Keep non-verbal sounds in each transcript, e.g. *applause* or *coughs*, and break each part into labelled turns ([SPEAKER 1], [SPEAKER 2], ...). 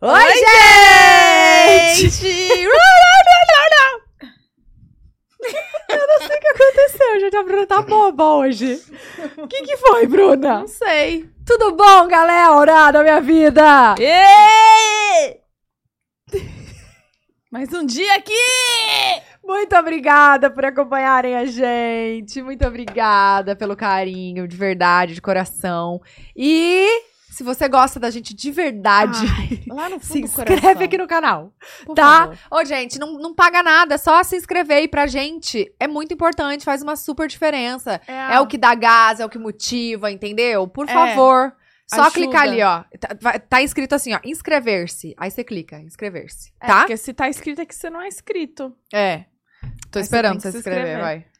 [SPEAKER 1] Oi, Oi gente!
[SPEAKER 2] Gente!
[SPEAKER 1] *laughs* Não sei o que aconteceu, gente. A Bruna tá boba hoje. O que, que foi, Bruna?
[SPEAKER 2] Não sei.
[SPEAKER 1] Tudo bom, galera da minha vida?
[SPEAKER 2] Ê! Mais um dia aqui!
[SPEAKER 1] Muito obrigada por acompanharem a gente. Muito obrigada pelo carinho, de verdade, de coração. E se você gosta da gente de verdade,
[SPEAKER 2] Lá no
[SPEAKER 1] se inscreve aqui no canal. tá? Ô, gente, não, não paga nada, é só se inscrever aí pra gente. É muito importante, faz uma super diferença. É o que dá gás, é o que motiva, entendeu? Por
[SPEAKER 2] Tá. É.
[SPEAKER 1] favor. Só
[SPEAKER 2] Ajuda.
[SPEAKER 1] clicar ali, ó. Tá, vai- tá escrito assim, ó, inscrever-se. Aí você clica, inscrever-se,
[SPEAKER 2] É,
[SPEAKER 1] tá?
[SPEAKER 2] Porque se tá escrito é que você não é inscrito.
[SPEAKER 1] É. Tô
[SPEAKER 2] Aí você
[SPEAKER 1] esperando
[SPEAKER 2] tem que
[SPEAKER 1] você se
[SPEAKER 2] se
[SPEAKER 1] inscrever,
[SPEAKER 2] inscrever.
[SPEAKER 1] vai.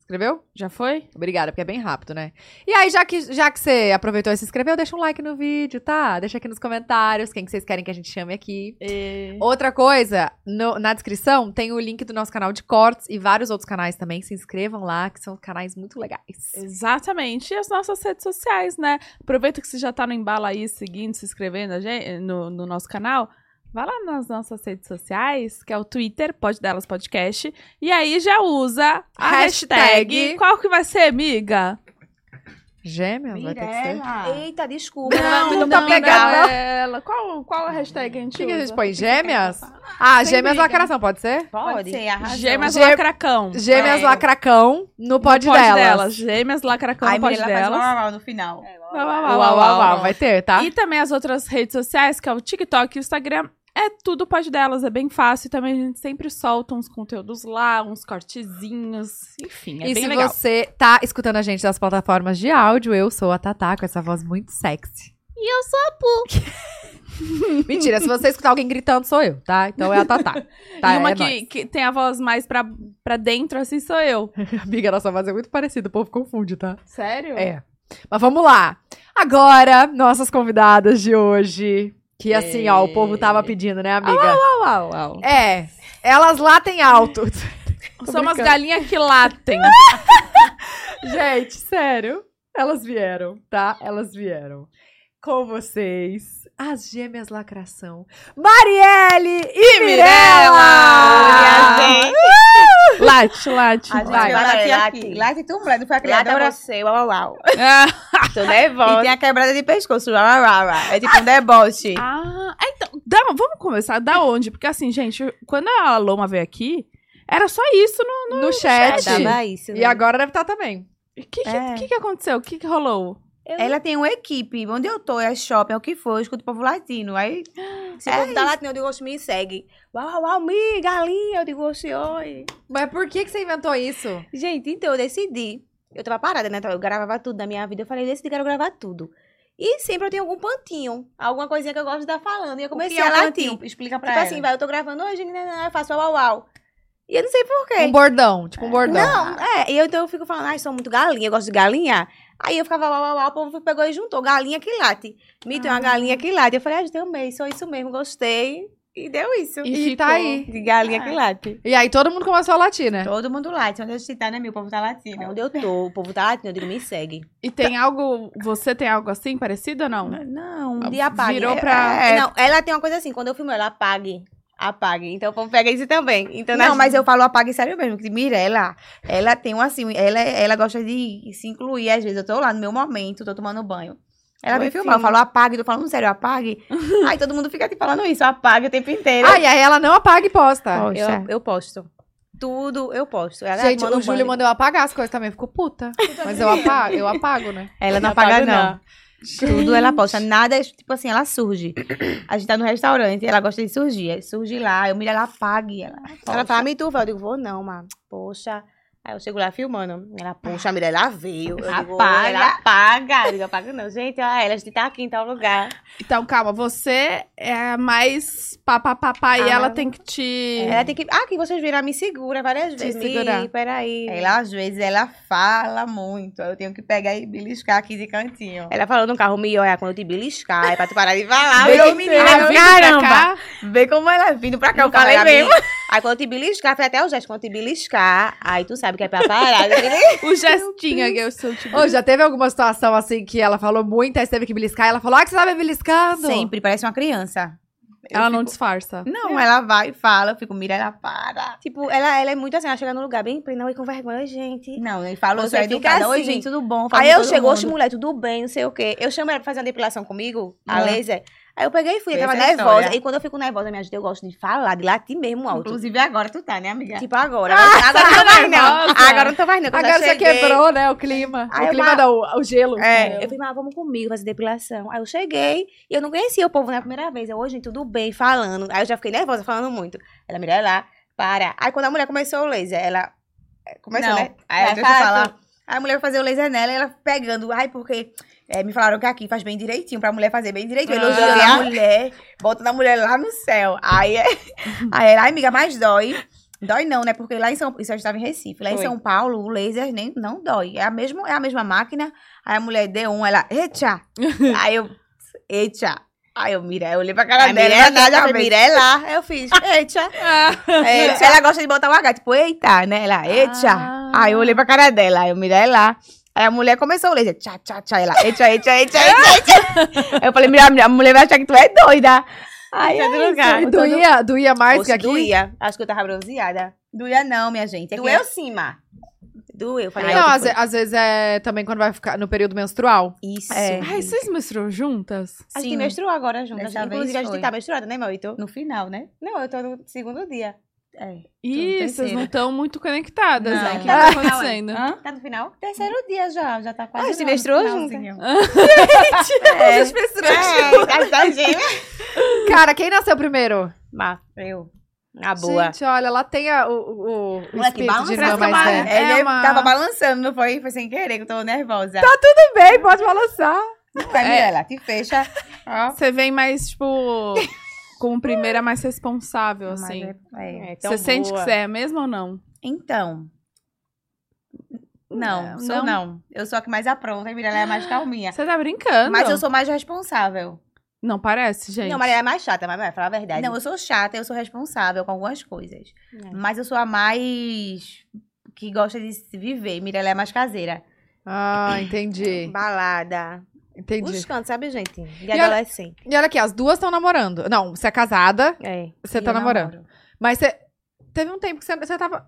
[SPEAKER 1] Escreveu?
[SPEAKER 2] Já foi?
[SPEAKER 1] Obrigada, porque é bem rápido, né? E aí, já que, já que você aproveitou e se inscreveu, deixa um like no vídeo, tá? Deixa aqui nos comentários quem que vocês querem que a gente chame aqui.
[SPEAKER 2] É.
[SPEAKER 1] Outra coisa, no- na descrição tem o link do nosso canal de cortes e vários outros canais também. Se inscrevam lá, que são canais muito legais.
[SPEAKER 2] Exatamente. E as nossas redes sociais, né? Aproveita que você já tá no embalo aí, seguindo, se inscrevendo a gente, no, no nosso canal. Vá lá nas nossas redes sociais, que é o Twitter, Pode Delas Podcast. E aí já usa a
[SPEAKER 1] Hashtag.
[SPEAKER 2] hashtag. Qual que vai ser, amiga?
[SPEAKER 1] Gêmeos, vai ter que ser.
[SPEAKER 3] Eita, desculpa.
[SPEAKER 1] Não,
[SPEAKER 3] Não,
[SPEAKER 1] não
[SPEAKER 3] não,
[SPEAKER 1] tá
[SPEAKER 3] tá
[SPEAKER 1] não, pegando.
[SPEAKER 3] pegando.
[SPEAKER 2] Ela. Qual, qual a hashtag a gente
[SPEAKER 1] O que, que a gente
[SPEAKER 2] usa?
[SPEAKER 1] põe? Gêmeas? Ah,
[SPEAKER 2] Sem
[SPEAKER 1] gêmeas
[SPEAKER 2] briga.
[SPEAKER 1] lacração, pode ser?
[SPEAKER 3] Pode. ser, arrasou.
[SPEAKER 2] Gêmeas
[SPEAKER 1] Gê-
[SPEAKER 2] Lacracão.
[SPEAKER 1] Gêmeas
[SPEAKER 3] É.
[SPEAKER 1] lacracão no pod
[SPEAKER 2] Pode
[SPEAKER 1] delas.
[SPEAKER 2] Gêmeas Lacracão
[SPEAKER 3] Ai,
[SPEAKER 2] no pode
[SPEAKER 4] um
[SPEAKER 3] Mirella faz
[SPEAKER 2] delas.
[SPEAKER 3] mal, mal no final.
[SPEAKER 2] Uau, uau,
[SPEAKER 1] Uau,
[SPEAKER 2] uau,
[SPEAKER 1] uau,
[SPEAKER 2] uau,
[SPEAKER 1] uau,
[SPEAKER 2] uau.
[SPEAKER 1] vai ter, tá?
[SPEAKER 2] E também as outras redes sociais, que é o TikTok e o Instagram. É tudo pode delas, é bem fácil. E também a gente sempre solta uns conteúdos lá, uns cortezinhos. Enfim, é
[SPEAKER 1] E
[SPEAKER 2] bem
[SPEAKER 1] se
[SPEAKER 2] legal.
[SPEAKER 1] você tá escutando a gente das plataformas de áudio, eu sou a Tatá, com essa voz muito sexy.
[SPEAKER 2] E eu
[SPEAKER 1] sou a Pu. *laughs* Mentira, se você escutar alguém gritando, sou eu, tá? Então é a
[SPEAKER 2] *laughs*
[SPEAKER 1] Tatá. Tá,
[SPEAKER 2] e uma
[SPEAKER 1] é
[SPEAKER 2] que, que tem a voz mais pra, pra dentro, assim, sou eu.
[SPEAKER 1] nóis. Amiga, nossa voz é muito parecida, o povo confunde, tá?
[SPEAKER 2] Sério?
[SPEAKER 1] É. Mas vamos lá. Agora, nossas convidadas de hoje. Que assim, ó, o povo tava pedindo, né, amiga?
[SPEAKER 2] Uau, uau.
[SPEAKER 1] É. Elas latem alto.
[SPEAKER 2] São umas
[SPEAKER 1] brincando.
[SPEAKER 2] galinhas que *laughs* latem.
[SPEAKER 1] Gente, sério. Elas vieram, tá? Elas vieram. Com vocês, as gêmeas lacração. Marielle e Mirella!
[SPEAKER 3] Olha, gente.
[SPEAKER 2] late, late.
[SPEAKER 4] A gente
[SPEAKER 1] Vai,
[SPEAKER 4] vai,
[SPEAKER 3] vai,
[SPEAKER 4] latir
[SPEAKER 3] late.
[SPEAKER 4] aqui. Late tu, mulher, não foi a criadora?
[SPEAKER 3] Lata você, uau,
[SPEAKER 4] *laughs*
[SPEAKER 3] uau, uau.
[SPEAKER 2] Ah.
[SPEAKER 4] Tô
[SPEAKER 3] E
[SPEAKER 4] nervosa.
[SPEAKER 3] tem a quebrada de pescoço, uau, uau, uau, uau. É tipo um deboche.
[SPEAKER 2] Ah, é, então, dá- vamos começar da onde? Porque assim, gente, quando a Loma veio aqui, era só isso. No...
[SPEAKER 1] No
[SPEAKER 4] É,
[SPEAKER 1] chat.
[SPEAKER 3] Tava Ah, isso, né?
[SPEAKER 1] E agora deve estar também.
[SPEAKER 2] O que, que-
[SPEAKER 3] É.
[SPEAKER 2] que, que aconteceu? O que, que rolou?
[SPEAKER 3] Ela
[SPEAKER 4] Ela
[SPEAKER 3] tem uma equipe. Onde eu tô, é shopping, é o que for. Eu escuto o povo latino. Aí, é
[SPEAKER 4] se o povo tá latindo, eu digo, oxe, me segue. Uau, uau, uau, me, galinha. Eu digo, oxe, oi.
[SPEAKER 1] Mas por que, que você inventou isso?
[SPEAKER 4] Gente, então eu decidi. Eu tava parada, né? Eu gravava tudo na minha vida. Eu falei, decidi que eu quero gravar tudo. E sempre eu tenho algum pantinho. Alguma coisinha que eu gosto de estar falando. E eu
[SPEAKER 3] o
[SPEAKER 4] comecei
[SPEAKER 3] que é
[SPEAKER 4] a
[SPEAKER 3] um
[SPEAKER 4] latir.
[SPEAKER 3] cantinho? Explica pra
[SPEAKER 4] Tipo
[SPEAKER 3] ela.
[SPEAKER 4] assim, vai, eu tô gravando hoje, né, né, né, eu faço uau, uau. E eu não sei porquê.
[SPEAKER 1] Um bordão, tipo um bordão.
[SPEAKER 4] Não, é, e eu, então eu fico falando, ai, sou muito galinha, eu gosto de galinha. Aí eu ficava, uau, uau, uau, o povo pegou e juntou, galinha que late. Mito
[SPEAKER 3] Ah.
[SPEAKER 4] é uma galinha que late. Eu falei, ai, gente, amei, sou isso mesmo, gostei. E deu isso.
[SPEAKER 1] E,
[SPEAKER 2] ficou-
[SPEAKER 1] tá aí.
[SPEAKER 4] De galinha
[SPEAKER 2] Ah.
[SPEAKER 4] que late.
[SPEAKER 1] E aí todo mundo começou a latir, né?
[SPEAKER 3] Todo mundo late. Onde a gente tá, né, meu? O povo tá latindo.
[SPEAKER 4] É. Onde eu tô, o povo tá latindo, eu digo, me segue.
[SPEAKER 2] E tem algo. Você tem algo assim parecido ou não?
[SPEAKER 4] Não,
[SPEAKER 2] Ah,
[SPEAKER 4] um dia apague.
[SPEAKER 2] virou
[SPEAKER 4] É,
[SPEAKER 2] pra-
[SPEAKER 4] é, Não, ela tem uma coisa assim, quando eu filmo, ela apague. Apague. Então o povo pega isso também. Então,
[SPEAKER 3] Não,
[SPEAKER 4] nós-
[SPEAKER 3] mas eu falo apague sério mesmo, que Mirella, ela tem um assim, ela, ela gosta de se incluir, às vezes eu tô lá no meu momento, tô tomando banho. Ela
[SPEAKER 2] Oi,
[SPEAKER 3] vem filmar, eu
[SPEAKER 2] filho.
[SPEAKER 3] falo apague, tô falando sério,
[SPEAKER 4] *laughs*
[SPEAKER 3] apague. Aí todo mundo fica te falando isso, apague o tempo inteiro.
[SPEAKER 1] Ah, e aí ela não apaga e posta.
[SPEAKER 3] Posta.
[SPEAKER 4] eu, eu posto. Tudo eu posto. Ela
[SPEAKER 1] Gente,
[SPEAKER 4] manda um
[SPEAKER 1] o Júlio
[SPEAKER 4] banho.
[SPEAKER 1] mandou eu apagar as coisas também. Ficou puta. Mas eu apago, eu apago, né?
[SPEAKER 3] Ela não apaga,
[SPEAKER 2] apaga,
[SPEAKER 3] não.
[SPEAKER 2] não.
[SPEAKER 3] Tudo ela posta. Nada, é, tipo assim, ela surge. A gente tá no restaurante, ela gosta de surgir. aí Surge lá, eu miro, ela apaga. e Ela,
[SPEAKER 4] Ela fala, me tu, vai. Eu digo, vou não, mas poxa. Aí eu chego lá filmando. Ela, poxa, a Mirella veio. Eu digo,
[SPEAKER 3] Apaga.
[SPEAKER 4] ela apaga. Eu digo, apaga não. Gente, ó, ela, a gente tá aqui em tal lugar.
[SPEAKER 2] Então, calma, você é mais papapá e
[SPEAKER 4] Ah,
[SPEAKER 2] ela
[SPEAKER 4] não.
[SPEAKER 2] tem que te.
[SPEAKER 4] Ela tem que... Ah, que vocês viram, ela me segura várias vezes. Me-
[SPEAKER 2] segurar.
[SPEAKER 4] Peraí. Ela...
[SPEAKER 3] Ela, às vezes, ela fala muito. Eu tenho que pegar e beliscar aqui de cantinho.
[SPEAKER 4] ela falou no carro, me olha quando eu te beliscar, é pra tu parar de falar.
[SPEAKER 3] Meu
[SPEAKER 4] meu
[SPEAKER 3] Deus.
[SPEAKER 4] menino.
[SPEAKER 2] Ela Ah, vem pra
[SPEAKER 3] Caramba!
[SPEAKER 2] cá?
[SPEAKER 3] Vê como ela é vindo pra cá, eu
[SPEAKER 4] Nunca
[SPEAKER 3] falei
[SPEAKER 4] vai
[SPEAKER 3] mesmo.
[SPEAKER 4] abrir. *laughs* Aí quando eu te beliscar, foi até o gesto, quando eu te beliscar, aí tu sabe que é pra
[SPEAKER 3] *laughs*
[SPEAKER 4] parar.
[SPEAKER 2] O gestinho que eu sou tipo.
[SPEAKER 1] Ô, já teve alguma situação assim que ela falou muito, aí você teve que beliscar? e Ela falou, ah, que você tá me beliscando.
[SPEAKER 3] Sempre, parece uma criança.
[SPEAKER 2] Ela
[SPEAKER 4] Eu
[SPEAKER 2] não
[SPEAKER 4] fico-
[SPEAKER 2] disfarça.
[SPEAKER 4] Não, ela vai e fala, eu fico, Mirella, para.
[SPEAKER 5] Tipo, ela, ela é muito assim, ela chega num lugar bem plena, oi, com vergonha, oi, gente.
[SPEAKER 4] Não, ele falou,
[SPEAKER 5] Você
[SPEAKER 4] você é
[SPEAKER 5] fica
[SPEAKER 4] educada. Oi,
[SPEAKER 5] assim.
[SPEAKER 4] gente, tudo bom? Fala
[SPEAKER 5] Aí
[SPEAKER 4] com
[SPEAKER 5] eu
[SPEAKER 4] todo
[SPEAKER 5] chego, oxe,
[SPEAKER 4] mundo.
[SPEAKER 5] mulher, tudo bem, não sei o quê. Eu chamo ela pra fazer uma depilação comigo, a
[SPEAKER 4] Ah.
[SPEAKER 5] laser. Aí eu peguei e fui, eu
[SPEAKER 4] Essa é
[SPEAKER 5] tava
[SPEAKER 4] a
[SPEAKER 5] nervosa.
[SPEAKER 4] história.
[SPEAKER 5] E quando eu fico nervosa, minha gente, eu gosto de falar, de latir mesmo alto.
[SPEAKER 4] Inclusive agora tu tá, né, amiga?
[SPEAKER 5] Tipo agora. agora
[SPEAKER 4] *laughs*
[SPEAKER 5] não tô mais não.
[SPEAKER 2] nervosa?
[SPEAKER 5] Agora não tô mais não. Quando
[SPEAKER 1] Agora
[SPEAKER 5] eu
[SPEAKER 1] já
[SPEAKER 5] cheguei-
[SPEAKER 1] quebrou, né? O clima.
[SPEAKER 5] Aí
[SPEAKER 1] o
[SPEAKER 5] eu
[SPEAKER 1] clima
[SPEAKER 5] ma-
[SPEAKER 1] não, o gelo.
[SPEAKER 5] É, eu falei, mas vamos comigo fazer depilação. Aí eu cheguei e eu não conhecia o povo na primeira vez. Eu, hoje, gente, tudo bem, falando. Aí eu já fiquei nervosa, falando muito. Ela, mira lá, para. Aí quando a mulher começou o laser, ela. Começou,
[SPEAKER 4] Não.
[SPEAKER 5] né?
[SPEAKER 4] Aí
[SPEAKER 5] Ela
[SPEAKER 4] deixa eu
[SPEAKER 5] fala
[SPEAKER 4] falar.
[SPEAKER 5] tudo. Aí a mulher foi fazer o laser nela e ela pegando. Ai, porque eh, me falaram que aqui faz bem direitinho, pra mulher fazer bem direitinho.
[SPEAKER 2] Ah.
[SPEAKER 5] Elogiando a mulher, botando a mulher lá no céu.
[SPEAKER 4] *laughs*
[SPEAKER 5] Aí, eh, aí ela, ai, amiga, mas dói. Dói não, né? Porque lá em São isso eu estava em Recife. Lá em
[SPEAKER 4] Foi.
[SPEAKER 5] São Paulo, o laser nem, não dói. É a, mesma, é a mesma máquina. Aí a mulher deu um, ela, eita! aí eu, eita! Aí eu mirei, eu olhei pra cara
[SPEAKER 4] Aí
[SPEAKER 5] dela.
[SPEAKER 4] Mirella,
[SPEAKER 5] ela
[SPEAKER 4] nada a ver.
[SPEAKER 5] lá. Aí eu fiz, eita!
[SPEAKER 2] Ah.
[SPEAKER 5] É, se *laughs* ela gosta de botar o H, tipo, eita, né? Ela, eita!
[SPEAKER 2] Ah.
[SPEAKER 5] Aí eu olhei pra cara dela, aí eu mirei lá. Aí a mulher começou o laser, tchá, tchá, tchá. Ela, eita, eita, eita, eita, eita. Aí eu falei, mira, a mulher vai achar que tu é doida. Aí
[SPEAKER 4] Tá
[SPEAKER 5] é
[SPEAKER 4] do
[SPEAKER 5] isso.
[SPEAKER 4] lugar.
[SPEAKER 1] E doía, doía mais que
[SPEAKER 5] Oxe,
[SPEAKER 1] aqui.
[SPEAKER 5] doía. Acho que eu tava bronzeada. Doía não, minha gente. É que-
[SPEAKER 4] Doeu sim, Má.
[SPEAKER 5] Doeu. Falei,
[SPEAKER 1] Não,
[SPEAKER 5] "Ah,
[SPEAKER 1] às,
[SPEAKER 5] foi".
[SPEAKER 1] às vezes é também quando vai ficar no período menstrual.
[SPEAKER 5] Isso.
[SPEAKER 1] É.
[SPEAKER 2] Ai, vocês menstruam juntas?
[SPEAKER 5] A gente
[SPEAKER 4] Sim.
[SPEAKER 5] menstruou agora juntas.
[SPEAKER 4] Dessa
[SPEAKER 5] Inclusive,
[SPEAKER 4] vez
[SPEAKER 5] a gente
[SPEAKER 4] foi.
[SPEAKER 5] tá menstruada, né, Mauito?
[SPEAKER 4] No final, né?
[SPEAKER 5] Não, eu tô no segundo dia.
[SPEAKER 4] É.
[SPEAKER 2] Ih, vocês não
[SPEAKER 4] terceira.
[SPEAKER 2] estão muito conectadas,
[SPEAKER 4] Não.
[SPEAKER 2] né? O que
[SPEAKER 1] Ah,
[SPEAKER 2] tá acontecendo?
[SPEAKER 4] Hã?
[SPEAKER 5] Tá no final?
[SPEAKER 4] Terceiro dia já, já tá quase.
[SPEAKER 5] Ah, se
[SPEAKER 4] lá no
[SPEAKER 5] menstruou
[SPEAKER 4] finalzinho. *laughs*
[SPEAKER 5] É.
[SPEAKER 1] As pessoas-
[SPEAKER 5] É, tá- tá gêmea.
[SPEAKER 1] Cara, quem nasceu primeiro?
[SPEAKER 5] Má, eu. Na Ah, boa.
[SPEAKER 1] Gente, olha, lá tem a, o, o, o
[SPEAKER 5] Moleque,
[SPEAKER 1] espírito de né?
[SPEAKER 5] balança
[SPEAKER 1] irmã
[SPEAKER 2] essa
[SPEAKER 1] mais
[SPEAKER 2] barra.
[SPEAKER 1] velha.
[SPEAKER 2] É,
[SPEAKER 4] Ele
[SPEAKER 2] Má.
[SPEAKER 4] tava balançando, não foi? Foi sem querer, que eu tô nervosa.
[SPEAKER 1] Tudo bem, pode balançar.
[SPEAKER 4] Vai, Mirella, te *laughs* fecha. Ó.
[SPEAKER 2] Você vem mais, tipo, como primeira mais responsável,
[SPEAKER 4] Mas
[SPEAKER 2] assim.
[SPEAKER 4] é- é.
[SPEAKER 5] É,
[SPEAKER 2] Você
[SPEAKER 5] tão
[SPEAKER 2] sente que
[SPEAKER 5] boa.
[SPEAKER 2] você é mesmo ou não?
[SPEAKER 4] Então. Não,
[SPEAKER 2] Não,
[SPEAKER 4] sou
[SPEAKER 2] não?
[SPEAKER 4] não. Eu sou a que mais apronta e Mirella é a mais calminha.
[SPEAKER 2] Você tá brincando?
[SPEAKER 4] Mas eu sou mais responsável.
[SPEAKER 2] Não parece, gente?
[SPEAKER 5] Não, mas ela é mais chata, mas vai falar a verdade.
[SPEAKER 4] Não, eu sou chata, eu sou responsável com algumas coisas.
[SPEAKER 5] É.
[SPEAKER 4] Mas eu sou a mais que gosta de se viver. Mirella é mais caseira.
[SPEAKER 1] Ah,
[SPEAKER 5] Então,
[SPEAKER 1] entendi.
[SPEAKER 5] Balada.
[SPEAKER 1] Entendi.
[SPEAKER 5] Os cantos, sabe, gente? De
[SPEAKER 1] olha-
[SPEAKER 5] adolescente.
[SPEAKER 1] E olha aqui, as duas estão namorando. Não, você é casada,
[SPEAKER 5] É.
[SPEAKER 1] você
[SPEAKER 4] E
[SPEAKER 1] tá
[SPEAKER 4] eu
[SPEAKER 1] namorando.
[SPEAKER 4] namoro.
[SPEAKER 1] Mas você. Teve um tempo que você, você tava.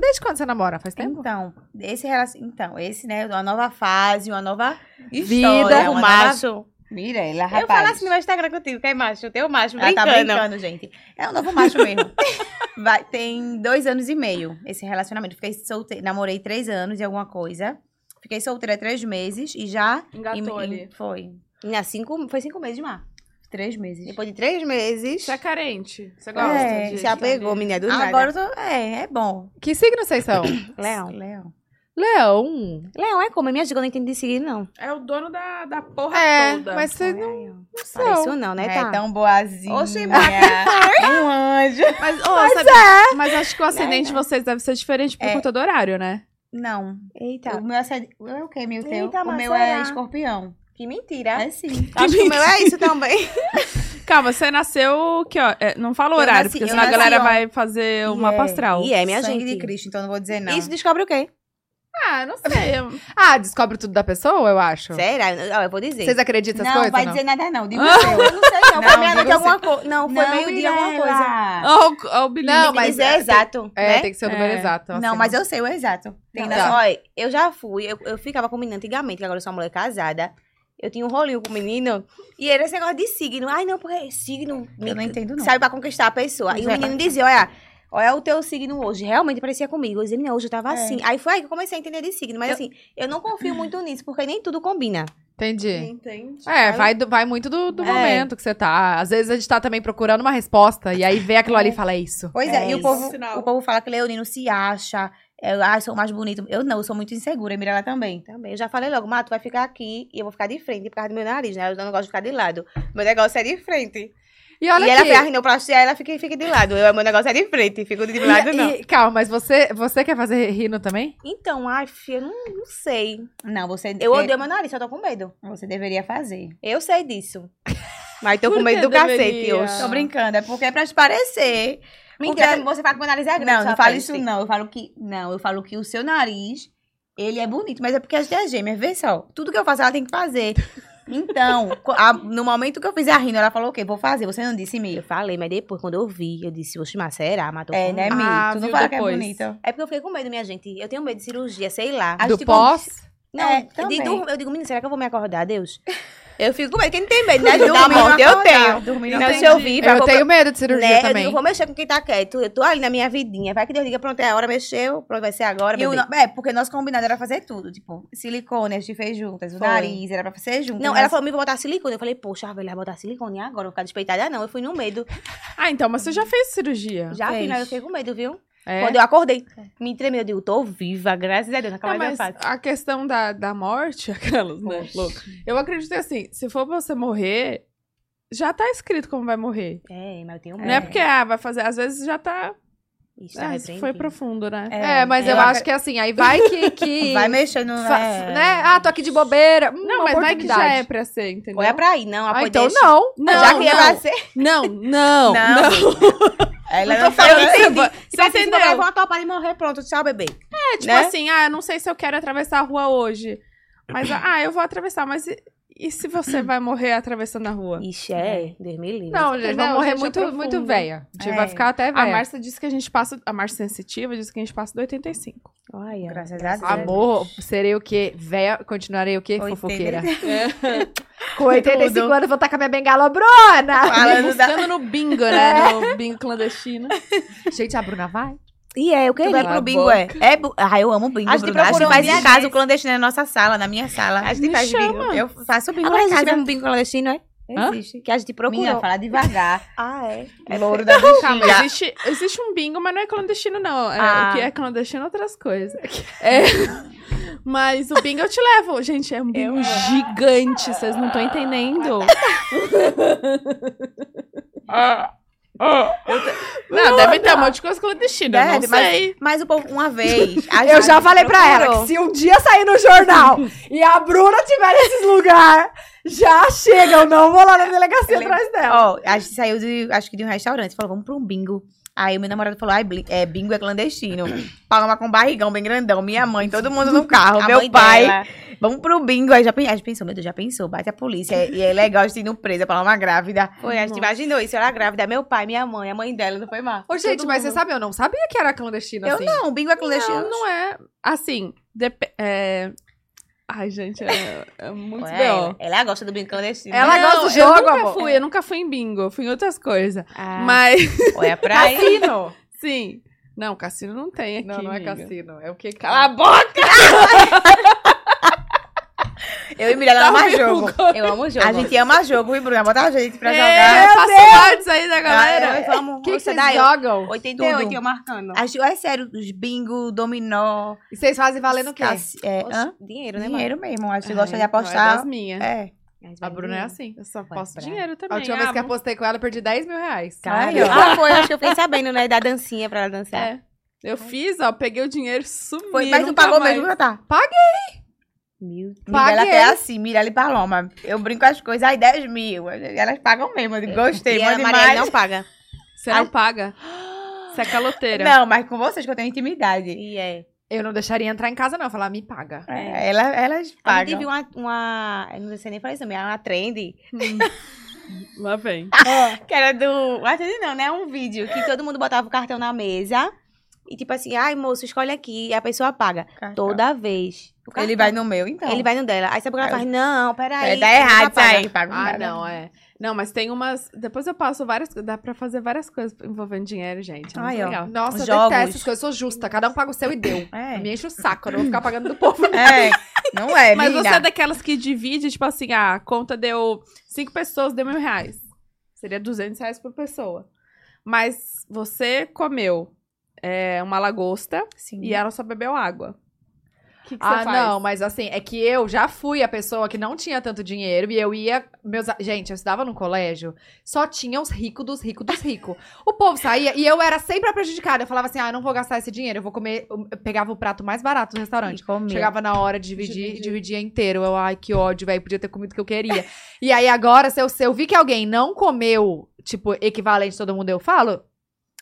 [SPEAKER 1] Desde quando você namora? Faz
[SPEAKER 5] um
[SPEAKER 1] tempo?
[SPEAKER 4] Então, esse relacion... então, esse, né, uma nova fase, uma nova
[SPEAKER 1] Vida
[SPEAKER 4] história,
[SPEAKER 1] com
[SPEAKER 4] uma nova...
[SPEAKER 5] macho.
[SPEAKER 4] Mirella,
[SPEAKER 5] Eu
[SPEAKER 4] rapaz.
[SPEAKER 5] falo assim no meu Instagram contigo, que é macho, teu macho,
[SPEAKER 4] Ela
[SPEAKER 5] brincando.
[SPEAKER 4] tá brincando, gente. É um novo macho mesmo. *laughs* Vai, tem dois anos e meio esse relacionamento. Fiquei solteira, namorei três anos e alguma coisa. Fiquei solteira três meses e já... e-
[SPEAKER 2] Engatou
[SPEAKER 4] e-
[SPEAKER 2] ali.
[SPEAKER 4] Foi.
[SPEAKER 5] Minha cinco, foi cinco meses de mar.
[SPEAKER 4] Três meses.
[SPEAKER 5] Depois de três meses,
[SPEAKER 2] Você é carente. Você gosta
[SPEAKER 4] É,
[SPEAKER 2] de...
[SPEAKER 5] se apegou,
[SPEAKER 2] de-
[SPEAKER 5] menina, do nada.
[SPEAKER 4] Ah, Agora assim. eu tô... É, é bom.
[SPEAKER 1] Que signo vocês são?
[SPEAKER 5] Leão.
[SPEAKER 4] Leão.
[SPEAKER 1] Leão.
[SPEAKER 5] Leão é como? É minha dica, eu não entendi seguir, não.
[SPEAKER 2] É o dono da, da porra
[SPEAKER 1] É,
[SPEAKER 2] toda.
[SPEAKER 1] mas vocês não
[SPEAKER 5] Ai, ó. Parece
[SPEAKER 1] são.
[SPEAKER 5] isso não, né,
[SPEAKER 4] É,
[SPEAKER 5] tá?
[SPEAKER 4] tão boazinha. *laughs*
[SPEAKER 5] Oxi,
[SPEAKER 4] um anjo.
[SPEAKER 2] Mas, ô, sabe- mas acho que o ascendente de vocês deve ser diferente por
[SPEAKER 4] É.
[SPEAKER 2] conta do horário, né?
[SPEAKER 4] Não.
[SPEAKER 5] Eita.
[SPEAKER 4] O meu aced- o meu é o quê, meu teu?
[SPEAKER 5] Tá. Eita,
[SPEAKER 4] o
[SPEAKER 5] mas
[SPEAKER 4] meu é
[SPEAKER 5] será?
[SPEAKER 4] escorpião.
[SPEAKER 5] Que mentira.
[SPEAKER 4] É sim.
[SPEAKER 5] Acho que o meu é isso também.
[SPEAKER 2] Calma, você nasceu que ó, é, não fala o
[SPEAKER 4] Eu
[SPEAKER 2] horário,
[SPEAKER 4] nasci-
[SPEAKER 2] porque
[SPEAKER 4] eu
[SPEAKER 2] senão a
[SPEAKER 4] nasci
[SPEAKER 2] galera
[SPEAKER 4] on-
[SPEAKER 2] vai fazer o
[SPEAKER 4] E
[SPEAKER 2] mapa
[SPEAKER 4] é,
[SPEAKER 2] astral.
[SPEAKER 5] E é, minha
[SPEAKER 4] Sangue
[SPEAKER 5] gente.
[SPEAKER 4] de Cristo, então não vou dizer não.
[SPEAKER 5] Isso descobre o quê?
[SPEAKER 2] Ah, não sei.
[SPEAKER 1] Ah, descobre tudo da pessoa, eu acho.
[SPEAKER 5] Será? Não, eu vou dizer.
[SPEAKER 1] Vocês acreditam essas
[SPEAKER 4] não,
[SPEAKER 1] coisas?
[SPEAKER 4] vai
[SPEAKER 1] não?
[SPEAKER 4] dizer nada não. Digo eu. Eu não sei não.
[SPEAKER 5] Pra mim era de
[SPEAKER 4] digo
[SPEAKER 5] alguma coisa. Não,
[SPEAKER 4] Não,
[SPEAKER 5] foi meio-dia alguma coisa.
[SPEAKER 2] Ó, o- ó, o bilhete.
[SPEAKER 1] Não,
[SPEAKER 5] Tem que
[SPEAKER 1] mas
[SPEAKER 5] dizer
[SPEAKER 1] é-
[SPEAKER 5] exato,
[SPEAKER 1] É,
[SPEAKER 5] né?
[SPEAKER 1] tem que ser o número
[SPEAKER 2] É.
[SPEAKER 1] exato.
[SPEAKER 4] Não, mas eu sei o exato. Tem
[SPEAKER 5] Não,
[SPEAKER 4] na-
[SPEAKER 1] assim, Tá.
[SPEAKER 5] Olha, eu já fui, eu, eu ficava com o menino antigamente, que agora eu sou uma mulher casada. Eu tinha um rolinho com o menino. E era esse negócio de signo. Ai, não, porque é signo.
[SPEAKER 4] Eu não entendo não.
[SPEAKER 5] Sabe pra conquistar a pessoa. E o menino dizia, olha. Olha o teu signo hoje. Realmente parecia comigo. Eu dizia, menina, hoje eu tava
[SPEAKER 4] É.
[SPEAKER 5] assim. Aí foi aí que eu comecei a entender de signo. Mas assim, eu não confio muito nisso, porque nem tudo combina.
[SPEAKER 1] Entendi.
[SPEAKER 2] Entende?
[SPEAKER 1] É, vai, do- vai muito do, do
[SPEAKER 5] É.
[SPEAKER 1] momento que você tá. Às vezes a gente tá também procurando uma resposta e aí vê aquilo ali e fala, é isso.
[SPEAKER 4] Pois é,
[SPEAKER 5] É
[SPEAKER 4] e
[SPEAKER 5] isso.
[SPEAKER 4] o povo,
[SPEAKER 2] Sinal.
[SPEAKER 4] o povo fala que Leonino se acha, é, ah, sou mais bonito. Eu não, eu sou muito insegura, e Mirella também.
[SPEAKER 5] Também. Eu já falei logo, Mato, tu vai ficar aqui e eu vou ficar de frente por causa do meu nariz, né? Eu não gosto de ficar de lado. Meu negócio é de frente.
[SPEAKER 1] E olha
[SPEAKER 5] e ela "Ah,
[SPEAKER 1] aqui.
[SPEAKER 5] fez a rinoplastia, ela fica, fica de lado. Eu, meu negócio é de frente, fico de lado, não.
[SPEAKER 1] E- e- calma, mas você, você quer fazer rino também?
[SPEAKER 5] Então, ai, filha, eu não, não sei.
[SPEAKER 4] Não, você.
[SPEAKER 5] Eu
[SPEAKER 4] de-
[SPEAKER 5] odeio meu nariz, só tô com medo.
[SPEAKER 4] Você deveria fazer.
[SPEAKER 5] Eu sei disso. Mas tô
[SPEAKER 2] Por
[SPEAKER 5] com medo
[SPEAKER 2] que
[SPEAKER 5] do cacete
[SPEAKER 2] deveria?
[SPEAKER 5] hoje.
[SPEAKER 4] Tô brincando, é porque é pra te parecer.
[SPEAKER 5] Mentira,
[SPEAKER 4] Porque-
[SPEAKER 5] você fala que meu nariz é grande.
[SPEAKER 4] Não,
[SPEAKER 5] sua
[SPEAKER 4] não fala
[SPEAKER 5] peste.
[SPEAKER 4] isso não. Eu falo que. Não, eu falo que o seu nariz, ele é bonito, mas é porque a gente é gêmea. Vê só, tudo que eu faço ela tem que fazer. Então, *laughs* co- a- no momento que eu fiz a rina, ela falou, ok, vou fazer. Você não disse, Mi?
[SPEAKER 5] Eu falei, mas depois, quando eu vi, eu disse, oxe, mas será? Matou
[SPEAKER 4] É,
[SPEAKER 5] com-
[SPEAKER 4] né, Mi?
[SPEAKER 2] Ah,
[SPEAKER 4] tu não
[SPEAKER 2] viu
[SPEAKER 4] fala que é
[SPEAKER 2] depois.
[SPEAKER 4] bonita.
[SPEAKER 5] É porque eu fiquei com medo, minha gente. Eu tenho medo de cirurgia, sei lá. tipo,
[SPEAKER 4] A
[SPEAKER 1] Do
[SPEAKER 4] gente
[SPEAKER 1] pós?
[SPEAKER 5] Não,
[SPEAKER 4] É,
[SPEAKER 5] eu,
[SPEAKER 4] também.
[SPEAKER 5] digo, eu digo, menina, será que eu vou me acordar, Deus? *laughs* Eu fico com medo. Quem não tem *laughs* medo, né?
[SPEAKER 4] Dormir
[SPEAKER 5] Deus, da
[SPEAKER 4] não
[SPEAKER 5] morte, eu
[SPEAKER 4] acordar,
[SPEAKER 5] tenho.
[SPEAKER 4] dormir não
[SPEAKER 5] Então,
[SPEAKER 4] acordar.
[SPEAKER 5] se eu vir, pra
[SPEAKER 1] Eu
[SPEAKER 5] comprar-
[SPEAKER 1] tenho medo de cirurgia
[SPEAKER 5] né? Eu
[SPEAKER 1] também.
[SPEAKER 5] digo, vou mexer com quem tá quieto. Eu tô ali na minha vidinha. Vai que Deus liga, pronto, é a hora, mexeu. Pronto, vai ser agora,
[SPEAKER 4] E o
[SPEAKER 5] bebê.
[SPEAKER 4] no- é, porque nosso combinado era fazer tudo, tipo, silicone, a gente fez juntas, o
[SPEAKER 5] Foi.
[SPEAKER 4] nariz, era pra fazer juntas.
[SPEAKER 5] Não,
[SPEAKER 4] mas-
[SPEAKER 5] ela falou, me vou botar silicone. Eu falei, poxa, velho, vai botar silicone agora, vou ficar despeitada. Ah, não, eu fui no medo.
[SPEAKER 2] Ah, então, mas você já fez cirurgia.
[SPEAKER 5] Já
[SPEAKER 4] Fez.
[SPEAKER 5] fiz, mas eu fiquei com medo, viu?
[SPEAKER 2] É.
[SPEAKER 5] Quando eu acordei, me tremeu, eu digo, tô viva, graças a Deus, nunca
[SPEAKER 2] Não,
[SPEAKER 5] mais eu
[SPEAKER 2] mas
[SPEAKER 5] faço.
[SPEAKER 2] a questão da, da morte, *laughs* aquelas, né? Louco. Eu acredito que, assim, se for pra você morrer, já tá escrito como vai morrer.
[SPEAKER 5] É, mas eu tenho medo.
[SPEAKER 2] Não é porque, ah, vai fazer. Às vezes já tá.
[SPEAKER 5] Isso,
[SPEAKER 2] ah,
[SPEAKER 5] tá
[SPEAKER 2] isso foi profundo, né?
[SPEAKER 1] É, mas eu,
[SPEAKER 4] eu
[SPEAKER 1] acho que assim, aí vai que. que
[SPEAKER 4] *laughs* Vai mexendo,
[SPEAKER 1] fa-
[SPEAKER 4] é.
[SPEAKER 1] né? Ah, tô aqui de bobeira. Hum,
[SPEAKER 2] Não,
[SPEAKER 1] uma
[SPEAKER 2] mas vai que já é
[SPEAKER 1] oportunidade.
[SPEAKER 2] pra ser, entendeu?
[SPEAKER 5] Olha pra aí, não,
[SPEAKER 1] Ah,
[SPEAKER 5] apoio
[SPEAKER 1] então
[SPEAKER 5] deixa.
[SPEAKER 1] não.
[SPEAKER 2] Não,
[SPEAKER 5] Já que é ia
[SPEAKER 2] não.
[SPEAKER 5] nascer.
[SPEAKER 2] Não, não,
[SPEAKER 4] Não.
[SPEAKER 2] não.
[SPEAKER 4] *laughs* Ela
[SPEAKER 5] Eu tô
[SPEAKER 4] não
[SPEAKER 5] falando,
[SPEAKER 4] falou-
[SPEAKER 5] entendi.
[SPEAKER 2] assim, Você
[SPEAKER 4] Tá
[SPEAKER 5] Você
[SPEAKER 2] entendeu?
[SPEAKER 5] entendeu? Eu vou topar e morrer, pronto, tchau, bebê.
[SPEAKER 2] É tipo
[SPEAKER 5] né?
[SPEAKER 2] assim, ah, eu não sei se eu quero atravessar a rua hoje. Mas, ah, eu vou atravessar, mas e, e se você vai morrer atravessando a rua?
[SPEAKER 5] Ixi, é, Deus me
[SPEAKER 1] *laughs*
[SPEAKER 5] livre.
[SPEAKER 1] Não, gente, vai
[SPEAKER 2] Entendeu?
[SPEAKER 1] morrer
[SPEAKER 2] Gente, é
[SPEAKER 1] muito,
[SPEAKER 2] profundo.
[SPEAKER 1] muito velha. A gente
[SPEAKER 4] É.
[SPEAKER 1] vai ficar até
[SPEAKER 2] A
[SPEAKER 1] velha.
[SPEAKER 2] Márcia disse que a gente passa. A Márcia sensitiva disse que a gente passa do 85.
[SPEAKER 5] Olha,
[SPEAKER 4] Graças a Deus.
[SPEAKER 1] Amor, serei o quê? Véia, continuarei o quê?
[SPEAKER 4] Oitenta e- *laughs*
[SPEAKER 1] Fofoqueira.
[SPEAKER 2] É.
[SPEAKER 1] Com 85
[SPEAKER 4] Tudo.
[SPEAKER 1] anos vou estar com a minha bengala brona.
[SPEAKER 4] Falando da...
[SPEAKER 2] Buscando no bingo, *laughs* né? No bingo clandestino.
[SPEAKER 1] Gente, a Bruna vai?
[SPEAKER 5] E é, eu
[SPEAKER 4] Tu
[SPEAKER 5] queria.
[SPEAKER 4] vai pro bingo, é? é bu- Ah, eu amo bingo,
[SPEAKER 5] A gente
[SPEAKER 4] Bruna. A gente
[SPEAKER 5] procurou um
[SPEAKER 4] faz em
[SPEAKER 5] dia
[SPEAKER 4] casa,
[SPEAKER 5] desse.
[SPEAKER 4] o clandestino é na nossa sala, na minha sala. A gente
[SPEAKER 2] Me
[SPEAKER 4] faz bingo.
[SPEAKER 2] chama.
[SPEAKER 4] Eu faço bingo
[SPEAKER 5] Agora
[SPEAKER 4] lá em casa.
[SPEAKER 5] existe
[SPEAKER 4] um
[SPEAKER 5] mesmo bingo clandestino, é?
[SPEAKER 1] Hã?
[SPEAKER 5] Existe. Que a gente procurou.
[SPEAKER 4] Menina, fala devagar.
[SPEAKER 5] Ah, é?
[SPEAKER 4] Louro da
[SPEAKER 2] Calma,
[SPEAKER 4] bexiga.
[SPEAKER 2] existe, existe um bingo, mas não é clandestino, não. É,
[SPEAKER 4] Ah.
[SPEAKER 2] O que é clandestino é outras coisas. É. *laughs* Mas o bingo eu te levo. Gente, é um bingo gigante, vocês não estão entendendo. Não, deve ter um monte de coisa clandestina, eu
[SPEAKER 4] Deve,
[SPEAKER 2] não
[SPEAKER 4] mas-
[SPEAKER 2] sei.
[SPEAKER 4] Mas o povo, uma vez. a
[SPEAKER 1] Eu
[SPEAKER 4] gente
[SPEAKER 1] já falei pra ela
[SPEAKER 4] procurou.
[SPEAKER 1] que se um dia sair no jornal
[SPEAKER 2] *laughs*
[SPEAKER 1] e a Bruna tiver nesses lugares, já chega. Eu não vou lá na delegacia
[SPEAKER 4] Eu
[SPEAKER 1] atrás dela.
[SPEAKER 4] Ó, a gente saiu de, acho que de um restaurante, falou, vamos pra um bingo. Aí o meu namorado falou, ai, bli- é, bingo é
[SPEAKER 5] *clears throat*
[SPEAKER 4] clandestino. Paloma com barrigão bem grandão, minha mãe, todo mundo no carro, né?
[SPEAKER 5] A
[SPEAKER 4] meu
[SPEAKER 5] mãe
[SPEAKER 4] pai.
[SPEAKER 5] dela.
[SPEAKER 4] Vamos pro bingo. Aí já, pen- a gente pensou, meu Deus, já pensou, bate a polícia. E é legal, a gente indo presa, Paloma grávida.
[SPEAKER 5] Foi, a gente imaginou isso. Ela grávida, meu pai, minha mãe, a mãe dela, não foi má.
[SPEAKER 1] Ô, gente,
[SPEAKER 5] Todo
[SPEAKER 1] mas
[SPEAKER 5] mundo.
[SPEAKER 1] você sabe, eu não sabia que era clandestino
[SPEAKER 4] Eu
[SPEAKER 1] assim.
[SPEAKER 4] não, bingo é clandestino.
[SPEAKER 2] Não, não é. Assim, dep- é... Ai, gente, é, é muito
[SPEAKER 5] Ué,
[SPEAKER 2] B.O.
[SPEAKER 5] ela, ela gosta do bingo clandestino.
[SPEAKER 1] Ela
[SPEAKER 2] Não,
[SPEAKER 1] gosta do jogo,
[SPEAKER 2] eu nunca
[SPEAKER 1] amor.
[SPEAKER 2] fui, eu nunca fui em bingo, eu fui em outras coisas.
[SPEAKER 5] Ah,
[SPEAKER 2] Mas,
[SPEAKER 5] olha pra aí.
[SPEAKER 4] Assim,
[SPEAKER 1] Cassino.
[SPEAKER 2] sim. Não, cassino não tem aqui.
[SPEAKER 1] Não, não é
[SPEAKER 2] amiga.
[SPEAKER 1] cassino. É o que?
[SPEAKER 2] Cala a boca!
[SPEAKER 4] Eu e Mirella
[SPEAKER 2] Tá
[SPEAKER 4] amamos
[SPEAKER 2] ouvindo
[SPEAKER 4] jogo.
[SPEAKER 5] Eu amo jogo.
[SPEAKER 4] A gente ama jogo, viu, Bruna? Bota a gente pra
[SPEAKER 2] É,
[SPEAKER 4] jogar.
[SPEAKER 2] faço saudades aí da
[SPEAKER 4] Ah,
[SPEAKER 2] galera.
[SPEAKER 4] é, vamos.
[SPEAKER 1] O que, que
[SPEAKER 4] você
[SPEAKER 1] vocês
[SPEAKER 4] dá eu.
[SPEAKER 1] jogam?
[SPEAKER 5] 88
[SPEAKER 4] Tudo.
[SPEAKER 5] eu marcando.
[SPEAKER 4] A gente- É sério, os bingo, dominó.
[SPEAKER 1] E vocês fazem valendo o quê?
[SPEAKER 4] cassi- É,
[SPEAKER 5] Oxe,
[SPEAKER 4] hã?
[SPEAKER 5] Dinheiro, né,
[SPEAKER 4] Dinheiro mesmo. Acho que
[SPEAKER 2] Ai,
[SPEAKER 4] gosta de
[SPEAKER 2] não, É das
[SPEAKER 4] apostar.
[SPEAKER 2] minhas.
[SPEAKER 4] É.
[SPEAKER 5] mano?
[SPEAKER 1] A Bruna é assim.
[SPEAKER 2] Eu só
[SPEAKER 5] Vai
[SPEAKER 2] posso
[SPEAKER 5] pra-
[SPEAKER 2] dinheiro
[SPEAKER 1] A
[SPEAKER 2] também.
[SPEAKER 1] última vez que
[SPEAKER 2] ah,
[SPEAKER 1] apostei com ela, eu perdi 10 mil reais.
[SPEAKER 4] Caralho.
[SPEAKER 5] Ah, foi, acho que eu fiquei sabendo, né? Da dancinha pra ela dançar.
[SPEAKER 2] É. Eu fiz, ó, peguei o dinheiro, sumiu.
[SPEAKER 4] Foi, mas tu
[SPEAKER 2] nunca
[SPEAKER 4] pagou
[SPEAKER 2] mais.
[SPEAKER 4] mesmo, tá?
[SPEAKER 5] Meu Deus.
[SPEAKER 4] Mirella
[SPEAKER 1] Paguei.
[SPEAKER 4] até assim, Mirella e Paloma. Eu brinco as coisas, aí 10 mil. Elas pagam mesmo. Eu digo, gostei,
[SPEAKER 5] e a
[SPEAKER 4] manda
[SPEAKER 5] Maria
[SPEAKER 4] mais.
[SPEAKER 5] não paga.
[SPEAKER 2] Você não
[SPEAKER 4] Ai.
[SPEAKER 2] paga. Você é caloteira.
[SPEAKER 4] Não, mas com vocês que eu tenho intimidade.
[SPEAKER 5] E é.
[SPEAKER 1] Eu não deixaria entrar em casa, não. Falar, me paga.
[SPEAKER 4] É, ela- elas
[SPEAKER 5] A gente
[SPEAKER 4] pagam.
[SPEAKER 5] viu uma, uma. eu Não sei nem falar isso, mas é uma trend.
[SPEAKER 1] *laughs*
[SPEAKER 2] Hum. Lá vem.
[SPEAKER 5] *laughs* Que era do. Uma trend não, né? Um vídeo que todo mundo botava o cartão na mesa. E tipo assim, ai moço, escolhe aqui. E a pessoa paga. Toda vez. O
[SPEAKER 4] Ele
[SPEAKER 5] cartão.
[SPEAKER 4] vai no meu, então.
[SPEAKER 5] Ele Tá. vai no dela. Aí sabe o que ela
[SPEAKER 4] Aí eu-
[SPEAKER 5] faz? Não, peraí.
[SPEAKER 4] É, dá
[SPEAKER 5] você
[SPEAKER 4] errado
[SPEAKER 5] nunca
[SPEAKER 4] isso
[SPEAKER 5] paga.
[SPEAKER 4] aí. Paga
[SPEAKER 2] Ah,
[SPEAKER 4] nada.
[SPEAKER 2] não, é. Não, mas tem umas. Depois eu passo várias coisas. Dá pra fazer várias coisas envolvendo dinheiro, gente. É muito
[SPEAKER 4] Ai, ó.
[SPEAKER 2] legal.
[SPEAKER 1] Nossa, eu
[SPEAKER 4] Jogos.
[SPEAKER 1] detesto essas coisas. Eu sou justa. Cada um paga o seu e deu. Me *laughs*
[SPEAKER 4] É.
[SPEAKER 1] enche o saco. Eu não vou ficar pagando do povo.
[SPEAKER 4] É. Não é,
[SPEAKER 2] Mas
[SPEAKER 4] menina.
[SPEAKER 2] você é daquelas que divide, tipo assim, ah, a conta deu cinco pessoas, deu mil reais. Seria 200 reais por pessoa. Mas você comeu é, uma lagosta
[SPEAKER 4] Sim.
[SPEAKER 5] é
[SPEAKER 2] e ela só bebeu água. O que, que
[SPEAKER 1] Ah,
[SPEAKER 2] você faz?
[SPEAKER 1] não, mas assim, é que eu já fui a pessoa que não tinha tanto dinheiro e eu ia. Meus, a- gente, eu estudava num colégio, só tinha os ricos dos ricos dos ricos. o povo saía e eu era sempre a prejudicada. Eu falava assim: ah, eu não vou gastar esse dinheiro, eu vou comer. um, Eu pegava o prato mais barato do restaurante.
[SPEAKER 4] E comeu.
[SPEAKER 1] Chegava na hora de dividir e dividia inteiro. Eu, ai, que ódio, velho. Podia ter comido o que eu queria. e aí agora, se eu, se eu vi que alguém não comeu, tipo, equivalente a todo mundo, eu falo.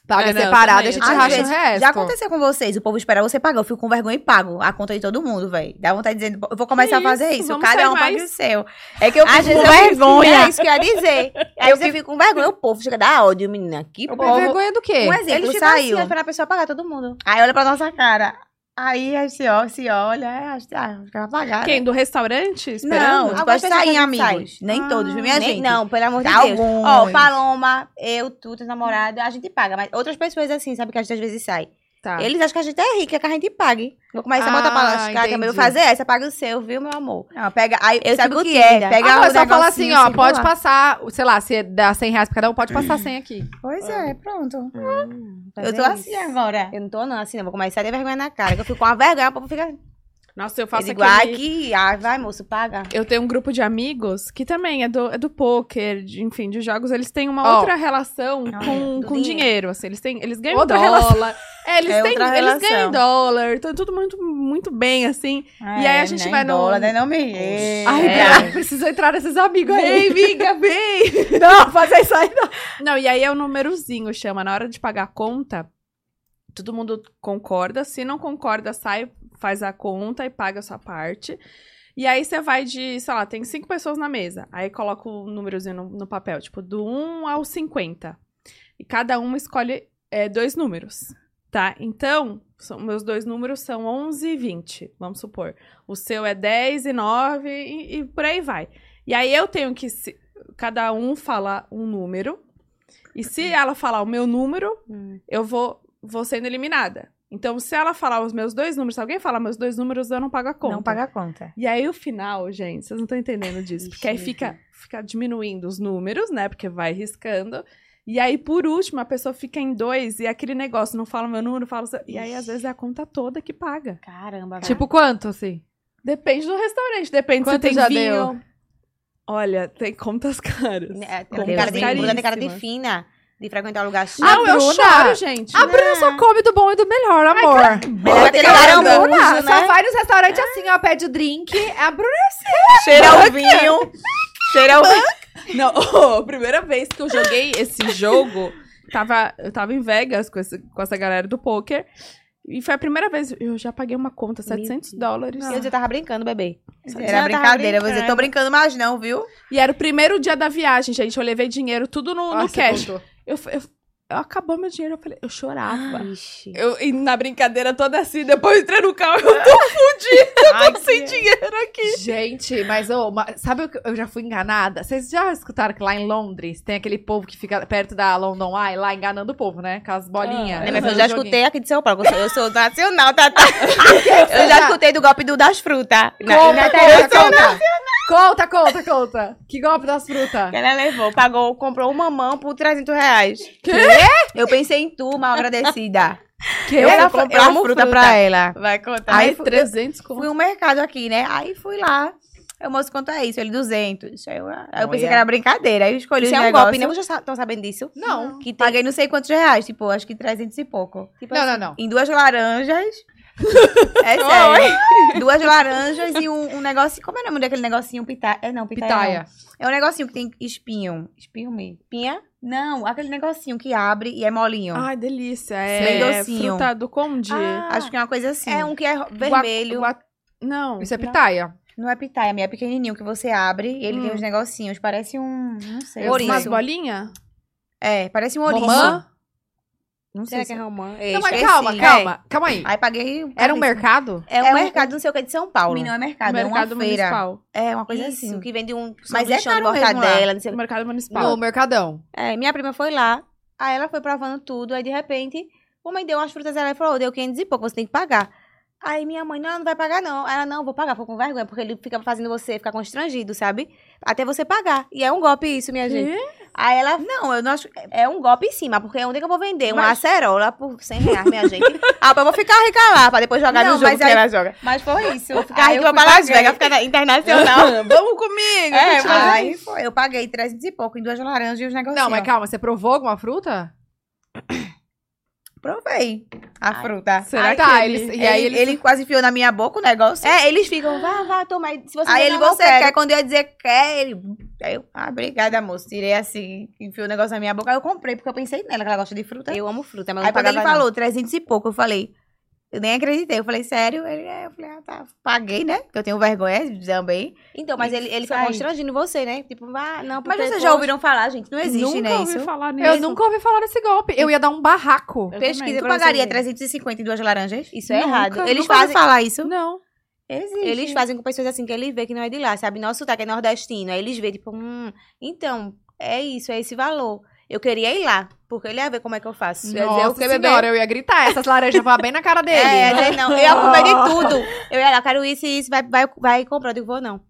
[SPEAKER 1] Paga
[SPEAKER 2] É, não,
[SPEAKER 1] separado e
[SPEAKER 2] também,
[SPEAKER 1] a gente
[SPEAKER 2] eu
[SPEAKER 1] racha
[SPEAKER 2] também.
[SPEAKER 1] o resto.
[SPEAKER 5] Já aconteceu com vocês, o povo espera você pagar, eu fico com vergonha e pago a conta de todo mundo, velho. Dá vontade de dizer, eu vou começar
[SPEAKER 2] Que
[SPEAKER 5] a fazer
[SPEAKER 2] isso,
[SPEAKER 5] isso,
[SPEAKER 2] vamos sair
[SPEAKER 5] cada um paga
[SPEAKER 2] mais.
[SPEAKER 5] o seu. É que eu
[SPEAKER 6] Às
[SPEAKER 5] fico
[SPEAKER 6] vezes
[SPEAKER 5] com
[SPEAKER 6] eu vergonha.
[SPEAKER 5] *laughs* vergonha.
[SPEAKER 6] É isso que eu ia dizer. Aí eu fico com vergonha. O povo chega da ódio, menina. Que
[SPEAKER 1] Tem
[SPEAKER 6] povo.
[SPEAKER 1] vergonha do quê?
[SPEAKER 5] Um exemplo,
[SPEAKER 6] Ele fica assim,
[SPEAKER 5] saiu.
[SPEAKER 6] ó, esperando a pessoa pagar todo mundo.
[SPEAKER 5] Aí olha pra nossa cara. Aí a gente ó- se olha, é, acho que ah, acho que ela pagar.
[SPEAKER 2] Quem? Do restaurante?
[SPEAKER 5] Não,
[SPEAKER 2] Esperando?
[SPEAKER 5] tipo,
[SPEAKER 6] Algumas
[SPEAKER 5] as
[SPEAKER 6] pessoas
[SPEAKER 5] saem
[SPEAKER 6] a gente
[SPEAKER 5] amigos. né? Nem
[SPEAKER 2] Ah,
[SPEAKER 5] todos, viu, minha
[SPEAKER 6] Nem-
[SPEAKER 5] gente?
[SPEAKER 6] Não, pelo amor de Deus.
[SPEAKER 5] Alguns.
[SPEAKER 6] Ó, Paloma, eu, tu, teu namorado, a gente paga. Mas outras pessoas assim, sabe, que a gente às vezes sai.
[SPEAKER 5] Ah.
[SPEAKER 1] Tá.
[SPEAKER 6] Eles acham que a gente é rica, que a gente pague. Vou começar a botar
[SPEAKER 1] Ah,
[SPEAKER 6] pra lá. Cara, eu
[SPEAKER 1] entendi.
[SPEAKER 6] vou fazer essa, paga o seu, viu, meu amor?
[SPEAKER 5] Não, pega, aí,
[SPEAKER 6] Eu
[SPEAKER 5] sabe
[SPEAKER 6] fico
[SPEAKER 5] o que é?
[SPEAKER 6] tímida.
[SPEAKER 1] Ah,
[SPEAKER 5] Pega
[SPEAKER 1] não,
[SPEAKER 5] o
[SPEAKER 1] é só falar assim, ó,
[SPEAKER 5] negocinho,
[SPEAKER 1] pode
[SPEAKER 5] lá.
[SPEAKER 1] passar, sei lá, se dá 100 reais pra cada um, pode passar 100 aqui.
[SPEAKER 5] Pois é, pronto.
[SPEAKER 6] Tá
[SPEAKER 5] eu tô
[SPEAKER 6] vendo?
[SPEAKER 5] assim agora.
[SPEAKER 6] Eu não tô não, assim, não. Vou começar a ter vergonha na cara. Que eu fico com uma vergonha, o povo fica...
[SPEAKER 2] Nossa, eu
[SPEAKER 6] Eu
[SPEAKER 2] faço
[SPEAKER 6] digo, ai,
[SPEAKER 2] aquele...
[SPEAKER 6] que... Ai, vai, moço, paga.
[SPEAKER 2] Eu tenho um grupo de amigos que também é do, é do poker, de- enfim, de jogos. Eles têm uma
[SPEAKER 1] Ó.
[SPEAKER 2] outra relação
[SPEAKER 5] Ah,
[SPEAKER 2] com,
[SPEAKER 6] do
[SPEAKER 2] com
[SPEAKER 6] dinheiro.
[SPEAKER 2] dinheiro. assim, eles, têm, eles ganham
[SPEAKER 1] Outra
[SPEAKER 2] dólar.
[SPEAKER 1] relação.
[SPEAKER 2] É, eles,
[SPEAKER 5] É
[SPEAKER 2] têm,
[SPEAKER 5] outra
[SPEAKER 2] eles ganham
[SPEAKER 5] relação.
[SPEAKER 2] dólar. Então, é tudo muito, muito bem, assim. E
[SPEAKER 4] É,
[SPEAKER 2] aí a gente
[SPEAKER 5] nem
[SPEAKER 2] vai no-
[SPEAKER 5] Dólar, né? Não me.
[SPEAKER 1] Ai,
[SPEAKER 2] É.
[SPEAKER 1] cara, precisa entrar nesses amigos aí.
[SPEAKER 2] amiga, vem!
[SPEAKER 1] Não, fazer isso aí não.
[SPEAKER 2] Não, e aí é o númerozinho, chama. Na hora de pagar a conta, todo mundo concorda. Se não concorda, sai, faz a conta e paga a sua parte. E aí você vai de, sei lá, tem cinco pessoas na mesa. Aí coloca o númerozinho no, no papel, tipo, do 1 ao 50. E cada um escolhe é, dois números, tá? Então, são- meus dois números são 11 e 20, vamos supor. O seu é 10 e 9 e, e por aí vai. E aí eu tenho que... se- cada um fala um número. E se ela falar o meu número, eu vou, vou sendo eliminada. Então, se ela falar os meus dois números, se alguém falar meus dois números, eu não pago a conta.
[SPEAKER 5] Não paga a conta.
[SPEAKER 2] E aí o final, gente, vocês não estão entendendo disso. Porque aí fica, fica diminuindo os números, né? Porque vai riscando. E aí, por último, a pessoa fica em dois e aquele negócio, não fala o meu número, fala. o seu- E aí, às vezes, é a conta toda que paga.
[SPEAKER 6] Caramba, velho.
[SPEAKER 1] Tipo quanto, assim?
[SPEAKER 2] Depende do restaurante, depende
[SPEAKER 1] Quanto
[SPEAKER 2] se tem
[SPEAKER 1] já
[SPEAKER 2] vinho.
[SPEAKER 1] deu?
[SPEAKER 2] Olha, tem contas caras.
[SPEAKER 6] É,
[SPEAKER 5] tipo,
[SPEAKER 2] Com
[SPEAKER 6] tem assim. cara de
[SPEAKER 2] caríssimas.
[SPEAKER 6] Bruna tem cara de fina, de frequentar um lugar chique.
[SPEAKER 1] Ah,
[SPEAKER 2] Não,
[SPEAKER 1] Bruna! Ah.
[SPEAKER 2] eu choro, gente.
[SPEAKER 1] A Bruna só come do bom e do melhor, amor.
[SPEAKER 6] Ela vai ter
[SPEAKER 1] Cara,
[SPEAKER 6] cara
[SPEAKER 1] a Bruna
[SPEAKER 6] maravilhosa,
[SPEAKER 1] só
[SPEAKER 6] né?
[SPEAKER 1] vai nos restaurantes assim, ó, pede drink. A Bruna
[SPEAKER 5] Cheira o vinho. Cheira o vinho.
[SPEAKER 2] Não, *laughs* a primeira vez que eu joguei esse jogo, tava, eu tava em Vegas com, esse- com essa galera do poker. E foi a primeira vez, eu já paguei uma conta, 700 dólares.
[SPEAKER 5] é
[SPEAKER 6] Eu já tava brincando, bebê.
[SPEAKER 5] Era brincadeira. Você tô
[SPEAKER 6] brincando.
[SPEAKER 5] brincando mais, não, viu?
[SPEAKER 2] E era o primeiro dia da viagem, gente. Eu levei dinheiro tudo no, no
[SPEAKER 1] Nossa,
[SPEAKER 2] cash.
[SPEAKER 1] contou.
[SPEAKER 2] Eu, fa- eu, eu- acabou meu dinheiro, eu falei, eu chorava.
[SPEAKER 6] Ixi.
[SPEAKER 5] Ah.
[SPEAKER 2] Eu, e na brincadeira toda assim, depois eu entrei no carro, eu tô
[SPEAKER 5] Ai,
[SPEAKER 2] sem dinheiro aqui.
[SPEAKER 1] Gente, mas ô, ma- sabe o que eu já fui enganada? Vocês já escutaram que lá em Londres tem aquele povo que fica perto da London Eye lá enganando o povo, né? Com as bolinhas.
[SPEAKER 2] Ah,
[SPEAKER 6] Né, minha filha,
[SPEAKER 1] Fazendo
[SPEAKER 6] eu já
[SPEAKER 1] joguinho.
[SPEAKER 6] escutei aqui de São Paulo. Eu sou, eu sou nacional, tá? tá. eu já é escutei do golpe do das frutas.
[SPEAKER 1] Como?
[SPEAKER 6] terra,
[SPEAKER 1] conta, conta, conta, conta. Que golpe das
[SPEAKER 6] *laughs*
[SPEAKER 1] frutas.
[SPEAKER 6] Ela levou, pagou, comprou um mamão por 300 reais.
[SPEAKER 1] Quê?
[SPEAKER 6] Eu pensei em tu, uma
[SPEAKER 5] *laughs*
[SPEAKER 6] agradecida.
[SPEAKER 1] Que?
[SPEAKER 6] Eu
[SPEAKER 5] Ela
[SPEAKER 6] vou
[SPEAKER 5] foi
[SPEAKER 6] comprar uma
[SPEAKER 5] fruta,
[SPEAKER 6] fruta.
[SPEAKER 5] pra ela.
[SPEAKER 6] Vai contar.
[SPEAKER 5] Aí
[SPEAKER 2] Aí,
[SPEAKER 5] fu-
[SPEAKER 2] 300 conto.
[SPEAKER 5] Fui um mercado aqui, né? Aí fui lá. Eu, moço, quanto é isso? Ele, 200. Aí eu, aí eu pensei
[SPEAKER 6] Olha.
[SPEAKER 5] que era brincadeira. Aí eu escolhi
[SPEAKER 6] Isso
[SPEAKER 5] os
[SPEAKER 6] é um
[SPEAKER 5] negócios.
[SPEAKER 6] golpe, né? Vocês já estão sabendo disso?
[SPEAKER 1] Não.
[SPEAKER 6] Que tem... assim,
[SPEAKER 5] Paguei não sei quantos reais. Tipo, acho que 300 e pouco. Tipo,
[SPEAKER 1] Não, não, não.
[SPEAKER 5] Em duas laranjas.
[SPEAKER 6] *laughs*
[SPEAKER 5] é sério. duas laranjas e um, um negocinho. Como é o nome daquele negocinho? Pitaia? É, não, pitaia.
[SPEAKER 1] Pitaia.
[SPEAKER 5] não. É um negocinho que tem espinho. Espinho mesmo.
[SPEAKER 6] Pinha?
[SPEAKER 5] Não, aquele negocinho que abre e é molinho.
[SPEAKER 2] Ai, delícia.
[SPEAKER 1] Bem
[SPEAKER 2] É
[SPEAKER 5] docinho.
[SPEAKER 2] fruta do conde.
[SPEAKER 6] Ah,
[SPEAKER 5] Acho que é uma coisa assim.
[SPEAKER 6] É um que é ro- vermelho.
[SPEAKER 2] Gua- gua- Não.
[SPEAKER 1] Isso é
[SPEAKER 2] não.
[SPEAKER 1] pitaia.
[SPEAKER 5] Não é pitaia, é pequenininho que você abre e ele
[SPEAKER 2] Hum.
[SPEAKER 5] tem uns negocinhos. Parece um... Não sei.
[SPEAKER 6] Eu Ouriço.
[SPEAKER 2] Umas
[SPEAKER 6] sei.
[SPEAKER 2] bolinhas?
[SPEAKER 5] É, parece um ouriço.
[SPEAKER 1] Romã?
[SPEAKER 5] Não
[SPEAKER 6] Será
[SPEAKER 5] sei se
[SPEAKER 6] que é romã?
[SPEAKER 1] Não, mas
[SPEAKER 5] Esqueci.
[SPEAKER 1] calma, calma. Calma aí.
[SPEAKER 5] Aí paguei... um
[SPEAKER 1] Era um
[SPEAKER 5] caríssimo.
[SPEAKER 1] mercado?
[SPEAKER 6] É,
[SPEAKER 5] É
[SPEAKER 6] um
[SPEAKER 5] um-
[SPEAKER 6] mercado, não sei o que, de São Paulo.
[SPEAKER 5] Não é mercado, é
[SPEAKER 2] mercado
[SPEAKER 5] uma feira.
[SPEAKER 2] municipal.
[SPEAKER 5] É, uma coisa
[SPEAKER 6] Isso,
[SPEAKER 5] assim.
[SPEAKER 6] que vende um
[SPEAKER 5] Mas é
[SPEAKER 6] sanduichão de
[SPEAKER 5] caro mesmo
[SPEAKER 6] mortadela, não sei o que.
[SPEAKER 2] Mercado municipal.
[SPEAKER 1] No mercadão.
[SPEAKER 6] É, minha prima foi lá, aí ela foi provando tudo, aí de repente, a mãe deu umas frutas, ela falou, "Ô, deu 500 e pouco, você tem que pagar. Aí minha mãe, não, ela não vai pagar não. Aí Ela, não, vou pagar, ficou com vergonha, porque ele fica fazendo você ficar constrangido, sabe? Até você pagar. E é um golpe isso, minha gente.
[SPEAKER 2] Quê?
[SPEAKER 6] Aí ela, não, eu não acho, é um golpe em cima, porque onde é que eu vou vender? Uma
[SPEAKER 5] Mas-
[SPEAKER 6] acerola por 100 reais, minha gente. *laughs* ah, eu vou ficar rica lá, pra depois jogar
[SPEAKER 5] Não,
[SPEAKER 6] no jogo
[SPEAKER 5] mas
[SPEAKER 6] que
[SPEAKER 5] aí-
[SPEAKER 6] ela joga.
[SPEAKER 5] Mas foi isso.
[SPEAKER 6] Vou ficar
[SPEAKER 5] Aí
[SPEAKER 6] rica
[SPEAKER 5] eu
[SPEAKER 6] pra
[SPEAKER 5] fui
[SPEAKER 6] Las
[SPEAKER 5] paguei.
[SPEAKER 6] Vegas, ficar na- internacional.
[SPEAKER 2] Vamos comigo!
[SPEAKER 6] É,
[SPEAKER 2] gente.
[SPEAKER 6] vai.
[SPEAKER 5] Aí foi. Eu paguei 300 e pouco em duas laranjas e os negocinhos.
[SPEAKER 1] Não, mas calma, você provou alguma fruta?
[SPEAKER 4] Provei a fruta.
[SPEAKER 2] Será
[SPEAKER 1] Ah,
[SPEAKER 2] que
[SPEAKER 1] tá,
[SPEAKER 2] ele...
[SPEAKER 1] eles-
[SPEAKER 4] E aí ele, é ele quase enfiou na minha boca o negócio.
[SPEAKER 5] É, eles ficam, vá, vá, toma. aí, Se você
[SPEAKER 4] aí ele,
[SPEAKER 5] não
[SPEAKER 4] você quer? Quando eu ia dizer quer, ele... Aí eu, ah, obrigada, moço. Tirei assim, enfiou o negócio na minha boca. Aí eu comprei, porque eu pensei nela, que ela gosta de fruta.
[SPEAKER 5] Eu amo fruta, mas
[SPEAKER 4] Aí
[SPEAKER 5] não
[SPEAKER 4] quando
[SPEAKER 5] pagava
[SPEAKER 4] ele
[SPEAKER 5] não.
[SPEAKER 4] falou 300 e pouco, eu falei, eu nem acreditei. Eu falei, sério? Ele, é, eu falei, ah, tá, paguei, né? Porque eu tenho vergonha também.
[SPEAKER 5] Então, mas ele, ele fica
[SPEAKER 4] Sai.
[SPEAKER 5] constrangindo você, né? Tipo, vá, não,
[SPEAKER 4] Mas
[SPEAKER 5] porque
[SPEAKER 4] vocês
[SPEAKER 5] poxa,
[SPEAKER 4] já ouviram falar, gente? Não existe,
[SPEAKER 2] Nunca
[SPEAKER 4] né,
[SPEAKER 2] ouvi
[SPEAKER 4] isso?
[SPEAKER 2] falar nisso.
[SPEAKER 1] Eu nunca ouvi falar desse golpe. Eu ia dar um barraco.
[SPEAKER 2] Eu
[SPEAKER 4] Pesquisa,
[SPEAKER 2] também,
[SPEAKER 4] eu
[SPEAKER 2] pra você
[SPEAKER 4] pagaria
[SPEAKER 2] ver.
[SPEAKER 4] 350 em duas laranjas?
[SPEAKER 5] Isso é errado.
[SPEAKER 4] Nunca,
[SPEAKER 5] Eles
[SPEAKER 4] nunca ouvi
[SPEAKER 5] fazem,
[SPEAKER 4] falar isso?
[SPEAKER 2] Não.
[SPEAKER 4] Existe.
[SPEAKER 5] eles fazem com pessoas assim que ele vê que não é de lá, sabe? Nosso sotaque é nordestino. Aí eles vê, tipo, hum, então, é isso, é esse valor. Eu queria ir lá, porque ele ia ver como é que eu faço. Eu ia dizer,
[SPEAKER 1] Nossa
[SPEAKER 5] eu queria beber.
[SPEAKER 1] senhora, eu ia gritar. Essas laranjas vão bem na cara dele.
[SPEAKER 5] É, eu ia dizer, não, eu ia comer
[SPEAKER 4] *laughs*
[SPEAKER 5] de tudo. Eu ia lá, quero isso e isso, vai, vai, vai comprar. Eu digo, vou não.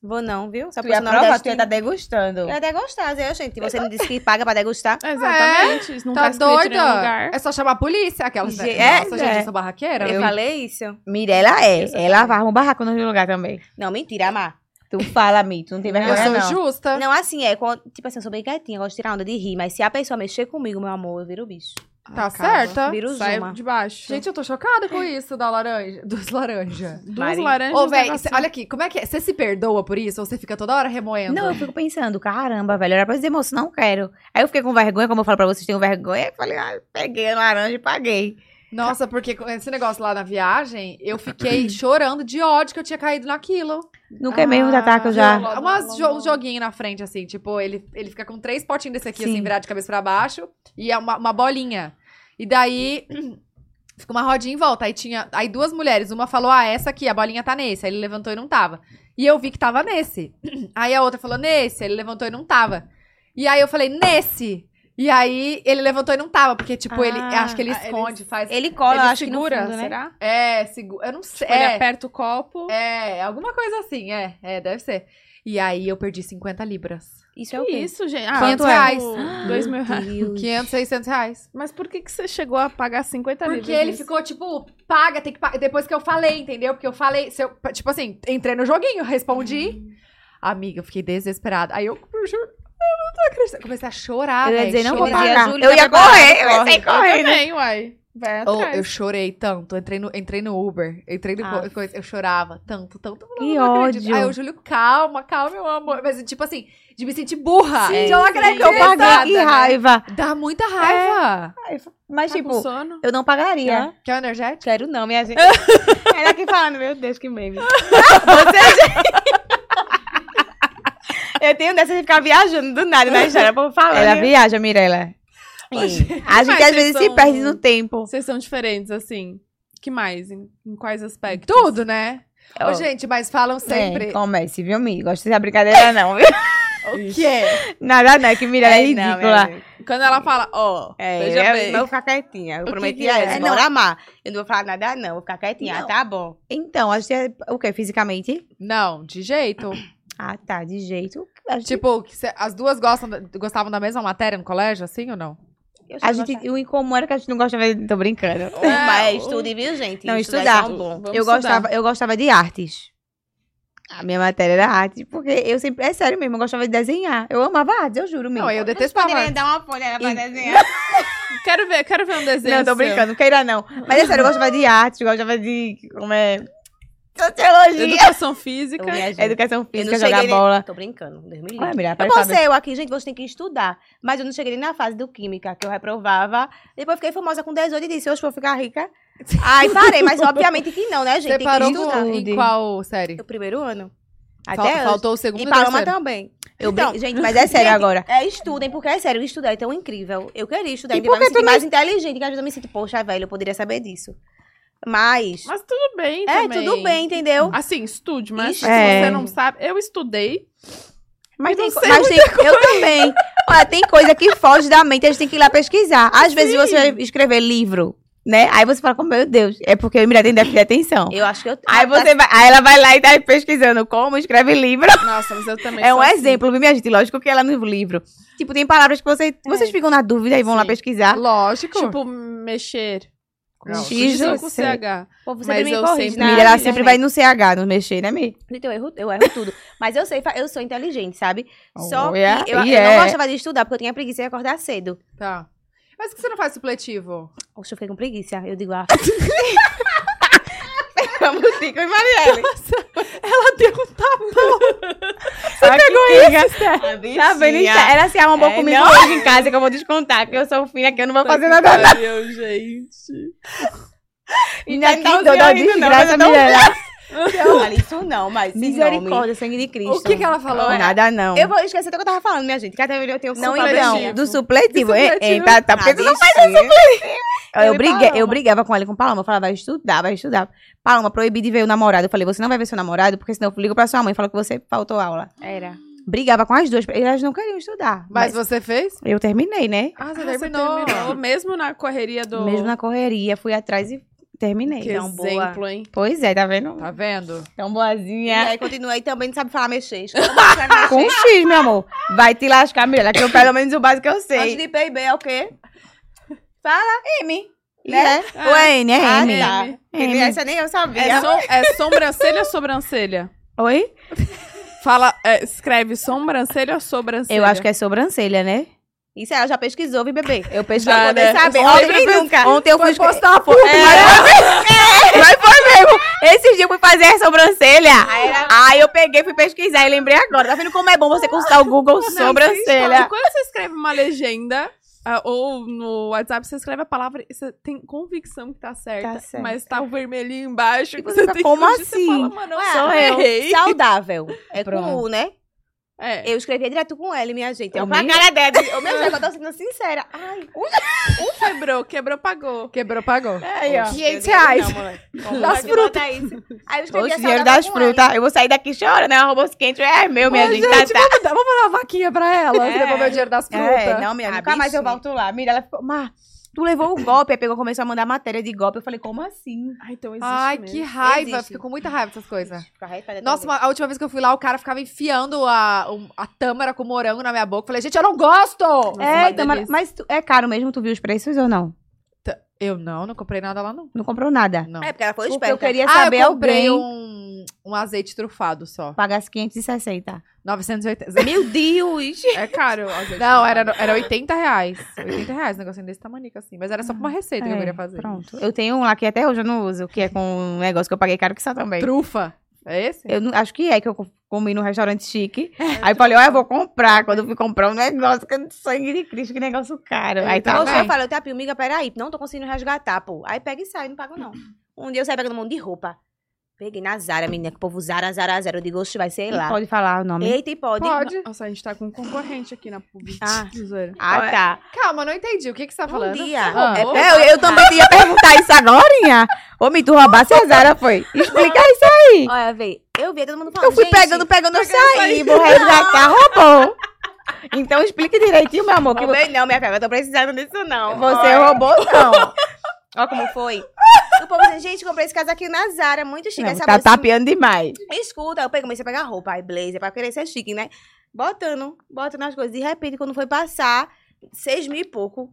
[SPEAKER 5] Vou não, viu? Só
[SPEAKER 4] Tu
[SPEAKER 5] porque
[SPEAKER 4] ia
[SPEAKER 5] eu sou
[SPEAKER 4] provar, tu ia
[SPEAKER 5] nordestina.
[SPEAKER 4] estar degustando.
[SPEAKER 5] Eu ia até gostar, Zé. Gente, você não disse que paga pra degustar?
[SPEAKER 2] Exatamente. isso não
[SPEAKER 1] Tá
[SPEAKER 2] tá, escrito em nenhum
[SPEAKER 1] doida?
[SPEAKER 2] lugar.
[SPEAKER 1] É só chamar a polícia. Aquelas, né?
[SPEAKER 4] Ge- é,
[SPEAKER 1] Nossa,
[SPEAKER 4] é.
[SPEAKER 1] gente, eu sou barraqueira.
[SPEAKER 5] Eu falei isso?
[SPEAKER 4] Mirella é.
[SPEAKER 5] Exatamente.
[SPEAKER 4] Ela varra um barraco no lugar também.
[SPEAKER 5] Não, mentira, Mar.
[SPEAKER 4] Tu fala, Mi, tu não tem
[SPEAKER 1] Eu
[SPEAKER 4] vergonha,
[SPEAKER 1] sou
[SPEAKER 4] não.
[SPEAKER 1] justa.
[SPEAKER 5] Não, assim, é. quando- tipo assim, eu sou bem quietinha, eu gosto de tirar onda de rir, mas se a pessoa mexer comigo, meu amor, eu viro bicho.
[SPEAKER 1] Tá
[SPEAKER 2] Ah, cara.
[SPEAKER 1] certa?
[SPEAKER 5] Vira o
[SPEAKER 2] Sai
[SPEAKER 5] Zuma.
[SPEAKER 2] de baixo.
[SPEAKER 1] Gente, eu tô chocada com isso da laranja. Dos laranjas.
[SPEAKER 2] duas
[SPEAKER 4] Mari.
[SPEAKER 2] laranjas.
[SPEAKER 1] Ô, velho,
[SPEAKER 2] um
[SPEAKER 1] cê-
[SPEAKER 2] negocinho.
[SPEAKER 1] olha aqui, como é que é? Você se perdoa por isso? Ou você fica toda hora remoendo?
[SPEAKER 4] Não, eu fico pensando, caramba, velho, era pra dizer, moço, não quero. Aí eu fiquei com vergonha, como eu falo pra vocês, tenho vergonha. Eu falei, ah, peguei a laranja e paguei.
[SPEAKER 1] Nossa, porque com esse negócio lá na viagem, eu fiquei chorando de ódio que eu tinha caído naquilo.
[SPEAKER 4] Nunca
[SPEAKER 2] Ah,
[SPEAKER 4] é mesmo, Tatá, que eu já...
[SPEAKER 2] Logo,
[SPEAKER 1] Umas
[SPEAKER 2] logo,
[SPEAKER 1] jo-
[SPEAKER 2] logo.
[SPEAKER 1] um joguinho na frente, assim, tipo, ele, ele fica com três potinhos desse aqui,
[SPEAKER 4] Sim.
[SPEAKER 1] assim, virado de cabeça pra baixo, e é uma, uma bolinha. E daí. *clears throat* Fica uma rodinha em volta. Aí tinha. Aí duas mulheres. Uma falou: Ah, essa aqui, a bolinha tá nesse. Aí ele levantou e não tava. E eu vi que tava nesse. *clears throat* Aí a outra falou: Nesse. Ele levantou e não tava. E aí eu falei: Nesse. E aí ele levantou e não tava. Porque, tipo, ele.
[SPEAKER 2] Ah,
[SPEAKER 1] Acho que ele
[SPEAKER 2] ah, ele-
[SPEAKER 1] esconde, faz.
[SPEAKER 5] Ele cola,
[SPEAKER 2] Ele
[SPEAKER 5] eu acho
[SPEAKER 2] segura,
[SPEAKER 5] que no fundo, né?
[SPEAKER 2] será?
[SPEAKER 1] É, segura. Eu não sei.
[SPEAKER 2] Tipo, Ele
[SPEAKER 1] é.
[SPEAKER 2] aperta o copo.
[SPEAKER 1] É, alguma coisa assim, é. É, deve ser. E aí eu perdi 50 libras.
[SPEAKER 5] Isso
[SPEAKER 2] Que
[SPEAKER 5] é o quê?
[SPEAKER 2] isso, gente?
[SPEAKER 1] 500
[SPEAKER 2] tipo,
[SPEAKER 1] reais.
[SPEAKER 2] Dois mil *laughs* reais.
[SPEAKER 1] 500, 600 reais.
[SPEAKER 2] Mas por que, que você chegou a pagar 50
[SPEAKER 1] Porque
[SPEAKER 2] livros?
[SPEAKER 1] ele
[SPEAKER 2] nisso?
[SPEAKER 1] ficou, tipo, paga, tem que pagar. Depois que eu falei, entendeu? Porque eu falei, se eu- tipo assim, entrei no joguinho, respondi. Amiga, eu fiquei desesperada. Aí eu, eu juro, eu não tô acreditando. Comecei a chorar,
[SPEAKER 4] Eu ia
[SPEAKER 1] véi,
[SPEAKER 4] dizer, Ah, não vou
[SPEAKER 1] chorar.
[SPEAKER 5] dizia,
[SPEAKER 4] pagar.
[SPEAKER 5] Júlia,
[SPEAKER 4] Eu ia
[SPEAKER 5] tá
[SPEAKER 4] correr, eu
[SPEAKER 5] preparada,
[SPEAKER 4] ia sair
[SPEAKER 2] Eu
[SPEAKER 4] correndo.
[SPEAKER 2] também, uai. Vai
[SPEAKER 1] Oh,
[SPEAKER 2] atrás.
[SPEAKER 1] eu chorei tanto, entrei no, entrei no Uber, entrei no
[SPEAKER 5] Ah.
[SPEAKER 1] co- coisa, eu chorava tanto, tanto. eu
[SPEAKER 4] Que
[SPEAKER 1] não acredito.
[SPEAKER 4] ódio.
[SPEAKER 1] Aí o Júlio, calma, calma, meu amor. Mas tipo assim, de me sentir burra.
[SPEAKER 2] Sim,
[SPEAKER 1] de eu não
[SPEAKER 2] sim.
[SPEAKER 1] acredito.
[SPEAKER 4] Que eu paguei, que
[SPEAKER 1] é né?
[SPEAKER 4] raiva.
[SPEAKER 1] Dá muita raiva.
[SPEAKER 4] Mas,
[SPEAKER 2] Tá com
[SPEAKER 4] tipo,
[SPEAKER 2] sono?
[SPEAKER 4] eu não pagaria.
[SPEAKER 1] Quer um energético?
[SPEAKER 5] Quero não, minha
[SPEAKER 4] *laughs*
[SPEAKER 5] gente. Ela aqui falando, meu Deus, que meme. eu tenho dessa de ficar viajando do nada na história, vou falar.
[SPEAKER 4] Ela viaja, Mirella. A gente
[SPEAKER 2] Mas
[SPEAKER 4] às vezes
[SPEAKER 2] vocês
[SPEAKER 4] se perde
[SPEAKER 2] são-
[SPEAKER 4] no tempo.
[SPEAKER 2] Vocês são diferentes, assim. Que mais? Em, em quais aspectos?
[SPEAKER 1] Tudo, né? Ô,
[SPEAKER 4] Ó,
[SPEAKER 1] gente, mas falam sempre.
[SPEAKER 4] É, comece, viu, Mi? Gosto dessa brincadeira, não, viu?
[SPEAKER 1] o que é?
[SPEAKER 4] *laughs* Nada, não, é que Mirella é,
[SPEAKER 5] É, não, minha
[SPEAKER 4] ridícula.
[SPEAKER 5] gente.
[SPEAKER 2] Quando ela fala, ó,
[SPEAKER 5] É,
[SPEAKER 2] veja
[SPEAKER 5] eu,
[SPEAKER 2] bem.
[SPEAKER 5] eu vou ficar quietinha. Eu
[SPEAKER 2] que
[SPEAKER 5] prometi
[SPEAKER 2] que
[SPEAKER 5] a
[SPEAKER 2] é?
[SPEAKER 5] eles,
[SPEAKER 4] É, não.
[SPEAKER 5] bora amar. Eu não vou falar nada, não. Vou ficar quietinha.
[SPEAKER 4] Não.
[SPEAKER 5] Ah, tá bom.
[SPEAKER 4] Então, acho que é o quê? Fisicamente?
[SPEAKER 1] Não, de jeito.
[SPEAKER 4] Ah, tá, de jeito. Acho que-
[SPEAKER 1] tipo, que cê- as duas gostam, da- gostavam da mesma matéria no colégio, assim ou não?
[SPEAKER 5] Eu
[SPEAKER 4] A
[SPEAKER 5] já
[SPEAKER 4] gente,
[SPEAKER 5] gostava.
[SPEAKER 4] o incomum era que a gente não gostava de. Tô brincando.
[SPEAKER 2] É,
[SPEAKER 5] Mas
[SPEAKER 2] o-
[SPEAKER 5] estude, viu, gente?
[SPEAKER 4] Não,
[SPEAKER 5] é
[SPEAKER 4] estudar.
[SPEAKER 5] tão bom.
[SPEAKER 2] Vamos
[SPEAKER 4] eu,
[SPEAKER 2] estudar.
[SPEAKER 4] gostava, eu gostava de artes. A minha matéria era arte, porque eu sempre. É sério mesmo, eu gostava de desenhar. Eu amava artes, eu juro mesmo.
[SPEAKER 1] Não, eu
[SPEAKER 5] Vocês
[SPEAKER 1] detestava.
[SPEAKER 5] poderiam dar uma folha pra
[SPEAKER 4] E-
[SPEAKER 5] desenhar.
[SPEAKER 2] Quero ver, quero ver um desenho.
[SPEAKER 4] não, tô
[SPEAKER 2] seu.
[SPEAKER 4] brincando, não queira não. Mas é sério, eu gostava de artes, eu gostava de. Como é. Sociologia.
[SPEAKER 2] Educação física.
[SPEAKER 5] Eu viajei.
[SPEAKER 4] Educação
[SPEAKER 5] Eu não
[SPEAKER 4] física,
[SPEAKER 5] cheguei
[SPEAKER 4] jogar
[SPEAKER 5] nem-
[SPEAKER 4] bola. é
[SPEAKER 5] Tô brincando, Deus me livre.
[SPEAKER 4] Ué, melhor,
[SPEAKER 2] É
[SPEAKER 5] Eu vou ser eu aqui, gente, vocês têm que estudar. Mas eu não cheguei nem na fase do química, que eu reprovava. Depois fiquei famosa com 18 e disse, hoje vou ficar rica. Aí parei, mas obviamente que não, né, gente?
[SPEAKER 1] Você
[SPEAKER 5] Tem
[SPEAKER 1] parou
[SPEAKER 5] que estudar.
[SPEAKER 1] com- em qual série?
[SPEAKER 5] O primeiro ano. Até
[SPEAKER 1] Fal-
[SPEAKER 5] hoje.
[SPEAKER 1] faltou o segundo
[SPEAKER 5] E
[SPEAKER 1] e
[SPEAKER 5] Paloma
[SPEAKER 1] terceiro.
[SPEAKER 5] também.
[SPEAKER 4] Eu
[SPEAKER 5] então,
[SPEAKER 4] brin- gente, mas é sério
[SPEAKER 5] gente,
[SPEAKER 4] agora.
[SPEAKER 5] É, estudem, porque é sério, estudar é tão incrível. Eu queria estudar,
[SPEAKER 4] E
[SPEAKER 5] ainda
[SPEAKER 4] por
[SPEAKER 5] mais me
[SPEAKER 4] que tu
[SPEAKER 5] sentir
[SPEAKER 4] não-
[SPEAKER 5] mais inteligente, que às vezes eu me sinto, poxa, velho, eu poderia saber disso. Mas,
[SPEAKER 2] Mas tudo bem
[SPEAKER 5] é,
[SPEAKER 2] também.
[SPEAKER 5] tudo bem, entendeu?
[SPEAKER 2] Assim, estude, mas
[SPEAKER 5] Ixi.
[SPEAKER 2] se
[SPEAKER 4] É.
[SPEAKER 2] você não sabe... Eu estudei.
[SPEAKER 4] Mas
[SPEAKER 2] Eu não
[SPEAKER 4] tem, co-
[SPEAKER 2] sei
[SPEAKER 4] mas tem eu também. Olha, tem coisa que foge da mente, a gente tem que ir lá pesquisar. Às vezes você vai escrever livro, né? Aí você fala, como, meu Deus, é porque eu e Mirella tem déficit de atenção.
[SPEAKER 5] Eu acho que eu...
[SPEAKER 4] Aí você vai, aí ela vai lá e tá pesquisando como escreve livro.
[SPEAKER 2] Nossa, mas eu também
[SPEAKER 4] É
[SPEAKER 2] sou
[SPEAKER 4] um
[SPEAKER 2] assim.
[SPEAKER 4] exemplo, viu, minha gente? Lógico que ela no livro. Tipo, tem palavras que vocês, vocês ficam na dúvida e vão lá
[SPEAKER 2] Sim.
[SPEAKER 4] *laughs* pesquisar.
[SPEAKER 1] Lógico.
[SPEAKER 2] Tipo, mexer.
[SPEAKER 1] Não,
[SPEAKER 4] X,
[SPEAKER 2] X
[SPEAKER 4] eu
[SPEAKER 2] com
[SPEAKER 4] sei.
[SPEAKER 2] CH.
[SPEAKER 5] Pô, você
[SPEAKER 2] Mas
[SPEAKER 5] também
[SPEAKER 2] eu
[SPEAKER 5] corrige
[SPEAKER 2] sempre-
[SPEAKER 5] na-
[SPEAKER 4] Mirella
[SPEAKER 5] na
[SPEAKER 4] ela sempre vai
[SPEAKER 5] internet.
[SPEAKER 4] no CH, não mexer, né, Mi?
[SPEAKER 5] Então, eu erro, eu erro tudo. Mas eu sei, fa- eu sou inteligente, sabe? Só
[SPEAKER 4] Olha,
[SPEAKER 5] que eu, eu
[SPEAKER 4] e é.
[SPEAKER 5] não gostava de estudar, porque eu tinha preguiça de acordar cedo.
[SPEAKER 1] Tá. Mas por que você não faz supletivo?
[SPEAKER 5] Oxe, eu fiquei com preguiça. Eu digo, ah,
[SPEAKER 4] Vamos, Tico e Marielle.
[SPEAKER 2] Ela deu um
[SPEAKER 5] você pegou isso?
[SPEAKER 4] Tá
[SPEAKER 5] Tá vendo?
[SPEAKER 4] bonitinha.
[SPEAKER 5] Ela se arma um pouco
[SPEAKER 4] É,
[SPEAKER 5] comigo
[SPEAKER 4] não.
[SPEAKER 5] hoje em casa que eu vou descontar, que eu sou fina que eu não vou fazer nada.
[SPEAKER 2] Meu, gente.
[SPEAKER 5] E
[SPEAKER 4] Tá
[SPEAKER 5] aqui
[SPEAKER 4] igualzinho
[SPEAKER 5] toda
[SPEAKER 4] eu rindo, não,
[SPEAKER 5] desgraça,
[SPEAKER 4] mas eu tô-
[SPEAKER 5] mulher.
[SPEAKER 4] Não, olha, isso não, mas esse nome.
[SPEAKER 5] Misericórdia, sangue de Cristo.
[SPEAKER 1] O que, que ela falou?
[SPEAKER 4] Nada não.
[SPEAKER 5] é? Eu vou esquecer do que eu tava falando, minha gente. Cadê eu tenho um
[SPEAKER 4] Não,
[SPEAKER 5] culpa,
[SPEAKER 1] supletivo.
[SPEAKER 4] então, do supletivo.
[SPEAKER 2] Do
[SPEAKER 4] hein?
[SPEAKER 2] supletivo.
[SPEAKER 4] Ei, tá, tá, porque tu não faz
[SPEAKER 5] isso
[SPEAKER 4] Eu,
[SPEAKER 5] Eu e
[SPEAKER 4] briguei- eu
[SPEAKER 5] Paloma.
[SPEAKER 4] brigava com ela e com Paloma. Eu falava, vai estudar, vai estudar. Paloma, proibi de ver o namorado. Eu falei, você não vai ver seu namorado, porque senão eu ligo pra sua mãe e falo que você faltou aula.
[SPEAKER 5] Era.
[SPEAKER 4] Brigava com as duas. Elas não queriam estudar.
[SPEAKER 1] Mas
[SPEAKER 4] Mas,
[SPEAKER 1] você fez?
[SPEAKER 4] eu terminei, né?
[SPEAKER 1] Ah, você
[SPEAKER 2] Você
[SPEAKER 1] terminou.
[SPEAKER 2] terminou, mesmo na correria do...
[SPEAKER 4] Mesmo na correria, fui atrás e terminei.
[SPEAKER 2] Que
[SPEAKER 4] Então, boa.
[SPEAKER 2] exemplo, hein?
[SPEAKER 4] Pois é, tá vendo?
[SPEAKER 1] Tá vendo?
[SPEAKER 4] Tão
[SPEAKER 5] E
[SPEAKER 4] boazinha.
[SPEAKER 5] aí continuei também, não sabe falar
[SPEAKER 4] *laughs*
[SPEAKER 5] mexer. Escuta,
[SPEAKER 4] Com um X, meu amor. Vai te lascar, Mirella, que eu pelo menos o básico eu sei.
[SPEAKER 5] Antes de P e B é o quê? Fala, M.
[SPEAKER 4] Né? O N, é
[SPEAKER 5] Ah,
[SPEAKER 4] M.
[SPEAKER 5] tá.
[SPEAKER 4] M.
[SPEAKER 5] Essa nem eu
[SPEAKER 2] É,
[SPEAKER 5] sabia.
[SPEAKER 2] som- é sobrancelha ou sobrancelha?
[SPEAKER 4] Oi?
[SPEAKER 2] Fala, é, escreve sobrancelha ou sobrancelha?
[SPEAKER 4] Eu acho que é sobrancelha, né?
[SPEAKER 5] Isso é, ela já pesquisou, viu, bebê?
[SPEAKER 4] Eu *laughs* pesquei.
[SPEAKER 2] Já, né?
[SPEAKER 5] saber.
[SPEAKER 2] Eu sou
[SPEAKER 5] Olha,
[SPEAKER 2] outra
[SPEAKER 5] nem
[SPEAKER 2] pessoa.
[SPEAKER 5] nunca. É.
[SPEAKER 4] Ontem eu fui
[SPEAKER 1] Foi
[SPEAKER 4] escre- *laughs*
[SPEAKER 1] postar a foto.
[SPEAKER 4] Mas foi mesmo. Esses dias eu fui fazer a sobrancelha. Aí eu peguei, fui pesquisar e lembrei agora. Tá vendo como é bom você consultar o Google
[SPEAKER 2] E
[SPEAKER 4] sobrancelha?
[SPEAKER 2] quando você escreve uma legenda ah, ou no WhatsApp, você escreve a palavra e você tem convicção que tá certa,
[SPEAKER 4] Tá certa.
[SPEAKER 2] mas tá o vermelhinho embaixo.
[SPEAKER 4] E
[SPEAKER 2] que
[SPEAKER 4] você
[SPEAKER 2] você
[SPEAKER 4] fica,
[SPEAKER 2] tem
[SPEAKER 4] como
[SPEAKER 2] que corrigir, Você
[SPEAKER 4] assim?
[SPEAKER 2] fala, mano,
[SPEAKER 5] Ah,
[SPEAKER 2] só
[SPEAKER 5] sou
[SPEAKER 4] eu.
[SPEAKER 2] errei.
[SPEAKER 5] Saudável. É com
[SPEAKER 4] Pronto.
[SPEAKER 5] U, né?
[SPEAKER 2] É.
[SPEAKER 5] Eu escrevia direto com L, minha gente. É Eu
[SPEAKER 4] O
[SPEAKER 5] pra
[SPEAKER 4] meu?
[SPEAKER 5] cara dela. *laughs* Eu, meu Deus, eu tô sendo sincera. Ai,
[SPEAKER 2] Quebrou, quebrou, pagou.
[SPEAKER 1] Quebrou, pagou.
[SPEAKER 5] É,
[SPEAKER 2] Aí, ó.
[SPEAKER 1] 500 reais.
[SPEAKER 4] *laughs*
[SPEAKER 5] das frutas. Aí eu escrevia
[SPEAKER 4] Poxa, dinheiro
[SPEAKER 5] saudável
[SPEAKER 4] das
[SPEAKER 5] com
[SPEAKER 4] frutas. Ah, Eu vou sair daqui chorando, né? Roubou os 500 reais meu, minha
[SPEAKER 1] Ô,
[SPEAKER 4] gente. tá, tá.
[SPEAKER 1] vamos, dar- vamos falar uma vaquinha pra ela.
[SPEAKER 4] É.
[SPEAKER 1] Devolver o dinheiro das frutas.
[SPEAKER 4] É, não, minha,
[SPEAKER 5] Ah,
[SPEAKER 4] nunca mais eu
[SPEAKER 5] bichinha.
[SPEAKER 4] volto lá. Mira, ela ficou, Mar, tu levou o golpe. Aí pegou, começou a mandar matéria de golpe. Eu falei, como assim?
[SPEAKER 2] Ah, então existe
[SPEAKER 1] Ai,
[SPEAKER 2] mesmo.
[SPEAKER 1] que raiva.
[SPEAKER 5] Existe.
[SPEAKER 1] Fico com muita raiva dessas coisas.
[SPEAKER 5] L. Fica arretada
[SPEAKER 1] É Nossa,
[SPEAKER 5] também.
[SPEAKER 1] uma- a última vez que eu fui lá, o cara ficava enfiando a, um- a tâmara com morango na minha boca. Falei, gente, eu não gosto!
[SPEAKER 2] uma
[SPEAKER 4] é, então, mas,
[SPEAKER 2] delícia.
[SPEAKER 4] mas tu- é caro mesmo, tu viu os preços ou não?
[SPEAKER 1] Eu não, não comprei nada lá, não.
[SPEAKER 4] Não comprou nada.
[SPEAKER 1] Não.
[SPEAKER 5] É, porque ela foi
[SPEAKER 4] Porque eu
[SPEAKER 5] esperta.
[SPEAKER 4] queria
[SPEAKER 1] ah,
[SPEAKER 4] saber
[SPEAKER 1] eu comprei
[SPEAKER 4] alguém
[SPEAKER 1] um, um azeite trufado só.
[SPEAKER 4] pagasse 560.
[SPEAKER 1] 980.
[SPEAKER 4] Meu Deus!
[SPEAKER 2] É caro. às
[SPEAKER 1] *laughs*
[SPEAKER 2] vezes.
[SPEAKER 1] Não, era, era 80 reais. 80 reais, um negocinho desse tamanico assim. Mas era só pra uma receita que eu
[SPEAKER 4] É,
[SPEAKER 1] queria fazer.
[SPEAKER 4] Pronto. Eu tenho um lá que até hoje eu não uso, que é com um negócio que eu paguei caro que só também.
[SPEAKER 1] Trufa. É esse?
[SPEAKER 4] Eu não- acho que é que eu co- comi num restaurante chique. Aí falei, ó, eu vou comprar. Quando eu fui comprar um negócio, que sangue de Cristo, que negócio caro.
[SPEAKER 1] Eu
[SPEAKER 4] Aí
[SPEAKER 1] tá
[SPEAKER 4] tá
[SPEAKER 5] Poxa, eu
[SPEAKER 1] bem.
[SPEAKER 5] falo, eu tenho a piomiga, peraí, não tô conseguindo resgatar, pô. Aí pega e sai, não pago não. Um dia eu saí pegando um monte de roupa. Peguei na Zara, menina, que o povo Zara, Zara, Zara. Eu digo, oxe, vai, sei lá.
[SPEAKER 4] Pode falar o nome.
[SPEAKER 5] Eita, e pode.
[SPEAKER 1] Pode.
[SPEAKER 2] Nossa, a gente tá com um concorrente aqui na PUB.
[SPEAKER 5] Ah.
[SPEAKER 2] Zoeira.
[SPEAKER 4] Ah, tá.
[SPEAKER 1] Calma, não entendi. O que, que você tá
[SPEAKER 5] Um
[SPEAKER 1] falando?
[SPEAKER 5] dia.
[SPEAKER 1] Ah.
[SPEAKER 2] É,
[SPEAKER 4] É, eu, eu também ia perguntar isso agora. Ô, me tu roubasse a Zara, foi. Explica isso.
[SPEAKER 5] Olha, vê, eu vi todo mundo falando.
[SPEAKER 4] Eu fui
[SPEAKER 5] gente,
[SPEAKER 4] pegando, um pegando, eu saí. Vou resgatar, roubou. Então explique direitinho, meu amor, que
[SPEAKER 5] Roubei não, minha filha, eu tô precisando disso não.
[SPEAKER 4] você roubou, não.
[SPEAKER 5] Olha como foi. O povo dizendo, gente, comprei esse casaquinho na Zara, muito chique.
[SPEAKER 4] Não,
[SPEAKER 5] essa
[SPEAKER 4] tá
[SPEAKER 5] bolsa-
[SPEAKER 4] tapeando demais.
[SPEAKER 5] Escuta, eu peguei, comecei a pegar roupa, aí blazer, pra querer ser chique, né? Botando, botando as coisas. De repente, quando foi passar, seis mil e pouco.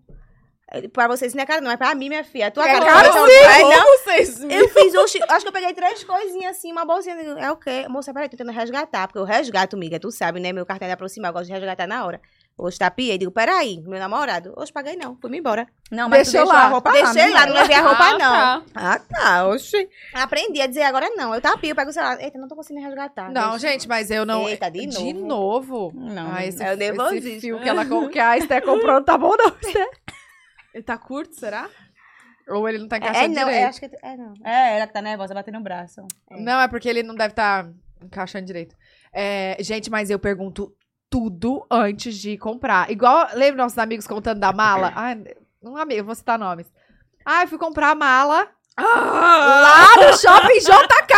[SPEAKER 5] Ele- Pra vocês não é caro, não. É pra mim, minha filha. A tua
[SPEAKER 1] É
[SPEAKER 5] cara,
[SPEAKER 1] caro
[SPEAKER 5] não,
[SPEAKER 1] sim.
[SPEAKER 5] é, não.
[SPEAKER 2] Vocês
[SPEAKER 5] Eu fiz, oxi, acho que eu peguei três coisinhas assim, uma bolsinha. digo, É o quê? Moça, peraí, tô tentando resgatar, porque eu resgato, miga, tu sabe, né? Meu cartão é de aproximar, eu gosto de resgatar na hora. Hoje tapiei, digo, peraí, meu namorado. Hoje paguei não, fui-me embora.
[SPEAKER 4] Não,
[SPEAKER 1] mas tu deixou a
[SPEAKER 4] roupa
[SPEAKER 5] Deixei lá, não levei a roupa
[SPEAKER 2] Ah,
[SPEAKER 5] não.
[SPEAKER 2] tá.
[SPEAKER 4] Ah, tá, oxi.
[SPEAKER 5] Aprendi a dizer agora não. Eu tapio, pego o celular. Eita, não tô conseguindo resgatar.
[SPEAKER 1] Não,
[SPEAKER 5] Deixa.
[SPEAKER 1] gente, mas eu não.
[SPEAKER 5] Eita, de novo.
[SPEAKER 1] De novo?
[SPEAKER 4] Não.
[SPEAKER 1] Ah, esse,
[SPEAKER 5] é o
[SPEAKER 1] esse
[SPEAKER 5] nervosismo.
[SPEAKER 1] fio que, ela, com- que a Esther comprou não tá bom, não.
[SPEAKER 2] Ele tá curto, será?
[SPEAKER 1] Ou ele não tá encaixando
[SPEAKER 5] É, não, é,
[SPEAKER 1] direito.
[SPEAKER 5] acho que é não.
[SPEAKER 4] É, ela que tá nervosa, batendo o braço.
[SPEAKER 1] Não, é porque ele não deve estar encaixando direito. É, gente, mas eu pergunto tudo antes de comprar. Igual, lembra nossos amigos contando da
[SPEAKER 4] *laughs*
[SPEAKER 1] mala? Ah, um amigo, eu vou citar nomes. Ah, eu fui comprar a mala
[SPEAKER 2] Ah!
[SPEAKER 4] Ah!
[SPEAKER 1] lá no Shopping
[SPEAKER 4] *laughs*
[SPEAKER 1] JK!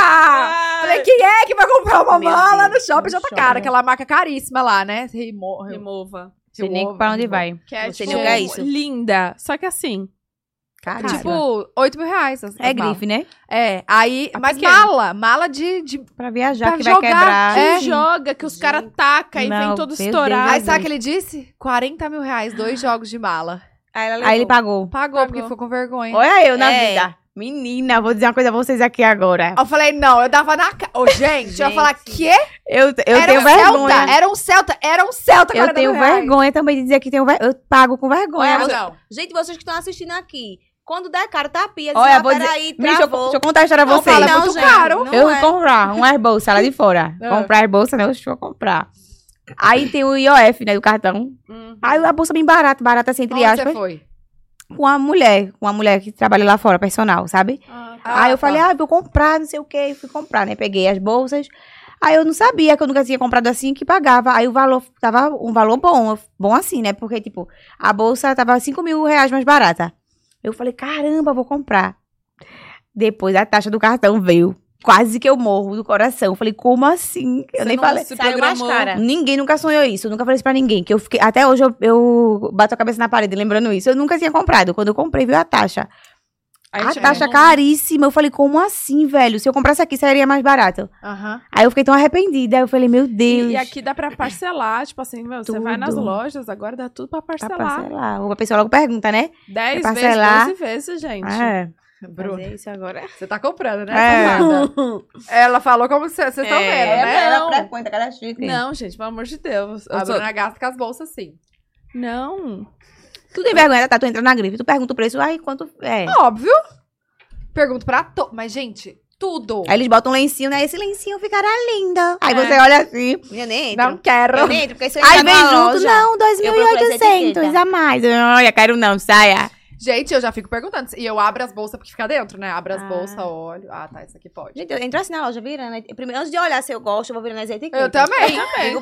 [SPEAKER 1] Falei, quem é que vai comprar uma
[SPEAKER 4] Meu
[SPEAKER 1] mala
[SPEAKER 4] Deus,
[SPEAKER 1] no Shopping
[SPEAKER 4] no
[SPEAKER 1] JK?
[SPEAKER 4] shopping.
[SPEAKER 1] Aquela marca caríssima lá, né? Rimo,
[SPEAKER 2] Remova.
[SPEAKER 4] Sei nem pra onde vai.
[SPEAKER 2] Que é,
[SPEAKER 5] Não sei
[SPEAKER 2] tipo,
[SPEAKER 5] nem o que é isso.
[SPEAKER 2] linda. Só que assim,
[SPEAKER 4] Cara,
[SPEAKER 1] Tipo, 8 mil reais. as-
[SPEAKER 4] é
[SPEAKER 1] as malas.
[SPEAKER 4] grife, né?
[SPEAKER 1] É, aí.
[SPEAKER 2] A
[SPEAKER 1] mas
[SPEAKER 2] pequena.
[SPEAKER 1] mala, mala de. de...
[SPEAKER 4] Pra viajar
[SPEAKER 1] Pra
[SPEAKER 4] que
[SPEAKER 1] jogar,
[SPEAKER 4] vai quebrar.
[SPEAKER 2] que
[SPEAKER 1] É.
[SPEAKER 2] joga, que os caras tacam e vem
[SPEAKER 4] Não,
[SPEAKER 2] todo
[SPEAKER 4] meu Deus.
[SPEAKER 2] estourado.
[SPEAKER 1] Aí
[SPEAKER 4] Ai,
[SPEAKER 1] sabe o que ele disse? 40 mil reais, dois jogos de mala.
[SPEAKER 5] Aí ela levou.
[SPEAKER 4] Aí ele pagou.
[SPEAKER 1] Pagou,
[SPEAKER 2] Pagou.
[SPEAKER 1] porque ficou com vergonha.
[SPEAKER 4] Olha eu na
[SPEAKER 5] É.
[SPEAKER 4] vida.
[SPEAKER 5] Menina, vou dizer uma coisa a vocês aqui agora.
[SPEAKER 1] Eu falei, não, eu dava na cara. Ô, gente, eu ia falar,
[SPEAKER 5] Gente.
[SPEAKER 1] quê?
[SPEAKER 5] Eu, eu
[SPEAKER 1] era
[SPEAKER 5] tenho
[SPEAKER 1] um
[SPEAKER 5] vergonha.
[SPEAKER 1] Celta, era um Celta, era um Celta.
[SPEAKER 5] Eu
[SPEAKER 1] 40 mil
[SPEAKER 5] tenho
[SPEAKER 1] reais.
[SPEAKER 5] vergonha também de dizer que tenho ver... eu pago com vergonha.
[SPEAKER 1] Ah,
[SPEAKER 5] Mas-
[SPEAKER 1] não.
[SPEAKER 6] Gente, vocês que estão assistindo aqui, quando der cara, tá a pia.
[SPEAKER 5] Olha,
[SPEAKER 6] Olha,
[SPEAKER 5] vou dizer-
[SPEAKER 6] peraí,
[SPEAKER 5] Miss, deixa, eu,
[SPEAKER 6] travou.
[SPEAKER 5] deixa eu contar a história a
[SPEAKER 1] Não,
[SPEAKER 5] vocês.
[SPEAKER 1] fala, é muito caro.
[SPEAKER 6] Não
[SPEAKER 5] eu
[SPEAKER 6] é.
[SPEAKER 5] vou comprar umas bolsas lá de fora.
[SPEAKER 1] Ah.
[SPEAKER 5] Comprar as bolsas, né? Eu vou comprar. Aí tem o IOF, né, do cartão.
[SPEAKER 2] Uhum.
[SPEAKER 5] Aí a bolsa bem barata, barata assim, entre
[SPEAKER 1] Onde você
[SPEAKER 5] aspas,
[SPEAKER 1] foi?
[SPEAKER 5] com a mulher, com a mulher que trabalha lá fora, personal, sabe?
[SPEAKER 1] Ah,
[SPEAKER 5] aí eu
[SPEAKER 1] tá.
[SPEAKER 5] falei, ah, vou comprar, não sei o quê, fui comprar, né? Peguei as bolsas. Aí eu não sabia que eu nunca tinha comprado assim que pagava. Aí o valor tava um valor bom, bom assim, né? Porque, tipo, a bolsa tava 5 mil reais mais barata. Eu falei, caramba, vou comprar. Depois a taxa do cartão veio. Quase que eu morro do coração. Eu falei, como assim? Eu
[SPEAKER 2] Você
[SPEAKER 5] nem
[SPEAKER 2] não
[SPEAKER 5] falei.
[SPEAKER 2] se
[SPEAKER 6] Saiu mais
[SPEAKER 2] programou.
[SPEAKER 6] cara.
[SPEAKER 5] Ninguém nunca sonhou isso. Eu nunca falei isso pra ninguém. Que eu fiquei, até hoje eu, eu bato a cabeça na parede lembrando isso. Eu nunca tinha comprado. Quando eu comprei, veio a taxa.
[SPEAKER 2] Aí
[SPEAKER 5] a
[SPEAKER 2] chegou
[SPEAKER 5] taxa
[SPEAKER 2] no-
[SPEAKER 5] caríssima. Eu falei, como assim, velho? Se eu comprasse aqui, seria mais barato.
[SPEAKER 1] Aham.
[SPEAKER 5] Aí eu fiquei tão arrependida. Eu falei, meu Deus.
[SPEAKER 2] E, e aqui dá pra parcelar, tipo assim, meu, você vai nas
[SPEAKER 5] Tudo.
[SPEAKER 2] lojas, agora dá tudo pra
[SPEAKER 5] Pra
[SPEAKER 2] parcelar.
[SPEAKER 5] parcelar. Tá A pessoa logo pergunta, né?
[SPEAKER 2] 10
[SPEAKER 5] Pra
[SPEAKER 2] vezes,
[SPEAKER 5] parcelar.
[SPEAKER 2] 12 vezes, gente.
[SPEAKER 5] É.
[SPEAKER 1] Bruna,
[SPEAKER 6] isso agora.
[SPEAKER 1] você tá comprando, né?
[SPEAKER 5] É.
[SPEAKER 1] safada? Ela falou como vocês estão
[SPEAKER 2] É,
[SPEAKER 1] vendo, né?
[SPEAKER 2] ela
[SPEAKER 5] frequenta cada
[SPEAKER 6] é
[SPEAKER 5] chique.
[SPEAKER 2] Não, gente, pelo amor de Deus. Eu
[SPEAKER 1] A
[SPEAKER 2] sou-
[SPEAKER 1] Bruna Tá gasta com as bolsas, sim.
[SPEAKER 2] Não.
[SPEAKER 5] Tu tem vergonha, tá? Tu entra na grife, tu pergunta o preço, ai, quanto é?
[SPEAKER 1] Óbvio. Pergunto pra to... Mas, gente, tudo.
[SPEAKER 5] Aí eles botam um lencinho, né? Esse lencinho ficará lindo. Aí
[SPEAKER 2] É. tá
[SPEAKER 5] você olha assim.
[SPEAKER 6] Eu nem entro.
[SPEAKER 2] um
[SPEAKER 1] Não quero.
[SPEAKER 6] Eu nem entro, porque se eu
[SPEAKER 5] Aí
[SPEAKER 6] entrar
[SPEAKER 5] vem
[SPEAKER 6] numa
[SPEAKER 5] junto,
[SPEAKER 6] loja-
[SPEAKER 5] não,
[SPEAKER 6] Eu procuro essa
[SPEAKER 5] 2.800
[SPEAKER 6] etiqueta.
[SPEAKER 5] a mais. Olha, quero
[SPEAKER 2] *laughs*
[SPEAKER 5] não, saia.
[SPEAKER 1] Gente, eu já fico perguntando. E eu abro as bolsas, porque fica dentro, né? Abro as
[SPEAKER 5] Ah.
[SPEAKER 1] bolsas, olho. Ah, tá, isso aqui pode.
[SPEAKER 6] Gente, eu entro assim na loja, virando. né? Primeiro, antes de olhar se eu gosto, eu vou virando as etiquetas.
[SPEAKER 1] Eu também.
[SPEAKER 6] Digo,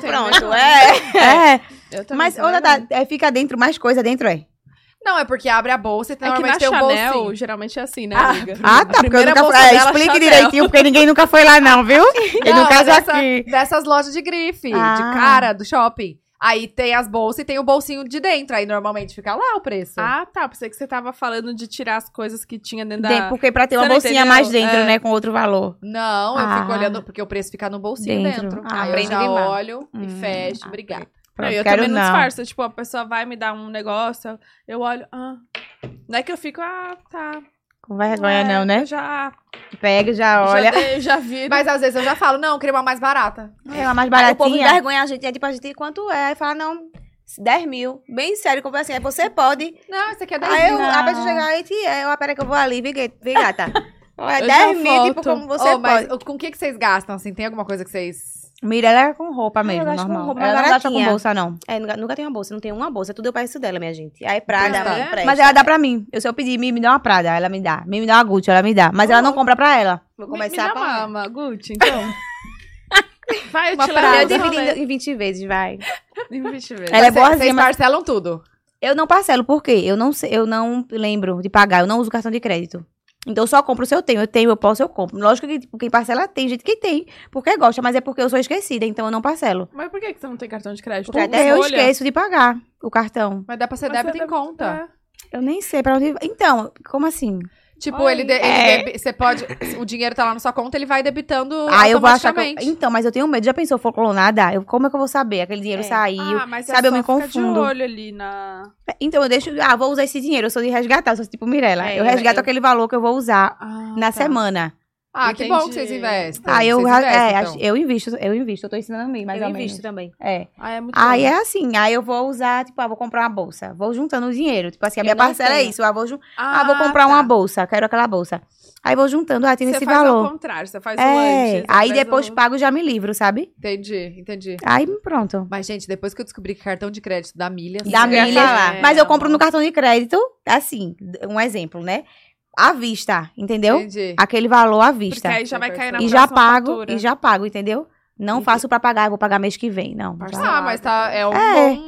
[SPEAKER 2] tem
[SPEAKER 6] pronto,
[SPEAKER 2] vergonha.
[SPEAKER 5] *laughs*
[SPEAKER 6] é.
[SPEAKER 5] É.
[SPEAKER 2] Eu também
[SPEAKER 5] Mas,
[SPEAKER 2] sou
[SPEAKER 5] ô,
[SPEAKER 2] vergonha.
[SPEAKER 5] Tatá, é, fica dentro mais coisa dentro, é?
[SPEAKER 1] Não, é porque abre a bolsa e
[SPEAKER 2] É
[SPEAKER 1] *laughs*
[SPEAKER 2] que
[SPEAKER 1] normalmente
[SPEAKER 2] na
[SPEAKER 1] tem um
[SPEAKER 2] Chanel,
[SPEAKER 1] bolsinho.
[SPEAKER 2] geralmente é assim, né,
[SPEAKER 1] Ah,
[SPEAKER 2] amiga?
[SPEAKER 5] Ah, tá, porque eu
[SPEAKER 2] primeira
[SPEAKER 5] nunca fui.
[SPEAKER 2] bolsa
[SPEAKER 5] É,
[SPEAKER 2] dela,
[SPEAKER 5] explique
[SPEAKER 2] Chanel.
[SPEAKER 5] direitinho, porque ninguém nunca foi lá,
[SPEAKER 2] *laughs*
[SPEAKER 5] não, viu? E
[SPEAKER 1] Não,
[SPEAKER 5] no caso
[SPEAKER 1] mas essa-
[SPEAKER 5] aqui.
[SPEAKER 1] Dessas lojas de grife, de
[SPEAKER 5] Ah.
[SPEAKER 1] cara, do shopping. Aí tem as bolsas e tem o bolsinho de dentro. Aí normalmente fica lá o preço.
[SPEAKER 2] Ah, tá. Pensei que você tava falando de tirar as coisas que tinha dentro
[SPEAKER 5] Tem-
[SPEAKER 2] da...
[SPEAKER 5] Porque pra ter
[SPEAKER 2] Você
[SPEAKER 5] uma
[SPEAKER 2] não
[SPEAKER 5] bolsinha
[SPEAKER 2] entendeu?
[SPEAKER 5] mais dentro,
[SPEAKER 2] É.
[SPEAKER 5] né? Com outro valor.
[SPEAKER 1] Não, eu fico
[SPEAKER 5] Ah.
[SPEAKER 1] olhando, porque o preço fica no bolsinho dentro.
[SPEAKER 5] Dentro.
[SPEAKER 1] Ah,
[SPEAKER 5] Ah,
[SPEAKER 1] eu
[SPEAKER 5] aprende
[SPEAKER 1] já
[SPEAKER 5] a limar.
[SPEAKER 1] olho e
[SPEAKER 5] Hum,
[SPEAKER 1] fecho,
[SPEAKER 5] ah,
[SPEAKER 1] obrigada.
[SPEAKER 2] Não,
[SPEAKER 5] Pronto,
[SPEAKER 2] eu
[SPEAKER 5] quero
[SPEAKER 2] também não,
[SPEAKER 5] não.
[SPEAKER 2] disfarço. Tipo, a pessoa vai me dar um negócio, eu- eu olho... Ah. Não é que eu fico... Ah, tá.
[SPEAKER 5] Com vergonha,
[SPEAKER 2] é,
[SPEAKER 5] não, né?
[SPEAKER 2] eu Já...
[SPEAKER 5] Pega e já
[SPEAKER 2] Olha... Já,
[SPEAKER 5] olha.
[SPEAKER 2] dei, já vi.
[SPEAKER 1] Mas às vezes eu já falo, não, eu queria uma mais barata.
[SPEAKER 5] É uma mais
[SPEAKER 6] Aí o povo
[SPEAKER 5] baratinha.
[SPEAKER 6] envergonha a gente. É tipo, a gente, quanto é? Aí fala, não, 10 mil. Bem sério, como assim, aí você pode.
[SPEAKER 1] Não, isso aqui é 10
[SPEAKER 6] Aí eu,
[SPEAKER 1] mil.
[SPEAKER 6] a pessoa chega aí,
[SPEAKER 5] é
[SPEAKER 6] tia, eu, peraí que eu vou ali, vem gay- vem, gata.
[SPEAKER 2] *laughs* Eu
[SPEAKER 6] Olha,
[SPEAKER 2] já
[SPEAKER 6] 10 mil, tipo,
[SPEAKER 2] volto.
[SPEAKER 6] como você
[SPEAKER 1] Ô, mas
[SPEAKER 6] pode.
[SPEAKER 1] o- com o que, que vocês gastam, assim? Tem alguma coisa que vocês...
[SPEAKER 5] Mirella é com roupa mesmo,
[SPEAKER 6] gasto com
[SPEAKER 5] normal.
[SPEAKER 6] roupa
[SPEAKER 5] ela não gasta com
[SPEAKER 6] baratinha.
[SPEAKER 5] bolsa, não.
[SPEAKER 6] É, nunca, nunca tem uma bolsa, não tem uma
[SPEAKER 5] é
[SPEAKER 6] bolsa, tudo eu pareço dela, minha gente. Aí Prada,
[SPEAKER 1] Tá.
[SPEAKER 2] é.
[SPEAKER 6] me empresta.
[SPEAKER 5] Mas ela dá pra mim. Eu, se eu pedir, me, me dá uma Prada, ela me dá. Me, me dá uma Gucci, ela me dá. Mas ela não compra pra ela.
[SPEAKER 6] Vou
[SPEAKER 2] Me, me
[SPEAKER 6] começar
[SPEAKER 2] dá
[SPEAKER 6] a pagar.
[SPEAKER 2] uma, uma Gucci, então.
[SPEAKER 5] *laughs*
[SPEAKER 2] Vai, eu
[SPEAKER 1] Uma
[SPEAKER 2] te
[SPEAKER 1] fralda.
[SPEAKER 2] levo.
[SPEAKER 6] Eu
[SPEAKER 2] Eu
[SPEAKER 6] divido
[SPEAKER 2] te
[SPEAKER 6] em, em 20 vezes, vai.
[SPEAKER 2] levo.
[SPEAKER 5] Ela é
[SPEAKER 1] Mas cê-
[SPEAKER 5] boazinha,
[SPEAKER 1] Vocês
[SPEAKER 5] mas
[SPEAKER 1] parcelam tudo.
[SPEAKER 5] eu não parcelo. Por quê? Eu não, sei- eu não lembro de pagar. Eu não uso cartão de crédito. Então, eu só compro se eu tenho. Eu tenho, eu posso, eu compro. Lógico que tipo, quem parcela tem, gente que tem. Porque gosta, mas é porque eu sou esquecida, então eu não parcelo.
[SPEAKER 2] Mas por que que você não tem cartão de crédito?
[SPEAKER 5] Porque
[SPEAKER 2] Por
[SPEAKER 5] até eu
[SPEAKER 2] escolha?
[SPEAKER 5] esqueço de pagar o cartão.
[SPEAKER 1] Mas É. dá pra ser
[SPEAKER 2] Mas
[SPEAKER 1] débito
[SPEAKER 2] você
[SPEAKER 1] em conta.
[SPEAKER 2] deve-
[SPEAKER 5] Eu nem sei pra onde. Então, como assim?
[SPEAKER 1] Tipo,
[SPEAKER 2] Olha
[SPEAKER 1] ele, de- ele
[SPEAKER 5] É.
[SPEAKER 1] debi- você pode, o dinheiro tá lá na sua conta, ele vai debitando
[SPEAKER 5] Ah, eu vou achar que eu...
[SPEAKER 1] automaticamente.
[SPEAKER 5] Então, mas eu tenho medo. Já pensou, for clonada? Eu, como é que eu vou saber? Aquele dinheiro
[SPEAKER 6] É.
[SPEAKER 5] saiu.
[SPEAKER 2] Ah, mas você
[SPEAKER 5] sabe, eu
[SPEAKER 2] só
[SPEAKER 5] me
[SPEAKER 2] fica de
[SPEAKER 5] confundo.
[SPEAKER 2] olho ali na...
[SPEAKER 5] Então eu deixo. Ah, vou usar esse dinheiro. Eu sou de resgatar, eu sou tipo Mirella.
[SPEAKER 2] É,
[SPEAKER 5] eu resgato
[SPEAKER 2] eu-
[SPEAKER 5] aquele valor que eu vou usar
[SPEAKER 2] Ah, tá.
[SPEAKER 5] na semana.
[SPEAKER 1] Ah, que bom que
[SPEAKER 2] Entendi.
[SPEAKER 1] vocês investem.
[SPEAKER 5] Aí eu,
[SPEAKER 1] Vocês
[SPEAKER 5] é,
[SPEAKER 1] investem,
[SPEAKER 5] acho-
[SPEAKER 1] então.
[SPEAKER 5] eu invisto, eu invisto, eu tô ensinando a mim, mais
[SPEAKER 6] eu
[SPEAKER 5] ou
[SPEAKER 6] invisto
[SPEAKER 5] menos.
[SPEAKER 6] também.
[SPEAKER 5] É.
[SPEAKER 2] Ah, é muito
[SPEAKER 5] Aí
[SPEAKER 2] bom.
[SPEAKER 5] é assim, aí eu vou usar, tipo, ah, vou comprar uma bolsa. Vou juntando o dinheiro. Tipo assim, a
[SPEAKER 6] Eu
[SPEAKER 5] minha
[SPEAKER 6] não
[SPEAKER 5] parcela é
[SPEAKER 6] tenho.
[SPEAKER 5] isso. Ah, vou, jun... ah, vou comprar
[SPEAKER 2] tá.
[SPEAKER 5] uma bolsa, quero aquela bolsa. Aí vou juntando, ah, tem
[SPEAKER 2] você
[SPEAKER 5] esse
[SPEAKER 2] faz
[SPEAKER 5] valor.
[SPEAKER 2] ao contrário, você faz o antes.
[SPEAKER 5] É,
[SPEAKER 2] você
[SPEAKER 5] aí
[SPEAKER 2] faz um
[SPEAKER 5] depois
[SPEAKER 2] o...
[SPEAKER 5] pago já me livro, sabe?
[SPEAKER 1] Entendi, entendi.
[SPEAKER 5] Aí pronto.
[SPEAKER 1] Mas, gente, depois que eu descobri que cartão de crédito da milha...
[SPEAKER 5] Dá
[SPEAKER 1] é-
[SPEAKER 2] eu ia
[SPEAKER 5] milha.
[SPEAKER 2] falar.
[SPEAKER 5] Mas
[SPEAKER 2] É,
[SPEAKER 5] eu compro
[SPEAKER 2] amor.
[SPEAKER 5] no cartão de crédito, assim, um exemplo, né? À vista, entendeu?
[SPEAKER 1] Entendi.
[SPEAKER 5] Aquele valor à
[SPEAKER 2] Porque
[SPEAKER 5] vista.
[SPEAKER 2] aí já vai cair na
[SPEAKER 1] E
[SPEAKER 5] E
[SPEAKER 2] próxima
[SPEAKER 5] já pago,
[SPEAKER 2] fatura.
[SPEAKER 5] e já pago, entendeu? Não
[SPEAKER 2] E-
[SPEAKER 5] faço pra pagar, eu vou pagar mês que vem, não.
[SPEAKER 2] Parcela.
[SPEAKER 1] Ah, mas tá, é um
[SPEAKER 5] É.
[SPEAKER 1] bom...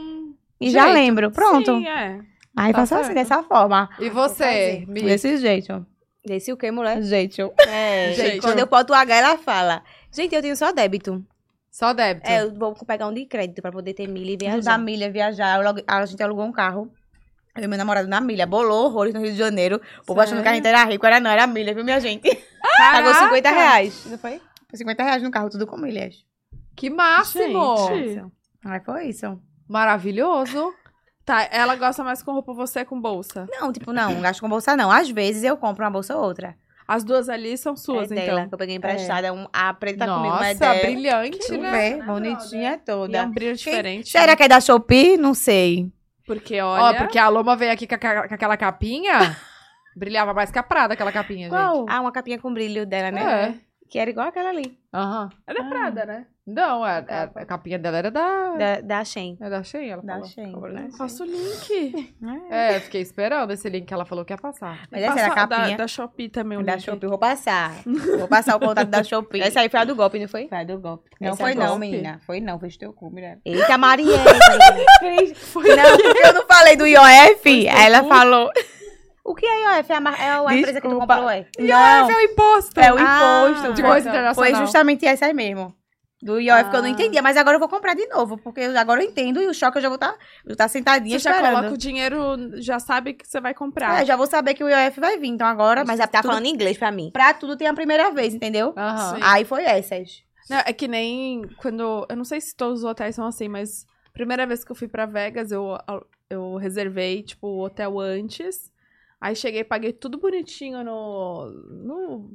[SPEAKER 5] E já
[SPEAKER 1] Jeito.
[SPEAKER 5] lembro, pronto.
[SPEAKER 2] Sim, é.
[SPEAKER 5] Aí
[SPEAKER 1] tá
[SPEAKER 5] faço
[SPEAKER 1] certo.
[SPEAKER 5] assim, dessa forma.
[SPEAKER 1] E
[SPEAKER 6] fazer.
[SPEAKER 1] você, Mi?
[SPEAKER 5] Desse jeito.
[SPEAKER 6] Desse o quê, mulher?
[SPEAKER 5] Jeito. *laughs*
[SPEAKER 6] É,
[SPEAKER 2] Gente.
[SPEAKER 6] quando eu boto o H, ela fala. Gente, eu tenho só débito.
[SPEAKER 1] Só débito?
[SPEAKER 6] É, eu vou pegar um de crédito pra poder ter milha e
[SPEAKER 5] Na
[SPEAKER 6] viajar.
[SPEAKER 5] milha viajar, eu logo- a gente alugou um carro. Eu e meu namorado na milha, bolou horrores no Rio de Janeiro. O povo achando que a gente era rico, era não, era milha, viu, minha gente? Pagou 50 reais. Não foi? Foi 50 reais no carro, tudo com milhas.
[SPEAKER 1] Que máximo!
[SPEAKER 2] Gente.
[SPEAKER 5] Aí foi isso.
[SPEAKER 1] Maravilhoso.
[SPEAKER 2] Tá, ela gosta mais com roupa, você com bolsa.
[SPEAKER 5] Não,
[SPEAKER 6] Não,
[SPEAKER 5] tipo,
[SPEAKER 6] tipo,
[SPEAKER 5] não.
[SPEAKER 6] não.
[SPEAKER 5] Não gasto com bolsa, não. Às vezes eu compro uma bolsa ou outra.
[SPEAKER 2] As duas ali são suas,
[SPEAKER 6] é
[SPEAKER 2] então.
[SPEAKER 6] dela, que eu peguei emprestada. Um, a preta tá comigo, mas é
[SPEAKER 1] Nossa,
[SPEAKER 6] dela.
[SPEAKER 1] brilhante,
[SPEAKER 5] Tu
[SPEAKER 1] né?
[SPEAKER 5] vê, bonitinha
[SPEAKER 2] E é um
[SPEAKER 5] toda.
[SPEAKER 2] brilho diferente.
[SPEAKER 5] Será que é da Shopee? Não sei.
[SPEAKER 2] Porque,
[SPEAKER 1] Ó,
[SPEAKER 2] olha...
[SPEAKER 1] porque a Loma veio aqui com, a- com aquela capinha. brilhava mais que a Prada, aquela capinha, gente.
[SPEAKER 6] Ah, uma capinha com brilho dela, né?
[SPEAKER 1] É. Ah.
[SPEAKER 6] Que era igual aquela ali,
[SPEAKER 1] Aham.
[SPEAKER 2] Ela é prada, né?
[SPEAKER 1] Não, a, a- a capinha dela era da.
[SPEAKER 6] da, da Shein.
[SPEAKER 1] É da Shein, ela
[SPEAKER 6] Da
[SPEAKER 1] falou.
[SPEAKER 6] Shein,
[SPEAKER 1] Acabou de
[SPEAKER 6] né?
[SPEAKER 1] dizer.
[SPEAKER 2] Faço o link.
[SPEAKER 1] É, eu fiquei esperando esse link que ela falou que ia passar.
[SPEAKER 6] Mas essa era a
[SPEAKER 2] Passa-
[SPEAKER 6] capinha.
[SPEAKER 2] Da, da Shopee
[SPEAKER 5] É
[SPEAKER 2] também, o
[SPEAKER 6] Da
[SPEAKER 2] link.
[SPEAKER 6] Shopee, eu vou passar.
[SPEAKER 5] Vou passar o contato da Shopee.
[SPEAKER 6] Essa aí foi a do golpe, não foi?
[SPEAKER 5] Vai do golpe.
[SPEAKER 6] Não
[SPEAKER 5] Essa
[SPEAKER 6] foi
[SPEAKER 5] é
[SPEAKER 6] não,
[SPEAKER 5] golpe.
[SPEAKER 6] menina. Foi não, foi teu cu, mulher.
[SPEAKER 5] Eita, Marielle.
[SPEAKER 2] Foi
[SPEAKER 5] não, eu não falei do IOF.
[SPEAKER 2] teu
[SPEAKER 5] Ela
[SPEAKER 2] cu.
[SPEAKER 5] falou.
[SPEAKER 6] O que é IOF? É a, mar- é a empresa que tu
[SPEAKER 5] Desculpa.
[SPEAKER 6] comprou, é?
[SPEAKER 5] Não.
[SPEAKER 1] É o imposto!
[SPEAKER 5] É o
[SPEAKER 6] Ah,
[SPEAKER 5] imposto.
[SPEAKER 1] de coisa
[SPEAKER 5] Foi
[SPEAKER 1] internacional.
[SPEAKER 5] justamente essa aí mesmo. Do IOF que eu não
[SPEAKER 2] Ah.
[SPEAKER 5] entendia, mas agora eu vou comprar de novo, porque eu- agora eu entendo e o choque eu já vou estar sentadinha
[SPEAKER 2] Você já
[SPEAKER 5] esperando.
[SPEAKER 2] coloca o dinheiro, já sabe que você vai comprar.
[SPEAKER 5] né? É, já vou saber que o IOF vai vir, então agora, mas
[SPEAKER 6] Mas
[SPEAKER 5] é
[SPEAKER 6] ela tá
[SPEAKER 5] tudo,
[SPEAKER 6] falando inglês pra mim.
[SPEAKER 5] pra tudo tem a primeira vez, entendeu?
[SPEAKER 1] Aham.
[SPEAKER 2] Sim.
[SPEAKER 5] Aí foi essas.
[SPEAKER 2] Não, é que nem quando. Eu não sei se todos os hotéis são assim, mas primeira vez que eu fui pra Vegas, eu, eu reservei, tipo, o hotel antes. Aí cheguei, paguei tudo bonitinho no. no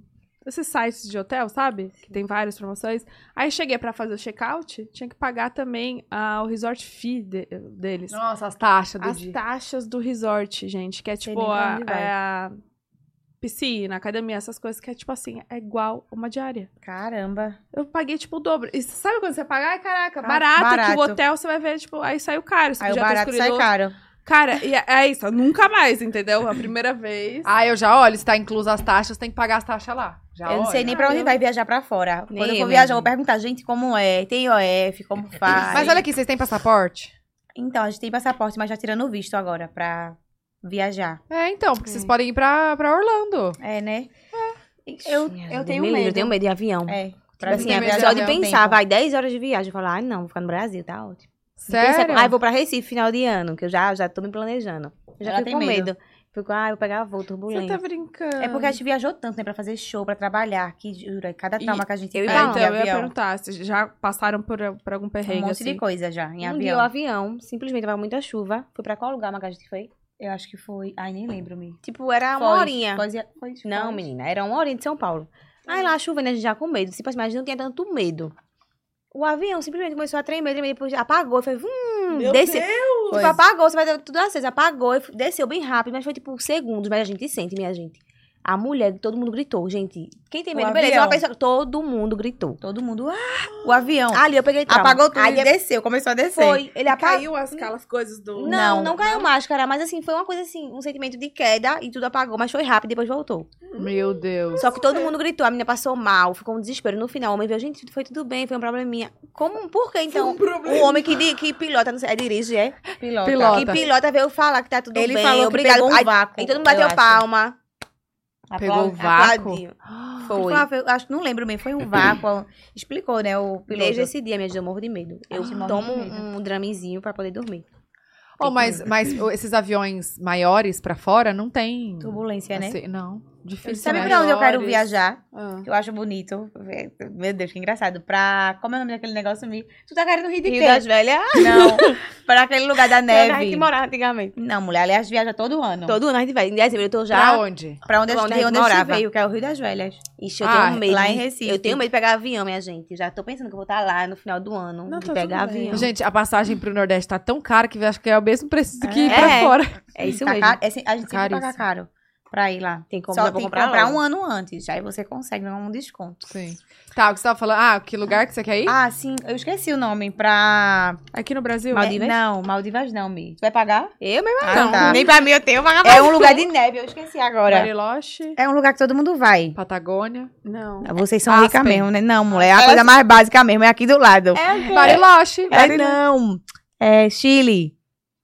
[SPEAKER 2] esses sites de hotel, sabe? Que tem várias promoções. Aí cheguei pra fazer o check-out, tinha que pagar também ah, o resort fee de- deles.
[SPEAKER 1] Nossa, as taxas do
[SPEAKER 2] As
[SPEAKER 1] dia.
[SPEAKER 2] taxas do resort, gente, que é
[SPEAKER 5] Sei
[SPEAKER 2] tipo
[SPEAKER 5] nem pra
[SPEAKER 2] a,
[SPEAKER 5] onde vai.
[SPEAKER 2] é a piscina, academia, essas coisas que é tipo assim, é igual uma diária.
[SPEAKER 5] Caramba.
[SPEAKER 2] Eu paguei, tipo, o dobro. E sabe quando você pagar? Ai, Caraca,
[SPEAKER 5] Ah,
[SPEAKER 2] barato, que
[SPEAKER 5] barato.
[SPEAKER 2] o hotel você vai ver, tipo, aí saiu caro. Você
[SPEAKER 5] Aí o
[SPEAKER 2] podia ter
[SPEAKER 5] barato sai
[SPEAKER 2] escolhido outro.
[SPEAKER 5] caro.
[SPEAKER 2] Cara, e é, é isso, nunca mais, entendeu? A primeira vez.
[SPEAKER 1] Ah, eu já olho, se tá incluso as taxas, tem que pagar as taxas lá. Já
[SPEAKER 5] eu não sei
[SPEAKER 1] olho.
[SPEAKER 5] nem pra onde
[SPEAKER 2] eu-
[SPEAKER 5] vai viajar pra fora.
[SPEAKER 6] Tá Nem
[SPEAKER 5] Quando eu
[SPEAKER 6] eu,
[SPEAKER 5] for viajar,
[SPEAKER 6] nem
[SPEAKER 5] eu vou perguntar, gente, como é? Tem IOF,
[SPEAKER 6] *laughs*
[SPEAKER 5] como faz?
[SPEAKER 1] Mas olha aqui, vocês têm passaporte?
[SPEAKER 5] Então, a gente tem passaporte, mas já tirando o visto agora pra viajar.
[SPEAKER 1] É, então, porque vocês podem ir pra, pra Orlando.
[SPEAKER 5] É, né?
[SPEAKER 6] Eu,
[SPEAKER 5] Jesus,
[SPEAKER 6] eu
[SPEAKER 5] me
[SPEAKER 6] tenho
[SPEAKER 5] livre,
[SPEAKER 6] é medo.
[SPEAKER 5] eu tenho
[SPEAKER 6] medo de avião.
[SPEAKER 5] É.
[SPEAKER 6] Pra
[SPEAKER 1] Você
[SPEAKER 6] mim,
[SPEAKER 1] tem
[SPEAKER 6] é
[SPEAKER 1] medo de
[SPEAKER 6] só de
[SPEAKER 1] avião,
[SPEAKER 6] pensar, vai 10 horas de viagem. Falar, ai não, vou ficar no Brasil, tá ótimo.
[SPEAKER 1] Sério?
[SPEAKER 6] Pensa, ai, vou pra Recife final de ano, que eu já, já tô me planejando. Eu já
[SPEAKER 5] Ela
[SPEAKER 6] fico
[SPEAKER 5] tem
[SPEAKER 6] com
[SPEAKER 5] medo.
[SPEAKER 6] medo. Fico, ai, vou pegar voo turbulento.
[SPEAKER 2] Você tá brincando.
[SPEAKER 5] É porque a gente viajou tanto, né? Pra fazer show, pra trabalhar, que jura, cada
[SPEAKER 2] E
[SPEAKER 5] trauma que a gente é
[SPEAKER 6] eu
[SPEAKER 5] tem
[SPEAKER 6] ia
[SPEAKER 2] Ah,
[SPEAKER 6] Não,
[SPEAKER 2] então, eu ia perguntar se já passaram por, por algum
[SPEAKER 5] um
[SPEAKER 2] perrengue,
[SPEAKER 5] monte
[SPEAKER 2] assim.
[SPEAKER 5] de coisa já, em
[SPEAKER 6] um dia
[SPEAKER 5] avião.
[SPEAKER 6] o avião, simplesmente tava muita chuva. Foi pra qual lugar, Maga, a gente foi?
[SPEAKER 5] Eu acho que foi... Ai, nem lembro, me.
[SPEAKER 6] Tipo, era uma
[SPEAKER 5] Foz,
[SPEAKER 6] horinha.
[SPEAKER 5] Foz e- Foz,
[SPEAKER 6] Não,
[SPEAKER 5] Foz.
[SPEAKER 6] menina, Né, era uma horinha de São Paulo. Aí lá a chuva, né, a gente já com medo. Se mas a gente não tinha tanto medo. O avião simplesmente começou a tremer, tremer, depois apagou. Foi, hum, desceu.
[SPEAKER 5] Foi.
[SPEAKER 6] Tipo, apagou, você vai dar tudo aceso. Apagou, e f- desceu bem rápido, mas foi tipo segundos. Mas a gente sente, minha gente. A mulher, todo mundo gritou, gente. Quem tem
[SPEAKER 5] O
[SPEAKER 6] medo? Beleza, é
[SPEAKER 5] avião.
[SPEAKER 6] uma pessoa. Todo mundo gritou.
[SPEAKER 5] Todo mundo... Ah! O avião.
[SPEAKER 6] Ali eu peguei trauma.
[SPEAKER 5] Apagou tudo
[SPEAKER 6] Aí é
[SPEAKER 5] e desceu, começou a descer.
[SPEAKER 6] foi. Ele apagou.
[SPEAKER 2] Caiu as, aquelas coisas do.
[SPEAKER 6] Não,
[SPEAKER 5] Não,
[SPEAKER 6] não, caiu máscara, mas assim, foi uma coisa assim, um sentimento de queda e tudo apagou, mas foi rápido e depois voltou.
[SPEAKER 1] Meu Deus.
[SPEAKER 6] Só que todo mundo gritou, a menina passou mal, ficou um desespero. No final, o homem veio, gente, foi tudo bem, foi um probleminha. Como? Por que então? o homem que, di- que pilota, não sei, é dirige, é?
[SPEAKER 5] Pilota.
[SPEAKER 1] Pilota.
[SPEAKER 6] Que pilota veio falar que tá tudo
[SPEAKER 5] Ele
[SPEAKER 6] bem,
[SPEAKER 5] falou que
[SPEAKER 6] obrigado.
[SPEAKER 5] pegou um
[SPEAKER 6] aí,
[SPEAKER 5] vácuo,
[SPEAKER 6] aí todo mundo bateu
[SPEAKER 5] eu acho.
[SPEAKER 6] palma.
[SPEAKER 1] Pegou o
[SPEAKER 5] Apla-
[SPEAKER 1] vácuo.
[SPEAKER 6] aplaudiu. *gasps*
[SPEAKER 5] Ele
[SPEAKER 6] Foi.
[SPEAKER 5] falava, eu acho que não lembro bem, foi um vácuo. Explicou, né, o piloto.
[SPEAKER 6] Desde esse dia, minha gente, eu morro de medo. Eu
[SPEAKER 5] Ai, morro
[SPEAKER 6] tomo
[SPEAKER 5] de medo.
[SPEAKER 6] um, um dramezinho pra poder dormir.
[SPEAKER 1] Oh, mas, mas esses aviões maiores pra fora não tem.
[SPEAKER 5] Turbulência, né?
[SPEAKER 1] assim, Não. Difícil.
[SPEAKER 2] Eles
[SPEAKER 5] Sabe
[SPEAKER 1] né?
[SPEAKER 5] pra onde eu quero
[SPEAKER 2] Maiores.
[SPEAKER 5] viajar?
[SPEAKER 2] Ah.
[SPEAKER 5] Eu acho bonito. É, Meu Deus, que engraçado. Pra. Como é o nome daquele negócio? Mi? Tu tá querendo rir de
[SPEAKER 6] Rio
[SPEAKER 5] quê?
[SPEAKER 6] das Velhas.
[SPEAKER 5] *laughs* Não. pra aquele lugar da
[SPEAKER 6] A gente
[SPEAKER 5] neve.
[SPEAKER 6] morava antigamente.
[SPEAKER 5] Não, mulher, aliás, viaja todo ano.
[SPEAKER 6] Todo ano a gente vai. Em dezembro eu tô já...
[SPEAKER 1] Pra onde?
[SPEAKER 5] Pra onde, a gente,
[SPEAKER 6] Pra onde a
[SPEAKER 5] onde
[SPEAKER 6] gente
[SPEAKER 5] a gente
[SPEAKER 6] morava.
[SPEAKER 5] veio, que é o Rio das Velhas.
[SPEAKER 6] Ixi, eu
[SPEAKER 1] Ah,
[SPEAKER 6] tenho medo.
[SPEAKER 5] lá
[SPEAKER 4] é
[SPEAKER 5] em
[SPEAKER 6] de-
[SPEAKER 5] Recife.
[SPEAKER 6] Eu tenho medo de pegar avião, minha gente. Já tô pensando que eu vou estar lá Ah, no final do ano.
[SPEAKER 2] Não,
[SPEAKER 6] de
[SPEAKER 2] tá
[SPEAKER 6] pegar
[SPEAKER 2] tudo bem.
[SPEAKER 6] avião.
[SPEAKER 1] Gente, a passagem pro Nordeste tá tão cara que eu acho que é o mesmo preço do que ir
[SPEAKER 6] É.
[SPEAKER 1] pra fora.
[SPEAKER 6] é isso
[SPEAKER 5] Tá
[SPEAKER 6] mesmo.
[SPEAKER 5] caro- é se- a gente sempre paga
[SPEAKER 1] Caríssimo.
[SPEAKER 5] caro pra ir lá.
[SPEAKER 6] Tem como
[SPEAKER 5] Só
[SPEAKER 6] dá pra
[SPEAKER 5] tem que
[SPEAKER 6] comprar
[SPEAKER 5] comprar
[SPEAKER 6] logo.
[SPEAKER 5] um ano antes. Aí você consegue um desconto.
[SPEAKER 1] Sim. Tá, o que você tava falando? Ah, que lugar que você quer ir?
[SPEAKER 5] Ah, sim, eu esqueci o nome. Pra.
[SPEAKER 2] Aqui no Brasil.
[SPEAKER 6] Mas- Maldivas?
[SPEAKER 5] É, não, Maldivas não, Mi. Tu vai pagar?
[SPEAKER 6] Eu mesmo
[SPEAKER 5] Ah,
[SPEAKER 6] não.
[SPEAKER 5] tá.
[SPEAKER 6] Nem pra mim eu tenho vaga
[SPEAKER 5] É um lugar de neve, eu esqueci agora.
[SPEAKER 2] Bariloche.
[SPEAKER 5] É um lugar que todo mundo vai.
[SPEAKER 1] Patagônia.
[SPEAKER 2] Não.
[SPEAKER 5] Vocês são
[SPEAKER 1] Aspen.
[SPEAKER 5] ricas mesmo, né? Não, mulher. A
[SPEAKER 6] É-
[SPEAKER 5] coisa mais básica mesmo é aqui do lado. É,
[SPEAKER 1] Bariloche.
[SPEAKER 5] não. É Chile.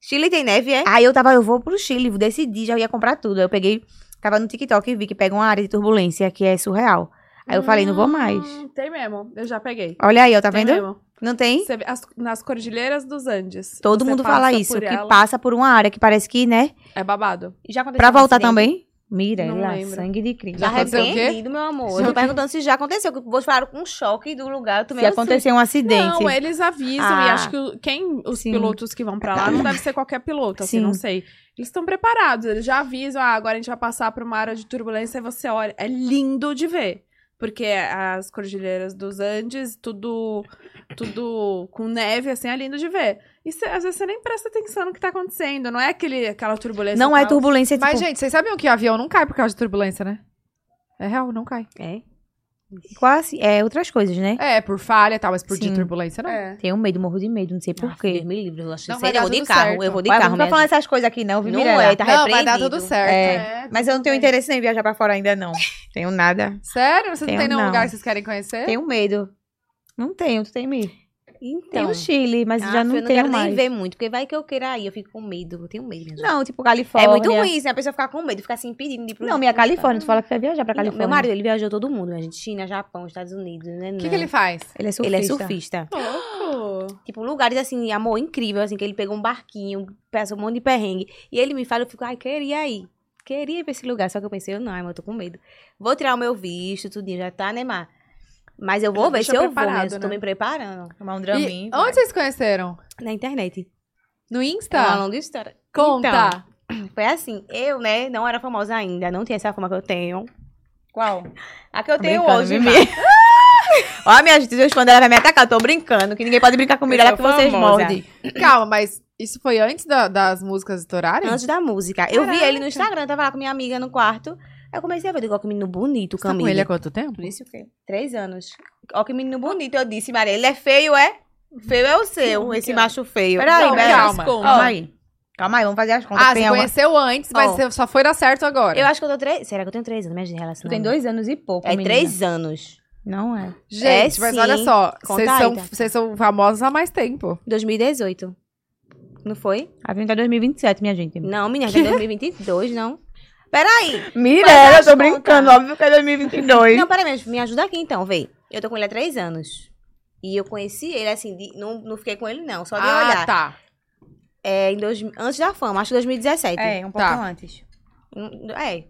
[SPEAKER 6] Chile tem neve, é?
[SPEAKER 5] Aí eu tava, eu vou pro Chile, decidi, já ia comprar tudo. Aí eu peguei, tava no TikTok e vi que pega uma área de turbulência que é surreal. Aí eu falei, não vou mais.
[SPEAKER 2] Hum, Tem mesmo. Eu já peguei.
[SPEAKER 5] Olha aí, ó, tá
[SPEAKER 2] Tem
[SPEAKER 5] vendo?
[SPEAKER 2] mesmo.
[SPEAKER 5] Não tem?
[SPEAKER 2] Você vê as- nas cordilheiras dos Andes.
[SPEAKER 5] Todo
[SPEAKER 2] Você
[SPEAKER 5] mundo
[SPEAKER 2] passa
[SPEAKER 5] fala isso,
[SPEAKER 2] por
[SPEAKER 5] que
[SPEAKER 2] ela,
[SPEAKER 5] passa por uma área que parece que, né?
[SPEAKER 2] É babado.
[SPEAKER 6] Já aconteceu
[SPEAKER 5] Pra
[SPEAKER 6] um
[SPEAKER 5] voltar
[SPEAKER 6] acidente.
[SPEAKER 5] também? Mira,
[SPEAKER 2] Não
[SPEAKER 5] lá,
[SPEAKER 2] lembro.
[SPEAKER 5] sangue de Cristo.
[SPEAKER 1] Já aconteceu o quê?
[SPEAKER 6] Tá Arrependido, meu amor. Eu tô perguntando se já aconteceu. que Vocês falaram com um choque do lugar. Eu
[SPEAKER 5] Se
[SPEAKER 6] tomei um susto.
[SPEAKER 5] acontecer um acidente.
[SPEAKER 2] Não, eles avisam e
[SPEAKER 5] Ah.
[SPEAKER 2] acho que o- quem os
[SPEAKER 5] Sim.
[SPEAKER 2] pilotos que vão pra lá não deve ser qualquer piloto, assim,
[SPEAKER 5] Sim.
[SPEAKER 2] não sei. Eles estão preparados, eles já avisam, ah, agora a gente vai passar por uma área de turbulência e você olha, é lindo de ver. Porque as cordilheiras dos Andes, tudo tudo com neve, assim, é lindo de ver. E cê- às vezes você nem presta atenção no que tá acontecendo, não é aquele, aquela turbulência.
[SPEAKER 5] Não é
[SPEAKER 2] tal.
[SPEAKER 5] turbulência,
[SPEAKER 1] Mas,
[SPEAKER 5] tipo,
[SPEAKER 1] gente, vocês sabiam que avião não cai por causa de turbulência, né? É real, não cai.
[SPEAKER 6] É.
[SPEAKER 5] quase, é outras coisas, né?
[SPEAKER 1] É, por falha e tal, mas por de
[SPEAKER 5] Sim.
[SPEAKER 1] turbulência, não.
[SPEAKER 2] É.
[SPEAKER 5] Tenho medo, morro de medo, não sei
[SPEAKER 6] Por
[SPEAKER 5] porquê.
[SPEAKER 6] quê? me livre. Eu acho
[SPEAKER 1] Não,
[SPEAKER 6] sei,
[SPEAKER 1] vai dar
[SPEAKER 6] eu vou de
[SPEAKER 1] tudo
[SPEAKER 6] carro.
[SPEAKER 1] certo.
[SPEAKER 6] Eu vou de
[SPEAKER 5] Mas
[SPEAKER 6] carro
[SPEAKER 5] não tá
[SPEAKER 6] mesmo.
[SPEAKER 5] falando essas coisas aqui, não, viu,
[SPEAKER 6] Não
[SPEAKER 5] Mirella?
[SPEAKER 6] é, tá
[SPEAKER 1] não, vai dar
[SPEAKER 6] repreendido.
[SPEAKER 1] tudo certo.
[SPEAKER 5] É. Mas eu não tenho interesse nem em viajar pra fora ainda, não. Tenho nada.
[SPEAKER 1] Sério? Vocês não
[SPEAKER 5] Tenho
[SPEAKER 1] tem nenhum
[SPEAKER 5] não.
[SPEAKER 1] lugar que vocês querem conhecer?
[SPEAKER 5] Tenho medo. Não tenho, tu tem medo. Tem
[SPEAKER 6] Então.
[SPEAKER 5] o Chile, mas
[SPEAKER 6] Ah,
[SPEAKER 5] já
[SPEAKER 6] filho,
[SPEAKER 5] não,
[SPEAKER 6] eu não
[SPEAKER 5] tenho
[SPEAKER 6] quero
[SPEAKER 5] mais.
[SPEAKER 6] nem ver muito, porque vai que eu queira ir, eu fico com medo, eu tenho medo. gente.
[SPEAKER 5] Não, tipo Califórnia.
[SPEAKER 6] É muito ruim, né? A pessoa ficar com medo, ficar se impedindo de ir pro
[SPEAKER 5] Não, minha Califórnia, tu fala que vai viajar pra
[SPEAKER 6] Então,
[SPEAKER 5] Califórnia.
[SPEAKER 6] Meu marido, ele viajou todo mundo, né? gente? China, Japão, Estados Unidos, né?
[SPEAKER 1] O que, que ele faz?
[SPEAKER 5] Ele é surfista.
[SPEAKER 6] Ele é surfista.
[SPEAKER 2] Louco.
[SPEAKER 6] Tipo, lugares assim, amor, incrível, assim, que ele pegou um barquinho, passou um monte de perrengue. E ele me fala, eu fico, ai, queria ir. Queria ir pra esse lugar, só que eu pensei, eu não, mas eu tô com medo. Vou tirar o meu visto, tudinho, já tá, né, Mar? Mas eu vou
[SPEAKER 2] Ele
[SPEAKER 6] ver
[SPEAKER 2] deixa
[SPEAKER 6] se eu vou,
[SPEAKER 2] preparado,
[SPEAKER 6] né? Eu tô
[SPEAKER 2] né?
[SPEAKER 6] me preparando.
[SPEAKER 5] Tomar um
[SPEAKER 1] E onde vocês conheceram?
[SPEAKER 6] Na internet.
[SPEAKER 1] No
[SPEAKER 6] É uma
[SPEAKER 1] Insta?
[SPEAKER 6] longa história.
[SPEAKER 1] Conta.
[SPEAKER 6] Foi assim, eu, né, não era famosa ainda, não tinha essa fama que eu tenho.
[SPEAKER 5] Qual?
[SPEAKER 6] A que eu tenho
[SPEAKER 5] brincando,
[SPEAKER 6] hoje,
[SPEAKER 5] Mimi.
[SPEAKER 6] Mimi.
[SPEAKER 5] *laughs* Ó, minha gente, Deus, quando ela vai me atacar, eu tô brincando, que ninguém pode brincar comigo,
[SPEAKER 6] Eu
[SPEAKER 5] ela que
[SPEAKER 6] sou
[SPEAKER 5] vocês
[SPEAKER 6] famosa.
[SPEAKER 5] mordem.
[SPEAKER 1] Calma, mas isso foi antes da- das músicas estourarem?
[SPEAKER 6] Então. Antes é da música. Eu vi ele no Instagram, eu tava lá com minha amiga no quarto. Aí eu comecei a ver, eu digo, ó, que menino bonito,
[SPEAKER 1] Você tá com
[SPEAKER 6] Camila.
[SPEAKER 1] ele há quanto tempo?
[SPEAKER 6] Por isso o quê? Três anos. Ó, que menino bonito, eu disse, Maria. Ele é feio, é? Feio é o seu, esse macho feio.
[SPEAKER 5] Peraí,
[SPEAKER 1] Não,
[SPEAKER 5] peraí.
[SPEAKER 1] calma.
[SPEAKER 5] Calma aí. Calma aí, vamos fazer as contas.
[SPEAKER 1] Ah,
[SPEAKER 5] Tem
[SPEAKER 1] você
[SPEAKER 5] uma-
[SPEAKER 1] conheceu antes, mas
[SPEAKER 6] Ó.
[SPEAKER 1] você só foi dar certo agora.
[SPEAKER 6] Eu acho que eu tô três. Será que eu tenho três anos? Minha gente, relação.
[SPEAKER 5] Tu tem dois anos e pouco,
[SPEAKER 6] É
[SPEAKER 5] menina.
[SPEAKER 6] três anos.
[SPEAKER 5] Não é.
[SPEAKER 1] Gente,
[SPEAKER 6] É,
[SPEAKER 1] mas
[SPEAKER 6] sim.
[SPEAKER 1] olha só,
[SPEAKER 6] Conta
[SPEAKER 1] vocês
[SPEAKER 6] aí,
[SPEAKER 1] são,
[SPEAKER 6] Tata.
[SPEAKER 1] vocês são famosos há mais tempo.
[SPEAKER 6] 2018. Não foi?
[SPEAKER 5] A gente tá em 2027, minha gente.
[SPEAKER 6] Não, menina, é *laughs* tem 2022, não. Peraí.
[SPEAKER 5] Mirella,
[SPEAKER 6] Faz
[SPEAKER 5] eu
[SPEAKER 6] as
[SPEAKER 5] tô brincando,
[SPEAKER 6] contas.
[SPEAKER 5] óbvio que é 2022.
[SPEAKER 6] Não, peraí, mas me ajuda aqui então, vê. Eu tô com ele há três anos. E eu conheci ele, assim, de- não, não fiquei com ele, não. Só de
[SPEAKER 1] ah,
[SPEAKER 6] olhar.
[SPEAKER 1] tá.
[SPEAKER 6] É, em dois, antes da fama, acho que 2017.
[SPEAKER 5] um
[SPEAKER 1] Tá.
[SPEAKER 5] antes.
[SPEAKER 6] Hum, É.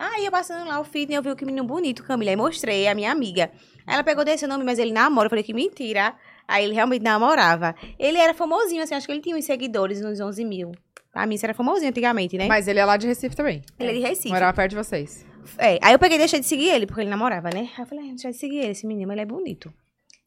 [SPEAKER 6] Aí eu passando lá o feed, né, eu vi o que menino bonito, Camila. Aí mostrei a minha amiga. Aí Ela pegou desse nome, mas ele namora. Eu falei que mentira. Aí ele realmente namorava. Ele era famosinho, assim, acho que ele tinha uns seguidores, uns 11 mil. Pra mim, isso era famosinho antigamente, né?
[SPEAKER 1] Mas ele é lá de Recife também.
[SPEAKER 6] ele é de Recife.
[SPEAKER 1] Morava perto de vocês.
[SPEAKER 6] É, aí eu peguei e deixei de seguir ele, porque ele namorava, né? Aí eu falei, ah, deixa de seguir ele, esse menino, ele é bonito.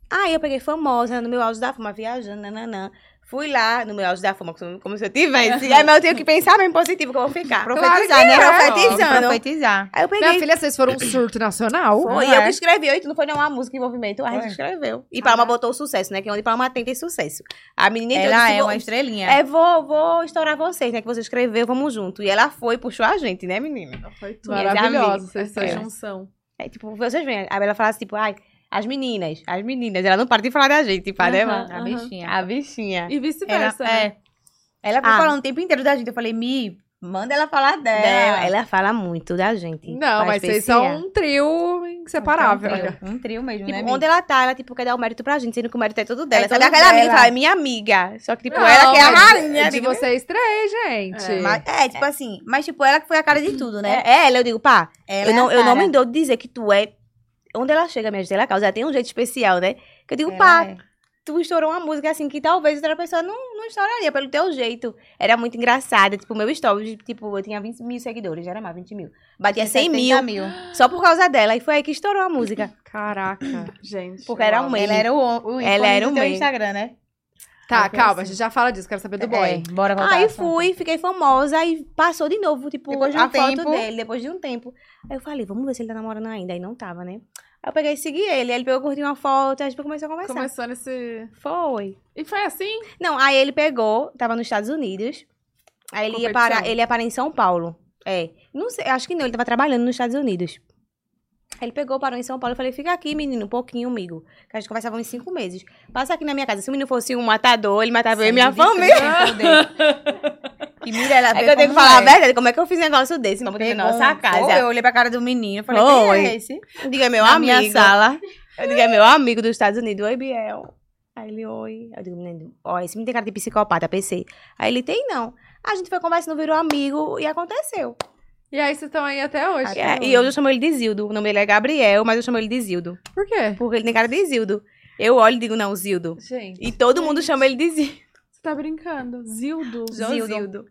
[SPEAKER 6] Aí eu peguei famosa, no meu auge da fama, viajando, nananã. Fui lá, no meu auge da fama, como como se eu tivesse. Aí mas
[SPEAKER 5] *laughs*
[SPEAKER 6] É, eu tenho que pensar mesmo positivo que eu vou ficar.
[SPEAKER 1] Claro que
[SPEAKER 6] Profetizar, né?
[SPEAKER 1] é, ó,
[SPEAKER 6] Profetizando.
[SPEAKER 5] Profetizar.
[SPEAKER 6] Aí eu peguei.
[SPEAKER 1] Minha filha, vocês foram um surto nacional.
[SPEAKER 6] Foi,
[SPEAKER 5] Não
[SPEAKER 6] eu
[SPEAKER 5] é?
[SPEAKER 6] que escrevi, oito, não foi nenhuma música em movimento, a gente
[SPEAKER 5] Foi.
[SPEAKER 6] escreveu. E Palma botou o sucesso, né? Que onde Palma tem, tem sucesso. A menina entrou
[SPEAKER 5] Ela
[SPEAKER 6] disse,
[SPEAKER 5] é
[SPEAKER 6] "Vou-
[SPEAKER 5] uma estrelinha.
[SPEAKER 6] É, vou, vou estourar vocês, né? Que você escreveu, vamos junto. E ela foi, puxou a gente, né, menina?
[SPEAKER 2] Foi tudo.
[SPEAKER 1] Maravilhosa,
[SPEAKER 6] Minhas
[SPEAKER 1] vocês são
[SPEAKER 2] Essa
[SPEAKER 6] É.
[SPEAKER 2] junção.
[SPEAKER 6] É, tipo, vocês veem, a Bela fala assim, tipo, ai, as meninas, as meninas. Ela não para de falar da gente, tipo, né,
[SPEAKER 2] Aham,
[SPEAKER 6] mano?
[SPEAKER 2] aham.
[SPEAKER 6] A bichinha.
[SPEAKER 2] E
[SPEAKER 5] Ela,
[SPEAKER 2] vice-versa. né?
[SPEAKER 5] é. Ela ficou
[SPEAKER 6] Ah.
[SPEAKER 5] falando o tempo inteiro da gente. Eu falei, Mi, manda ela falar dela.
[SPEAKER 6] Não, ela fala muito da gente.
[SPEAKER 1] Não,
[SPEAKER 6] Faz
[SPEAKER 1] mas vocês
[SPEAKER 6] especial.
[SPEAKER 1] são um trio inseparável.
[SPEAKER 6] É
[SPEAKER 5] Um trio mesmo,
[SPEAKER 6] Tipo,
[SPEAKER 5] né, Mi?
[SPEAKER 6] onde ela tá, ela tipo, quer dar o mérito pra gente, sendo que o mérito é todo dela.
[SPEAKER 5] É
[SPEAKER 6] Sabe
[SPEAKER 5] todo
[SPEAKER 6] aquela amiga que
[SPEAKER 5] dela.
[SPEAKER 6] fala, é minha amiga. Só que, tipo,
[SPEAKER 1] Não,
[SPEAKER 6] ela que é a
[SPEAKER 1] mas
[SPEAKER 6] rainha.
[SPEAKER 1] de
[SPEAKER 6] digo,
[SPEAKER 1] vocês três, gente.
[SPEAKER 2] É.
[SPEAKER 5] Mas- é, tipo assim, mas tipo, ela que foi a cara de tudo, né?
[SPEAKER 6] É, ela, eu digo, pá,
[SPEAKER 5] Ela
[SPEAKER 6] eu
[SPEAKER 5] é
[SPEAKER 6] não,
[SPEAKER 5] a
[SPEAKER 6] eu não
[SPEAKER 5] cara.
[SPEAKER 6] me dou de dizer que tu é. Onde ela chega, minha gente, ela causa. Ela tem um jeito especial, né? Que eu digo,
[SPEAKER 5] Ela
[SPEAKER 6] pá,
[SPEAKER 5] é.
[SPEAKER 6] tu estourou uma música assim que talvez outra pessoa não, não estouraria pelo teu jeito. Era muito engraçada. Tipo, meu stories, tipo, eu tinha 20 mil seguidores, já era mais 20 mil.
[SPEAKER 5] é
[SPEAKER 6] Batia 100 mil,
[SPEAKER 5] 70
[SPEAKER 6] só por causa dela. E foi aí que estourou a música.
[SPEAKER 1] Caraca.
[SPEAKER 2] Gente.
[SPEAKER 6] Porque era
[SPEAKER 2] uau.
[SPEAKER 6] um meme.
[SPEAKER 5] Ela era o, o
[SPEAKER 6] Ela
[SPEAKER 5] ícone
[SPEAKER 6] era
[SPEAKER 5] do
[SPEAKER 6] o
[SPEAKER 5] teu
[SPEAKER 6] meio.
[SPEAKER 5] Instagram, né?
[SPEAKER 1] Tá,
[SPEAKER 5] Uma coisa
[SPEAKER 1] calma, a
[SPEAKER 5] assim.
[SPEAKER 1] gente já fala disso, quero saber do boy.
[SPEAKER 5] É, bora voltar.
[SPEAKER 6] Aí
[SPEAKER 5] ao assunto.
[SPEAKER 6] fui, fiquei famosa e passou de novo, tipo,
[SPEAKER 5] Depois de um
[SPEAKER 6] a
[SPEAKER 5] tempo.
[SPEAKER 6] foto dele, depois de um tempo. Aí eu falei, vamos ver se ele tá namorando ainda. Aí não tava, né? Aí eu peguei e segui ele. Aí ele pegou, curtiu uma foto, aí a gente começou a conversar.
[SPEAKER 2] Começou nesse.
[SPEAKER 6] Foi.
[SPEAKER 2] E foi assim?
[SPEAKER 6] Não, aí ele pegou, tava nos Estados Unidos. Aí ele ia,
[SPEAKER 2] Competição.
[SPEAKER 6] parar, ele ia parar em São Paulo. É. Não sei, acho que não, ele tava trabalhando nos Estados Unidos. Aí ele pegou, parou em São Paulo. Eu falei, fica aqui, menino, um pouquinho comigo. Que a gente conversava uns cinco meses. Passa aqui na minha casa. Se o menino fosse um matador, ele matava eu e minha
[SPEAKER 5] Sangue de
[SPEAKER 6] família.
[SPEAKER 5] Cristo, poder. *laughs* Que mira ela
[SPEAKER 6] É que eu tenho que falar a verdade, como é que eu fiz um negócio desse pra poder ter nossa
[SPEAKER 5] eu
[SPEAKER 6] casa?
[SPEAKER 5] olhei pra cara do menino e falei,
[SPEAKER 6] Oi.
[SPEAKER 5] quem é esse?
[SPEAKER 6] Diga, meu
[SPEAKER 5] Na
[SPEAKER 6] amigo.
[SPEAKER 5] minha sala.
[SPEAKER 6] Eu digo, é meu amigo dos Estados Unidos. Oi, Biel. Aí ele, oi. Eu digo, menino, ó, esse menino tem cara de psicopata, pensei. Aí ele, tem não. A gente foi conversando, virou amigo e aconteceu.
[SPEAKER 1] E aí vocês estão aí até hoje.
[SPEAKER 6] É, e hoje eu chamo ele de Zildo. O nome dele é Gabriel, mas eu chamo ele de Zildo.
[SPEAKER 1] Por quê?
[SPEAKER 6] Porque ele tem cara de Zildo. Eu olho e digo, não, Zildo.
[SPEAKER 1] Gente,
[SPEAKER 6] E todo mundo chama ele de Zildo.
[SPEAKER 2] Você tá brincando. Zildo.
[SPEAKER 6] Zildo.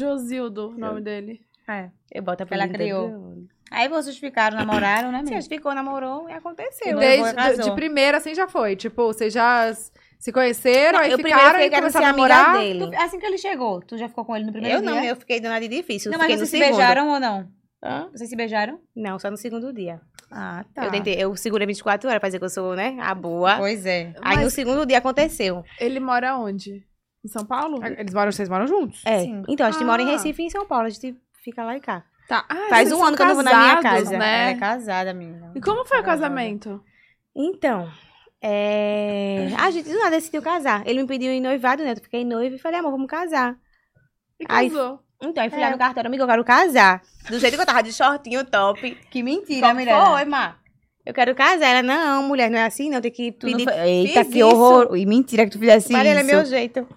[SPEAKER 2] Josildo, o nome dele.
[SPEAKER 6] É, eu boto a
[SPEAKER 5] Ela criou. Aí vocês ficaram, namoraram, né,
[SPEAKER 6] Vocês ficou, namorou e aconteceu.
[SPEAKER 1] desde
[SPEAKER 6] Noivou e
[SPEAKER 1] de,
[SPEAKER 6] casou.
[SPEAKER 1] de primeira assim já foi. Tipo, vocês já s- se conheceram, aí
[SPEAKER 6] eu primeiro
[SPEAKER 1] ficaram
[SPEAKER 6] falei
[SPEAKER 1] e
[SPEAKER 6] que era ser
[SPEAKER 1] começaram a
[SPEAKER 6] amiga
[SPEAKER 1] namorar.
[SPEAKER 6] dele.
[SPEAKER 5] Assim que ele chegou, tu já ficou com ele no primeiro
[SPEAKER 6] Eu
[SPEAKER 5] é dia?
[SPEAKER 6] não, eu fiquei danada de difícil.
[SPEAKER 5] Não,
[SPEAKER 6] Não,
[SPEAKER 5] mas
[SPEAKER 6] fiquei
[SPEAKER 5] vocês se
[SPEAKER 6] no segundo.
[SPEAKER 5] beijaram ou não?
[SPEAKER 6] Hã?
[SPEAKER 5] Vocês se beijaram?
[SPEAKER 6] Não, só no segundo dia.
[SPEAKER 5] Ah, tá.
[SPEAKER 6] Eu tentei, eu segurei 24 horas pra dizer que eu sou, né, a boa.
[SPEAKER 5] Pois é.
[SPEAKER 6] Aí no
[SPEAKER 1] Mas-
[SPEAKER 6] segundo dia aconteceu.
[SPEAKER 2] Ele mora onde? Em São Paulo?
[SPEAKER 1] Ah, Eles moram, vocês moram juntos?
[SPEAKER 6] É.
[SPEAKER 5] Sim.
[SPEAKER 6] Então, a gente mora em
[SPEAKER 2] Ah.
[SPEAKER 6] Recife e em São Paulo. A gente fica lá e cá.
[SPEAKER 2] Tá. Ah,
[SPEAKER 6] Faz
[SPEAKER 2] vocês
[SPEAKER 6] um
[SPEAKER 2] são
[SPEAKER 6] ano que eu não vou na minha
[SPEAKER 2] casados,
[SPEAKER 6] casa.
[SPEAKER 2] Né?
[SPEAKER 5] Ela é casada, menina.
[SPEAKER 2] E como foi o casamento?
[SPEAKER 6] Então, é... a gente do nada decidiu casar. Ele me pediu em noivado, né? Eu fiquei noiva e falei, amor, vamos casar.
[SPEAKER 2] E
[SPEAKER 6] Ai,
[SPEAKER 2] casou.
[SPEAKER 6] Então, aí fui
[SPEAKER 5] É.
[SPEAKER 6] lá no cartório, amiga, eu quero casar. Do jeito que eu tava, de shortinho
[SPEAKER 5] *laughs*
[SPEAKER 6] top.
[SPEAKER 5] Que mentira,
[SPEAKER 6] Como
[SPEAKER 5] Miranda.
[SPEAKER 6] foi, Má? Eu quero casar. Ela, não, mulher, não é assim, não. Tem que
[SPEAKER 5] Tu não
[SPEAKER 6] pedir.
[SPEAKER 5] foi- Eita,
[SPEAKER 6] Fiz
[SPEAKER 5] que horror. E mentira que tu fizesse
[SPEAKER 6] Maria,
[SPEAKER 5] isso.
[SPEAKER 6] é meu jeito.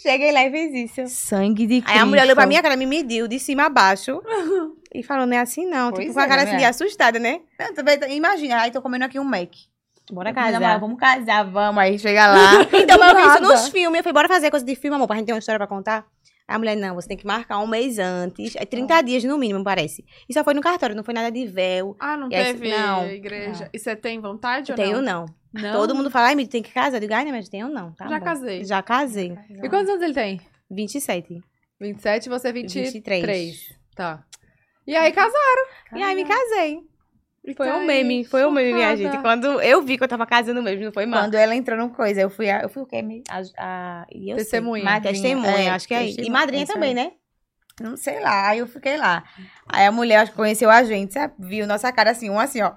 [SPEAKER 6] Cheguei lá e fiz isso.
[SPEAKER 5] Sangue de Cristo.
[SPEAKER 6] Aí a mulher olhou pra minha cara, me mediu de cima
[SPEAKER 2] *laughs*
[SPEAKER 6] a baixo. e falou, não é assim, não.
[SPEAKER 5] Pois
[SPEAKER 6] tipo, com a
[SPEAKER 5] é,
[SPEAKER 6] cara
[SPEAKER 5] né,
[SPEAKER 6] assim de
[SPEAKER 5] mulher?
[SPEAKER 6] assustada, né?
[SPEAKER 5] Eu também tô- Imagina, aí tô comendo aqui um Mac.
[SPEAKER 6] Bora
[SPEAKER 5] Eu falei, "Namorado,
[SPEAKER 6] casar.
[SPEAKER 5] Vamos casar, vamos. Aí chega lá.
[SPEAKER 6] Então, mas eu vi isso
[SPEAKER 5] Nada.
[SPEAKER 6] nos filmes. Eu falei, bora fazer coisa de filme, amor, pra gente ter uma história pra contar. Aí A mulher, não, você tem que marcar um mês antes. É 30 dias no mínimo, parece. E só foi no cartório, não foi nada de véu.
[SPEAKER 2] Ah, não
[SPEAKER 6] E aí,
[SPEAKER 2] teve
[SPEAKER 6] não.
[SPEAKER 2] igreja. E você tem vontade
[SPEAKER 6] Eu
[SPEAKER 2] ou
[SPEAKER 6] tenho
[SPEAKER 2] não?
[SPEAKER 6] não.
[SPEAKER 2] não.
[SPEAKER 6] Todo mundo fala, ai, amigo, tem que casar. Eu digo, ai, não, mas tenho não, tá
[SPEAKER 2] Já
[SPEAKER 6] bom.
[SPEAKER 2] casei.
[SPEAKER 6] Já casei.
[SPEAKER 1] E quantos anos ele tem?
[SPEAKER 6] 27.
[SPEAKER 1] 27 você é 23.
[SPEAKER 6] 23.
[SPEAKER 1] Tá. E aí casaram.
[SPEAKER 6] E aí me casei.
[SPEAKER 1] E
[SPEAKER 6] Foi
[SPEAKER 1] tá
[SPEAKER 6] um
[SPEAKER 1] aí,
[SPEAKER 6] meme, foi um meme, minha
[SPEAKER 1] chocada.
[SPEAKER 6] gente. Quando eu vi que eu tava casando mesmo, não foi mal.
[SPEAKER 5] Quando ela entrou no coisa, eu fui, a- eu fui o quê? Me-
[SPEAKER 6] A, a- e eu sei.
[SPEAKER 1] Testemunha.
[SPEAKER 5] Madrinha.
[SPEAKER 6] Testemunha,
[SPEAKER 5] É,
[SPEAKER 6] acho que é aí.
[SPEAKER 5] testemunha,
[SPEAKER 6] E madrinha
[SPEAKER 5] é isso
[SPEAKER 6] também, né?
[SPEAKER 5] Não sei lá, aí eu fiquei lá. Aí a mulher, acho que conheceu a gente, sabe? Viu nossa cara assim, um assim, ó,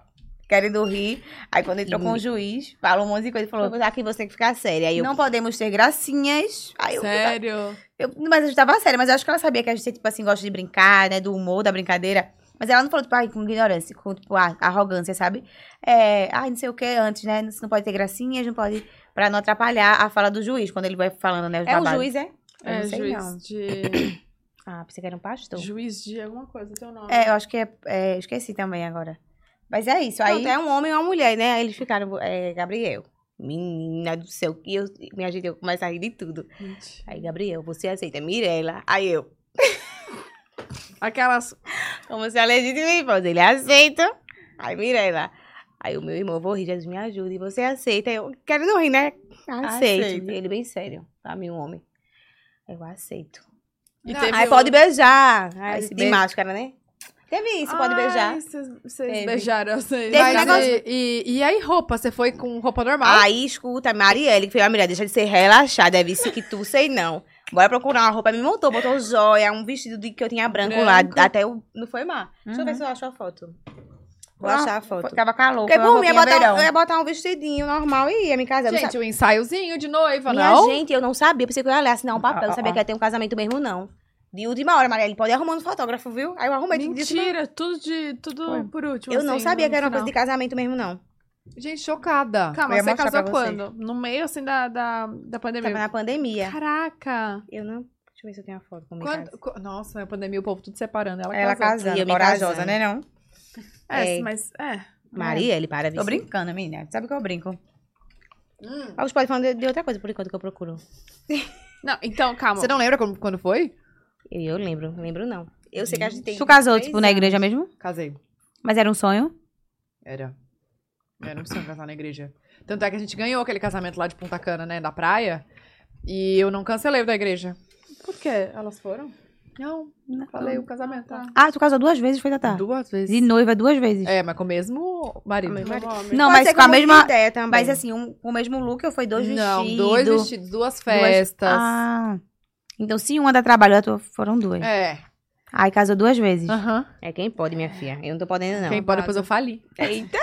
[SPEAKER 5] querendo rir. Aí quando entrou com o juiz, falou um monte de coisa e falou:
[SPEAKER 6] Falou, aqui você tem que ficar séria. Aí eu,
[SPEAKER 5] Não podemos ter gracinhas. Aí eu,
[SPEAKER 2] Sério?
[SPEAKER 5] eu- Mas a gente tava séria, mas eu acho que ela sabia que a gente, tipo assim, gosta de brincar, né? Do humor, da brincadeira. Mas ela não falou, tipo, ai, com ignorância, com, tipo, a- arrogância, sabe? É, ai, não sei o que antes, né? Não pode ter gracinhas, não pode. Pra não atrapalhar a fala do juiz, quando ele vai falando, né? os
[SPEAKER 6] é um
[SPEAKER 5] babados.
[SPEAKER 6] juiz, é?
[SPEAKER 5] Eu
[SPEAKER 2] é,
[SPEAKER 5] não sei,
[SPEAKER 2] juiz
[SPEAKER 5] não.
[SPEAKER 2] de...
[SPEAKER 6] *coughs* Ah, pensei que era um pastor.
[SPEAKER 2] juiz de alguma coisa, teu nome.
[SPEAKER 5] É, eu acho que é. é, esqueci também agora. Mas é isso.
[SPEAKER 6] Aí
[SPEAKER 5] Aí.
[SPEAKER 6] Pronto, é um homem e uma mulher, né? Aí eles ficaram, é, Gabriel. Menina do céu, que eu me ajeitei, eu comecei a rir de tudo.
[SPEAKER 2] Gente.
[SPEAKER 6] Aí, Gabriel, você aceita Mirella? Aí eu,
[SPEAKER 2] Aquelas...
[SPEAKER 6] como se a legítima esposa, ele aceita. Aí, Mirella. Aí o meu irmão, vou rir, Jesus me ajuda. E você aceita? Eu quero não rir, né? Aceito.
[SPEAKER 5] Aceito.
[SPEAKER 6] Ele bem sério, tá? Meu homem. Eu aceito.
[SPEAKER 2] E
[SPEAKER 1] Não,
[SPEAKER 2] teve
[SPEAKER 6] Aí
[SPEAKER 2] um-
[SPEAKER 6] pode beijar. Aí,
[SPEAKER 5] Aí se
[SPEAKER 6] de
[SPEAKER 5] beija.
[SPEAKER 6] máscara, né? Teve isso, pode
[SPEAKER 2] Ai,
[SPEAKER 6] beijar.
[SPEAKER 2] Vocês vocês
[SPEAKER 6] Teve.
[SPEAKER 2] beijaram, vocês.
[SPEAKER 6] Teve
[SPEAKER 1] Mas
[SPEAKER 6] um negócio-
[SPEAKER 1] e, e, e aí roupa? Você foi com roupa normal?
[SPEAKER 6] Aí escuta, a Marielle, que foi a mulher, deixa de ser relaxada, é vice que tu sei não. Bora procurar uma roupa. Me montou, botou joia, um vestido de, que eu tinha branco,
[SPEAKER 2] Branco.
[SPEAKER 6] lá, até o. Não foi má. Deixa eu ver
[SPEAKER 5] Uhum.
[SPEAKER 6] se eu acho a foto. Vou
[SPEAKER 5] Ah,
[SPEAKER 6] achar a
[SPEAKER 4] é
[SPEAKER 6] foto.
[SPEAKER 5] Tava calor.
[SPEAKER 6] Porque
[SPEAKER 5] foi uma
[SPEAKER 6] por mim, ia
[SPEAKER 5] roupinha
[SPEAKER 6] botar,
[SPEAKER 5] verão.
[SPEAKER 6] eu ia botar um vestidinho normal e ia me casar. eu não
[SPEAKER 1] Gente, o ensaiozinho de noiva,
[SPEAKER 6] sabia. Minha
[SPEAKER 1] não?
[SPEAKER 6] gente, eu não sabia. Pensei que eu ia ler assinar um papel.
[SPEAKER 5] Ah, ah,
[SPEAKER 6] Não sabia
[SPEAKER 5] ah.
[SPEAKER 6] que ia ter um casamento mesmo, não. De última hora, Marielle, pode ir arrumando fotógrafo, viu? Aí eu arrumei tudo disso.
[SPEAKER 2] Mentira, tudo, de, tudo
[SPEAKER 5] Foi.
[SPEAKER 2] por último.
[SPEAKER 6] Eu não
[SPEAKER 2] assim,
[SPEAKER 6] sabia
[SPEAKER 2] no
[SPEAKER 6] que era uma coisa de
[SPEAKER 2] final.
[SPEAKER 6] casamento mesmo, não.
[SPEAKER 1] Gente, chocada.
[SPEAKER 2] Calma,
[SPEAKER 5] Eu ia
[SPEAKER 2] você
[SPEAKER 5] mostrar
[SPEAKER 2] casou
[SPEAKER 5] pra vocês.
[SPEAKER 2] quando? No meio, assim, da, da, da pandemia?
[SPEAKER 6] Tava na pandemia.
[SPEAKER 2] Caraca!
[SPEAKER 6] Eu não. Deixa eu ver se eu tenho a foto comigo.
[SPEAKER 1] Quando- co- nossa, a pandemia, o povo tudo separando. Ela,
[SPEAKER 5] Ela
[SPEAKER 1] casou.
[SPEAKER 6] E eu
[SPEAKER 5] casando,
[SPEAKER 6] me
[SPEAKER 5] corajosa,
[SPEAKER 6] casando.
[SPEAKER 5] né, não?
[SPEAKER 2] É,
[SPEAKER 6] É.
[SPEAKER 2] mas é.
[SPEAKER 6] Marielle, para,
[SPEAKER 5] Tô
[SPEAKER 6] vice.
[SPEAKER 5] brincando, menina. Sabe que eu brinco?
[SPEAKER 1] Hum.
[SPEAKER 6] Ah, Os pais falam de, de outra coisa por enquanto que eu procuro.
[SPEAKER 2] Não, então, calma.
[SPEAKER 1] Você não lembra como- quando foi?
[SPEAKER 6] Eu, eu lembro, lembro não. Eu sei que a gente tem.
[SPEAKER 5] Tu casou,
[SPEAKER 6] três
[SPEAKER 5] tipo, na
[SPEAKER 6] anos.
[SPEAKER 5] igreja mesmo?
[SPEAKER 1] Casei.
[SPEAKER 5] Mas era um sonho?
[SPEAKER 1] Era. Era um sonho casar na igreja. Tanto é que a gente ganhou aquele casamento lá de Punta Cana, né? Da praia. E eu não cancelei o da igreja.
[SPEAKER 2] Por quê? Elas foram?
[SPEAKER 1] Não, não falei o casamento. Tá.
[SPEAKER 5] Ah, tu casou duas vezes, foi, Tatá?
[SPEAKER 1] Duas vezes.
[SPEAKER 5] Tá. De noiva duas vezes.
[SPEAKER 1] É, mas com o mesmo marido.
[SPEAKER 6] Meu
[SPEAKER 2] Meu nome.
[SPEAKER 5] Não,
[SPEAKER 6] Pode
[SPEAKER 5] mas
[SPEAKER 6] ser
[SPEAKER 5] com a
[SPEAKER 6] muda de
[SPEAKER 5] mesma.
[SPEAKER 6] Ideia também.
[SPEAKER 5] Mas assim, um, com o mesmo look, ou foi dois
[SPEAKER 1] não,
[SPEAKER 5] vestidos?
[SPEAKER 1] dois vestidos, duas festas.
[SPEAKER 5] Ah. Então, se uma dá trabalho, a tua foram duas.
[SPEAKER 1] É.
[SPEAKER 5] Aí casou duas vezes.
[SPEAKER 1] Aham.
[SPEAKER 6] É quem pode, minha filha. Eu não tô podendo, não.
[SPEAKER 1] Quem pode, depois eu fali.
[SPEAKER 6] Eita.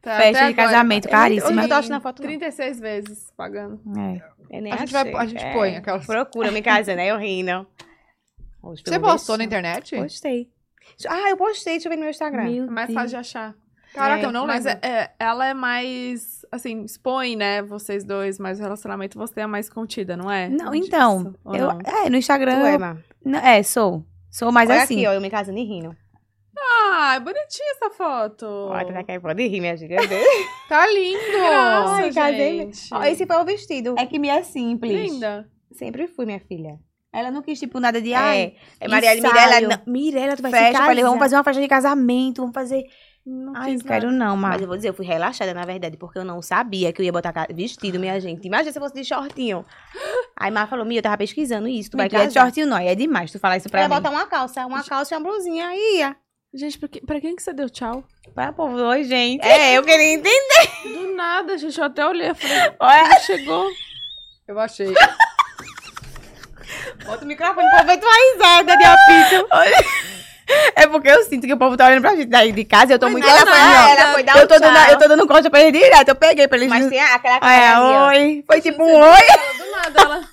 [SPEAKER 2] Tá,
[SPEAKER 5] Festa
[SPEAKER 2] até
[SPEAKER 5] de casamento, caríssima.
[SPEAKER 6] Eu tô achando a foto, não.
[SPEAKER 2] 36 vezes pagando.
[SPEAKER 5] É.
[SPEAKER 6] Eu nem
[SPEAKER 1] A gente, vai,
[SPEAKER 6] achei.
[SPEAKER 1] a gente
[SPEAKER 6] É.
[SPEAKER 1] põe aquelas.
[SPEAKER 6] Procura me casando, aí eu ri, não. Hoje
[SPEAKER 1] Você
[SPEAKER 6] pelo
[SPEAKER 1] postou
[SPEAKER 6] menos-
[SPEAKER 1] na internet?
[SPEAKER 6] Postei. Ah, eu postei, deixa eu ver no meu Instagram.
[SPEAKER 5] Meu
[SPEAKER 2] É Mais
[SPEAKER 5] Deus.
[SPEAKER 2] fácil de achar.
[SPEAKER 1] Caraca,
[SPEAKER 2] É,
[SPEAKER 1] eu não
[SPEAKER 2] mas
[SPEAKER 1] lembro.
[SPEAKER 2] é- é- ela é mais, assim, expõe, né, vocês dois, mas o relacionamento você é mais contida, não é?
[SPEAKER 5] Não,
[SPEAKER 2] Disso,
[SPEAKER 5] então.
[SPEAKER 2] ou
[SPEAKER 5] eu-
[SPEAKER 2] não?
[SPEAKER 5] É, no
[SPEAKER 6] Tu
[SPEAKER 5] Instagram.
[SPEAKER 6] é,
[SPEAKER 5] eu-
[SPEAKER 6] Má?
[SPEAKER 5] Não, é, sou. Sou mais
[SPEAKER 6] Olha
[SPEAKER 5] assim.
[SPEAKER 6] aqui, ó, eu me casando e rindo.
[SPEAKER 2] Ah, é bonitinha essa foto.
[SPEAKER 6] Olha, tá aqui, pode rir, minha gente.
[SPEAKER 1] Tá lindo!
[SPEAKER 2] Nossa,
[SPEAKER 6] Ai, casei
[SPEAKER 2] gente.
[SPEAKER 6] Ó, esse foi o vestido. É que me é simples.
[SPEAKER 2] Linda.
[SPEAKER 6] Sempre fui, minha filha.
[SPEAKER 5] Ela não quis, tipo, nada de.
[SPEAKER 6] É,
[SPEAKER 5] ai,
[SPEAKER 6] É Marielle Mirella. não- Mirella, tu vai
[SPEAKER 5] festa.
[SPEAKER 6] se
[SPEAKER 5] eu
[SPEAKER 6] casar.
[SPEAKER 5] Falei, vamos fazer uma festa de casamento, vamos fazer.
[SPEAKER 2] Não
[SPEAKER 5] ai,
[SPEAKER 2] fiz
[SPEAKER 5] não quero não,
[SPEAKER 6] Mas
[SPEAKER 5] Mari.
[SPEAKER 6] eu vou dizer, eu fui relaxada, na verdade, porque eu não sabia que eu ia botar ca- vestido, minha gente. Imagina se eu fosse de shortinho. Aí Mar falou, Mia, eu tava pesquisando isso, tu vai
[SPEAKER 5] Mentira,
[SPEAKER 6] casar.
[SPEAKER 5] é shortinho não, é demais tu falar isso
[SPEAKER 6] Eu
[SPEAKER 5] pra
[SPEAKER 6] ia
[SPEAKER 5] mim.
[SPEAKER 6] botar uma calça, uma calça e uma blusinha, aí ia.
[SPEAKER 2] Gente, pra, que- pra quem que você deu tchau?
[SPEAKER 6] Pra povo, oi, gente. É, eu queria entender.
[SPEAKER 2] Do nada, gente. Eu até olhei. Eu falei,
[SPEAKER 6] Olha,
[SPEAKER 2] não chegou.
[SPEAKER 1] Eu achei.
[SPEAKER 6] bota o microfone, o povo vai tua risada de apito.
[SPEAKER 5] É porque eu sinto que o povo tá olhando pra gente daí de casa, eu tô muito
[SPEAKER 6] ela, foi,
[SPEAKER 5] assim, ó.
[SPEAKER 6] ela foi dar
[SPEAKER 5] eu,
[SPEAKER 6] um
[SPEAKER 5] tô dando,
[SPEAKER 6] tchau.
[SPEAKER 5] eu tô dando um corte pra eles direto, eu peguei pra eles.
[SPEAKER 6] Mas tem aquela cara
[SPEAKER 5] é,
[SPEAKER 6] ali, ó.
[SPEAKER 5] oi. Foi tipo um oi,
[SPEAKER 2] Do nada, ela...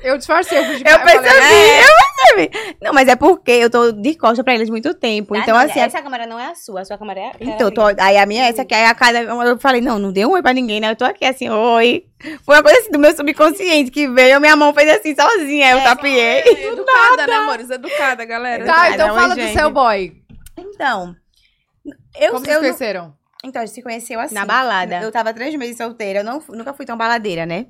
[SPEAKER 1] Eu disfarcei, eu assim, fiz de
[SPEAKER 5] eu
[SPEAKER 1] cara,
[SPEAKER 5] percebi,
[SPEAKER 1] falei, "É,
[SPEAKER 6] "É."
[SPEAKER 5] eu percebi. Não, mas é porque eu tô de costas pra eles muito tempo,
[SPEAKER 6] Tá,
[SPEAKER 5] então
[SPEAKER 6] não,
[SPEAKER 5] assim...
[SPEAKER 6] Essa câmera não é a sua, a sua câmera é a
[SPEAKER 5] Então, eu tô, aí a minha é essa, que aí a cada. Eu falei, não, não dei um oi pra ninguém, né? Eu tô aqui assim, oi. Foi uma coisa assim do meu subconsciente que veio, minha mão fez assim sozinha,
[SPEAKER 6] É,
[SPEAKER 5] aí eu tapiei.
[SPEAKER 1] é
[SPEAKER 2] educada, né, amores? Educada, galera.
[SPEAKER 1] Tá, então
[SPEAKER 5] Não,
[SPEAKER 1] fala
[SPEAKER 5] gente.
[SPEAKER 1] do seu boy.
[SPEAKER 5] Então. Eu,
[SPEAKER 1] Como vocês
[SPEAKER 5] eu, não-
[SPEAKER 1] conheceram?
[SPEAKER 5] Então, a gente se conheceu assim.
[SPEAKER 6] Na balada.
[SPEAKER 5] Eu tava três meses solteira. Eu não, fu- nunca fui tão baladeira, né?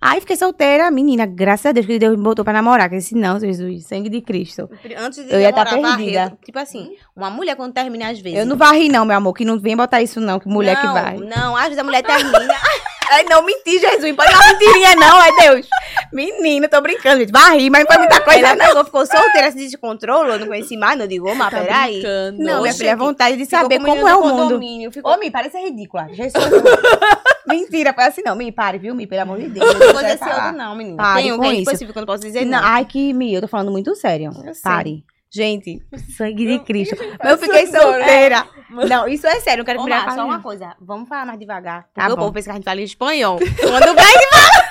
[SPEAKER 5] Aí fiquei solteira, menina, graças a Deus que Deus me botou pra namorar. Que eu disse, não, Jesus, sangue de Cristo.
[SPEAKER 6] Antes de
[SPEAKER 5] Eu ia tá
[SPEAKER 6] namorar,
[SPEAKER 5] perdida.
[SPEAKER 6] varrer, Tipo assim, uma mulher quando termina às vezes.
[SPEAKER 5] Eu não varri, não, meu amor, que não vem botar isso, não, que mulher que
[SPEAKER 6] Não,
[SPEAKER 5] vai.
[SPEAKER 6] Não, às vezes a mulher termina.
[SPEAKER 5] Ai, não, menti, Jesus. Pode dar mentirinha, não, é Deus. Menina, tô brincando, gente. Varri, mas não foi muita coisa, né?
[SPEAKER 6] ela
[SPEAKER 5] não.
[SPEAKER 6] pegou, ficou solteira, se descontrolou, não conheci mais, não digo, mas
[SPEAKER 2] Tá
[SPEAKER 6] peraí.
[SPEAKER 2] brincando.
[SPEAKER 5] Não, minha
[SPEAKER 6] Oxe,
[SPEAKER 5] filha, é vontade de
[SPEAKER 6] Ficou
[SPEAKER 5] saber
[SPEAKER 6] com o
[SPEAKER 5] como
[SPEAKER 6] menino
[SPEAKER 5] é o
[SPEAKER 6] do
[SPEAKER 5] mundo.
[SPEAKER 6] condomínio, Ficou...
[SPEAKER 5] Ô, Mi, parece ridícula.
[SPEAKER 6] *laughs*
[SPEAKER 5] Jesus. Mentira, foi assim, não. Mi, pare, viu, Mi? Pelo amor de Deus.
[SPEAKER 6] Não
[SPEAKER 5] você vai
[SPEAKER 6] aconteceu
[SPEAKER 5] falar.
[SPEAKER 6] do não, menina.
[SPEAKER 5] Pare
[SPEAKER 6] Tem um
[SPEAKER 5] com
[SPEAKER 6] que é
[SPEAKER 5] isso.
[SPEAKER 6] específico, eu não posso dizer
[SPEAKER 5] Não,
[SPEAKER 6] não.
[SPEAKER 5] ai, que Mi, eu tô falando muito sério.
[SPEAKER 6] Eu sei.
[SPEAKER 5] Pare. Gente, sangue de Cristo. Mas eu fiquei
[SPEAKER 6] *laughs*
[SPEAKER 5] solteira. Não, isso é sério, eu quero
[SPEAKER 6] Ô,
[SPEAKER 5] que
[SPEAKER 6] Mar,
[SPEAKER 5] mulher
[SPEAKER 6] só
[SPEAKER 5] fale.
[SPEAKER 6] uma coisa, vamos falar mais devagar.
[SPEAKER 5] Tá
[SPEAKER 6] Porque o
[SPEAKER 5] bom.
[SPEAKER 6] povo pensa que a gente fala em espanhol. Quando vai e fala.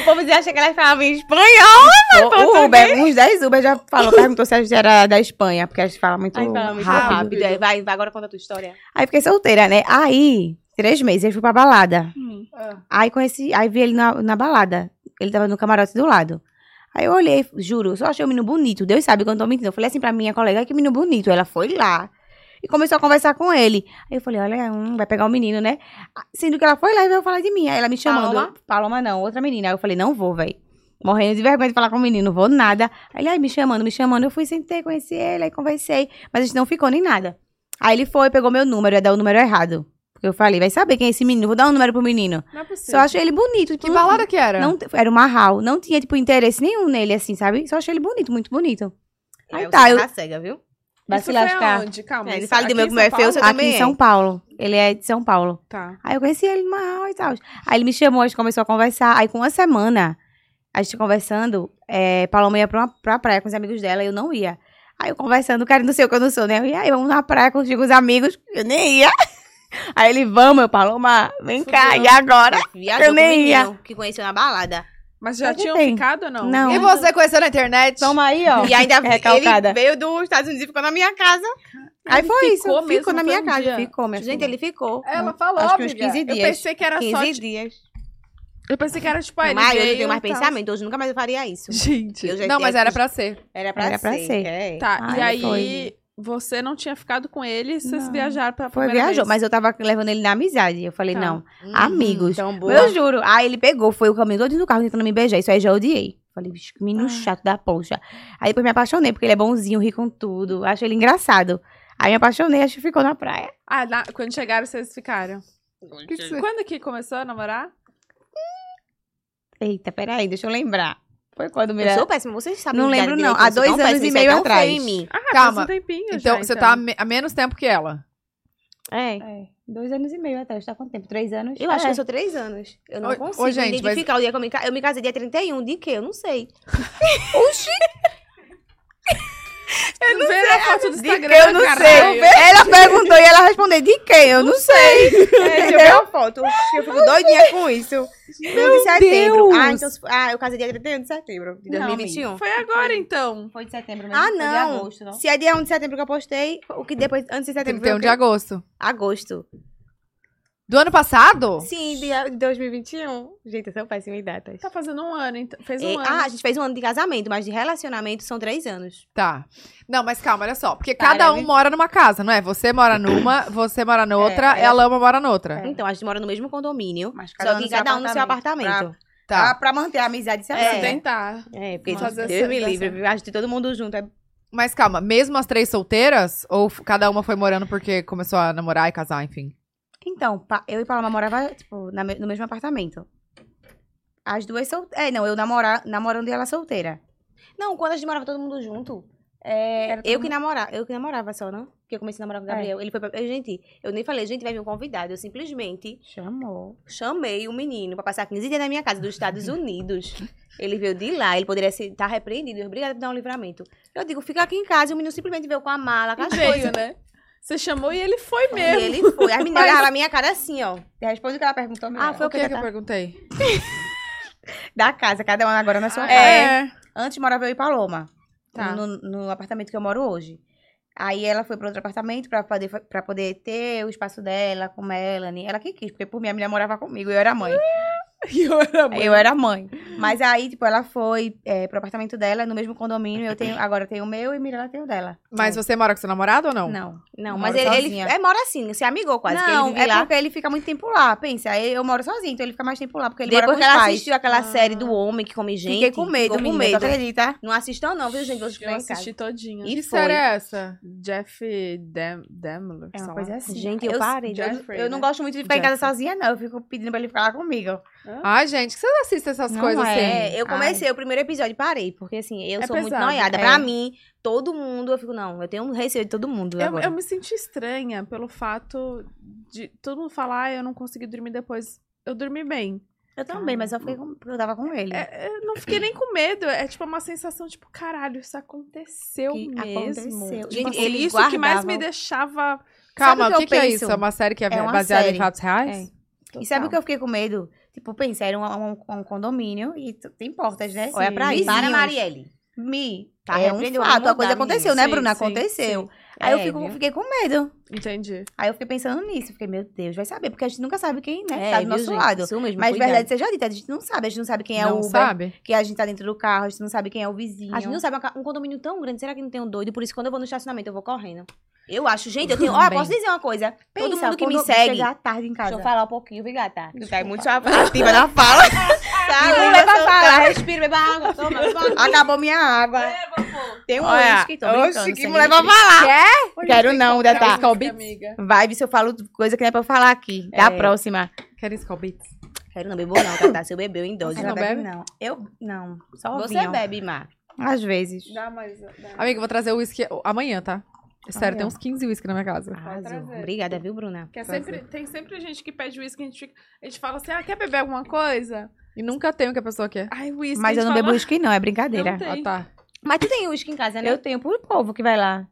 [SPEAKER 6] O povo acha que ela falava em espanhol.
[SPEAKER 5] O Uber, uns 10 Uber já falou, perguntou se a gente era da Espanha, porque a gente fala muito
[SPEAKER 6] Aí fala muito
[SPEAKER 5] rápido.
[SPEAKER 6] rápido. é. Vai, vai, agora conta a tua história.
[SPEAKER 5] Aí fiquei solteira, né? Aí, três meses, eu fui pra balada.
[SPEAKER 2] Hum.
[SPEAKER 5] Aí conheci, aí vi ele na, na balada. Ele tava no camarote do lado. Aí eu olhei, juro, eu só achei o menino bonito. Deus sabe quando eu tô mentindo. Eu falei assim pra minha colega, "Ai, que menino bonito. Ela foi lá e começou a conversar com ele. Aí eu falei, olha, hum, vai pegar o menino, né? Ah, Sendo que ela foi lá e veio falar de mim. Aí ela me chamando.
[SPEAKER 6] Paloma?
[SPEAKER 5] Paloma não, outra menina. Aí eu falei, não vou, véi. Morrendo de vergonha de falar com o menino, não vou nada. Aí ele, ai, me chamando, me chamando. Eu fui, sentei, conheci ele, aí conversei. Mas a gente não ficou nem nada. Aí ele foi, pegou meu número, ia dar o número errado. Porque eu falei, vai saber quem é esse menino, vou dar um número pro menino.
[SPEAKER 2] Não é
[SPEAKER 5] Só
[SPEAKER 2] possível.
[SPEAKER 5] achei ele bonito. tipo,
[SPEAKER 1] Que
[SPEAKER 5] não-
[SPEAKER 6] Uhum.
[SPEAKER 1] balada que era?
[SPEAKER 5] Não, era uma hall. Não tinha, tipo, interesse nenhum nele, assim, sabe? Só achei ele bonito, muito bonito. Aí
[SPEAKER 6] É,
[SPEAKER 5] tá,
[SPEAKER 6] você
[SPEAKER 5] eu-
[SPEAKER 6] na cega, viu?
[SPEAKER 5] Vai
[SPEAKER 2] Isso
[SPEAKER 5] se lascar.
[SPEAKER 2] Foi aonde? Calma.
[SPEAKER 6] É, ele
[SPEAKER 2] isso-
[SPEAKER 6] fala
[SPEAKER 2] tá
[SPEAKER 6] de
[SPEAKER 2] aqui
[SPEAKER 6] meu-
[SPEAKER 2] em
[SPEAKER 6] meu é
[SPEAKER 2] São Paulo?
[SPEAKER 6] feio, você-
[SPEAKER 5] Aqui
[SPEAKER 6] também
[SPEAKER 5] em
[SPEAKER 6] é?
[SPEAKER 5] São Paulo. Ele é de São Paulo.
[SPEAKER 2] Tá.
[SPEAKER 5] Aí eu conheci ele numa hall e tal. Aí ele me chamou, a gente começou a conversar. Aí com uma semana, a gente conversando, é, Paloma ia pra, uma, pra praia com os amigos dela e eu não ia. Aí eu conversando, cara, não sei o que eu não sou, né? Eu ia, "Ai, vamos na praia contigo, os amigos. Eu nem ia. Aí ele, vamos, eu, Paloma, vem cá,
[SPEAKER 6] Fudeu.
[SPEAKER 5] e agora?
[SPEAKER 6] Viajou com o
[SPEAKER 5] nem
[SPEAKER 6] menino que conheceu na balada.
[SPEAKER 2] Mas já
[SPEAKER 5] Mas não
[SPEAKER 2] tinham
[SPEAKER 5] tem.
[SPEAKER 2] ficado ou não?
[SPEAKER 5] Não.
[SPEAKER 1] E você conheceu na internet?
[SPEAKER 5] Toma aí, ó.
[SPEAKER 6] E ainda
[SPEAKER 5] Recalcada.
[SPEAKER 6] ele veio dos Estados Unidos e ficou na minha casa.
[SPEAKER 5] Aí
[SPEAKER 2] Ele
[SPEAKER 5] foi
[SPEAKER 2] ficou
[SPEAKER 5] isso,
[SPEAKER 2] mesmo,
[SPEAKER 5] ficou na
[SPEAKER 2] foi
[SPEAKER 5] minha
[SPEAKER 2] um
[SPEAKER 5] casa.
[SPEAKER 2] dia.
[SPEAKER 5] Ficou, minha
[SPEAKER 6] Gente,
[SPEAKER 5] filha.
[SPEAKER 6] ele ficou.
[SPEAKER 1] Ela falou,
[SPEAKER 5] Acho que uns
[SPEAKER 1] amiga.
[SPEAKER 5] 15
[SPEAKER 2] Eu
[SPEAKER 5] dias.
[SPEAKER 2] pensei que era só.
[SPEAKER 6] 15
[SPEAKER 2] de-
[SPEAKER 6] dias.
[SPEAKER 2] Eu pensei que era tipo. ah, ele
[SPEAKER 6] Mas hoje eu
[SPEAKER 2] veio
[SPEAKER 6] tenho mais
[SPEAKER 2] e tal.
[SPEAKER 6] pensamento, hoje nunca mais eu faria isso.
[SPEAKER 2] Gente.
[SPEAKER 6] Eu já
[SPEAKER 1] tipo, Não,
[SPEAKER 6] sei
[SPEAKER 1] mas
[SPEAKER 6] que-
[SPEAKER 1] era pra ser.
[SPEAKER 6] Era pra
[SPEAKER 5] Era pra
[SPEAKER 6] ser.
[SPEAKER 5] ser.
[SPEAKER 6] é.
[SPEAKER 2] Tá,
[SPEAKER 5] Ah,
[SPEAKER 2] e aí
[SPEAKER 5] foi.
[SPEAKER 2] você não tinha ficado com ele, vocês
[SPEAKER 5] Não.
[SPEAKER 2] viajaram pra
[SPEAKER 5] Foi,
[SPEAKER 2] primeira
[SPEAKER 5] viajou,
[SPEAKER 2] vez.
[SPEAKER 5] mas eu tava levando ele na amizade. Eu falei,
[SPEAKER 2] Tá.
[SPEAKER 5] não,
[SPEAKER 6] Hum,
[SPEAKER 5] amigos.
[SPEAKER 6] Então, boa.
[SPEAKER 5] Eu juro. Aí ele pegou, foi o caminho todo no carro tentando me beijar. Isso aí já odiei. Falei, bicho, que menino
[SPEAKER 2] Ah.
[SPEAKER 5] chato da poxa. Aí depois me apaixonei, porque ele é bonzinho, ri com tudo. Acho ele engraçado. Aí me apaixonei, acho que ficou na praia.
[SPEAKER 2] Ah, lá- quando chegaram, vocês ficaram.
[SPEAKER 1] O que que você-
[SPEAKER 2] Quando que começou a namorar?
[SPEAKER 5] Eita, peraí, deixa eu lembrar. Foi quando me
[SPEAKER 6] Eu sou péssima, vocês sabem.
[SPEAKER 5] Não
[SPEAKER 6] me
[SPEAKER 5] lembro,
[SPEAKER 6] direito,
[SPEAKER 5] não. Há
[SPEAKER 6] eu sou
[SPEAKER 5] dois
[SPEAKER 6] tão
[SPEAKER 5] anos
[SPEAKER 6] péssima,
[SPEAKER 5] e
[SPEAKER 6] isso é
[SPEAKER 5] meio
[SPEAKER 6] tão
[SPEAKER 5] atrás.
[SPEAKER 6] feio em mim.
[SPEAKER 2] Ah, faz
[SPEAKER 1] Calma.
[SPEAKER 2] um tempinho já.
[SPEAKER 1] Então, você tá há me- há menos tempo que ela.
[SPEAKER 6] É.
[SPEAKER 5] É, dois anos e meio atrás, tá quanto tempo? Três anos? é,
[SPEAKER 6] Eu acho que eu sou três anos. Eu não
[SPEAKER 1] Ô, ô,
[SPEAKER 6] consigo
[SPEAKER 1] gente,
[SPEAKER 6] me
[SPEAKER 1] mas-
[SPEAKER 6] identificar o dia que eu me casei. Eu me casei dia 31, de quê? Eu não sei.
[SPEAKER 2] Eu não vê a foto do
[SPEAKER 5] De quem
[SPEAKER 2] Instagram,
[SPEAKER 5] eu não sei.
[SPEAKER 2] caralho.
[SPEAKER 5] Ela perguntou e ela respondeu, de quem? Eu não sei.
[SPEAKER 6] É, eu ver a foto. Eu fico doidinha com isso. Meu de setembro. Ah, então, se- ah, eu casei dia 31 de setembro de
[SPEAKER 2] Não,
[SPEAKER 6] 2021.
[SPEAKER 2] Foi agora, então.
[SPEAKER 5] Foi de setembro
[SPEAKER 6] mesmo, né? foi de agosto, Se é dia 1 de setembro que eu postei, o que depois, antes de setembro. foi o
[SPEAKER 1] 31 de
[SPEAKER 6] quê?
[SPEAKER 1] agosto.
[SPEAKER 6] Agosto.
[SPEAKER 1] um Do ano passado?
[SPEAKER 6] Sim, de de 2021. Gente, eu sou péssima em datas.
[SPEAKER 2] Tá fazendo um ano, então. Fez um
[SPEAKER 6] E-
[SPEAKER 2] ano.
[SPEAKER 6] ah, a gente fez um ano de casamento, mas de relacionamento são três anos.
[SPEAKER 1] Tá. Não, mas calma, olha só. Porque
[SPEAKER 6] Cara,
[SPEAKER 1] cada um
[SPEAKER 6] ele-
[SPEAKER 1] mora numa casa, não é? Você mora numa, você mora noutra,
[SPEAKER 5] É,
[SPEAKER 1] ela ama mora noutra.
[SPEAKER 6] Então, a gente mora no mesmo condomínio,
[SPEAKER 5] Mas
[SPEAKER 6] só que cada um no seu apartamento.
[SPEAKER 1] Tá.
[SPEAKER 5] Pra, pra manter a amizade Né? se
[SPEAKER 2] Vamos
[SPEAKER 6] É.
[SPEAKER 2] tentar.
[SPEAKER 6] É, porque
[SPEAKER 2] Mas
[SPEAKER 6] Deus
[SPEAKER 2] essa-
[SPEAKER 6] me
[SPEAKER 2] essa-
[SPEAKER 6] livre, viu? acho que todo mundo junto. É...
[SPEAKER 1] Mas calma, mesmo as três solteiras? Ou f- cada uma foi morando porque começou a namorar e casar, enfim?
[SPEAKER 5] Então,
[SPEAKER 6] Pa- Eu e Paloma morava, tipo, na me- no mesmo apartamento.
[SPEAKER 5] as duas solteiras. É, não, eu namora... namorando e ela solteira.
[SPEAKER 6] Não, quando a gente morava todo mundo junto. é,
[SPEAKER 2] Era todo
[SPEAKER 6] eu, que namorava, eu que namorava só, não? Porque eu comecei a namorar com o
[SPEAKER 2] É.
[SPEAKER 6] Gabriel. Ele foi pra... eu, Gente, eu nem falei, gente, vai vir um convidado. Eu simplesmente
[SPEAKER 2] Chamou.
[SPEAKER 6] chamei o menino pra passar 15 dias na minha casa dos
[SPEAKER 5] *laughs*
[SPEAKER 6] Estados Unidos. Ele veio de lá, ele poderia estar repreendido. Obrigada por dar um livramento. Eu digo, fica aqui em casa. E o menino simplesmente veio com a mala, com as
[SPEAKER 2] Veio,
[SPEAKER 6] coisas.
[SPEAKER 2] né? Você chamou e ele foi
[SPEAKER 6] E
[SPEAKER 2] mesmo.
[SPEAKER 6] ele foi. As meninas olhavam a minha cara assim, ó.
[SPEAKER 5] Responde o que ela perguntou mesmo.
[SPEAKER 6] Ah,
[SPEAKER 1] O
[SPEAKER 6] foi o
[SPEAKER 1] que,
[SPEAKER 6] que,
[SPEAKER 1] que eu
[SPEAKER 6] Tatá?
[SPEAKER 1] perguntei?
[SPEAKER 5] *laughs* Da casa, cada uma agora na sua
[SPEAKER 2] Ah,
[SPEAKER 5] casa.
[SPEAKER 2] é.
[SPEAKER 5] Antes morava eu e Paloma.
[SPEAKER 2] Tá.
[SPEAKER 5] No, no apartamento que eu moro hoje. Aí ela foi para outro apartamento pra poder, pra poder ter o espaço dela com Melanie. Ela que quis, porque por mim a menina morava comigo, eu era mãe.
[SPEAKER 2] E eu era mãe.
[SPEAKER 5] Eu era mãe. Mas aí, tipo, ela foi é, pro apartamento dela, no mesmo condomínio. Eu tenho, agora eu tenho o meu e Mirella tem o dela.
[SPEAKER 1] Mas você mora com seu namorado ou não?
[SPEAKER 5] Não.
[SPEAKER 6] Não,
[SPEAKER 5] Eu
[SPEAKER 6] mas
[SPEAKER 5] moro
[SPEAKER 6] ele, ele
[SPEAKER 5] sozinha.
[SPEAKER 6] é, mora assim, se amigou quase. que
[SPEAKER 5] não,
[SPEAKER 6] ele vive
[SPEAKER 5] é
[SPEAKER 6] lá.
[SPEAKER 5] porque ele fica muito tempo lá. Pensa, aí eu moro sozinha, então ele fica mais tempo lá, porque ele mora
[SPEAKER 6] Depois
[SPEAKER 5] com
[SPEAKER 6] que
[SPEAKER 5] os
[SPEAKER 6] ela
[SPEAKER 5] pais.
[SPEAKER 6] assistiu aquela
[SPEAKER 2] Ah.
[SPEAKER 6] série do homem que come gente.
[SPEAKER 5] Fiquei com medo,
[SPEAKER 6] ficou
[SPEAKER 5] menina, tá tu acredita?
[SPEAKER 6] Não assistam não, viu, gente? Vocês que
[SPEAKER 2] Eu
[SPEAKER 6] estão em
[SPEAKER 2] assisti todinha.
[SPEAKER 1] Que
[SPEAKER 6] E
[SPEAKER 1] série
[SPEAKER 6] foi.
[SPEAKER 1] é essa?
[SPEAKER 2] Jeff Dem Demler.
[SPEAKER 5] É
[SPEAKER 2] sei lá.
[SPEAKER 5] uma coisa
[SPEAKER 6] casa.
[SPEAKER 5] assim.
[SPEAKER 6] Gente, eu,
[SPEAKER 5] eu,
[SPEAKER 6] parei. de-
[SPEAKER 2] Jeffrey,
[SPEAKER 5] eu não
[SPEAKER 2] né?
[SPEAKER 5] gosto muito de ficar em casa sozinha, não. Eu fico pedindo pra ele ficar lá comigo.
[SPEAKER 1] Ai, gente, que vocês assistem essas
[SPEAKER 5] Não
[SPEAKER 1] coisas
[SPEAKER 5] é,
[SPEAKER 1] assim?
[SPEAKER 6] É, eu comecei o primeiro episódio e parei, porque assim, eu
[SPEAKER 2] É
[SPEAKER 6] sou muito
[SPEAKER 2] pesado,
[SPEAKER 6] noiada.
[SPEAKER 5] é.
[SPEAKER 6] Pra mim, todo mundo, eu fico, não, eu tenho um receio de todo mundo
[SPEAKER 2] Eu,
[SPEAKER 6] agora.
[SPEAKER 2] eu me senti estranha pelo fato de todo mundo falar, ah, eu não consegui dormir depois. Eu dormi bem.
[SPEAKER 5] Eu também, mas eu fiquei com, eu tava com ele.
[SPEAKER 2] É, eu não fiquei nem com medo. É tipo uma sensação, tipo, caralho, isso aconteceu
[SPEAKER 5] Que
[SPEAKER 2] mesmo.
[SPEAKER 5] aconteceu.
[SPEAKER 2] Tipo,
[SPEAKER 6] Gente,
[SPEAKER 2] assim,
[SPEAKER 6] eles
[SPEAKER 2] isso que mais
[SPEAKER 6] guardavam.
[SPEAKER 2] me deixava.
[SPEAKER 1] Calma,
[SPEAKER 5] Sabe
[SPEAKER 1] o
[SPEAKER 5] o
[SPEAKER 1] que,
[SPEAKER 5] que
[SPEAKER 1] que
[SPEAKER 5] eu
[SPEAKER 1] é
[SPEAKER 5] penso?
[SPEAKER 1] isso? É uma série que é,
[SPEAKER 5] É uma
[SPEAKER 1] baseada em
[SPEAKER 5] série.
[SPEAKER 1] fatos reais?
[SPEAKER 5] É. E sabe o que
[SPEAKER 2] Total.
[SPEAKER 5] eu fiquei com medo? Tipo, pensa, era um, um- um condomínio e t- tem portas, né?
[SPEAKER 2] Sim. Olha pra isso.
[SPEAKER 5] Vizinhos.
[SPEAKER 6] é Para, Marielle.
[SPEAKER 5] Me.
[SPEAKER 6] Tá
[SPEAKER 5] é um
[SPEAKER 6] arrependeu,
[SPEAKER 5] fato.
[SPEAKER 6] vamos
[SPEAKER 5] A coisa
[SPEAKER 6] mudar,
[SPEAKER 5] aconteceu, né,
[SPEAKER 2] menina?
[SPEAKER 5] Bruna?
[SPEAKER 2] Sim, sim,
[SPEAKER 5] aconteceu.
[SPEAKER 2] sim.
[SPEAKER 5] Aí eu
[SPEAKER 6] É,
[SPEAKER 5] fico-
[SPEAKER 6] viu?
[SPEAKER 5] fiquei com medo.
[SPEAKER 2] Entendi.
[SPEAKER 5] Aí eu fiquei pensando nisso. Fiquei, meu Deus, vai saber. Porque a gente nunca sabe quem, né?
[SPEAKER 6] É,
[SPEAKER 5] tá do
[SPEAKER 6] viu,
[SPEAKER 5] nosso
[SPEAKER 6] gente?
[SPEAKER 5] lado.
[SPEAKER 6] Isso mesmo,
[SPEAKER 5] Mas
[SPEAKER 6] cuidado.
[SPEAKER 5] verdade seja dita, a gente não sabe. A gente não sabe quem é
[SPEAKER 1] não
[SPEAKER 5] o Uber.
[SPEAKER 1] sabe?
[SPEAKER 5] Que a gente tá dentro do carro, a gente não sabe quem é o vizinho.
[SPEAKER 6] A gente não sabe, um condomínio tão grande, será que não tem um doido? Por isso, quando eu vou no estacionamento, eu vou correndo. Eu acho,
[SPEAKER 5] *laughs*
[SPEAKER 6] gente, eu tenho... Ó,
[SPEAKER 1] Também.
[SPEAKER 6] posso dizer uma coisa? todo
[SPEAKER 5] Pensa,
[SPEAKER 6] mundo que me
[SPEAKER 5] quando
[SPEAKER 6] segue...
[SPEAKER 5] chegar tarde em casa.
[SPEAKER 6] Deixa eu falar um pouquinho, viu, gata? Tu tá muito
[SPEAKER 5] ativa *laughs* na fala.
[SPEAKER 6] Tá,
[SPEAKER 5] leva
[SPEAKER 6] leva
[SPEAKER 5] a
[SPEAKER 6] fala, respira, beba água, *laughs* toma, toma.
[SPEAKER 5] Acabou minha água.
[SPEAKER 6] Tem um
[SPEAKER 5] É, Olha,
[SPEAKER 6] uísque, tô brincando,
[SPEAKER 5] oxe, que
[SPEAKER 6] sem
[SPEAKER 5] mulher
[SPEAKER 6] gripe.
[SPEAKER 5] Quero não, Datá.
[SPEAKER 1] Scalbits?
[SPEAKER 2] amiga.
[SPEAKER 5] Vibe se eu falo coisa que não é pra eu falar aqui. Da
[SPEAKER 6] É.
[SPEAKER 5] próxima.
[SPEAKER 1] Querem Scalbits?
[SPEAKER 6] Quero não, bebo não, Tatá. Se eu beber, eu endoso.
[SPEAKER 1] Você não bebe?
[SPEAKER 5] Não. Eu? Não. Só
[SPEAKER 6] Você
[SPEAKER 5] vinho.
[SPEAKER 6] bebe, Má.
[SPEAKER 5] Às vezes.
[SPEAKER 2] Dá mais. dá.
[SPEAKER 1] Amiga, eu vou trazer o uísque amanhã, tá? Sério,
[SPEAKER 5] Amanhã. Ah.
[SPEAKER 1] tem uns 15 uísque na minha casa.
[SPEAKER 6] Arrasou.
[SPEAKER 2] trazer.
[SPEAKER 6] Obrigada, viu, Bruna?
[SPEAKER 2] Que é sempre, tem sempre gente que pede uísque, a gente, fica- a gente fala assim, ah, quer beber alguma coisa?
[SPEAKER 1] E nunca tem o que a pessoa quer.
[SPEAKER 2] Ai, uísque.
[SPEAKER 5] Mas
[SPEAKER 2] a
[SPEAKER 5] eu
[SPEAKER 2] gente
[SPEAKER 5] não bebo
[SPEAKER 2] fala,
[SPEAKER 5] uísque, não. É brincadeira.
[SPEAKER 2] Não tem.
[SPEAKER 1] Ah, tá.
[SPEAKER 6] Mas tu tem uísque em casa, né?
[SPEAKER 5] Eu tenho pro povo que vai lá.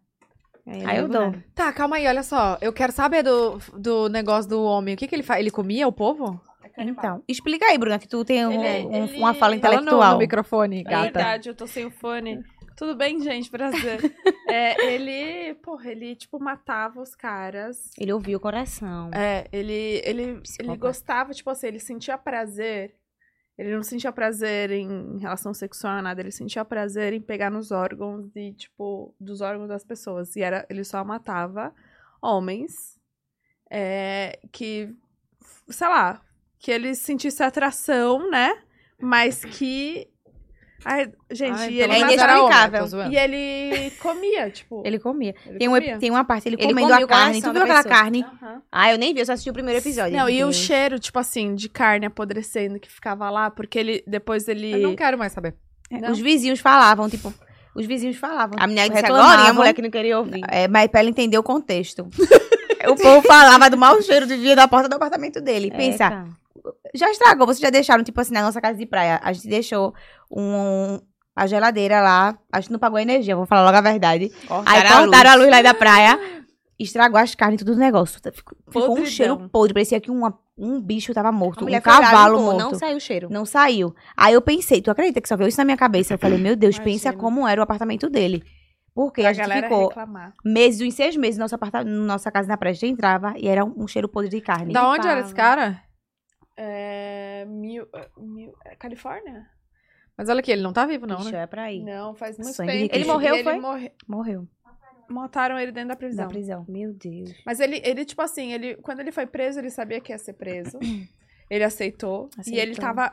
[SPEAKER 5] Aí eu dou.
[SPEAKER 1] Tá, calma aí, olha só. Eu quero saber do, do negócio do homem. O que, que ele faz? Ele comia o povo?
[SPEAKER 5] Então, explica aí, Bruna, que tu tem um-
[SPEAKER 2] Ele- é
[SPEAKER 5] um-
[SPEAKER 2] ele-
[SPEAKER 5] uma fala
[SPEAKER 1] Fala no-
[SPEAKER 5] intelectual.
[SPEAKER 1] no microfone,
[SPEAKER 2] É
[SPEAKER 1] gata.
[SPEAKER 2] verdade, eu tô sem o fone. Tudo bem, gente,
[SPEAKER 5] *laughs*
[SPEAKER 2] prazer. É, ele, porra, ele, tipo, matava os caras.
[SPEAKER 6] Ele ouviu o coração.
[SPEAKER 2] É, ele, ele, ele
[SPEAKER 1] Psicopata.
[SPEAKER 2] gostava, tipo assim, ele sentia prazer. Ele não sentia prazer em relação sexual, nada. Ele sentia prazer em pegar nos órgãos e, tipo, dos órgãos das pessoas. E era, ele só matava homens é, que, sei lá, que ele sentisse atração, né? Mas que. Ai, gente,
[SPEAKER 1] Ai,
[SPEAKER 2] e
[SPEAKER 1] pelo
[SPEAKER 2] ele,
[SPEAKER 6] é
[SPEAKER 1] menos era
[SPEAKER 2] matava-
[SPEAKER 1] homem,
[SPEAKER 6] inexplicável.
[SPEAKER 1] tô zoando.
[SPEAKER 2] e ele comia, tipo.
[SPEAKER 5] Ele comia.
[SPEAKER 2] ele
[SPEAKER 5] Tem, um,
[SPEAKER 2] comia.
[SPEAKER 5] ep- tem uma parte, ele,
[SPEAKER 6] Ele
[SPEAKER 5] comendo
[SPEAKER 6] comia
[SPEAKER 5] a
[SPEAKER 6] o
[SPEAKER 5] carne. Tu
[SPEAKER 6] coração
[SPEAKER 5] viu
[SPEAKER 6] da
[SPEAKER 5] aquela
[SPEAKER 6] pessoa.
[SPEAKER 5] carne?
[SPEAKER 2] Aham.
[SPEAKER 6] Ah, eu nem vi, eu só assisti o primeiro episódio.
[SPEAKER 2] Não,
[SPEAKER 6] meu
[SPEAKER 2] e o
[SPEAKER 6] Deus.
[SPEAKER 2] cheiro, tipo assim, de carne apodrecendo que ficava lá, porque ele depois
[SPEAKER 1] Eu
[SPEAKER 2] ele.
[SPEAKER 1] não quero mais saber.
[SPEAKER 2] Não.
[SPEAKER 5] Os vizinhos falavam, tipo... Os vizinhos falavam.
[SPEAKER 6] A menina disse
[SPEAKER 5] reclamavam.
[SPEAKER 6] agora, a mulher que não queria ouvir.
[SPEAKER 5] É, mas pra ela entender o contexto. *laughs* o povo falava do mau cheiro do dia da porta do apartamento dele.
[SPEAKER 6] É,
[SPEAKER 5] Pensa,
[SPEAKER 6] cara.
[SPEAKER 5] já estragou, vocês já deixaram, tipo assim, na nossa casa de praia. A gente deixou um, a geladeira lá, acho que não pagou a energia, vou falar logo a verdade. Aí
[SPEAKER 6] Cortaram a
[SPEAKER 5] cortaram a luz lá da praia, estragou as carnes, tudo o negócio. Ficou, ficou um
[SPEAKER 2] Podridão.
[SPEAKER 5] cheiro podre, parecia que uma- um bicho tava
[SPEAKER 6] A
[SPEAKER 5] morto, um
[SPEAKER 6] mulher foi lá,
[SPEAKER 5] cavalo
[SPEAKER 6] limpou,
[SPEAKER 5] morto.
[SPEAKER 6] Não saiu o cheiro.
[SPEAKER 5] Não saiu. Aí eu pensei, tu acredita que só veio isso na minha cabeça? Eu falei, meu Deus, pensa
[SPEAKER 2] Imagina.
[SPEAKER 5] como era o apartamento dele. Porque
[SPEAKER 2] Pra
[SPEAKER 5] a gente
[SPEAKER 2] galera
[SPEAKER 5] ficou
[SPEAKER 2] reclamar.
[SPEAKER 5] meses, uns seis meses, nosso aparta- nossa casa na praia, a gente entrava e era um, um cheiro podre de carne.
[SPEAKER 1] Da onde era esse cara?
[SPEAKER 2] É, mil, eh, mil, é, Califórnia?
[SPEAKER 1] Mas olha aqui, ele não tá vivo, não,
[SPEAKER 5] Bicho,
[SPEAKER 1] né?
[SPEAKER 5] é pra ir.
[SPEAKER 2] Não, faz muito
[SPEAKER 5] Sangue de
[SPEAKER 2] tempo.
[SPEAKER 5] Cristo.
[SPEAKER 6] Ele
[SPEAKER 2] ele
[SPEAKER 6] foi?
[SPEAKER 2] morre-
[SPEAKER 5] Morreu.
[SPEAKER 2] Mataram ele dentro da prisão.
[SPEAKER 5] Da prisão.
[SPEAKER 6] Meu Deus.
[SPEAKER 2] Mas ele, ele, tipo assim, ele, quando ele foi preso, ele sabia que ia ser
[SPEAKER 5] *clears throat*
[SPEAKER 2] preso. Ele aceitou. E ele
[SPEAKER 5] Aceitou.
[SPEAKER 2] tava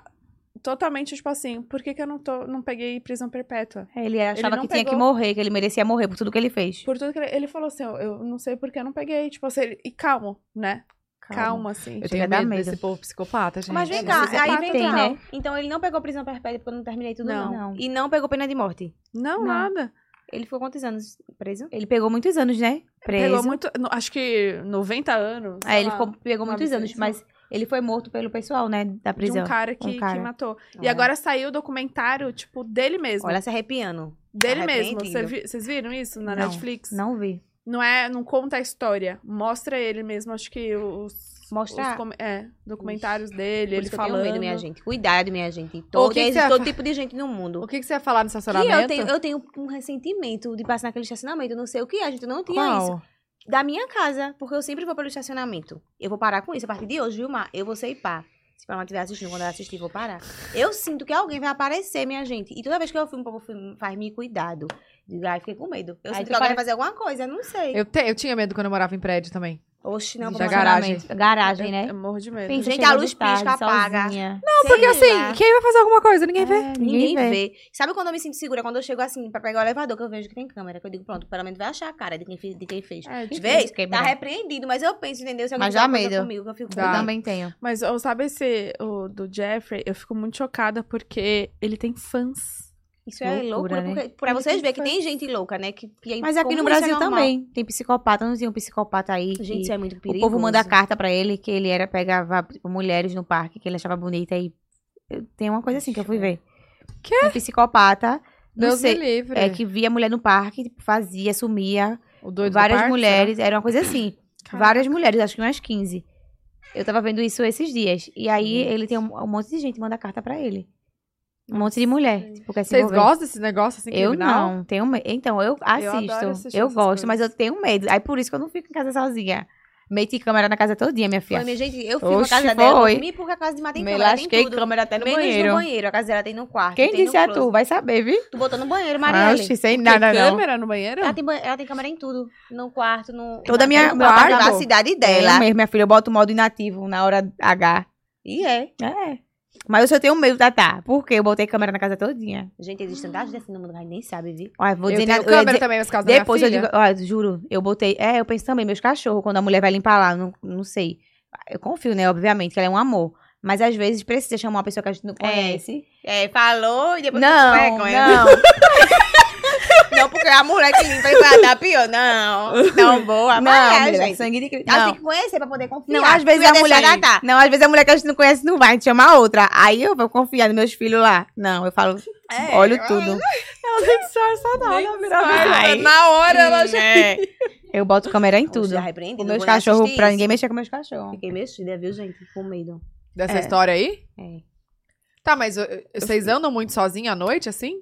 [SPEAKER 2] totalmente, tipo assim, por que, que eu não, tô, não peguei prisão perpétua?
[SPEAKER 5] É, Ele achava
[SPEAKER 2] não
[SPEAKER 5] que tinha que
[SPEAKER 2] pegou-
[SPEAKER 5] morrer, que ele merecia morrer por tudo que ele fez.
[SPEAKER 2] Por tudo que ele, ele falou assim, eu, eu não sei por que eu não peguei. Tipo assim, ele- e calmo, né? Calma, assim.
[SPEAKER 1] Eu
[SPEAKER 5] Chega
[SPEAKER 1] tenho
[SPEAKER 5] a dar
[SPEAKER 1] medo
[SPEAKER 5] medo.
[SPEAKER 1] desse povo psicopata, gente.
[SPEAKER 6] Mas vem
[SPEAKER 2] é,
[SPEAKER 6] cá,
[SPEAKER 2] mas é
[SPEAKER 6] aí
[SPEAKER 2] fato,
[SPEAKER 6] vem
[SPEAKER 5] tem,
[SPEAKER 6] cá.
[SPEAKER 5] né?
[SPEAKER 6] tá Então ele não pegou prisão perpétua porque eu não terminei tudo, não.
[SPEAKER 5] Não.
[SPEAKER 6] E não pegou pena de morte.
[SPEAKER 2] Não,
[SPEAKER 5] Não.
[SPEAKER 2] nada.
[SPEAKER 6] Ele ficou quantos anos preso?
[SPEAKER 5] Ele pegou muitos anos, né? Preso.
[SPEAKER 2] Pegou muito, no- acho que 90 anos.
[SPEAKER 6] Ah,
[SPEAKER 5] É,
[SPEAKER 2] sei
[SPEAKER 5] ele
[SPEAKER 2] lá, um
[SPEAKER 5] ficou- pegou
[SPEAKER 2] uma
[SPEAKER 5] muitos anos,
[SPEAKER 2] abstinência.
[SPEAKER 5] mas ele foi morto pelo pessoal, né? Da
[SPEAKER 2] de
[SPEAKER 5] prisão.
[SPEAKER 2] um cara que,
[SPEAKER 5] um
[SPEAKER 2] que
[SPEAKER 5] cara.
[SPEAKER 2] matou. E
[SPEAKER 6] É.
[SPEAKER 2] agora saiu o documentário, tipo, dele mesmo.
[SPEAKER 6] Olha, se arrepiando.
[SPEAKER 2] dele mesmo. Cê
[SPEAKER 6] arrependido.
[SPEAKER 2] vi- Vocês viram isso na
[SPEAKER 5] Não,
[SPEAKER 2] Netflix?
[SPEAKER 5] Não vi.
[SPEAKER 2] Não é, não conta a história. Mostra ele mesmo, acho que os.
[SPEAKER 6] Mostra?
[SPEAKER 2] os com- é, documentários dele,
[SPEAKER 6] Por
[SPEAKER 2] ele
[SPEAKER 6] isso que eu tenho
[SPEAKER 2] falando.
[SPEAKER 6] medo, minha gente. Cuidado, minha gente. Todo,
[SPEAKER 1] que que você
[SPEAKER 6] todo tipo de gente no mundo.
[SPEAKER 1] O que, que você ia falar no
[SPEAKER 6] E
[SPEAKER 1] estacionamento?
[SPEAKER 6] eu tenho, eu tenho um ressentimento de passar naquele estacionamento. Eu não sei o que é, gente. Eu não tinha isso.
[SPEAKER 1] Qual?
[SPEAKER 6] Da minha casa, porque eu sempre vou pelo estacionamento. Eu vou parar com isso. A partir de hoje, viu, Mar? Eu vou ser ipá. Se ela não estiver assistindo, quando ela assistir, vou parar. Eu sinto que alguém vai aparecer, minha gente. E toda vez que eu filmo, o povo filme, faz me cuidado. Digo, ai, fiquei com medo. Eu
[SPEAKER 5] Aí
[SPEAKER 6] sinto
[SPEAKER 5] tu
[SPEAKER 6] que alguém
[SPEAKER 5] apare-
[SPEAKER 6] vai fazer alguma coisa, não sei.
[SPEAKER 1] Eu, te- eu tinha medo quando eu morava em prédio também.
[SPEAKER 6] Oxe, não,
[SPEAKER 1] Da
[SPEAKER 6] vamos
[SPEAKER 1] garagem.
[SPEAKER 5] Garagem,
[SPEAKER 2] Eu-
[SPEAKER 5] né?
[SPEAKER 2] Eu É, morro de medo.
[SPEAKER 6] Pensa,
[SPEAKER 5] Pensa
[SPEAKER 6] gente, a
[SPEAKER 5] chegando
[SPEAKER 6] luz pisca, apaga.
[SPEAKER 5] sozinha.
[SPEAKER 6] Não,
[SPEAKER 1] Porque assim, quem vai fazer alguma coisa? Ninguém vê.
[SPEAKER 5] É,
[SPEAKER 6] Ninguém vê. Sabe quando eu me sinto segura? Quando eu chego assim pra pegar o elevador, que eu vejo que tem câmera, que eu digo, pronto, pelo menos vai achar a cara de quem fez. De quem fez.
[SPEAKER 2] É, tipo,
[SPEAKER 6] Vê,
[SPEAKER 5] fez
[SPEAKER 6] tá
[SPEAKER 5] câmera?
[SPEAKER 6] repreendido, mas eu penso, entendeu? Se alguém
[SPEAKER 5] Mas
[SPEAKER 6] fizer
[SPEAKER 5] dá
[SPEAKER 6] uma coisa
[SPEAKER 5] medo.
[SPEAKER 6] comigo, eu fico com
[SPEAKER 1] Dá.
[SPEAKER 5] Eu
[SPEAKER 6] medo.
[SPEAKER 5] também tenho.
[SPEAKER 2] mas ó, sabe esse o, do Jeffrey? Eu fico muito chocada porque ele tem fãs.
[SPEAKER 6] Isso é
[SPEAKER 5] Loucura,
[SPEAKER 6] loucura,
[SPEAKER 5] né?
[SPEAKER 6] porque pra
[SPEAKER 2] Ele
[SPEAKER 6] vocês
[SPEAKER 2] tem
[SPEAKER 6] verem que
[SPEAKER 2] fãs.
[SPEAKER 6] tem gente louca, né? Que, que aí-
[SPEAKER 5] Mas aqui
[SPEAKER 6] como
[SPEAKER 5] no
[SPEAKER 6] isso é
[SPEAKER 5] Brasil
[SPEAKER 6] normal?
[SPEAKER 5] também. Tem psicopata, não tinha um psicopata aí. que
[SPEAKER 6] Gente, isso é muito
[SPEAKER 5] o
[SPEAKER 6] perigoso.
[SPEAKER 5] povo manda carta pra ele que ele era pegava tipo, mulheres no parque que ele achava bonita e eu- tem uma coisa assim que eu fui ver.
[SPEAKER 1] Quê?
[SPEAKER 5] Um psicopata, não
[SPEAKER 1] Deus me
[SPEAKER 5] sei,
[SPEAKER 1] livre.
[SPEAKER 5] é que via mulher no parque, tipo, fazia, sumia,
[SPEAKER 1] o doido do né?
[SPEAKER 5] várias
[SPEAKER 1] parque,
[SPEAKER 5] mulheres, era uma coisa assim.
[SPEAKER 2] Caraca.
[SPEAKER 5] Várias mulheres, acho que umas 15. Eu tava vendo isso esses dias. E aí ele tem um, um monte de gente que manda carta pra ele. Um monte de mulher. Tipo, quer se
[SPEAKER 1] Vocês
[SPEAKER 5] envolver.
[SPEAKER 1] gostam desse negócio assim
[SPEAKER 5] Eu
[SPEAKER 1] criminal?
[SPEAKER 5] não, tenho medo. Então, eu
[SPEAKER 2] adoro
[SPEAKER 5] assisto.
[SPEAKER 2] assistir
[SPEAKER 5] Eu,
[SPEAKER 2] essas
[SPEAKER 5] gosto, mas eu
[SPEAKER 2] coisas.
[SPEAKER 5] tenho medo. Aí por isso que eu não fico em casa sozinha. Meti câmera na casa todinha, minha filha.
[SPEAKER 6] Mas, minha gente, eu fui na
[SPEAKER 5] Oxe,
[SPEAKER 6] casa dela,
[SPEAKER 5] foi.
[SPEAKER 6] dormi porque a casa de matem
[SPEAKER 5] Me
[SPEAKER 6] câmera, tem
[SPEAKER 5] lasquei
[SPEAKER 6] tudo.
[SPEAKER 5] câmera até no
[SPEAKER 6] Menos
[SPEAKER 5] banheiro.
[SPEAKER 6] no banheiro, a casa dela tem no quarto.
[SPEAKER 5] Quem
[SPEAKER 6] tem no
[SPEAKER 5] disse é
[SPEAKER 6] closet.
[SPEAKER 5] tu? Vai saber, viu?
[SPEAKER 6] Tu botou no banheiro, Marielle.
[SPEAKER 5] Oxi, sem
[SPEAKER 2] Tem
[SPEAKER 5] nada, não.
[SPEAKER 2] câmera no
[SPEAKER 5] Ah,
[SPEAKER 2] banheiro?
[SPEAKER 6] Ela tem, ban- ela tem câmera em tudo. No quarto, no...
[SPEAKER 5] Toda
[SPEAKER 6] na-
[SPEAKER 5] minha-
[SPEAKER 6] no
[SPEAKER 5] meu
[SPEAKER 6] quarto,
[SPEAKER 5] quarto.
[SPEAKER 6] A cidade
[SPEAKER 5] Eu
[SPEAKER 6] dela.
[SPEAKER 5] mesmo, minha filha, eu boto o modo inativo na hora H.
[SPEAKER 6] E é.
[SPEAKER 5] É. Mas eu só tenho medo, Tatá. Por quê? Eu botei câmera na casa todinha.
[SPEAKER 6] Gente, existe tanta gente assim no mundo, mas nem sabe, viu?
[SPEAKER 5] Olha, vou
[SPEAKER 1] Eu
[SPEAKER 5] dizer
[SPEAKER 1] tenho
[SPEAKER 5] nada. eu ia
[SPEAKER 1] câmera
[SPEAKER 5] dizer-
[SPEAKER 1] também, mas caso
[SPEAKER 5] Depois
[SPEAKER 1] da
[SPEAKER 5] eu
[SPEAKER 1] minha
[SPEAKER 5] digo,
[SPEAKER 1] filha.
[SPEAKER 5] ó, juro, eu botei. É, eu penso também, meus cachorros, quando a mulher vai limpar lá, não, não sei. Eu confio, né? Obviamente, que ela é um amor. Mas às vezes precisa chamar uma pessoa que a gente não conhece.
[SPEAKER 6] É, falou e depois...
[SPEAKER 5] Não,
[SPEAKER 6] É, com ela.
[SPEAKER 5] não.
[SPEAKER 6] Não, porque a mulher que limpa e vai dar pior. Não, não boa.
[SPEAKER 5] Não,
[SPEAKER 6] Mas
[SPEAKER 5] mulher,
[SPEAKER 6] é, gente.
[SPEAKER 5] sangue de Cristo.
[SPEAKER 6] Ela
[SPEAKER 5] Não.
[SPEAKER 6] tem que conhecer pra poder confiar.
[SPEAKER 5] Não, às vezes
[SPEAKER 6] Tu ia
[SPEAKER 5] a mulher.
[SPEAKER 6] deixar Gatar?
[SPEAKER 5] Não, às vezes a mulher que a gente não conhece não vai te chamar outra. Aí eu vou confiar nos meus filhos lá. Não, eu falo,
[SPEAKER 6] É,
[SPEAKER 5] olho
[SPEAKER 6] eu-
[SPEAKER 5] tudo.
[SPEAKER 1] Ela nem disfarça
[SPEAKER 5] "Ah,
[SPEAKER 2] Nem
[SPEAKER 5] Ai.
[SPEAKER 1] Na hora ela já...
[SPEAKER 5] É. Eu boto câmera em
[SPEAKER 6] Tudo.
[SPEAKER 5] tudo.
[SPEAKER 6] Já repreendido.
[SPEAKER 5] Com
[SPEAKER 6] não
[SPEAKER 5] meus
[SPEAKER 6] vou nem
[SPEAKER 5] cachorros,
[SPEAKER 6] assistir
[SPEAKER 5] pra
[SPEAKER 6] isso.
[SPEAKER 5] ninguém mexer com meus cachorros.
[SPEAKER 6] Fiquei mexida, viu, gente? Com medo.
[SPEAKER 1] Dessa
[SPEAKER 2] É.
[SPEAKER 1] história aí?
[SPEAKER 6] É.
[SPEAKER 1] Tá, mas uh, vocês andam muito sozinhos à noite, assim?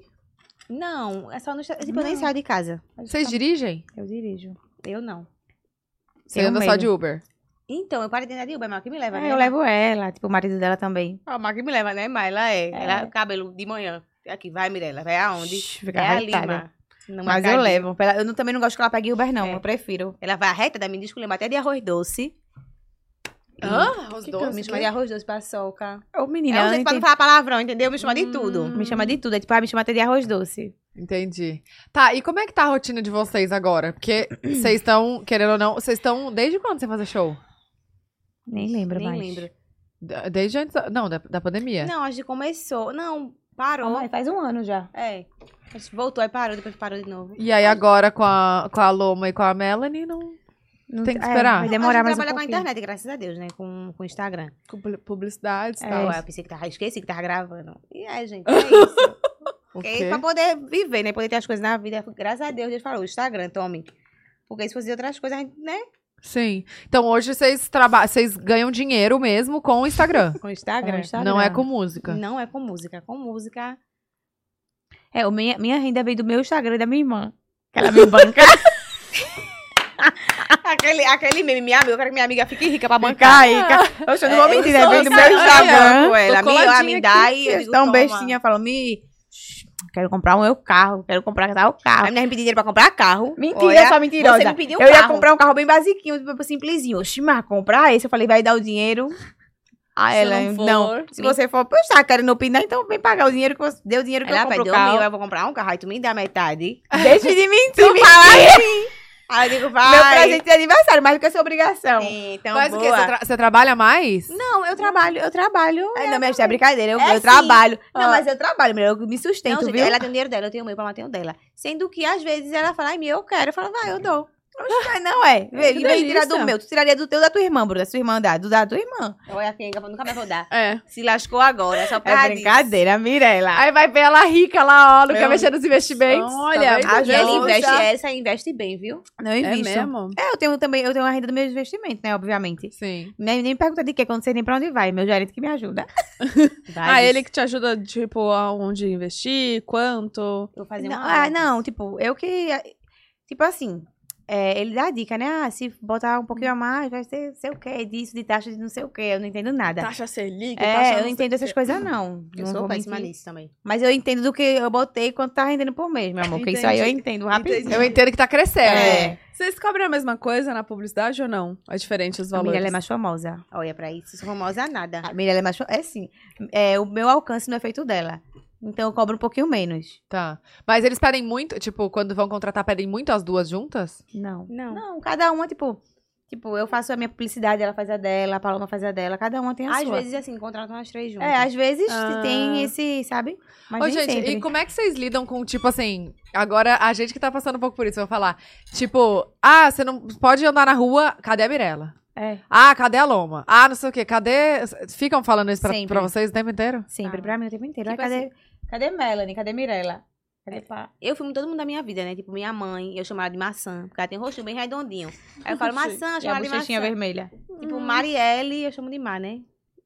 [SPEAKER 6] Não, é só no... Tipo, eu nem
[SPEAKER 5] Não.
[SPEAKER 6] saio de casa.
[SPEAKER 1] Vocês dirigem?
[SPEAKER 5] tá Eu dirijo.
[SPEAKER 6] Eu não.
[SPEAKER 1] Você
[SPEAKER 5] Eu
[SPEAKER 1] anda só
[SPEAKER 5] meio.
[SPEAKER 1] de Uber?
[SPEAKER 6] Então, eu parei de andar de Uber, mas que me leva,
[SPEAKER 5] Ah,
[SPEAKER 6] né?
[SPEAKER 5] eu levo ela, tipo, o marido dela também.
[SPEAKER 6] A Mar que me leva, né, Maila? É.
[SPEAKER 5] Ela-
[SPEAKER 6] cabelo de manhã. Aqui, vai, Mirella, vai aonde? É
[SPEAKER 5] Shhh, Fica arretada. Mas eu
[SPEAKER 6] levo.
[SPEAKER 5] levo. pra ela- Eu não- também não gosto que ela pegue Uber, não.
[SPEAKER 6] É.
[SPEAKER 5] Eu prefiro.
[SPEAKER 6] Ela vai reta da minha desculpa, até de arroz doce.
[SPEAKER 1] Hã? Os
[SPEAKER 2] Que
[SPEAKER 1] dois?
[SPEAKER 2] cansa-
[SPEAKER 6] Me chama de arroz doce, paçoca.
[SPEAKER 5] Ô, menina,
[SPEAKER 6] é um
[SPEAKER 5] ela
[SPEAKER 6] jeito
[SPEAKER 5] não
[SPEAKER 6] pra não
[SPEAKER 5] entende-
[SPEAKER 6] falar palavrão, entendeu? Me chama de tudo.
[SPEAKER 5] me chama de tudo. É tipo, ah, me chama até de arroz doce.
[SPEAKER 1] Entendi. Tá, e como é que tá a rotina de vocês agora? Porque vocês estão, querendo ou não, vocês estão desde quando você fazer show?
[SPEAKER 5] Nem lembro
[SPEAKER 6] Nem
[SPEAKER 5] mais.
[SPEAKER 6] lembro.
[SPEAKER 1] D- Desde antes, da- não, da, da pandemia.
[SPEAKER 6] Não, a gente começou. Não, parou.
[SPEAKER 5] Ah, faz um ano já.
[SPEAKER 6] É. A gente voltou, aí parou, depois parou de novo.
[SPEAKER 1] E aí agora com a, com a Loma e com a Melanie, não...
[SPEAKER 5] Não
[SPEAKER 1] Tem que
[SPEAKER 5] t- é,
[SPEAKER 1] esperar.
[SPEAKER 5] vai demorar
[SPEAKER 6] a gente
[SPEAKER 5] mais um
[SPEAKER 6] trabalha com a
[SPEAKER 5] pouquinho.
[SPEAKER 6] internet, graças a Deus, né? Com com o Instagram.
[SPEAKER 1] Com pu- publicidade e
[SPEAKER 5] É.
[SPEAKER 1] tal.
[SPEAKER 6] Ué, eu pensei que tava, esqueci que tava gravando. E é, gente, é isso.
[SPEAKER 1] O
[SPEAKER 6] Porque
[SPEAKER 1] quê?
[SPEAKER 6] pra poder viver, né? Poder ter as coisas na vida. Graças a Deus, Deus falou, Instagram, tome. Porque se fosse outras coisas, a gente, né?
[SPEAKER 1] Sim. Então hoje vocês trabalham, vocês ganham dinheiro mesmo com o Instagram.
[SPEAKER 6] Com o Instagram.
[SPEAKER 5] Com o Instagram.
[SPEAKER 1] Não é com música.
[SPEAKER 6] Não é com música. Com música.
[SPEAKER 5] É, o minha, minha renda veio do meu Instagram e da minha irmã. Aquela me banca.
[SPEAKER 6] Aquele, aquele meme, minha amiga, eu quero que minha amiga fique rica pra bancar.
[SPEAKER 5] banca aí. ca- Oxe, eu não vou
[SPEAKER 6] É, eu
[SPEAKER 5] mentir, né?
[SPEAKER 6] sou
[SPEAKER 5] Vem do
[SPEAKER 6] essa-
[SPEAKER 5] meu Instagram
[SPEAKER 6] Olha,
[SPEAKER 5] com ela.
[SPEAKER 6] tô
[SPEAKER 5] Me, ó,
[SPEAKER 6] coladinha
[SPEAKER 5] me
[SPEAKER 6] aqui,
[SPEAKER 5] dá um e
[SPEAKER 6] eu
[SPEAKER 5] eu
[SPEAKER 6] digo,
[SPEAKER 5] tão
[SPEAKER 6] toma.
[SPEAKER 5] bestinha. Falou, me... Quero comprar um meu carro, quero comprar tal
[SPEAKER 6] A
[SPEAKER 5] carro.
[SPEAKER 6] menina me pediu dinheiro pra comprar carro.
[SPEAKER 5] Mentira,
[SPEAKER 6] Olha,
[SPEAKER 5] sua mentirosa.
[SPEAKER 6] Você me pediu um
[SPEAKER 5] eu ia
[SPEAKER 6] carro.
[SPEAKER 5] comprar um carro bem basiquinho, tipo, simplesinho. Oxi, mas comprar esse? Eu falei, vai dar o dinheiro.
[SPEAKER 6] Ah,
[SPEAKER 5] Aí
[SPEAKER 2] Se
[SPEAKER 5] ela,
[SPEAKER 6] é um-
[SPEAKER 2] não
[SPEAKER 5] não.
[SPEAKER 2] for,
[SPEAKER 5] Se você for, pois tá querendo opinar, então vem pagar o dinheiro que você deu o dinheiro que
[SPEAKER 6] Ela
[SPEAKER 5] eu
[SPEAKER 6] vai
[SPEAKER 5] compro o
[SPEAKER 6] deu
[SPEAKER 5] carro.
[SPEAKER 6] mil, eu vou comprar um carro, aí tu me dá metade.
[SPEAKER 5] Deixa de mentir,
[SPEAKER 6] Tu
[SPEAKER 5] me
[SPEAKER 6] fala
[SPEAKER 5] fala. *laughs*
[SPEAKER 6] Aí eu digo,
[SPEAKER 5] Meu
[SPEAKER 6] vai.
[SPEAKER 5] presente de aniversário, mais do que sua obrigação.
[SPEAKER 6] Sim, então,
[SPEAKER 1] Mas o quê?
[SPEAKER 6] boa.
[SPEAKER 1] Você, tra- você trabalha mais?
[SPEAKER 5] Não, eu trabalho, eu trabalho. É, não, minha é brincadeira, eu,
[SPEAKER 6] É
[SPEAKER 5] eu
[SPEAKER 6] sim.
[SPEAKER 5] trabalho.
[SPEAKER 6] Ah.
[SPEAKER 5] Não, mas eu trabalho, mulher, eu me
[SPEAKER 6] Não,
[SPEAKER 5] sustento,
[SPEAKER 6] gente,
[SPEAKER 5] viu?
[SPEAKER 6] ela tem o dinheiro dela, eu tenho o meu, ela tem o dela. Sendo que, às vezes, ela fala, ai, meu, eu quero. Eu falo, vai, eu dou.
[SPEAKER 5] Oxe, Não é. Vê, Em vez de tirar do
[SPEAKER 2] delícia.
[SPEAKER 5] meu, tu tiraria do teu da tua irmã, Bruno. Da sua irmã dá, do da tua irmã. É
[SPEAKER 6] Olha, quem nunca mais assim, vou dar.
[SPEAKER 2] É.
[SPEAKER 6] Se lascou agora, só pra disso.
[SPEAKER 5] Mirella.
[SPEAKER 1] Aí vai ver ela rica lá, ó, nunca
[SPEAKER 5] Meu
[SPEAKER 1] mexendo nos investimentos.
[SPEAKER 2] É um Olha,
[SPEAKER 1] tá vendo?
[SPEAKER 6] E ela
[SPEAKER 2] Nossa.
[SPEAKER 6] investe, essa investe bem, viu?
[SPEAKER 5] Não
[SPEAKER 2] É
[SPEAKER 5] invisto. É,
[SPEAKER 2] mesmo?
[SPEAKER 5] eu tenho também, eu tenho a renda do meu investimento, né, obviamente.
[SPEAKER 1] Sim.
[SPEAKER 5] Nem, nem me pergunta de quê, quando sei nem pra onde vai. Meu gerente que me ajuda.
[SPEAKER 2] Ah, ele que te ajuda, tipo, aonde investir, quanto.
[SPEAKER 6] Vou fazer
[SPEAKER 5] Não,
[SPEAKER 6] uma...
[SPEAKER 5] ah, não, tipo, eu que. Tipo assim, é, ele dá a dica, né? Ah, se botar um pouquinho a
[SPEAKER 6] Uhum.
[SPEAKER 5] mais, vai ser sei o quê, disso, de taxa de não sei o quê. Eu não entendo nada.
[SPEAKER 2] Taxa Selic,
[SPEAKER 5] é, eu não entendo essas coisas, não.
[SPEAKER 6] Eu
[SPEAKER 5] não
[SPEAKER 6] sou
[SPEAKER 5] vou
[SPEAKER 6] péssima
[SPEAKER 5] mentir.
[SPEAKER 6] nisso também.
[SPEAKER 5] Mas eu entendo do que eu botei quanto tá rendendo por mês, meu amor. Que isso aí eu
[SPEAKER 2] Entendi.
[SPEAKER 5] entendo rapidinho.
[SPEAKER 1] Eu entendo que tá crescendo.
[SPEAKER 5] É.
[SPEAKER 2] Vocês cobram a mesma coisa na publicidade ou não? É diferente os
[SPEAKER 5] A
[SPEAKER 2] valores?
[SPEAKER 5] Mirella
[SPEAKER 6] assim.
[SPEAKER 5] é mais famosa.
[SPEAKER 6] Olha pra isso, sou famosa nada.
[SPEAKER 5] A Mirella é mais famosa. É sim. É, o meu alcance não é feito dela. Então eu cobro um pouquinho menos.
[SPEAKER 1] Tá. Mas eles pedem muito, tipo, quando vão contratar, pedem muito as duas juntas?
[SPEAKER 5] Não.
[SPEAKER 6] Não.
[SPEAKER 5] Não, cada uma, tipo. Tipo, eu faço a minha publicidade, ela faz a dela, a Paloma faz a dela, cada uma tem a
[SPEAKER 6] Às
[SPEAKER 5] sua.
[SPEAKER 6] vezes, assim, contratam as três juntas.
[SPEAKER 5] É, às vezes
[SPEAKER 2] Ah.
[SPEAKER 5] tem esse, sabe? Mas
[SPEAKER 1] Ô,
[SPEAKER 5] nem
[SPEAKER 1] gente,
[SPEAKER 5] sempre.
[SPEAKER 1] e como é que vocês lidam com, tipo assim, agora a gente que tá passando um pouco por isso, eu vou falar. Tipo, ah, você não pode andar na rua, cadê a Mirella?
[SPEAKER 5] É,
[SPEAKER 1] Ah, cadê a Loma? Ah, não sei o quê, cadê. Ficam falando isso pra,
[SPEAKER 5] Sempre.
[SPEAKER 1] pra vocês o tempo inteiro?
[SPEAKER 5] sempre,
[SPEAKER 6] Ah.
[SPEAKER 5] pra mim o tempo inteiro. Ai,
[SPEAKER 6] Tipo
[SPEAKER 5] cadê, assim, É. cadê Melanie? Cadê Mirella? Cadê pá?
[SPEAKER 6] Eu filmo todo mundo da minha vida, né? Tipo, minha mãe, eu chamo ela de maçã, porque ela tem um rostinho bem redondinho. Aí eu falo maçã, eu
[SPEAKER 5] E
[SPEAKER 6] chamo
[SPEAKER 5] a
[SPEAKER 6] ela de
[SPEAKER 5] bochechinha
[SPEAKER 6] maçã.
[SPEAKER 5] vermelha.
[SPEAKER 6] Tipo, Marielle, eu chamo de Mar, né?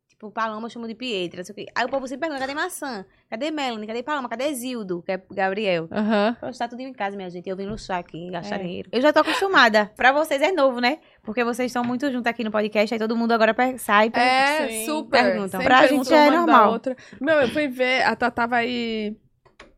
[SPEAKER 6] Tipo, Paloma, eu chamo de Pietra, não sei o quê. Aí o povo sempre pergunta, cadê maçã? Cadê Melanie? Cadê Paloma? Cadê Zildo? Que é Gabriel.
[SPEAKER 1] Aham.
[SPEAKER 6] Eu estou tudo em casa, minha gente. Eu vim luxar aqui, gastar
[SPEAKER 5] É.
[SPEAKER 6] dinheiro.
[SPEAKER 5] Eu já tô acostumada. pra vocês é novo, né? Porque vocês estão muito juntos aqui no podcast, aí todo mundo agora per- sai. per-
[SPEAKER 1] É,
[SPEAKER 2] Sim,
[SPEAKER 1] super.
[SPEAKER 5] perguntam.
[SPEAKER 1] Sempre
[SPEAKER 5] Pra
[SPEAKER 2] Sempre
[SPEAKER 5] gente
[SPEAKER 2] uma
[SPEAKER 5] é
[SPEAKER 2] da
[SPEAKER 5] normal.
[SPEAKER 2] outra. Meu, eu fui ver, a Tatá vai.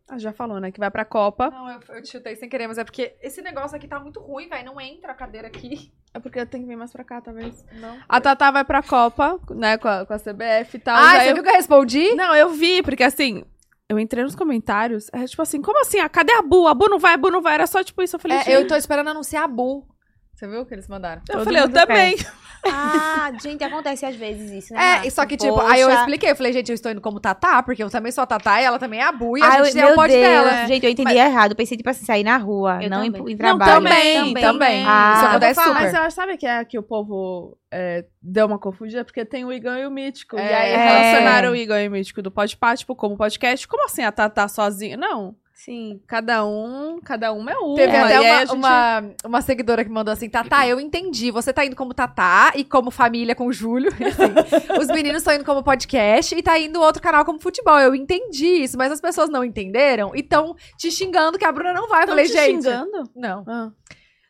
[SPEAKER 2] Ah, já falou, né? Que vai pra Copa.
[SPEAKER 1] Não, eu, eu te chutei sem querer, mas é porque esse negócio aqui tá muito ruim, vai. Não entra a cadeira aqui.
[SPEAKER 2] É porque eu tenho que vir mais pra cá, talvez.
[SPEAKER 1] Não.
[SPEAKER 2] A Tatá vai pra Copa, né? Com a, com a CBF e tal.
[SPEAKER 1] Ah,
[SPEAKER 2] Aí
[SPEAKER 1] você
[SPEAKER 2] eu...
[SPEAKER 1] viu que eu respondi?
[SPEAKER 2] Não, eu vi, porque assim. Eu entrei nos comentários, é tipo assim, como assim? Ah, cadê a Bu? A Bu não vai, a Bu não vai. Era só tipo isso. Eu falei,
[SPEAKER 1] É,
[SPEAKER 2] gente,
[SPEAKER 1] eu tô esperando anunciar a Bu. Você viu o que eles mandaram?
[SPEAKER 2] eu,
[SPEAKER 5] todo
[SPEAKER 2] falei, eu
[SPEAKER 5] mundo
[SPEAKER 2] também.
[SPEAKER 6] Ah, gente, acontece às vezes isso, né?
[SPEAKER 1] É,
[SPEAKER 6] Marcos?
[SPEAKER 1] e só que, tipo, aí eu
[SPEAKER 6] Poxa.
[SPEAKER 1] expliquei, eu falei, gente, eu estou indo como Tatá, porque eu também sou a Tatá e ela também é a Bu, e a
[SPEAKER 5] Ai,
[SPEAKER 1] gente tem
[SPEAKER 5] meu
[SPEAKER 1] o pod
[SPEAKER 5] Deus,
[SPEAKER 1] dela.
[SPEAKER 5] Gente, eu entendi errado. Pensei, tipo assim, sair na rua,
[SPEAKER 6] Eu
[SPEAKER 5] não em,
[SPEAKER 6] também.
[SPEAKER 5] em
[SPEAKER 2] Não,
[SPEAKER 5] trabalho.
[SPEAKER 1] Também, também.
[SPEAKER 6] Também. né?
[SPEAKER 5] Ah,
[SPEAKER 1] Isso
[SPEAKER 5] eu vou
[SPEAKER 1] acontece
[SPEAKER 2] Mas
[SPEAKER 1] super.
[SPEAKER 2] é eu acho, sabe que é que o povo é, deu uma confundida? Porque tem o Igão e o Mítico. E
[SPEAKER 1] É.
[SPEAKER 2] aí
[SPEAKER 5] É.
[SPEAKER 2] relacionaram o Igão e o Mítico do Podpah, tipo, como podcast. Como assim a Tatá sozinha? Não.
[SPEAKER 6] Sim.
[SPEAKER 2] Cada um, cada uma é uma.
[SPEAKER 1] Teve
[SPEAKER 2] E
[SPEAKER 1] até
[SPEAKER 2] aí
[SPEAKER 1] uma,
[SPEAKER 2] a gente-
[SPEAKER 1] uma, uma seguidora que mandou assim, Tatá, eu entendi, você tá indo como Tatá e como família com o Júlio. *laughs* Assim, os meninos estão indo como podcast e tá indo outro canal como futebol. Eu entendi isso, mas as pessoas não entenderam e estão te xingando que a Bruna não vai. Eu
[SPEAKER 2] Tão
[SPEAKER 1] falei,
[SPEAKER 2] te
[SPEAKER 1] gente...
[SPEAKER 2] xingando?
[SPEAKER 1] Não.
[SPEAKER 2] Ah.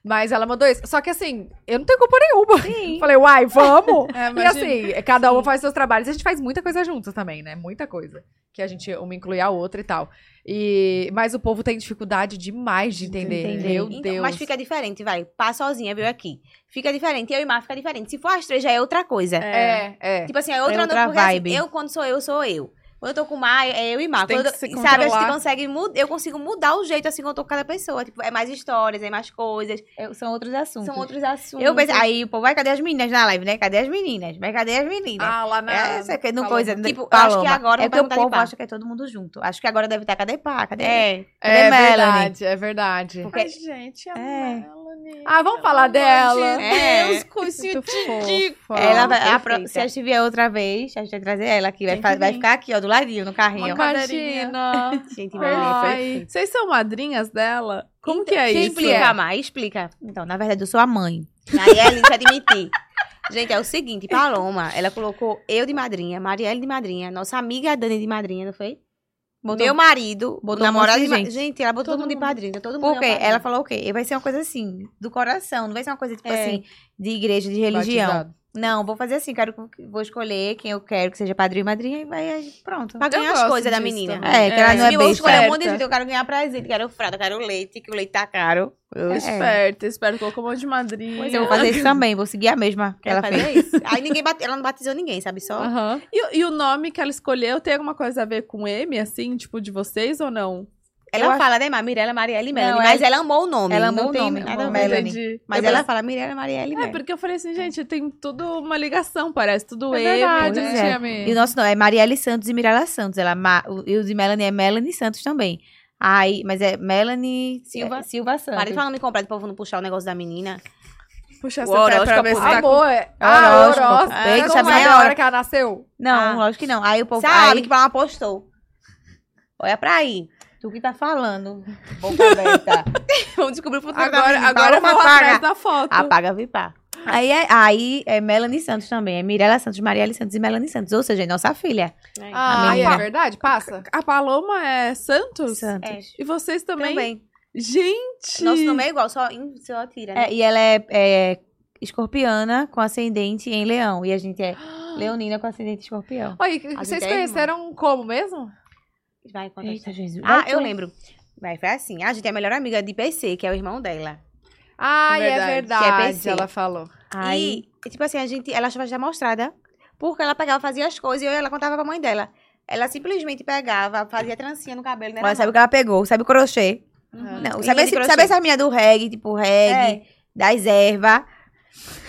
[SPEAKER 1] Mas ela mandou isso. Só que assim, eu não tenho culpa nenhuma. Sim. *laughs* Falei, uai, vamos!
[SPEAKER 2] É,
[SPEAKER 1] e
[SPEAKER 2] imagina.
[SPEAKER 1] assim, cada uma faz seus trabalhos. A gente faz muita coisa juntos também, né? Muita coisa. Que a gente uma inclui a outra e tal. E... Mas o povo tem dificuldade demais de entender.
[SPEAKER 5] Entender.
[SPEAKER 1] Meu
[SPEAKER 6] Então,
[SPEAKER 1] Deus.
[SPEAKER 6] Mas fica diferente, vai. Pá sozinha, veio aqui. Fica diferente. Eu e Mar fica diferente. Se for as três, já é outra coisa.
[SPEAKER 1] É, é.
[SPEAKER 6] Tipo assim, é outra,
[SPEAKER 5] É outra
[SPEAKER 6] não, porque assim,
[SPEAKER 5] vibe.
[SPEAKER 6] eu, quando sou eu, sou eu. Quando eu tô com o Mar, é eu e Mar.
[SPEAKER 2] Tem
[SPEAKER 6] Quando eu,
[SPEAKER 2] que se
[SPEAKER 6] sabe, a gente
[SPEAKER 2] controlar.
[SPEAKER 6] consegue mudar. Eu consigo mudar o jeito assim que eu tô com cada pessoa. Tipo, é mais histórias, é mais coisas.
[SPEAKER 5] Eu- são outros assuntos.
[SPEAKER 6] São outros assuntos.
[SPEAKER 5] Eu pensei, aí o povo, vai, cadê as meninas na live, né? Cadê as meninas? Mas cadê as meninas?
[SPEAKER 1] Ah, lá na...
[SPEAKER 5] É, isso aqui, não
[SPEAKER 1] Paloma.
[SPEAKER 5] coisa.
[SPEAKER 6] Tipo, eu
[SPEAKER 5] Paloma.
[SPEAKER 6] acho que agora
[SPEAKER 5] é
[SPEAKER 6] não
[SPEAKER 5] que o
[SPEAKER 6] perguntar de
[SPEAKER 5] povo
[SPEAKER 6] pá.
[SPEAKER 5] acha que é todo mundo junto. Acho que agora deve estar cadê pá, cadê?
[SPEAKER 6] É.
[SPEAKER 1] É
[SPEAKER 5] Cadê Melanie?
[SPEAKER 1] verdade, é verdade.
[SPEAKER 6] Porque-
[SPEAKER 2] Ai, gente, a
[SPEAKER 5] É.
[SPEAKER 2] Melanie.
[SPEAKER 1] Ah, vamos falar dela.
[SPEAKER 6] É.
[SPEAKER 2] Deus,
[SPEAKER 1] *laughs*
[SPEAKER 2] coisinha
[SPEAKER 1] Muito fofa. é
[SPEAKER 2] ridícula.
[SPEAKER 5] Ela
[SPEAKER 6] Paloma,
[SPEAKER 5] vai, a
[SPEAKER 6] perfeita.
[SPEAKER 5] pro- se a gente vier outra vez, a gente vai trazer ela aqui. Vai,
[SPEAKER 2] Tem
[SPEAKER 5] fa-
[SPEAKER 2] que
[SPEAKER 5] vai
[SPEAKER 2] vir.
[SPEAKER 5] ficar aqui, ó, do ladinho, no carrinho. ó.
[SPEAKER 2] Uma
[SPEAKER 1] Imagina.
[SPEAKER 6] Gente,
[SPEAKER 1] Ai.
[SPEAKER 6] vai
[SPEAKER 2] Vocês são madrinhas dela? Como que é
[SPEAKER 1] quem
[SPEAKER 2] isso?
[SPEAKER 1] que é?
[SPEAKER 6] Explica, Mar, explica.
[SPEAKER 5] Então, na verdade, eu sou a mãe.
[SPEAKER 6] Marielle, deixa eu admitir. Gente, é o seguinte, Paloma, ela colocou eu de madrinha, Marielle de madrinha, nossa amiga Dani de madrinha, não foi?
[SPEAKER 5] Botou-
[SPEAKER 6] Meu marido,
[SPEAKER 5] botou
[SPEAKER 6] botou
[SPEAKER 5] um
[SPEAKER 6] namorado
[SPEAKER 5] monte de
[SPEAKER 6] de
[SPEAKER 5] gente.
[SPEAKER 6] gente. gente, ela botou
[SPEAKER 1] Todo
[SPEAKER 6] todo mundo de
[SPEAKER 1] mundo.
[SPEAKER 6] padrinho. então Todo mundo é um
[SPEAKER 5] Porque
[SPEAKER 6] padrinho.
[SPEAKER 5] ela falou, ok, vai ser uma coisa assim, do coração, não vai ser uma coisa, tipo
[SPEAKER 6] É.
[SPEAKER 5] assim, de igreja, de religião.
[SPEAKER 1] Batizado.
[SPEAKER 5] Não, vou fazer assim, quero, que- vou escolher quem eu quero que seja padrinho e madrinha e vai, aí pronto.
[SPEAKER 6] Pra ganhar as
[SPEAKER 1] gosto
[SPEAKER 6] coisas da
[SPEAKER 1] disso
[SPEAKER 6] menina.
[SPEAKER 1] também.
[SPEAKER 5] É, que ela
[SPEAKER 1] É,
[SPEAKER 5] não é
[SPEAKER 6] eu vou escolher
[SPEAKER 5] besta.
[SPEAKER 6] um monte de
[SPEAKER 2] Esperta.
[SPEAKER 6] gente. Eu quero ganhar presente, quero fralda, quero leite, que o leite tá caro.
[SPEAKER 5] É.
[SPEAKER 2] Esperta, esperta. Colocou um monte de madrinha.
[SPEAKER 6] é.
[SPEAKER 5] Pois eu vou
[SPEAKER 6] *laughs*
[SPEAKER 5] fazer isso também, vou seguir a mesma que
[SPEAKER 6] Quero
[SPEAKER 5] ela
[SPEAKER 6] fazer
[SPEAKER 5] fez.
[SPEAKER 6] isso. Aí ninguém bate- ela não batizou ninguém, sabe? Só.
[SPEAKER 1] Aham.
[SPEAKER 2] E, e o nome que ela escolheu tem alguma coisa a ver com M, assim, tipo, de vocês ou não?
[SPEAKER 6] Ela
[SPEAKER 5] Eu acho-
[SPEAKER 6] fala, né, mas Mirella, Marielle e
[SPEAKER 5] Não, é
[SPEAKER 6] Melanie. Mas ela amou o nome.
[SPEAKER 5] ela amou
[SPEAKER 6] não
[SPEAKER 5] o
[SPEAKER 6] tem
[SPEAKER 5] nome,
[SPEAKER 6] nada a
[SPEAKER 5] amou
[SPEAKER 6] ver.
[SPEAKER 5] Melanie.
[SPEAKER 2] Entendi.
[SPEAKER 6] Mas
[SPEAKER 5] Eu
[SPEAKER 6] ela
[SPEAKER 5] gosto-
[SPEAKER 6] fala Mirella, Marielle e
[SPEAKER 2] É,
[SPEAKER 6] Melanie.
[SPEAKER 2] porque eu falei assim, gente, tem tudo uma ligação, parece. Tudo
[SPEAKER 1] É
[SPEAKER 2] M.
[SPEAKER 1] verdade,
[SPEAKER 5] pois
[SPEAKER 2] né?
[SPEAKER 5] é.
[SPEAKER 1] tinha
[SPEAKER 5] E o nosso não, é Marielle Santos e Mirella Santos. Ela, é Ma- o- e o de Melanie é Melanie Santos também. Aí, mas é Melanie
[SPEAKER 6] Silva.
[SPEAKER 5] é, Silva Santos.
[SPEAKER 6] Para de falar nome completo pra povo não puxar o negócio da menina.
[SPEAKER 2] Puxa
[SPEAKER 6] O
[SPEAKER 2] essa pé pra
[SPEAKER 6] horóscopo-
[SPEAKER 2] ver se tá com...
[SPEAKER 1] Amor, é. Ah,
[SPEAKER 5] horóscopo.
[SPEAKER 1] horóscopo.
[SPEAKER 5] Ah,
[SPEAKER 1] Mas
[SPEAKER 5] tem que
[SPEAKER 1] como
[SPEAKER 5] saber
[SPEAKER 1] é
[SPEAKER 5] a
[SPEAKER 1] a
[SPEAKER 5] hora.
[SPEAKER 1] hora que ela nasceu?
[SPEAKER 5] Não,
[SPEAKER 6] Ah.
[SPEAKER 5] lógico que não. Aí o povo.
[SPEAKER 6] Sabe
[SPEAKER 5] aí,
[SPEAKER 6] que ela apostou. Olha pra aí.
[SPEAKER 5] Tu que tá falando, boca aberta.
[SPEAKER 6] Vamos descobrir o futuro da
[SPEAKER 2] Agora,
[SPEAKER 6] menina.
[SPEAKER 2] agora eu vou
[SPEAKER 6] Paloma
[SPEAKER 2] atrás
[SPEAKER 6] paga.
[SPEAKER 2] da foto.
[SPEAKER 6] Apaga, vipá.
[SPEAKER 5] aí, é, aí é Melanie Santos também. É Mirella Santos, Marielle Santos e Melanie Santos. Ou seja, é nossa filha.
[SPEAKER 1] Ah,
[SPEAKER 5] Amém.
[SPEAKER 1] é verdade? Passa.
[SPEAKER 2] A Paloma é Santos?
[SPEAKER 5] Santos.
[SPEAKER 6] É,
[SPEAKER 2] E vocês também?
[SPEAKER 6] também.
[SPEAKER 2] Gente!
[SPEAKER 6] Nosso nome é igual, só, em- só tira, né?
[SPEAKER 5] É, e ela é, é escorpiana com ascendente em leão. E a gente é leonina com ascendente em escorpião.
[SPEAKER 1] Oi, que- vocês
[SPEAKER 6] ideia,
[SPEAKER 1] conheceram como mesmo?
[SPEAKER 6] Vai, conta a história.
[SPEAKER 5] Jesus.
[SPEAKER 6] Ah, eu lembro. Mas foi assim, a gente é a melhor amiga de PC, que é o irmão dela.
[SPEAKER 1] Ai, é
[SPEAKER 6] Verdade, que é
[SPEAKER 1] verdade,
[SPEAKER 6] PC.
[SPEAKER 1] ela falou.
[SPEAKER 5] Aí,
[SPEAKER 6] E, tipo assim, a gente, ela achava já mostrada, porque ela pegava, fazia as coisas e eu- ela contava pra mãe dela. Ela simplesmente pegava, fazia trancinha no cabelo, né?
[SPEAKER 5] olha, sabe o que ela pegou? Sabe o crochê?
[SPEAKER 1] Uhum.
[SPEAKER 5] Não,
[SPEAKER 6] Linha
[SPEAKER 5] sabe,
[SPEAKER 6] de
[SPEAKER 5] esse,
[SPEAKER 6] crochê. É.
[SPEAKER 5] sabe essa menina do reggae, tipo reggae, das ervas?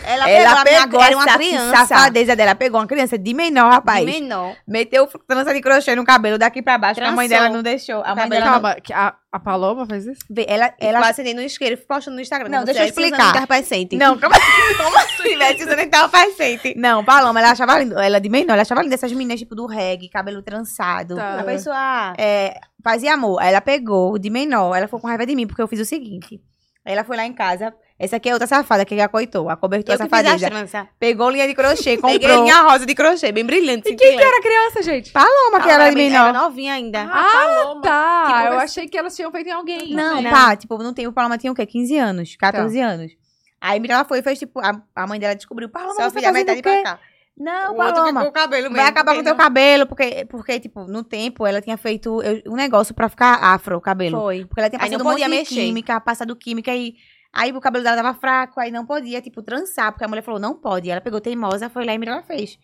[SPEAKER 6] Ela pegou,
[SPEAKER 5] Ela
[SPEAKER 6] a minha-
[SPEAKER 5] pegou
[SPEAKER 6] era uma
[SPEAKER 5] essa
[SPEAKER 6] criança.
[SPEAKER 5] safadeza dela, pegou uma criança de menor, rapaz.
[SPEAKER 6] Menor.
[SPEAKER 5] Meteu trança de crochê no cabelo daqui pra baixo, que a mãe
[SPEAKER 6] Trançou.
[SPEAKER 5] dela não deixou. A mãe
[SPEAKER 6] cabelo
[SPEAKER 5] dela
[SPEAKER 1] Calma, Ah, que a, a Paloma fez isso?
[SPEAKER 5] não... Ela,
[SPEAKER 6] Ela
[SPEAKER 5] ela...
[SPEAKER 6] acendendo no isqueiro, postando no Instagram.
[SPEAKER 5] Não,
[SPEAKER 6] né?
[SPEAKER 5] deixa eu
[SPEAKER 6] Suzana
[SPEAKER 5] explicar.
[SPEAKER 6] Tava paciente.
[SPEAKER 5] Não, calma.
[SPEAKER 6] como assim, velho? Suzana estava paciente.
[SPEAKER 5] Não, Paloma, ela achava lindo. Ela de menor, ela achava linda essas meninas, tipo, do reggae, cabelo trançado.
[SPEAKER 1] Tá.
[SPEAKER 6] A pessoa... ah,
[SPEAKER 5] É, fazia amor. Aí ela pegou de menor. Ela ficou com raiva de mim, porque eu fiz o seguinte. Aí Ela foi lá em casa. Essa aqui é outra safada que acoitou. A cobertura
[SPEAKER 6] Eu que fiz as
[SPEAKER 5] safadeza.
[SPEAKER 6] tranças.
[SPEAKER 5] Pegou linha de crochê,
[SPEAKER 6] *laughs* Peguei a
[SPEAKER 5] comprou.
[SPEAKER 6] linha rosa de crochê, bem brilhante. E
[SPEAKER 1] Quem que era criança, gente?
[SPEAKER 5] Paloma, que era de menor.
[SPEAKER 6] novinha ainda.
[SPEAKER 1] Ah,
[SPEAKER 2] Paloma.
[SPEAKER 1] Tá,
[SPEAKER 6] Tipo,
[SPEAKER 1] eu
[SPEAKER 6] mas-
[SPEAKER 1] achei que elas tinham feito em alguém.
[SPEAKER 5] Não,
[SPEAKER 6] Não.
[SPEAKER 5] pá, tipo, não tem. O Paloma tinha o quê? 15 anos, 14 anos. Aí Mirella foi e fez, tipo, a, a mãe dela descobriu. Paloma,
[SPEAKER 6] Só
[SPEAKER 5] você
[SPEAKER 6] filha,
[SPEAKER 5] tá
[SPEAKER 6] metade
[SPEAKER 5] fazendo o
[SPEAKER 6] pra
[SPEAKER 5] quê?
[SPEAKER 6] cá.
[SPEAKER 5] Não,
[SPEAKER 6] O outro ficou
[SPEAKER 5] Paloma.
[SPEAKER 6] com o cabelo mesmo.
[SPEAKER 5] Vai acabar com
[SPEAKER 6] porque
[SPEAKER 5] o teu
[SPEAKER 6] não-
[SPEAKER 5] cabelo, porque, porque, tipo, no tempo ela tinha feito eu- um negócio pra ficar afro o cabelo.
[SPEAKER 6] Foi.
[SPEAKER 5] Porque ela tinha
[SPEAKER 6] Aí não
[SPEAKER 5] passado um monte
[SPEAKER 6] podia
[SPEAKER 5] de
[SPEAKER 6] mexer.
[SPEAKER 5] química, passado química e. Aí o cabelo dela tava fraco, aí não podia, tipo, trançar, porque a mulher falou, não pode. Ela pegou teimosa, foi lá e Mirella fez.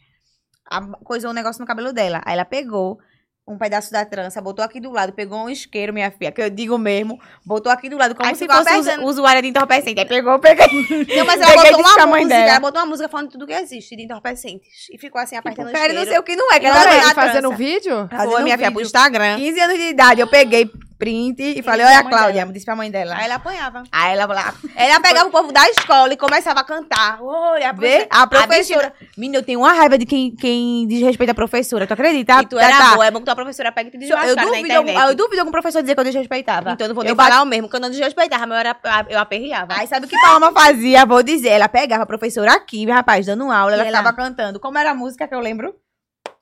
[SPEAKER 5] A, coisou um negócio no cabelo dela. Aí ela pegou um pedaço da trança, botou aqui do lado, pegou um isqueiro, minha filha, que eu digo mesmo, botou aqui do lado, como
[SPEAKER 6] Aí
[SPEAKER 5] se
[SPEAKER 6] ficou
[SPEAKER 5] fosse usu,
[SPEAKER 6] apertando.
[SPEAKER 5] usuária de entorpecente. Aí pegou, pegou.
[SPEAKER 6] Não, mas ela
[SPEAKER 5] Peguei
[SPEAKER 6] botou
[SPEAKER 5] desse
[SPEAKER 6] uma
[SPEAKER 5] tamanho
[SPEAKER 6] música,
[SPEAKER 5] dela.
[SPEAKER 6] ela botou uma música falando tudo que existe de entorpecentes. E ficou assim, apertando o
[SPEAKER 5] Cara, não
[SPEAKER 6] isqueiro.
[SPEAKER 5] sei o que não é, que
[SPEAKER 1] Ela
[SPEAKER 5] ela
[SPEAKER 6] Peraí,
[SPEAKER 5] era
[SPEAKER 1] tá
[SPEAKER 6] a
[SPEAKER 1] fazendo
[SPEAKER 6] trança.
[SPEAKER 1] vídeo?
[SPEAKER 5] fazendo um
[SPEAKER 6] Foi, minha filha,
[SPEAKER 5] vídeo.
[SPEAKER 6] pro Instagram.
[SPEAKER 5] 15 anos de idade, eu peguei print e falei, olha
[SPEAKER 6] disse
[SPEAKER 5] a
[SPEAKER 6] pra mãe
[SPEAKER 5] Cláudia, disse pra mãe dela.
[SPEAKER 6] Aí ela apanhava.
[SPEAKER 5] Aí ela falou,
[SPEAKER 6] Ela pegava o povo da escola e começava a cantar. Olha, a
[SPEAKER 5] Vê?
[SPEAKER 6] professora.
[SPEAKER 5] A
[SPEAKER 6] bicha-
[SPEAKER 5] professora. Menina, eu tenho uma raiva de quem, quem desrespeita a professora. Tu acredita?
[SPEAKER 6] E tu
[SPEAKER 5] Tá,
[SPEAKER 6] era
[SPEAKER 5] tá.
[SPEAKER 6] boa, é bom que tua professora pega e te
[SPEAKER 5] Eu
[SPEAKER 6] desmascara na
[SPEAKER 5] duvido, algum,
[SPEAKER 6] internet.
[SPEAKER 5] eu duvido algum professor dizer que eu desrespeitava.
[SPEAKER 6] Então eu não vou nem
[SPEAKER 5] eu
[SPEAKER 6] falar o mesmo, porque eu não desrespeitava, mas eu, era, eu aperreava.
[SPEAKER 5] Aí sabe o que Paloma fazia? Vou dizer. Ela pegava a professora aqui, rapaz, dando aula.
[SPEAKER 6] E
[SPEAKER 5] Ela
[SPEAKER 6] ela?
[SPEAKER 5] estava cantando. Como era a música que eu lembro?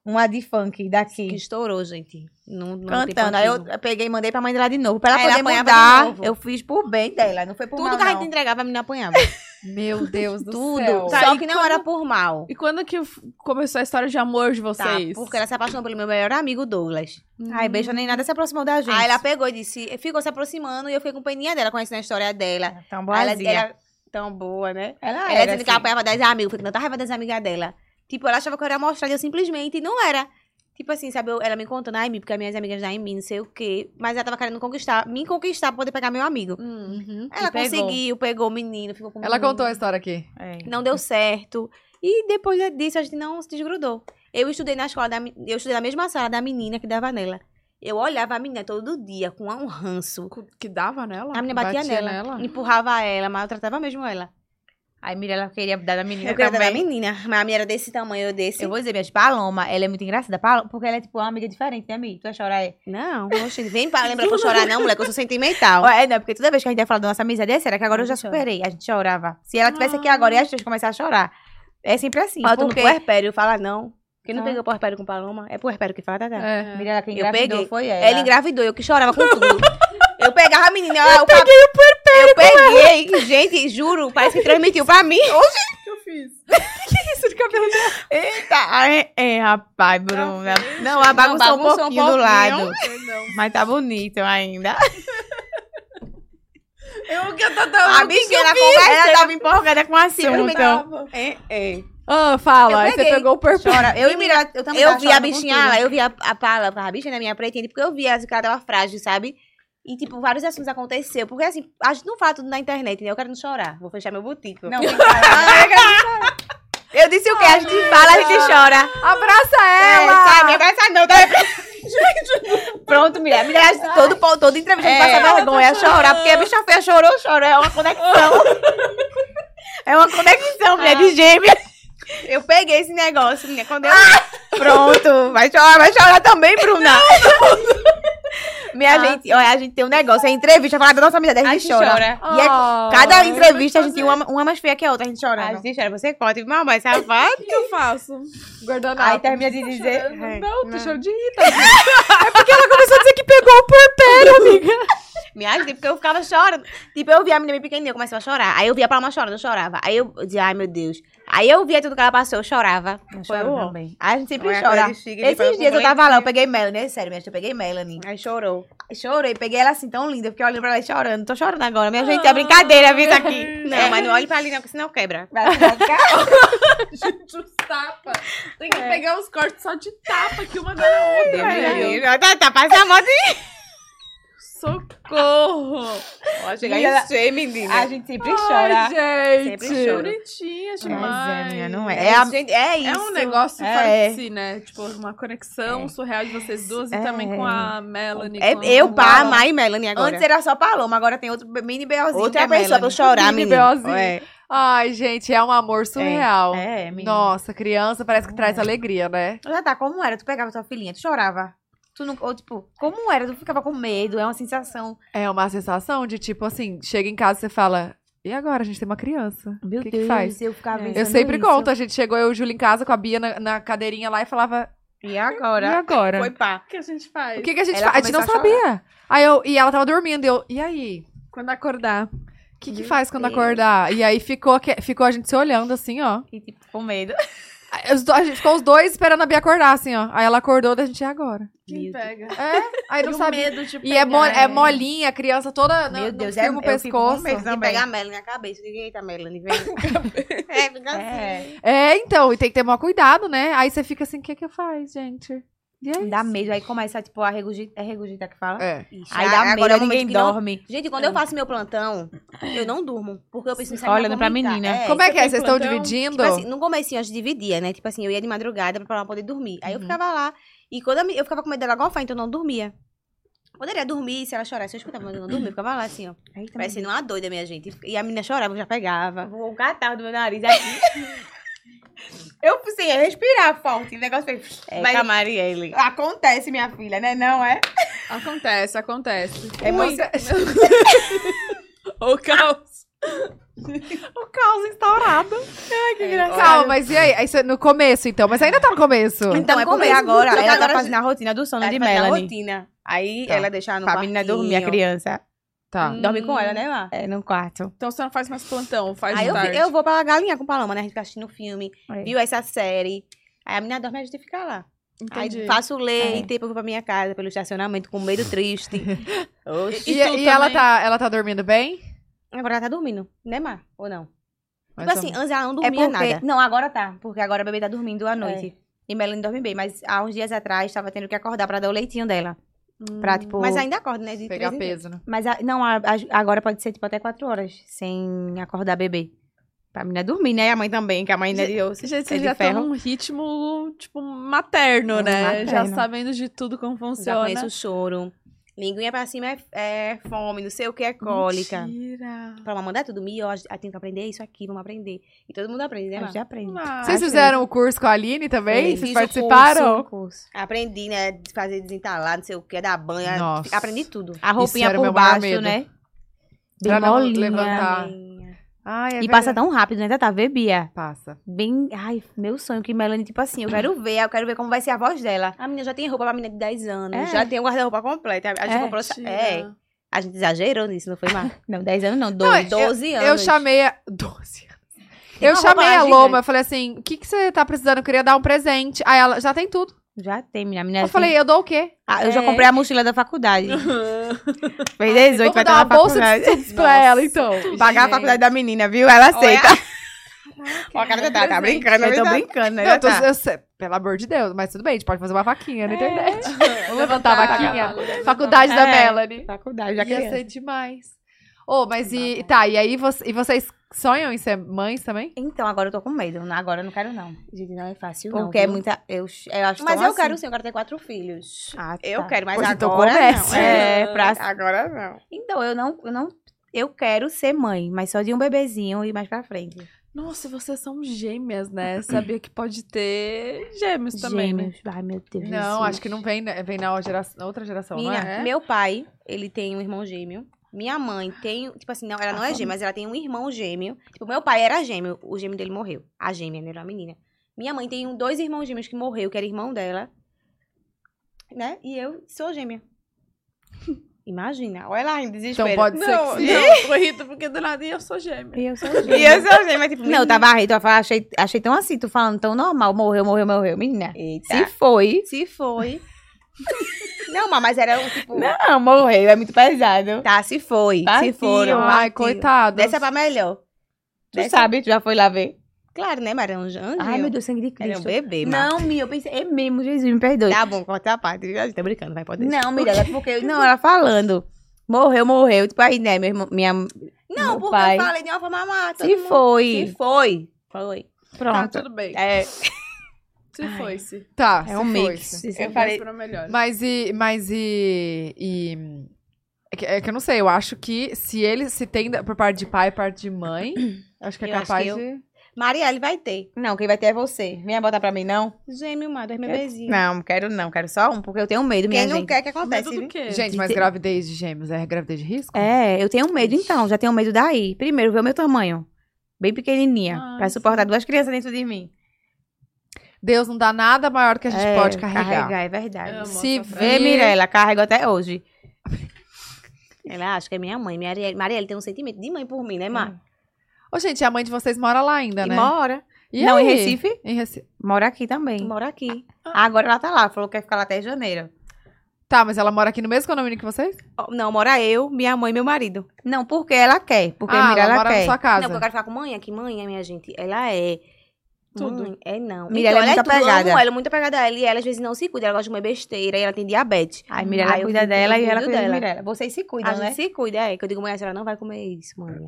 [SPEAKER 5] Uma de funk
[SPEAKER 6] Que
[SPEAKER 5] daqui.
[SPEAKER 6] estourou, gente. Não, não tem
[SPEAKER 5] Cantando. Aí eu
[SPEAKER 6] pantismo.
[SPEAKER 5] peguei e mandei pra mãe dela de novo. Pra ela
[SPEAKER 6] Aí ela
[SPEAKER 5] poder
[SPEAKER 6] apanhava de
[SPEAKER 5] mudar,
[SPEAKER 6] novo.
[SPEAKER 5] eu fiz por bem dela. Não foi por
[SPEAKER 6] Tudo
[SPEAKER 5] mal,
[SPEAKER 6] que a gente
[SPEAKER 5] não.
[SPEAKER 6] entregava, a menina apanhava.
[SPEAKER 1] Meu Deus do
[SPEAKER 6] Tudo.
[SPEAKER 1] céu.
[SPEAKER 2] Tá,
[SPEAKER 6] Só
[SPEAKER 2] e
[SPEAKER 6] que não
[SPEAKER 2] como-
[SPEAKER 6] era por mal.
[SPEAKER 2] E quando que f- começou a história de amor de
[SPEAKER 6] Tá,
[SPEAKER 2] vocês?
[SPEAKER 6] porque ela se apaixonou pelo meu melhor amigo, Douglas.
[SPEAKER 5] Ai, beijo, nem nada se aproximou da gente.
[SPEAKER 6] Aí ela pegou e disse, ficou se aproximando e eu fiquei com peninha dela, conhecendo a história dela.
[SPEAKER 5] Tão
[SPEAKER 6] Aí
[SPEAKER 5] boazinha.
[SPEAKER 6] Ela era tão boa, né?
[SPEAKER 4] Ah,
[SPEAKER 5] ela
[SPEAKER 6] ela dizendo que
[SPEAKER 5] assim.
[SPEAKER 6] ela apanhava 10 amigos, foi com tanta raiva das amigas dela. Tipo, ela achava que eu era mostrada e eu simplesmente não era. Tipo assim, sabe, eu- ela me contando, ai, Mi, porque as minhas amigas da em mim, não sei o quê. Mas ela tava querendo conquistar, me conquistar pra poder pegar meu amigo.
[SPEAKER 1] Uhum.
[SPEAKER 6] Ela
[SPEAKER 5] E pegou.
[SPEAKER 6] conseguiu, pegou o menino, ficou com o
[SPEAKER 1] Ela
[SPEAKER 6] menino.
[SPEAKER 1] contou a história aqui.
[SPEAKER 5] É.
[SPEAKER 6] Não deu certo. E depois disso a gente não se desgrudou. Eu estudei na escola da me- eu estudei na mesma sala da menina que dava nela. Eu olhava a menina todo dia com um ranço.
[SPEAKER 2] Que dava nela?
[SPEAKER 6] A menina batia, nela, empurrava ela, maltratava mesmo ela.
[SPEAKER 5] Aí Mirella queria dar da menina
[SPEAKER 6] Eu queria dar a
[SPEAKER 5] também.
[SPEAKER 6] menina, mas a minha era desse tamanho, eu desse.
[SPEAKER 5] Eu vou dizer, minhas Paloma, ela é muito engraçada, Paloma, porque ela é tipo uma amiga diferente, né, Mi? Tu vai chorar é?
[SPEAKER 6] Não, oxe, vem pra lembrar que eu chorar não, moleque, eu sou sentimental.
[SPEAKER 5] Ó, É, não, porque toda vez que a gente ia falar da nossa amizade, é sério, que agora eu já
[SPEAKER 6] Chora.
[SPEAKER 5] superei. A gente chorava. Se ela tivesse aqui agora e as três começar a chorar. É sempre assim.
[SPEAKER 6] Mas Ah. tu no
[SPEAKER 5] porque
[SPEAKER 6] puerpério, fala não. Quem não
[SPEAKER 2] Ah.
[SPEAKER 6] pegou puerpério com paloma é puerpério que fala, tá? tá.
[SPEAKER 2] É.
[SPEAKER 5] Mirella, quem
[SPEAKER 6] Eu
[SPEAKER 5] engravidou
[SPEAKER 6] peguei.
[SPEAKER 5] foi ela.
[SPEAKER 6] Ela engravidou, eu que chorava com tudo. *laughs* Eu pegava a menina, eu, peguei o puerpério. Eu peguei, gente, juro, parece que transmitiu pra mim.
[SPEAKER 1] que eu fiz? que isso de cabelo
[SPEAKER 5] Eita, ai, é, rapaz, Bruna. Não, a bagunça um
[SPEAKER 6] bagunçou um
[SPEAKER 5] pouquinho do
[SPEAKER 6] pouquinho.
[SPEAKER 5] lado.
[SPEAKER 1] Não.
[SPEAKER 5] Mas tá bonito
[SPEAKER 6] *laughs*
[SPEAKER 5] ainda.
[SPEAKER 1] Eu que tô
[SPEAKER 5] A bichinha conversa,
[SPEAKER 6] tá
[SPEAKER 5] ela tá tava empolgada com o assunto.
[SPEAKER 6] É, é.
[SPEAKER 1] Ah, fala. Aí você
[SPEAKER 6] peguei.
[SPEAKER 1] pegou o purple.
[SPEAKER 6] Chora. Eu, e Mirella, eu,
[SPEAKER 5] também tava
[SPEAKER 6] vi a
[SPEAKER 5] chorando com
[SPEAKER 6] bichinha
[SPEAKER 5] tudo.
[SPEAKER 6] lá, eu vi a, a pala, a bicha na minha pretinha, porque eu vi ela, que ela tava frágil, sabe? E, tipo, vários assuntos aconteceu. Porque, assim, a gente não fala tudo na internet, né? Eu quero não chorar. Vou fechar meu boutique.
[SPEAKER 5] Não, tem que falar. *laughs* Eu disse o quê? A gente fala, a gente chora.
[SPEAKER 1] Abraça ela!
[SPEAKER 5] É,
[SPEAKER 6] Ah, minha vai sair, não,
[SPEAKER 5] *laughs*
[SPEAKER 6] tá?
[SPEAKER 5] Pronto, Mirella. Mirella, todo, pau- toda entrevista a gente passa vergonha, chorar. Porque a bicha feia chorou, chorou. É uma conexão. *laughs* É uma conexão, mulher de gêmea. Ah.
[SPEAKER 6] Eu peguei esse negócio, menina. Quando eu.
[SPEAKER 5] Pronto, vai chorar, vai chorar também, Bruna. Minha gente, olha, a gente tem um negócio, é entrevista, falar da nossa amizade, a gente chora. E é-
[SPEAKER 1] Oh,
[SPEAKER 5] cada entrevista a gente tem um uma, uma mais feia que a outra, a gente chora.
[SPEAKER 6] A gente chora, você é conta. Mamãe, safado.
[SPEAKER 2] O que eu faço? tá
[SPEAKER 1] Guardanapo.
[SPEAKER 5] Aí termina de dizer.
[SPEAKER 1] Não,
[SPEAKER 5] é.
[SPEAKER 1] tô chorando
[SPEAKER 2] *laughs*
[SPEAKER 1] de rir.
[SPEAKER 6] Me ajuda, porque eu ficava chorando. Tipo, eu via a menina bem pequenininha, eu começava a chorar. Aí eu via a Paloma chorando, eu chorava. Aí eu dizia, ai meu Deus. Aí eu via tudo que ela passou, eu chorava.
[SPEAKER 5] Não
[SPEAKER 6] Foi
[SPEAKER 5] choro
[SPEAKER 6] o ó.
[SPEAKER 5] também. A gente sempre
[SPEAKER 6] Olha a
[SPEAKER 5] chora.
[SPEAKER 6] coisa de chique, depois eu né?
[SPEAKER 5] Esses dias eu
[SPEAKER 6] comprei.
[SPEAKER 5] tava lá, eu peguei Melanie, é sério, minha gente, eu peguei Melanie.
[SPEAKER 6] Aí chorou.
[SPEAKER 5] Chorei, peguei ela assim, tão linda, fiquei olhando pra ela e chorando. Tô chorando agora, minha gente, é brincadeira, vida *laughs* aqui.
[SPEAKER 6] Não, mas não olhe pra ali não, porque senão quebra.
[SPEAKER 1] Gente, os tapas. Tem
[SPEAKER 5] É.
[SPEAKER 1] que pegar os cortes só de tapa que uma dá
[SPEAKER 2] é
[SPEAKER 1] na outra. né?
[SPEAKER 6] Tá, tá, passa a moto
[SPEAKER 2] Socorro!
[SPEAKER 6] Ó,
[SPEAKER 5] chegar em
[SPEAKER 6] ser, menina.
[SPEAKER 5] A gente sempre chora.
[SPEAKER 1] Ai, gente.
[SPEAKER 6] Sempre chora.
[SPEAKER 2] Bonitinha
[SPEAKER 5] Mas é,
[SPEAKER 2] demais.
[SPEAKER 5] menina, não é.
[SPEAKER 6] É,
[SPEAKER 5] É a-
[SPEAKER 6] gente, é isso.
[SPEAKER 2] É um negócio
[SPEAKER 5] É.
[SPEAKER 2] fora de si, né? Tipo, uma conexão surreal de vocês duas e
[SPEAKER 5] É.
[SPEAKER 2] também com a Melanie.
[SPEAKER 6] É
[SPEAKER 2] com
[SPEAKER 6] eu,
[SPEAKER 2] a
[SPEAKER 6] pá,
[SPEAKER 2] Paula.
[SPEAKER 6] Mai e Melanie agora.
[SPEAKER 5] Antes era só Paloma, agora tem outro mini Belzinho.
[SPEAKER 6] Outra
[SPEAKER 5] que é
[SPEAKER 6] pessoa pra
[SPEAKER 5] Melanie.
[SPEAKER 6] eu chorar,
[SPEAKER 1] Mini
[SPEAKER 6] menina.
[SPEAKER 1] Belzinho.
[SPEAKER 6] É.
[SPEAKER 1] Ai, gente, é um amor surreal.
[SPEAKER 5] É, menina.
[SPEAKER 1] Nossa, criança parece que
[SPEAKER 5] Não
[SPEAKER 1] traz
[SPEAKER 5] é.
[SPEAKER 1] alegria, né?
[SPEAKER 5] Já tá, como era? Tu pegava tua filhinha, tu chorava. Tu não, ou tipo, como era? Tu ficava com medo, é uma sensação.
[SPEAKER 1] É uma sensação de tipo assim, chega em casa e você fala. E agora? A gente tem uma criança.
[SPEAKER 5] Meu
[SPEAKER 1] O que que
[SPEAKER 5] Deus,
[SPEAKER 1] faz?
[SPEAKER 5] eu ficava
[SPEAKER 2] É.
[SPEAKER 5] pensando
[SPEAKER 1] Eu sempre
[SPEAKER 5] isso.
[SPEAKER 1] conto. A gente chegou, eu e o Júlio em casa com a Bia na, na cadeirinha lá e falava.
[SPEAKER 5] E
[SPEAKER 1] E
[SPEAKER 5] agora?
[SPEAKER 1] agora?
[SPEAKER 6] Foi pá.
[SPEAKER 2] O que a gente faz?
[SPEAKER 1] O que, que a gente
[SPEAKER 5] Ela
[SPEAKER 1] faz? A gente não
[SPEAKER 5] começou a chorar.
[SPEAKER 1] sabia. Aí eu, e ela tava dormindo. Eu, e aí?
[SPEAKER 2] Quando acordar.
[SPEAKER 1] O que, que
[SPEAKER 5] Meu
[SPEAKER 1] faz quando
[SPEAKER 5] Deus.
[SPEAKER 1] acordar? E aí ficou, que- ficou a gente se olhando assim, ó.
[SPEAKER 5] E tipo, com medo.
[SPEAKER 1] Aí os dois- a gente ficou os dois esperando a Bia acordar, assim, ó. Aí ela acordou da gente e agora.
[SPEAKER 2] Quem pega?
[SPEAKER 1] É? Aí não
[SPEAKER 2] E o
[SPEAKER 1] sabia.
[SPEAKER 2] medo de
[SPEAKER 1] E é, mo-
[SPEAKER 2] pegar,
[SPEAKER 1] é molinha, a criança toda. na-
[SPEAKER 5] Meu
[SPEAKER 1] não
[SPEAKER 5] Deus,
[SPEAKER 1] firma
[SPEAKER 5] é-
[SPEAKER 1] o
[SPEAKER 5] eu fico com
[SPEAKER 1] pescoço.
[SPEAKER 5] medo.
[SPEAKER 6] Tem que
[SPEAKER 5] Também.
[SPEAKER 6] pegar a Melanie na cabeça. Eu digo, Eita, Melanie, vem. é, fica assim.
[SPEAKER 1] É, então, e tem que ter maior cuidado, né? Aí você fica assim, o que que eu faço, gente?
[SPEAKER 5] É,
[SPEAKER 1] E aí?
[SPEAKER 5] Dá medo, aí começa, tipo, a regurgitar, é regurgitar que fala?
[SPEAKER 1] É.
[SPEAKER 6] Ixi,
[SPEAKER 5] Aí dá
[SPEAKER 6] agora é
[SPEAKER 5] medo,
[SPEAKER 6] o momento
[SPEAKER 5] ninguém
[SPEAKER 6] que não-
[SPEAKER 5] dorme.
[SPEAKER 6] Gente, quando eu faço meu plantão, eu não durmo. Porque eu preciso
[SPEAKER 5] Olha, não pra menina.
[SPEAKER 1] Como é que é?
[SPEAKER 2] tem
[SPEAKER 1] Vocês estão
[SPEAKER 2] plantão?
[SPEAKER 1] dividindo?
[SPEAKER 6] Tipo assim, no comecinho a gente dividia, né? Tipo assim, eu ia de madrugada pra ela poder dormir. Aí eu
[SPEAKER 1] Uhum.
[SPEAKER 6] ficava lá. E quando eu, me- eu ficava com medo dela golfar, então eu não dormia. Poderia dormir, se ela chorasse, eu escutava, mas eu não dormia, eu ficava lá assim, ó.
[SPEAKER 5] Eita,
[SPEAKER 6] Parecendo uma doida, minha gente. E a menina chorava, eu já pegava.
[SPEAKER 5] Vou catar do meu nariz
[SPEAKER 6] *laughs*
[SPEAKER 5] aqui. eu sei respirar forte, o negócio fez.
[SPEAKER 6] É, Então,
[SPEAKER 5] mas
[SPEAKER 6] com a Marielle.
[SPEAKER 5] acontece, minha filha, né? Não é?
[SPEAKER 2] Acontece, acontece.
[SPEAKER 1] É emocio-
[SPEAKER 2] *laughs* O caos.
[SPEAKER 1] o caos instaurado. Ai,
[SPEAKER 2] É,
[SPEAKER 1] que engraçado. Calma, mas e aí? Aí você- no começo, então. Mas ainda tá no
[SPEAKER 5] *laughs*
[SPEAKER 1] começo.
[SPEAKER 5] Então,
[SPEAKER 6] Então,
[SPEAKER 5] é
[SPEAKER 6] como
[SPEAKER 5] comer
[SPEAKER 6] é?
[SPEAKER 5] agora.
[SPEAKER 6] Porque
[SPEAKER 5] Ela tá
[SPEAKER 6] agora
[SPEAKER 5] fazendo a rotina do sono
[SPEAKER 6] Ela
[SPEAKER 5] de
[SPEAKER 6] faz na
[SPEAKER 5] Melanie.
[SPEAKER 6] rotina. Aí
[SPEAKER 5] Tá.
[SPEAKER 6] ela deixava no
[SPEAKER 5] Pra menina dormir, a
[SPEAKER 6] quartinho.
[SPEAKER 5] criança.
[SPEAKER 1] Tá.
[SPEAKER 6] Dorme com ela, né, lá?
[SPEAKER 5] É, no quarto.
[SPEAKER 2] Então você não faz mais plantão, faz
[SPEAKER 6] Aí
[SPEAKER 2] de
[SPEAKER 6] eu,
[SPEAKER 2] tarde.
[SPEAKER 6] fi- eu vou pra galinha com Paloma, né? A gente fica assistindo filme,
[SPEAKER 5] É.
[SPEAKER 6] viu essa série. Aí a menina dorme e a gente fica lá.
[SPEAKER 2] Entendi.
[SPEAKER 6] Aí faço ler tipo
[SPEAKER 5] É.
[SPEAKER 6] e tempo eu vou pra minha casa pelo estacionamento com medo triste.
[SPEAKER 1] E,
[SPEAKER 6] Oxi.
[SPEAKER 2] E tu
[SPEAKER 1] e ela,
[SPEAKER 2] também?
[SPEAKER 1] tá, ela tá dormindo bem?
[SPEAKER 6] Agora ela tá dormindo, né, Má? Ou não?
[SPEAKER 1] Mais ou
[SPEAKER 6] tipo assim,
[SPEAKER 1] menos.
[SPEAKER 6] antes ela não
[SPEAKER 5] É
[SPEAKER 6] dormia
[SPEAKER 5] porque...
[SPEAKER 6] nada.
[SPEAKER 5] Não, agora tá. Porque agora a bebê tá dormindo à noite. E Melanie dorme bem. Mas há uns dias atrás, tava tendo que acordar pra dar o leitinho dela.
[SPEAKER 2] Hum.
[SPEAKER 5] Pra, tipo...
[SPEAKER 6] Mas ainda acorda, né? De
[SPEAKER 1] pegar
[SPEAKER 6] três em três.
[SPEAKER 1] peso, né?
[SPEAKER 5] Mas a- não, a- a- agora pode ser, tipo, até quatro horas. Sem acordar bebê. Pra menina dormir, né? E a mãe também, que a mãe ainda é de osso.
[SPEAKER 2] Gente,
[SPEAKER 5] É
[SPEAKER 2] vocês
[SPEAKER 5] de
[SPEAKER 2] já estão
[SPEAKER 5] ferro.
[SPEAKER 2] num ritmo, tipo, materno, né?
[SPEAKER 5] Materno.
[SPEAKER 2] Já sabendo de tudo como
[SPEAKER 6] Já
[SPEAKER 2] funciona.
[SPEAKER 6] conheço o choro. Linguinha pra cima é, é fome, não sei o que é cólica.
[SPEAKER 2] Mentira.
[SPEAKER 6] Pra mandar é tudo, Mia, ó, eu tenho que aprender isso aqui, vamos aprender. E todo mundo aprende, né,
[SPEAKER 5] Ela
[SPEAKER 6] Má?
[SPEAKER 5] já aprende.
[SPEAKER 2] Ah,
[SPEAKER 1] Vocês fizeram o curso com a Aline também?
[SPEAKER 6] Sim.
[SPEAKER 1] Vocês
[SPEAKER 6] Fiz o
[SPEAKER 1] participaram?
[SPEAKER 6] Aprendi, né? de Fazer desentalar, não sei o
[SPEAKER 5] é
[SPEAKER 6] que, dar banho.
[SPEAKER 1] Nossa.
[SPEAKER 6] Aprendi tudo.
[SPEAKER 5] A roupinha
[SPEAKER 1] era o
[SPEAKER 5] por
[SPEAKER 1] meu maior
[SPEAKER 5] baixo,
[SPEAKER 1] medo.
[SPEAKER 5] né? Bem
[SPEAKER 1] Pra não
[SPEAKER 5] molinha.
[SPEAKER 1] levantar.
[SPEAKER 6] Minha.
[SPEAKER 1] Ai, é
[SPEAKER 5] e passa
[SPEAKER 1] verdade.
[SPEAKER 5] tão rápido, né, Tata? Vê, Bia?
[SPEAKER 1] Passa.
[SPEAKER 5] Bem. Ai, meu sonho que Melanie, tipo assim, eu
[SPEAKER 6] *clears throat*
[SPEAKER 5] quero ver, eu quero ver como vai ser a voz dela.
[SPEAKER 6] A menina já tem roupa pra menina de 10 anos.
[SPEAKER 5] É.
[SPEAKER 6] Já tem o guarda-roupa completo. A gente
[SPEAKER 5] É,
[SPEAKER 6] comprou. É. A gente exagerou nisso, não foi, Mar?
[SPEAKER 5] *laughs* Não, 10 anos não,
[SPEAKER 1] Não,
[SPEAKER 5] 12,
[SPEAKER 1] eu-
[SPEAKER 5] 12 anos.
[SPEAKER 1] Eu chamei a. *laughs* 12 anos.
[SPEAKER 6] Tem
[SPEAKER 1] Eu
[SPEAKER 6] uma
[SPEAKER 1] chamei a
[SPEAKER 6] roupagem,
[SPEAKER 1] Loma, eu falei assim: o que, que você tá precisando? Eu queria dar um presente. Aí ela já tem tudo.
[SPEAKER 5] Já tem, menina. A
[SPEAKER 1] Eu
[SPEAKER 5] menina tem-
[SPEAKER 1] falei, eu dou o quê?
[SPEAKER 5] Ah, eu já
[SPEAKER 6] É.
[SPEAKER 5] comprei a mochila
[SPEAKER 1] *laughs*
[SPEAKER 5] da faculdade. Fez
[SPEAKER 1] Vamos
[SPEAKER 5] 18, vai
[SPEAKER 1] dar
[SPEAKER 5] estar
[SPEAKER 1] uma
[SPEAKER 5] na
[SPEAKER 1] bolsa de
[SPEAKER 5] faculdade.
[SPEAKER 1] estudos pra ela, então.
[SPEAKER 5] Pagar a
[SPEAKER 1] Gente.
[SPEAKER 5] faculdade é da menina, viu? Ela
[SPEAKER 6] *laughs*
[SPEAKER 5] aceita.
[SPEAKER 6] Ó, a cara da Tata, tá brincando,
[SPEAKER 5] Eu tô
[SPEAKER 6] verdade.
[SPEAKER 5] brincando, né?
[SPEAKER 1] Não, eu tô-
[SPEAKER 5] Tata?
[SPEAKER 1] eu sei- pelo amor de Deus, mas tudo bem, a gente pode fazer uma vaquinha na
[SPEAKER 5] *laughs*
[SPEAKER 1] internet. Vamos levantar a
[SPEAKER 2] Levantar,
[SPEAKER 1] vaquinha.
[SPEAKER 2] levantar.
[SPEAKER 1] Faculdade da
[SPEAKER 5] Tá, É.
[SPEAKER 1] Melanie.
[SPEAKER 5] Faculdade, já
[SPEAKER 1] Ia
[SPEAKER 5] criança.
[SPEAKER 1] ser demais. Ô, mas e. Tá, e aí vo- e vocês sonham em ser mães também?
[SPEAKER 5] Então, agora eu tô com medo. Não, Agora eu não quero, não.
[SPEAKER 6] Gente, não é fácil, não.
[SPEAKER 5] Porque é
[SPEAKER 6] viu?
[SPEAKER 5] muita. Eu, eu acho
[SPEAKER 6] Mas
[SPEAKER 5] tão
[SPEAKER 6] eu quero
[SPEAKER 5] assim.
[SPEAKER 6] sim, eu quero ter quatro filhos.
[SPEAKER 5] Ah, tá.
[SPEAKER 6] Eu quero, mas
[SPEAKER 5] Pois então,
[SPEAKER 6] agora
[SPEAKER 5] converse.
[SPEAKER 6] não.
[SPEAKER 5] É, pra-
[SPEAKER 6] Agora não.
[SPEAKER 5] Então, eu não, eu não. Eu quero ser mãe, mas só de um bebezinho e mais pra frente.
[SPEAKER 2] Nossa, vocês são gêmeas, né? Sabia que pode ter gêmeos também, né?
[SPEAKER 5] Gêmeos. Ai, meu Deus.
[SPEAKER 1] Não,
[SPEAKER 5] Jesus.
[SPEAKER 1] acho que não vem, né? vem na gera- na outra geração,
[SPEAKER 6] Minha,
[SPEAKER 1] não é?
[SPEAKER 6] Meu pai, ele tem um irmão gêmeo. Minha mãe tem, tipo assim, não, ela não é gêmea, mas ela tem um irmão gêmeo. Tipo, meu pai era gêmeo, o gêmeo dele morreu. A gêmea, né, era uma menina. Minha mãe tem um- dois irmãos gêmeos que morreu, que era irmão dela. Né? E eu sou gêmea. Imagina. Olha lá, em desespero.
[SPEAKER 1] Então pode ser
[SPEAKER 2] Não,
[SPEAKER 1] que sim. *laughs*
[SPEAKER 2] não, corrida, porque do nada eu sou gêmea.
[SPEAKER 5] E eu sou
[SPEAKER 6] E eu sou gêmea, tipo...
[SPEAKER 5] Não, eu tava rindo, eu falei, achei, achei tão assim, tu falando tão normal. Morreu, morreu, morreu, menina. Se
[SPEAKER 6] Eita.
[SPEAKER 5] foi.
[SPEAKER 6] Se foi. não, mas- mas era um tipo...
[SPEAKER 5] Não, morreu, é muito pesado.
[SPEAKER 6] Tá, se foi.
[SPEAKER 5] Partiu.
[SPEAKER 6] Se foram.
[SPEAKER 1] Ai, coitado.
[SPEAKER 6] Dessa pra melhor.
[SPEAKER 5] Tu
[SPEAKER 6] Dessa-
[SPEAKER 5] sabe, tu já foi lá ver.
[SPEAKER 6] Claro, né, Maria Anjo?
[SPEAKER 5] Ai, meu Deus, sangue de
[SPEAKER 6] Era um
[SPEAKER 5] Cristo.
[SPEAKER 6] bebê, Mar.
[SPEAKER 5] Não, minha, eu pensei, é mesmo, Jesus, me perdoe.
[SPEAKER 6] Tá bom, corta a parte. A gente tá brincando, vai poder.
[SPEAKER 5] Não, menina, é
[SPEAKER 6] *laughs*
[SPEAKER 5] porque. Não, ela falando. Morreu, morreu. Tipo, aí, né, meu irmão, minha.
[SPEAKER 6] Não,
[SPEAKER 5] Meu
[SPEAKER 6] porque
[SPEAKER 5] pai.
[SPEAKER 6] eu falei de uma forma má. todo
[SPEAKER 5] Se
[SPEAKER 6] mundo-
[SPEAKER 5] foi.
[SPEAKER 6] Se foi. Foi.
[SPEAKER 2] Tá,
[SPEAKER 5] Pronto.
[SPEAKER 2] tudo bem.
[SPEAKER 6] É,
[SPEAKER 2] Se foi, se.
[SPEAKER 1] Tá,
[SPEAKER 5] É um
[SPEAKER 1] se foi,
[SPEAKER 5] mix.
[SPEAKER 1] se-
[SPEAKER 5] Isso é
[SPEAKER 6] Eu falei-
[SPEAKER 2] Pra melhor.
[SPEAKER 1] Mas e. Mas e. e- É que, é que eu não sei, eu acho que se ele se tem da- por parte de pai e parte de mãe, acho que é
[SPEAKER 6] Eu acho
[SPEAKER 1] capaz
[SPEAKER 6] que eu-
[SPEAKER 1] de.
[SPEAKER 6] Marielle vai ter.
[SPEAKER 5] Não, quem vai ter é você. Venha botar pra mim, não?
[SPEAKER 6] Gêmeo, Mar, dois bebezinhos.
[SPEAKER 5] Não, quero não, quero só um, porque eu tenho medo, minha
[SPEAKER 6] Quem não
[SPEAKER 5] gente.
[SPEAKER 6] quer que
[SPEAKER 2] Mas
[SPEAKER 6] acontece,
[SPEAKER 2] do
[SPEAKER 6] viu?
[SPEAKER 2] quê?
[SPEAKER 1] Gente, mas
[SPEAKER 5] *clears throat* De-
[SPEAKER 1] gravidez de gêmeos é gravidez de risco?
[SPEAKER 5] É, eu tenho medo então, já tenho medo daí. Primeiro, ver o meu tamanho. Bem pequenininha,
[SPEAKER 2] Ah,
[SPEAKER 5] pra suportar duas crianças dentro de mim.
[SPEAKER 1] Deus não dá nada maior que a gente
[SPEAKER 5] É,
[SPEAKER 1] pode carregar.
[SPEAKER 5] é verdade.
[SPEAKER 2] Amo
[SPEAKER 1] Se
[SPEAKER 2] essa frase.
[SPEAKER 1] vê-
[SPEAKER 5] Vê, Mirella, carregou até hoje.
[SPEAKER 6] Ela acha que é minha mãe. Marielle, Marielle tem um sentimento de mãe por mim, né, Mar?
[SPEAKER 1] Ô, gente, a mãe de vocês mora lá ainda,
[SPEAKER 5] E
[SPEAKER 1] né?
[SPEAKER 5] mora.
[SPEAKER 1] E
[SPEAKER 5] não, em
[SPEAKER 1] aí?
[SPEAKER 5] Recife,
[SPEAKER 1] Em Recife.
[SPEAKER 5] mora aqui também.
[SPEAKER 6] Mora aqui.
[SPEAKER 1] Ah.
[SPEAKER 5] Agora ela tá lá, falou que quer ficar lá até janeiro.
[SPEAKER 1] Tá, mas ela mora aqui no mesmo condomínio que vocês?
[SPEAKER 6] Ó, Não, mora eu, minha mãe e meu marido.
[SPEAKER 5] Não, porque ela quer, porque
[SPEAKER 1] ah,
[SPEAKER 5] Mirella
[SPEAKER 1] ela mora
[SPEAKER 5] quer.
[SPEAKER 1] na sua casa.
[SPEAKER 6] Não, porque eu quero falar com mãe aqui. Mãe é minha gente. Ela é.
[SPEAKER 2] Tudo.
[SPEAKER 6] Mãe, é não.
[SPEAKER 5] Mirella é muito
[SPEAKER 6] tudo, eu amo
[SPEAKER 5] apegada.
[SPEAKER 6] Ela é muito apegada a ela e ela às vezes não se cuida. Ela gosta de comer besteira e ela tem diabetes.
[SPEAKER 5] Aí Mirella
[SPEAKER 6] Ai, eu
[SPEAKER 5] cuida
[SPEAKER 6] fico-
[SPEAKER 5] dela
[SPEAKER 6] eu
[SPEAKER 5] e ela
[SPEAKER 6] cuido
[SPEAKER 5] cuida dela.
[SPEAKER 6] dela.
[SPEAKER 5] de Mirella. Vocês se
[SPEAKER 6] a
[SPEAKER 5] cuidam, *laughs*
[SPEAKER 6] gente
[SPEAKER 5] né? Uhum.
[SPEAKER 6] se cuida, é. Que eu digo, mãe, a senhora não vai comer isso, mãe.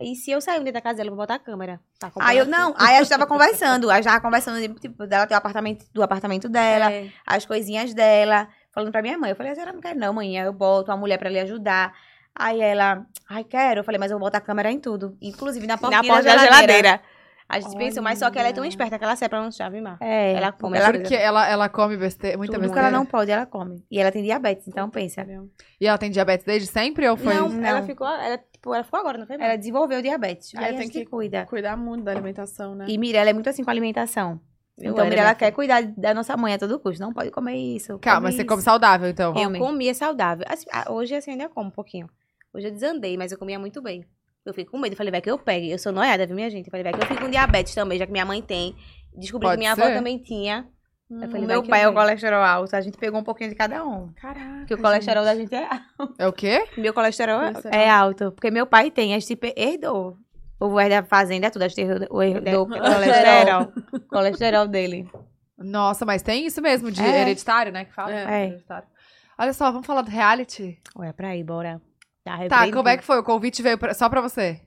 [SPEAKER 6] E se eu sair dentro da casa dela pra botar a câmera? Pra comprar
[SPEAKER 5] Aí eu
[SPEAKER 6] tudo?
[SPEAKER 5] não, aí a gente tava conversando, a gente tava conversando, tipo, dela ter o apartamento, do apartamento dela,
[SPEAKER 6] É.
[SPEAKER 5] as coisinhas dela, falando pra minha mãe. Eu falei, a senhora não quer não, mãe, Aí eu boto uma mulher pra lhe ajudar. Aí ela, ai, quero. Eu falei, mas eu vou botar a câmera em tudo, inclusive na porta,
[SPEAKER 6] Na porta da geladeira.
[SPEAKER 5] A
[SPEAKER 6] A
[SPEAKER 5] gente
[SPEAKER 6] gente
[SPEAKER 5] pensa,
[SPEAKER 6] pensou, mas só que ela é tão esperta que ela sai pra não chave, mãe.
[SPEAKER 5] é,
[SPEAKER 6] Ela come as
[SPEAKER 1] Porque ela, ela come beste... muita
[SPEAKER 5] tudo que
[SPEAKER 1] besteira.
[SPEAKER 5] ela não pode, ela come. E ela tem diabetes, então pensa.
[SPEAKER 1] E ela tem diabetes desde sempre ou foi?
[SPEAKER 6] Não,
[SPEAKER 5] Não.
[SPEAKER 6] ela ficou, ela, tipo, ela ficou agora, não foi, mãe?
[SPEAKER 5] Ela desenvolveu diabetes,
[SPEAKER 2] E
[SPEAKER 5] aí
[SPEAKER 2] ela
[SPEAKER 5] a
[SPEAKER 2] tem
[SPEAKER 5] gente que...
[SPEAKER 2] que-
[SPEAKER 5] cuida.
[SPEAKER 2] Cuidar muito da alimentação, né?
[SPEAKER 5] E Mirella é muito assim com a alimentação.
[SPEAKER 6] Eu
[SPEAKER 5] então,
[SPEAKER 6] era,
[SPEAKER 5] Mirella
[SPEAKER 6] minha
[SPEAKER 5] quer cuidar da nossa mãe a todo custo. Não pode comer isso.
[SPEAKER 1] Calma, mas você come saudável, então.
[SPEAKER 5] Eu
[SPEAKER 6] Eu comia saudável. Assim, ah, hoje, assim, ainda como um pouquinho. Hoje eu desandei, mas eu comia muito bem. Eu fiquei com medo. Falei, vai que eu pegue. Eu sou noiada, viu, minha gente? Eu Falei, vai que eu fico com diabetes também, já que minha mãe tem. Descobri
[SPEAKER 1] Pode
[SPEAKER 6] que minha
[SPEAKER 1] ser.
[SPEAKER 6] avó também tinha.
[SPEAKER 2] Hum,
[SPEAKER 6] eu
[SPEAKER 5] O
[SPEAKER 6] falei, vai
[SPEAKER 5] meu
[SPEAKER 6] que
[SPEAKER 5] pai é o
[SPEAKER 6] eu
[SPEAKER 5] colesterol alto. A gente pegou um pouquinho de cada um.
[SPEAKER 2] Caraca.
[SPEAKER 5] Porque o colesterol da gente é,
[SPEAKER 1] É o quê?
[SPEAKER 6] pego. Meu colesterol é
[SPEAKER 2] Colesterol.
[SPEAKER 5] é alto. Porque meu pai tem, a gente pe- herdou. O povo da fazenda, tudo, a gente herdou o herdou o colesterol. *laughs* colesterol dele.
[SPEAKER 1] Nossa, mas tem isso mesmo, de
[SPEAKER 5] É.
[SPEAKER 1] hereditário, né? Que fala.
[SPEAKER 2] É.
[SPEAKER 1] Hereditário. Olha só, vamos falar do reality.
[SPEAKER 5] é
[SPEAKER 6] Ué, pra aí, bora. Tá,
[SPEAKER 1] Tá,
[SPEAKER 6] arrependido.
[SPEAKER 1] como é que foi? O convite veio pra- só pra você.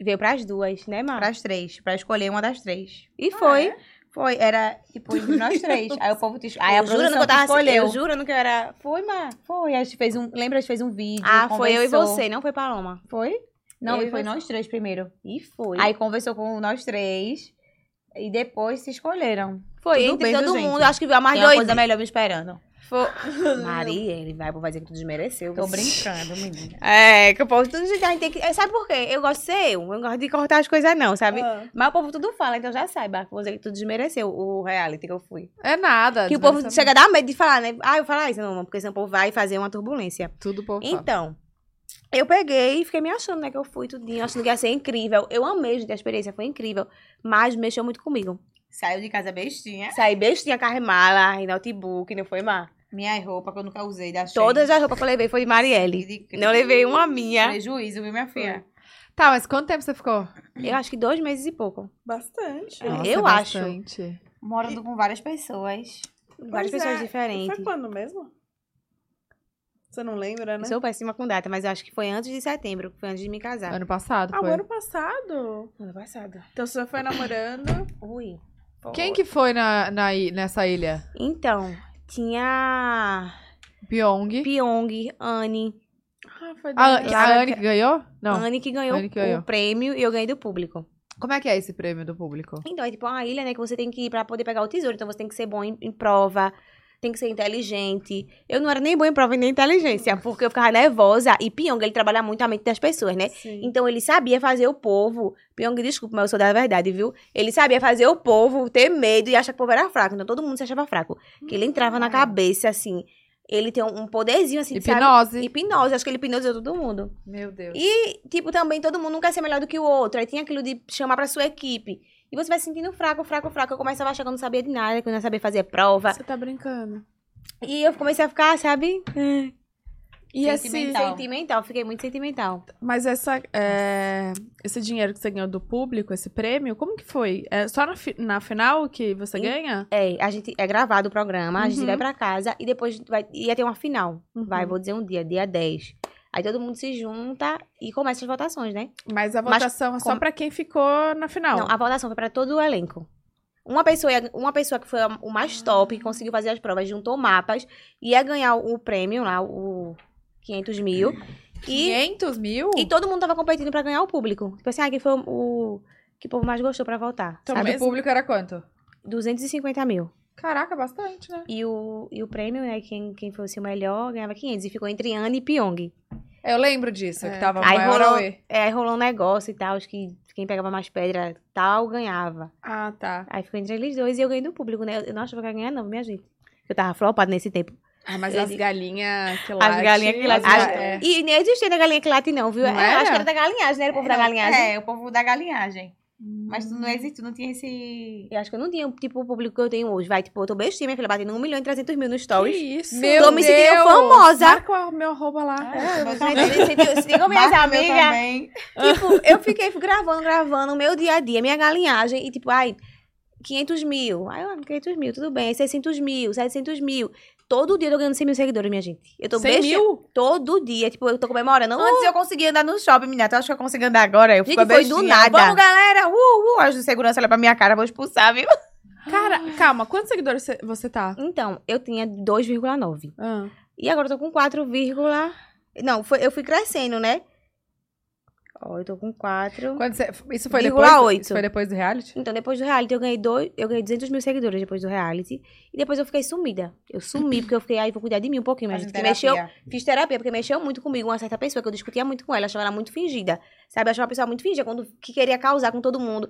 [SPEAKER 6] Veio pras duas, né, Mar?
[SPEAKER 5] Para as três, para escolher uma das três.
[SPEAKER 6] E foi.
[SPEAKER 5] Foi, era tipo entre nós três. Aí o povo te es- *laughs* Aí
[SPEAKER 6] eu
[SPEAKER 5] a produção
[SPEAKER 6] jurando que eu
[SPEAKER 4] assim,
[SPEAKER 6] tava
[SPEAKER 5] te escolheu.
[SPEAKER 6] Eu jurando que eu era. Foi, Mar?
[SPEAKER 5] Foi, a gente fez um. Lembra, a gente fez um vídeo.
[SPEAKER 6] Ah, foi eu e
[SPEAKER 5] conversou.
[SPEAKER 6] você, não foi Paloma.
[SPEAKER 5] Foi? Não,
[SPEAKER 4] Então,
[SPEAKER 6] Eu
[SPEAKER 5] e
[SPEAKER 6] e
[SPEAKER 5] foi
[SPEAKER 6] você.
[SPEAKER 5] nós três primeiro.
[SPEAKER 6] E foi.
[SPEAKER 5] Aí conversou com nós três e depois se escolheram.
[SPEAKER 6] foi
[SPEAKER 5] tudo
[SPEAKER 6] entre
[SPEAKER 5] bem,
[SPEAKER 6] todo
[SPEAKER 5] viu, gente?
[SPEAKER 6] mundo. *laughs* Acho que viu a mais
[SPEAKER 5] Tem uma
[SPEAKER 6] doida.
[SPEAKER 5] coisa melhor me esperando.
[SPEAKER 4] for.
[SPEAKER 6] Maria, ele vai, vai dizer que tu desmereceu.
[SPEAKER 4] Tô brincando, menina.
[SPEAKER 6] É, que o povo tudo a gente tem que. é, Sabe por quê? Eu gosto de ser eu, eu não gosto de cortar as coisas, não, sabe?
[SPEAKER 5] Ah.
[SPEAKER 6] Mas o povo tudo fala, então já saiba. Vou dizer que tu desmereceu o reality que eu fui.
[SPEAKER 1] É nada.
[SPEAKER 6] Que o povo
[SPEAKER 1] desmerecimento.
[SPEAKER 6] chega a dar medo de falar, né? Ah, eu falar isso, não, porque senão o povo vai fazer uma turbulência.
[SPEAKER 1] Tudo o povo fala.
[SPEAKER 6] Então, eu peguei e fiquei me achando, né? Que eu fui tudinho, achando que ia ser incrível. Eu amei, gente, a experiência foi incrível. Mas mexeu muito comigo.
[SPEAKER 4] Saiu de casa bestinha.
[SPEAKER 6] Saí bestinha, carremala, em notebook, não foi má.
[SPEAKER 4] Minha roupa que eu nunca usei da
[SPEAKER 6] Todas as roupas que eu levei foi de Marielle. Não levei uma minha.
[SPEAKER 4] Prejuízo, viu, minha filha?
[SPEAKER 1] Tá, mas quanto tempo você ficou?
[SPEAKER 6] Eu acho que dois meses e pouco.
[SPEAKER 7] Bastante.
[SPEAKER 6] É.
[SPEAKER 1] Nossa,
[SPEAKER 6] Eu
[SPEAKER 1] é
[SPEAKER 6] acho.
[SPEAKER 1] bastante.
[SPEAKER 4] Morando com várias pessoas.
[SPEAKER 7] Pois
[SPEAKER 6] Várias pessoas
[SPEAKER 7] é.
[SPEAKER 6] diferentes.
[SPEAKER 7] Foi quando mesmo? Você não lembra, né?
[SPEAKER 6] Eu sou péssima com data, mas eu acho que foi antes de setembro, foi antes de me casar.
[SPEAKER 1] Ano passado
[SPEAKER 7] Ah, o
[SPEAKER 1] foi.
[SPEAKER 7] ano passado.
[SPEAKER 6] Ano passado.
[SPEAKER 7] Então você já foi namorando.
[SPEAKER 6] Ui.
[SPEAKER 1] Quem que foi na, na i- nessa ilha?
[SPEAKER 6] Então, tinha
[SPEAKER 1] Pyong.
[SPEAKER 6] Pyong, Anne.
[SPEAKER 7] Ah, foi
[SPEAKER 1] A,
[SPEAKER 7] da-
[SPEAKER 1] An- a Anne que ganhou? Não.
[SPEAKER 6] Anne que ganhou
[SPEAKER 1] Anne que ganhou.
[SPEAKER 6] o prêmio e eu ganhei do público.
[SPEAKER 1] Como é que é esse prêmio do público?
[SPEAKER 6] Então, é tipo uma ilha, né, que você tem que ir pra poder pegar o tesouro. Então, você tem que ser bom em, em prova, tem que ser inteligente. Eu não era nem boa em prova e nem inteligência, porque eu ficava nervosa. E Pyong, ele trabalha muito a mente das pessoas, né?
[SPEAKER 7] Sim.
[SPEAKER 6] Então, ele sabia fazer o povo... Pyong, desculpa, mas eu sou da verdade, viu? Ele sabia fazer o povo ter medo e achar que o povo era fraco. Então, todo mundo se achava fraco. Que ele entrava na cabeça, assim... Ele tem um um poderzinho, assim, sabe?
[SPEAKER 1] Hipnose.
[SPEAKER 6] Hipnose. Acho que ele hipnotizou todo mundo.
[SPEAKER 1] Meu Deus.
[SPEAKER 6] E, tipo, também todo mundo não quer ser melhor do que o outro. Aí tem aquilo de chamar pra sua equipe. E você vai se sentindo fraco, fraco, fraco. Eu começava a achar que eu não sabia de nada, que eu não sabia fazer prova.
[SPEAKER 7] Você tá brincando.
[SPEAKER 6] E eu comecei a ficar, sabe?
[SPEAKER 7] E esse,
[SPEAKER 4] Sentimental.
[SPEAKER 6] Sentimental. Fiquei muito sentimental.
[SPEAKER 7] mas essa, é, esse dinheiro que você ganhou do público, esse prêmio, como que foi? É só na, fi- na final que você
[SPEAKER 6] Em-
[SPEAKER 7] ganha?
[SPEAKER 6] É, a gente é gravado o programa, a gente
[SPEAKER 7] Uhum.
[SPEAKER 6] vai pra casa e depois vai, ia ter uma final.
[SPEAKER 7] Uhum.
[SPEAKER 6] Vai, vou dizer um dia, dia 10. Aí todo mundo se junta e começa as votações, né?
[SPEAKER 7] Mas a
[SPEAKER 6] Mas
[SPEAKER 7] votação é só
[SPEAKER 6] como-
[SPEAKER 7] pra quem ficou na final.
[SPEAKER 6] Não, a votação foi pra todo o elenco. Uma pessoa, ia- uma pessoa que foi a- o mais top, que conseguiu fazer as provas, juntou mapas, ia ganhar o prêmio lá, o 500 mil. E,
[SPEAKER 1] 500 mil?
[SPEAKER 6] e todo mundo tava competindo pra ganhar o público. Tipo assim, ah, quem foi o, o que o povo mais gostou pra votar?
[SPEAKER 7] Então,
[SPEAKER 1] a
[SPEAKER 6] sabe?
[SPEAKER 1] do
[SPEAKER 7] mesmo-
[SPEAKER 1] público era quanto?
[SPEAKER 6] 250 mil.
[SPEAKER 1] Caraca, bastante, né?
[SPEAKER 6] E o, e o prêmio, né, quem, quem fosse o melhor ganhava 500. E ficou entre Anne e Pyong.
[SPEAKER 1] Eu lembro disso, que tava
[SPEAKER 6] Aí
[SPEAKER 1] maior
[SPEAKER 6] rolou-
[SPEAKER 1] auê.
[SPEAKER 6] É, aí rolou um negócio e tal, acho que quem pegava mais pedra tal ganhava.
[SPEAKER 7] Ah, tá.
[SPEAKER 6] Aí ficou entre eles dois e eu ganhei do público, né? Eu não achava que eu ia ganhar, não, minha gente. Eu tava flopada nesse tempo.
[SPEAKER 7] Ah, mas
[SPEAKER 6] Ele-
[SPEAKER 7] as galinhas que
[SPEAKER 6] As galinhas que latem.
[SPEAKER 7] as-
[SPEAKER 6] as-
[SPEAKER 7] é.
[SPEAKER 6] E nem existia da galinha que late, não, viu?
[SPEAKER 1] Não
[SPEAKER 6] eu
[SPEAKER 1] era?
[SPEAKER 6] acho que era da galinhagem, né? Era o povo da galinhagem.
[SPEAKER 4] É, o povo da galinhagem. Mas tu não existe, não tinha esse.
[SPEAKER 6] Eu acho que eu não tinha, tipo, o público que eu tenho hoje. Vai, tipo, eu tô bestinha, minha filha, batendo 1 milhão e 300 mil no
[SPEAKER 7] Que
[SPEAKER 6] stories.
[SPEAKER 7] isso?
[SPEAKER 1] Meu
[SPEAKER 6] tô me sentindo
[SPEAKER 1] Deus!
[SPEAKER 6] famosa.
[SPEAKER 7] Marca o meu arroba lá.
[SPEAKER 4] É, mas
[SPEAKER 6] Mas eu me senti- Se ligam minhas
[SPEAKER 4] Marca o meu
[SPEAKER 6] amigas.
[SPEAKER 4] também.
[SPEAKER 6] Tipo, eu fiquei gravando, gravando o meu dia a dia, minha galinhagem. E tipo, ai, 500 mil. Ai, ó, 500 mil, tudo bem. Aí 600 mil, 700 mil. Todo dia eu tô ganhando 100 mil seguidores, minha gente. Eu tô
[SPEAKER 7] 100
[SPEAKER 6] bestinha.
[SPEAKER 7] mil?
[SPEAKER 6] Todo dia. Tipo, eu tô comemorando.
[SPEAKER 4] Antes eu conseguia andar no shopping, menina. Tu acha que eu consigo andar agora? Eu
[SPEAKER 6] Gente,
[SPEAKER 4] fico a
[SPEAKER 6] foi
[SPEAKER 4] bestinha.
[SPEAKER 6] do nada.
[SPEAKER 4] Vamos, galera! Uh, uh! As de segurança olha pra minha cara, vou expulsar, viu?
[SPEAKER 7] Cara, calma, quantos seguidores cê- você tá?
[SPEAKER 6] Então, eu tinha 2,9.
[SPEAKER 7] Ah.
[SPEAKER 6] E agora eu tô com 4, vírgula- não, foi, eu fui crescendo, né? Ó, eu tô com 4.
[SPEAKER 1] Quando você- Isso foi
[SPEAKER 6] Vírgula
[SPEAKER 1] depois?
[SPEAKER 6] oito.
[SPEAKER 1] Isso foi depois do reality?
[SPEAKER 6] Então, depois do reality, eu ganhei, dois, eu ganhei 200 mil seguidores depois do reality. E depois eu fiquei sumida. Eu sumi, porque eu fiquei, aí vou cuidar de mim um pouquinho, mas
[SPEAKER 4] Fazendo
[SPEAKER 6] gente, que mexeu.
[SPEAKER 4] terapia.
[SPEAKER 6] Fiz terapia, porque mexeu muito comigo uma certa pessoa, que eu discutia muito com ela, achava ela muito fingida. Sabe, eu achava uma pessoa muito fingida, quando, que queria causar com todo mundo.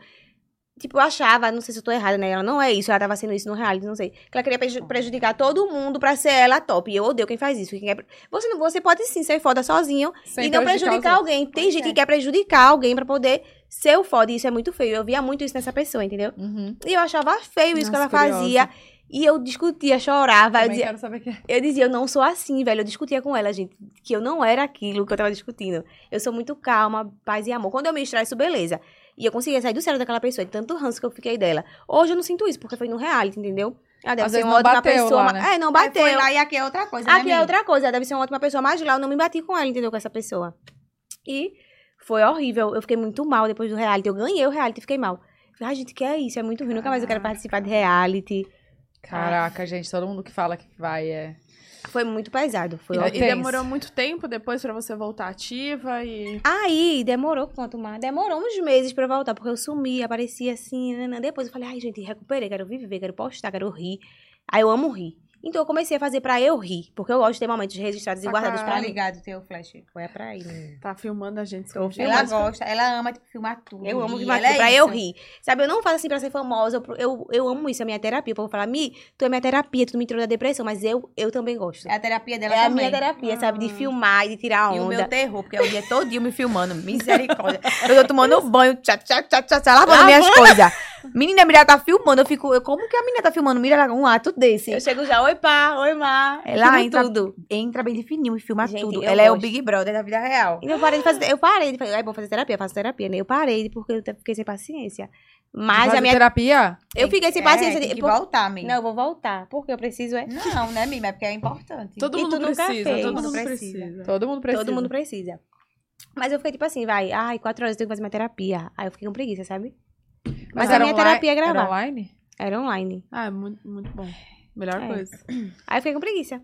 [SPEAKER 6] Tipo, eu achava, não sei se eu tô errada, né? Ela não é isso, ela tava sendo isso no reality, não sei. Que ela queria preju- prejudicar todo mundo pra ser ela top. E eu odeio quem faz isso. Quem quer... você, não, você pode sim ser foda sozinho,
[SPEAKER 1] Sem
[SPEAKER 6] e
[SPEAKER 1] prejudicar os
[SPEAKER 6] não prejudicar
[SPEAKER 1] outros. é.
[SPEAKER 6] alguém. Tem gente que quer prejudicar alguém pra poder ser o foda. E isso é muito feio. Eu via muito isso nessa pessoa, entendeu?
[SPEAKER 1] Uhum.
[SPEAKER 6] E eu achava feio isso que
[SPEAKER 7] Nossa,
[SPEAKER 6] ela fazia. E eu discutia, chorava. Eu
[SPEAKER 1] Também
[SPEAKER 6] dizia,
[SPEAKER 1] quero saber é. que...
[SPEAKER 6] eu dizia, eu não sou assim, velho. Eu discutia com ela, gente, que eu não era aquilo que eu tava discutindo. Eu sou muito calma, paz e amor. Quando eu me estresso, beleza. E eu conseguia sair do sério daquela pessoa, de tanto ranço que eu fiquei dela. Hoje eu não sinto isso, porque foi no reality, entendeu? Ela deve
[SPEAKER 1] Às
[SPEAKER 6] ser
[SPEAKER 1] vezes
[SPEAKER 6] uma
[SPEAKER 1] não
[SPEAKER 6] ótima
[SPEAKER 1] bateu
[SPEAKER 6] pessoa.
[SPEAKER 1] lá,
[SPEAKER 6] mas-
[SPEAKER 1] né?
[SPEAKER 6] É, não
[SPEAKER 4] Aí
[SPEAKER 6] bateu.
[SPEAKER 4] Foi lá e aqui é outra coisa, né,
[SPEAKER 6] Aqui é
[SPEAKER 4] amiga?
[SPEAKER 6] outra coisa, deve ser uma ótima pessoa, mas lá eu não me bati com ela, entendeu? Com essa pessoa. E foi horrível, eu fiquei muito mal depois do reality. Eu ganhei o reality, fiquei mal. Falei, ai, gente, que é isso? É muito ruim, nunca mais eu quero participar de reality.
[SPEAKER 1] Caraca, gente, todo mundo que fala que vai é...
[SPEAKER 6] Foi muito pesado, foi
[SPEAKER 1] E-
[SPEAKER 7] E,
[SPEAKER 6] horrível.
[SPEAKER 7] e
[SPEAKER 1] Tenso.
[SPEAKER 7] demorou muito tempo depois pra você voltar ativa e...
[SPEAKER 6] Aí, demorou quanto mais? Demorou uns meses pra eu voltar, porque eu sumi, aparecia assim, nanã. Depois eu falei, ai, gente, recuperei, quero viver, quero postar, quero rir. Aí eu amo rir. Então eu comecei a fazer pra eu rir, porque eu gosto de ter momentos registrados e guardados pra
[SPEAKER 5] Tá
[SPEAKER 6] mim.
[SPEAKER 5] ligado o teu flash. É pra aí, menina.
[SPEAKER 2] Tá filmando a gente.
[SPEAKER 5] Ela gosta, ela ama tipo, filmar tudo.
[SPEAKER 6] Eu amo que
[SPEAKER 5] E
[SPEAKER 6] vai
[SPEAKER 5] ela é
[SPEAKER 6] pra eu
[SPEAKER 5] isso.
[SPEAKER 6] rir. Sabe, eu não faço assim pra ser famosa. Eu, eu, eu amo isso, é minha terapia. O povo fala, Mi, tu é minha terapia, tu me tirou da depressão, mas eu, eu também gosto.
[SPEAKER 5] É a terapia dela
[SPEAKER 6] é a
[SPEAKER 5] também.
[SPEAKER 6] minha terapia, sabe? De filmar Ah. e de tirar
[SPEAKER 5] E o
[SPEAKER 6] onda.
[SPEAKER 5] meu terror, porque é o dia todo me filmando. Misericórdia. Eu tô tomando
[SPEAKER 6] *laughs*
[SPEAKER 5] banho, tchá, tchá, tchá, tchá, tchá, lavando
[SPEAKER 4] Lavando
[SPEAKER 5] minha...
[SPEAKER 4] minhas coisas. Menina, a mulher tá filmando. Eu fico. eu- como que a menina tá filmando? Mira, um ato desse.
[SPEAKER 6] Eu chego já, oi pá, oi má.
[SPEAKER 4] Ela
[SPEAKER 6] Filmo
[SPEAKER 4] entra-
[SPEAKER 6] tudo.
[SPEAKER 4] Entra bem definido e filma
[SPEAKER 6] Gente,
[SPEAKER 4] tudo.
[SPEAKER 6] eu
[SPEAKER 4] Ela é o
[SPEAKER 6] gosto.
[SPEAKER 4] Big Brother da vida real.
[SPEAKER 6] Então eu parei de fazer. Eu parei de fazer. É bom fazer terapia, eu faço terapia, né? Eu parei porque eu fiquei sem paciência. Mas
[SPEAKER 1] Fazer
[SPEAKER 6] a minha.
[SPEAKER 1] terapia?
[SPEAKER 6] Eu fiquei sem
[SPEAKER 5] É,
[SPEAKER 6] paciência.
[SPEAKER 5] tem
[SPEAKER 6] de-
[SPEAKER 5] que
[SPEAKER 6] por-
[SPEAKER 5] voltar, Mi.
[SPEAKER 6] Não, eu vou voltar. Porque eu preciso, é.
[SPEAKER 5] Não, né, Mi? Mas porque é importante.
[SPEAKER 2] Todo
[SPEAKER 6] E
[SPEAKER 2] mundo
[SPEAKER 6] tu nunca
[SPEAKER 2] precisa,
[SPEAKER 6] fez.
[SPEAKER 2] todo mundo
[SPEAKER 5] Precisa.
[SPEAKER 2] precisa.
[SPEAKER 1] Todo mundo precisa.
[SPEAKER 6] Todo mundo precisa. Mas eu fiquei tipo assim, vai, ai, quatro horas eu tenho que fazer minha terapia. Aí eu fiquei com preguiça, sabe? Mas a
[SPEAKER 1] era
[SPEAKER 6] minha
[SPEAKER 1] online-
[SPEAKER 6] terapia é
[SPEAKER 1] Era
[SPEAKER 6] gravar.
[SPEAKER 1] online?
[SPEAKER 6] Era online.
[SPEAKER 2] Ah, é muito, muito bom. Melhor
[SPEAKER 6] É.
[SPEAKER 2] coisa.
[SPEAKER 6] Aí eu fiquei com preguiça.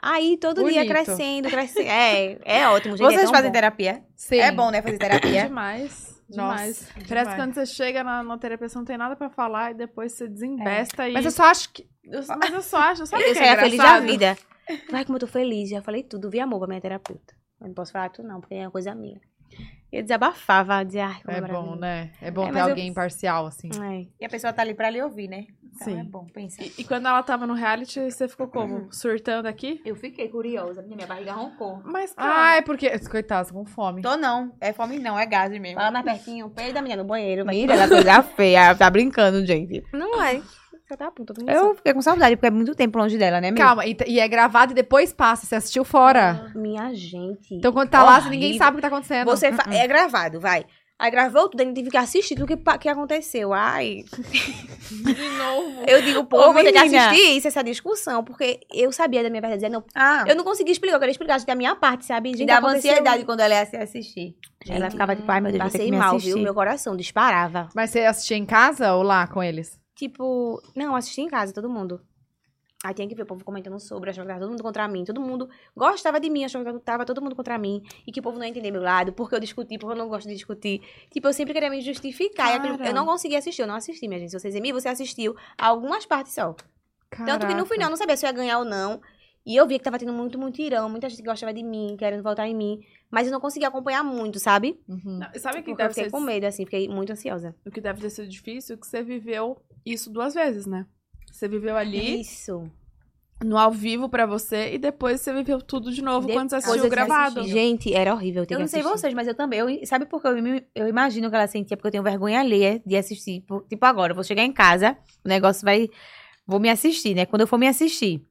[SPEAKER 6] Aí todo dia
[SPEAKER 1] Bonito.
[SPEAKER 6] crescendo, crescendo. É, é ótimo, *laughs* gente. é
[SPEAKER 5] Vocês
[SPEAKER 6] tão
[SPEAKER 5] fazem
[SPEAKER 6] bom.
[SPEAKER 5] terapia?
[SPEAKER 1] Sim.
[SPEAKER 5] É bom, né,
[SPEAKER 4] *coughs*
[SPEAKER 5] fazer terapia?
[SPEAKER 2] Demais,
[SPEAKER 1] Nossa,
[SPEAKER 2] demais.
[SPEAKER 1] demais.
[SPEAKER 2] Parece que quando você chega na, na terapia, você não tem nada pra falar e depois você desembesta e...
[SPEAKER 1] É. Mas eu só acho que.
[SPEAKER 2] eu, mas eu só acho, sabe o
[SPEAKER 6] Eu
[SPEAKER 2] que
[SPEAKER 6] sou
[SPEAKER 2] é
[SPEAKER 6] a feliz da
[SPEAKER 2] engraçado?
[SPEAKER 6] vida. *laughs* Vai, como eu tô feliz. Já falei tudo. Vi amor pra minha terapeuta. Eu não posso falar tudo, não, porque é uma coisa minha. E eu desabafava, dizia, ai, como
[SPEAKER 1] É bom,
[SPEAKER 6] maravilhoso.
[SPEAKER 1] né? É bom
[SPEAKER 6] É,
[SPEAKER 1] ter
[SPEAKER 6] mas eu- Hum.
[SPEAKER 1] alguém imparcial, assim.
[SPEAKER 6] Ai.
[SPEAKER 5] E a pessoa tá ali pra lhe ouvir, né? Então
[SPEAKER 2] Sim.
[SPEAKER 5] é bom, pensa.
[SPEAKER 2] E, e quando ela tava no reality, você ficou como? Surtando aqui?
[SPEAKER 5] Uhum. Eu fiquei curiosa, minha barriga roncou.
[SPEAKER 2] Mas, tá. cara...
[SPEAKER 1] Ai, porque. Coitado, tô com fome.
[SPEAKER 5] Tô não, é fome não, é gás mesmo.
[SPEAKER 6] Fala mais pertinho, peido da minha no banheiro. vai.
[SPEAKER 4] Mira, ela coisa feia. Tá brincando, gente.
[SPEAKER 6] Não é. Você tá puta, tô
[SPEAKER 4] Eu fiquei com saudade, porque é muito tempo longe dela, né, amiga?
[SPEAKER 1] Calma, e, e é gravado e depois passa. Você assistiu fora.
[SPEAKER 6] Minha gente.
[SPEAKER 1] Então quando tá lá,
[SPEAKER 6] Horrível.
[SPEAKER 1] ninguém sabe o que tá acontecendo.
[SPEAKER 6] Ah. Você fa- é gravado, vai. Aí gravou tudo, a gente tem que ficar assistindo o que, pa- que aconteceu. Ai.
[SPEAKER 2] De novo.
[SPEAKER 6] Eu digo, pô, eu vou ter que
[SPEAKER 4] menina.
[SPEAKER 6] assistir isso, essa discussão, porque eu sabia da minha verdade. dizer, Não,
[SPEAKER 5] Ah,
[SPEAKER 6] eu não consegui explicar, eu queria explicar gente, da minha parte, sabe?
[SPEAKER 5] me
[SPEAKER 6] Gente,
[SPEAKER 5] dava
[SPEAKER 6] aconteceu-
[SPEAKER 5] ansiedade quando ela ia se assistir.
[SPEAKER 6] Ela
[SPEAKER 4] Ela
[SPEAKER 6] ficava
[SPEAKER 4] ficava tipo, ai meu Deus, vou ter
[SPEAKER 6] É Passei
[SPEAKER 4] que me
[SPEAKER 6] mal,
[SPEAKER 4] assistir.
[SPEAKER 6] viu? Meu coração disparava.
[SPEAKER 1] Mas você assistia em casa ou lá com eles?
[SPEAKER 6] Tipo, não, assisti em casa, todo mundo. Aí tinha que ver o povo comentando sobre, achava que tava todo mundo contra mim. Todo mundo gostava de mim, achava que tava todo mundo contra mim. E que o povo não ia entender meu lado, porque eu discuti, porque eu não gosto de discutir. Tipo, eu sempre queria me justificar. e aquilo-
[SPEAKER 2] Cara.
[SPEAKER 6] eu não consegui assistir, eu não assisti, minha gente. Se vocês me você assistiu algumas partes só. Tanto que no final eu não sabia se eu ia ganhar ou não. E eu via que tava tendo muito mutirão, muita gente que gostava de mim, querendo voltar em mim. Mas eu não conseguia acompanhar muito, sabe?
[SPEAKER 1] Uhum.
[SPEAKER 2] Não, e sabe o que
[SPEAKER 6] Porque eu
[SPEAKER 2] deve
[SPEAKER 6] fiquei
[SPEAKER 2] ser
[SPEAKER 6] com medo, assim, fiquei muito ansiosa.
[SPEAKER 2] o que deve ter sido difícil é que você viveu isso duas vezes, né? Você viveu ali,
[SPEAKER 6] Isso.
[SPEAKER 2] no ao vivo pra você, e depois você viveu tudo de novo quando você
[SPEAKER 6] Depois
[SPEAKER 2] assistiu
[SPEAKER 6] eu tinha
[SPEAKER 2] gravado.
[SPEAKER 6] assistido. Gente, era horrível. ter
[SPEAKER 4] Eu
[SPEAKER 6] que
[SPEAKER 4] não sei
[SPEAKER 6] assistir.
[SPEAKER 4] vocês, mas eu também. Eu, sabe por que eu, me- eu imagino que ela sentia? Porque eu tenho vergonha alheia de assistir. Por- tipo, agora, eu vou chegar em casa, o negócio vai. Vou me assistir, né? Quando eu for me assistir, né?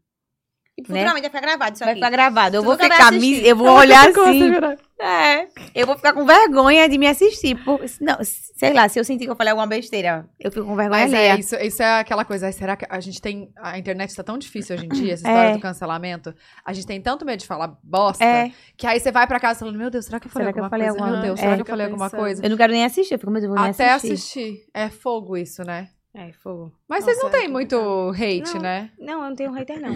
[SPEAKER 6] E futuramente né? vai ficar gravado isso
[SPEAKER 4] vai
[SPEAKER 6] aqui.
[SPEAKER 4] ficar gravado. Eu
[SPEAKER 6] Tu
[SPEAKER 4] vou
[SPEAKER 6] nunca vai
[SPEAKER 4] ficar.
[SPEAKER 6] assistir.
[SPEAKER 4] me- eu vou olhar
[SPEAKER 2] Ficou
[SPEAKER 4] assim.
[SPEAKER 2] virar-
[SPEAKER 4] É. Eu vou ficar com vergonha de me assistir. por- não, sei lá, se eu sentir que eu falei alguma besteira, eu fico com vergonha
[SPEAKER 1] Mas é,
[SPEAKER 4] alheia.
[SPEAKER 1] isso, isso é aquela coisa. ai, Será que a gente tem. A internet tá tão difícil hoje em dia, essa história
[SPEAKER 4] É.
[SPEAKER 1] do cancelamento. A gente tem tanto medo de falar bosta
[SPEAKER 4] É.
[SPEAKER 1] que aí você vai pra casa falando: Meu Deus, será que eu falei
[SPEAKER 4] Será que eu
[SPEAKER 1] alguma
[SPEAKER 4] falei
[SPEAKER 1] coisa?
[SPEAKER 4] alguma-
[SPEAKER 1] Meu Deus,
[SPEAKER 2] É.
[SPEAKER 1] será que eu
[SPEAKER 2] Fica
[SPEAKER 1] falei alguma
[SPEAKER 2] pensando.
[SPEAKER 1] coisa?
[SPEAKER 4] Eu não quero nem assistir, eu fico, meu Deus, eu vou nem
[SPEAKER 1] Até
[SPEAKER 4] assistir.
[SPEAKER 1] assistir. É fogo isso, né?
[SPEAKER 4] É, fogo.
[SPEAKER 1] Mas vocês não
[SPEAKER 2] Nossa, é
[SPEAKER 1] têm muito hate,
[SPEAKER 6] Não.
[SPEAKER 1] né?
[SPEAKER 6] Não, eu não tenho um hater, não.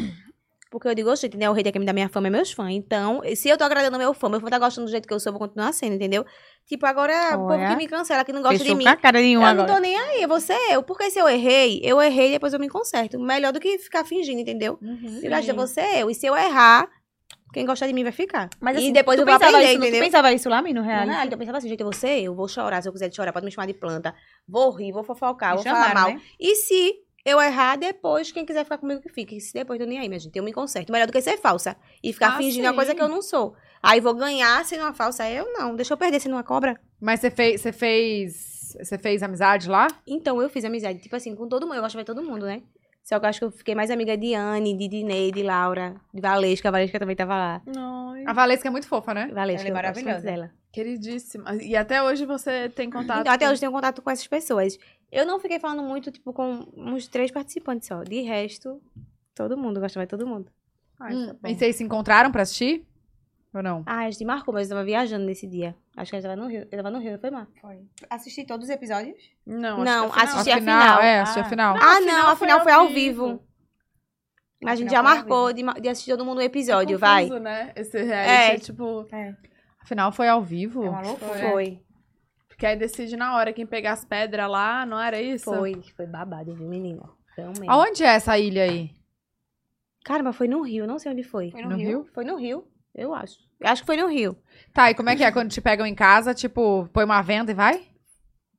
[SPEAKER 6] Porque eu digo, "Ô, gente, né? O hater que me dá minha fama é meus fãs. Então, se eu tô agradando meu fã, meu fã tá gostando do jeito que eu sou, eu vou continuar sendo, entendeu? Tipo, agora o povo
[SPEAKER 4] Olha.
[SPEAKER 6] que me cancela, que não gosta
[SPEAKER 4] Fechou
[SPEAKER 6] de um mim.
[SPEAKER 4] com a cara
[SPEAKER 6] Eu
[SPEAKER 4] nenhuma agora.
[SPEAKER 6] não tô nem aí, você é eu. Porque se eu errei, eu errei e depois eu me conserto. Melhor do que ficar fingindo, entendeu? Se gosta de você é eu. E se eu errar, quem gostar de mim vai ficar.
[SPEAKER 4] Mas assim,
[SPEAKER 6] e depois
[SPEAKER 4] tu
[SPEAKER 6] eu vou
[SPEAKER 4] pensava
[SPEAKER 6] aprender,
[SPEAKER 4] isso, no- tu
[SPEAKER 6] entendeu?
[SPEAKER 4] pensava isso lá, Mi, no
[SPEAKER 6] Não,
[SPEAKER 4] reality?
[SPEAKER 6] não, eu pensava assim, gente, você é eu. Vou chorar se eu quiser de chorar, pode me chamar de planta. Vou rir, vou fofocar, vou falar mal. E se eu errar depois, quem quiser ficar comigo que fique. Se depois eu nem aí, minha gente, eu me conserto. Melhor do que ser falsa e ficar
[SPEAKER 2] Ah,
[SPEAKER 6] fingindo uma
[SPEAKER 2] sim.
[SPEAKER 6] coisa que eu não sou. Aí vou ganhar sendo uma falsa, é eu não. Deixa eu perder sendo uma cobra.
[SPEAKER 1] Mas você fez. Você fez. Você fez amizade lá?
[SPEAKER 6] Então eu fiz amizade, tipo assim, com todo mundo. Eu gosto de ver todo mundo, né? Só que eu acho que eu fiquei mais amiga de Anne, de Dinei, de Laura, de Valesca. A Valesca também tava lá.
[SPEAKER 2] Não,
[SPEAKER 1] A Valesca é muito fofa, né?
[SPEAKER 6] Valesca,
[SPEAKER 5] Ela é
[SPEAKER 6] eu gosto muito
[SPEAKER 5] maravilhosa.
[SPEAKER 6] dela.
[SPEAKER 2] queridíssima. E até hoje você tem contato.
[SPEAKER 6] Então, até
[SPEAKER 2] com-
[SPEAKER 6] hoje tenho contato com essas pessoas. Eu não fiquei falando muito, tipo, com uns três participantes só. De resto, todo mundo, gostava de todo mundo.
[SPEAKER 2] Ai,
[SPEAKER 1] Hum,
[SPEAKER 2] tá bom.
[SPEAKER 1] e vocês se encontraram pra assistir? Ou não?
[SPEAKER 6] Ah, a gente marcou, mas eu tava viajando nesse dia. Acho que a gente tava no Rio. Eu tava no Rio, não foi mar.
[SPEAKER 5] Foi. Assisti todos os episódios?
[SPEAKER 2] Não,
[SPEAKER 6] Não,
[SPEAKER 2] acho que afinal-
[SPEAKER 6] assisti a final.
[SPEAKER 1] É, assisti a
[SPEAKER 5] Ah.
[SPEAKER 1] final.
[SPEAKER 6] Ah,
[SPEAKER 2] afinal
[SPEAKER 6] não, afinal foi ao vivo. Mas a gente já
[SPEAKER 5] Afinal foi ao
[SPEAKER 6] marcou de, ma- de assistir todo mundo o
[SPEAKER 2] É
[SPEAKER 6] episódio,
[SPEAKER 2] confuso,
[SPEAKER 6] vai.
[SPEAKER 2] né? Esse reality é, tipo.
[SPEAKER 1] A final foi ao vivo?
[SPEAKER 5] É uma loucura.
[SPEAKER 6] Foi,
[SPEAKER 2] Porque aí decide na hora quem pegar as pedras lá, não era isso?
[SPEAKER 6] foi, foi babado, viu, menina? Foi um mesmo.
[SPEAKER 1] Aonde é essa ilha aí?
[SPEAKER 6] Cara, mas foi no Rio, não sei onde foi. Foi
[SPEAKER 1] no No Rio? Rio?
[SPEAKER 6] Foi no Rio, eu acho. Eu acho que foi no Rio.
[SPEAKER 1] Tá, e como é que é quando te pegam em casa, tipo, põe uma venda e vai?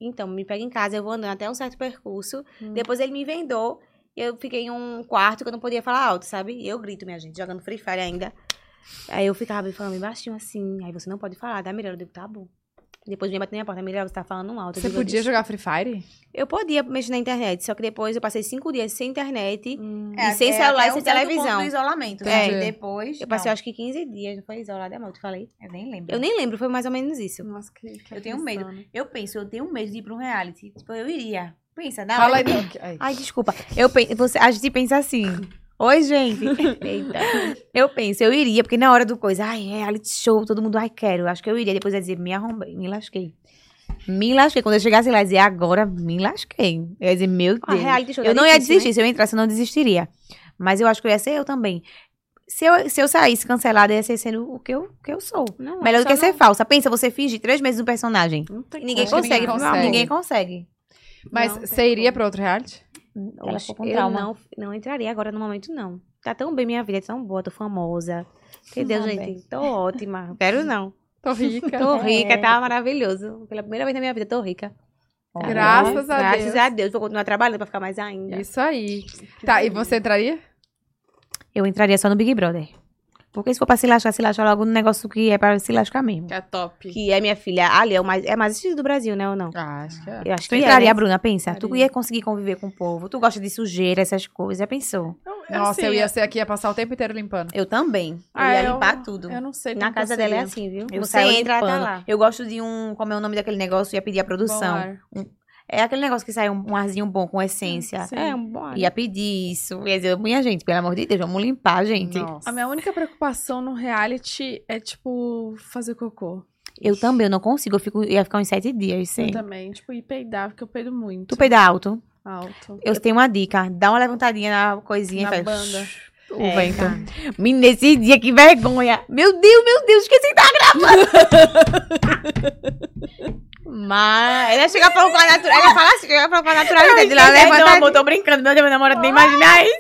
[SPEAKER 6] Então, me pega em casa, eu vou andando até um certo percurso. Depois ele me vendou. E eu fiquei em um quarto que eu não podia falar alto, sabe? E eu grito, minha gente, jogando Free Fire ainda. Aí eu ficava falando bem baixinho assim. Aí você não pode falar, tá, Mirella? Eu digo, tá bom. Depois vinha bater na minha porta, Mirella, você tá falando alto. Eu
[SPEAKER 1] Você
[SPEAKER 6] digo,
[SPEAKER 1] podia
[SPEAKER 6] "Bicho,
[SPEAKER 1] jogar Free Fire?
[SPEAKER 6] Eu podia mexer na internet, só que depois eu passei cinco dias sem internet.
[SPEAKER 2] Hum,
[SPEAKER 4] É,
[SPEAKER 6] E sem
[SPEAKER 4] até-
[SPEAKER 6] celular e
[SPEAKER 4] até
[SPEAKER 6] sem
[SPEAKER 4] um certo
[SPEAKER 6] televisão.
[SPEAKER 4] ponto do isolamento,
[SPEAKER 1] É.
[SPEAKER 4] né? E Depois.
[SPEAKER 6] Eu passei
[SPEAKER 4] não,
[SPEAKER 6] acho que 15 dias, não foi isolada, amor, eu te falei.
[SPEAKER 4] Eu nem lembro.
[SPEAKER 6] Eu nem lembro, foi mais ou menos isso.
[SPEAKER 2] Nossa, que, que
[SPEAKER 4] Eu tenho
[SPEAKER 2] aflição,
[SPEAKER 4] medo.
[SPEAKER 2] né?
[SPEAKER 4] Eu penso, eu tenho medo de ir pra um reality. Tipo, eu iria. Pensa, dá
[SPEAKER 1] Fala aí,
[SPEAKER 4] pra-
[SPEAKER 1] Doc. Aí.
[SPEAKER 6] Ai, desculpa. Eu penso, você, a gente pensa assim. Oi, *laughs* gente. Eita. Eu penso, eu iria, porque na hora do coisa, ai, é reality show, todo mundo, ai, quero. Acho que eu iria. Depois ia dizer, me arrombei, me lasquei. Me lasquei. Quando eu chegasse lá, ia dizer, agora me lasquei. Eu ia dizer, meu Deus.
[SPEAKER 4] reality show
[SPEAKER 6] eu
[SPEAKER 4] tá
[SPEAKER 6] não ia
[SPEAKER 4] difícil,
[SPEAKER 6] desistir. Se eu entrasse, eu não desistiria. Mas eu acho que eu ia ser eu também. Se eu, se eu saísse cancelada, eu ia ser sendo o que eu, o que eu sou.
[SPEAKER 4] Não,
[SPEAKER 6] Melhor do que
[SPEAKER 4] só
[SPEAKER 6] ser falsa. Pensa, você fingir três meses um personagem.
[SPEAKER 2] Não tem
[SPEAKER 6] Ninguém
[SPEAKER 1] como.
[SPEAKER 6] consegue,
[SPEAKER 1] Ninguém consegue.
[SPEAKER 6] Ninguém consegue.
[SPEAKER 1] Mas
[SPEAKER 2] Não, tem
[SPEAKER 1] você iria pra outro reality?
[SPEAKER 6] Ela
[SPEAKER 5] ficou com
[SPEAKER 6] eu
[SPEAKER 5] trauma.
[SPEAKER 6] não, não entraria agora no momento, não. Tá tão bem minha vida, tão boa, tô famosa. Entendeu,
[SPEAKER 5] Tá
[SPEAKER 6] gente?
[SPEAKER 5] bem.
[SPEAKER 6] Tô ótima. *laughs* Quero não.
[SPEAKER 1] Tô rica.
[SPEAKER 6] Tô rica, tá maravilhoso. Pela primeira vez na minha vida, tô rica. Tá
[SPEAKER 1] Graças
[SPEAKER 6] bom?
[SPEAKER 1] a Deus.
[SPEAKER 6] Graças a Deus. Vou continuar trabalhando pra ficar mais ainda.
[SPEAKER 1] Isso aí. Tá, e você entraria?
[SPEAKER 6] Eu entraria só no Big Brother. Porque se for pra se lascar, se lascar logo no negócio que é pra se lascar mesmo.
[SPEAKER 2] Que é top.
[SPEAKER 6] Que é minha filha ali, é o mais, é mais assistido do Brasil, né ou não?
[SPEAKER 1] Ah, acho que é.
[SPEAKER 6] Eu acho
[SPEAKER 5] Tu
[SPEAKER 6] que
[SPEAKER 5] entraria,
[SPEAKER 6] é, né? Bruna, pensa. Tu ia conseguir conviver com o povo. Tu gosta de sujeira, essas coisas. Já pensou?
[SPEAKER 2] Eu- eu,
[SPEAKER 1] Nossa,
[SPEAKER 2] assim,
[SPEAKER 1] eu ia ser aqui, ia passar o tempo inteiro limpando.
[SPEAKER 4] Eu também. Eu
[SPEAKER 2] Ah,
[SPEAKER 4] ia
[SPEAKER 2] eu-
[SPEAKER 4] limpar tudo.
[SPEAKER 2] Eu não sei.
[SPEAKER 6] Na casa dela é assim, viu?
[SPEAKER 5] Eu
[SPEAKER 6] Você
[SPEAKER 5] saio
[SPEAKER 6] entra, ela tá
[SPEAKER 5] limpando.
[SPEAKER 6] lá.
[SPEAKER 5] Eu gosto de um. Como é o nome daquele negócio? Ia pedir a produção. É aquele negócio que sai um, um arzinho bom com essência.
[SPEAKER 2] Sim.
[SPEAKER 6] É, um bom
[SPEAKER 5] Ia pedir isso. Ia dizer, minha gente, pelo amor de Deus, vamos limpar, gente.
[SPEAKER 1] Nossa.
[SPEAKER 2] A minha única preocupação no reality é, tipo, fazer cocô.
[SPEAKER 5] Eu também.
[SPEAKER 6] Eu não consigo, eu fico, ia ficar uns sete dias sem.
[SPEAKER 2] Eu também. Tipo, e peidar, porque eu peido muito.
[SPEAKER 6] Tu peida alto?
[SPEAKER 2] Alto.
[SPEAKER 6] Eu tenho uma dica. Dá uma levantadinha na coisinha
[SPEAKER 2] Na
[SPEAKER 6] e faz.
[SPEAKER 2] banda. É,
[SPEAKER 6] O vento. Menina, nesse dia, que vergonha. Meu Deus, meu Deus, esqueci que tá gravando. *laughs* Mas ela chega pra falar natural. Ela fala assim, chega pra falar naturalidade. Ela levanta. Não, tô brincando. Meu Deus, meu namorado nem imagina isso.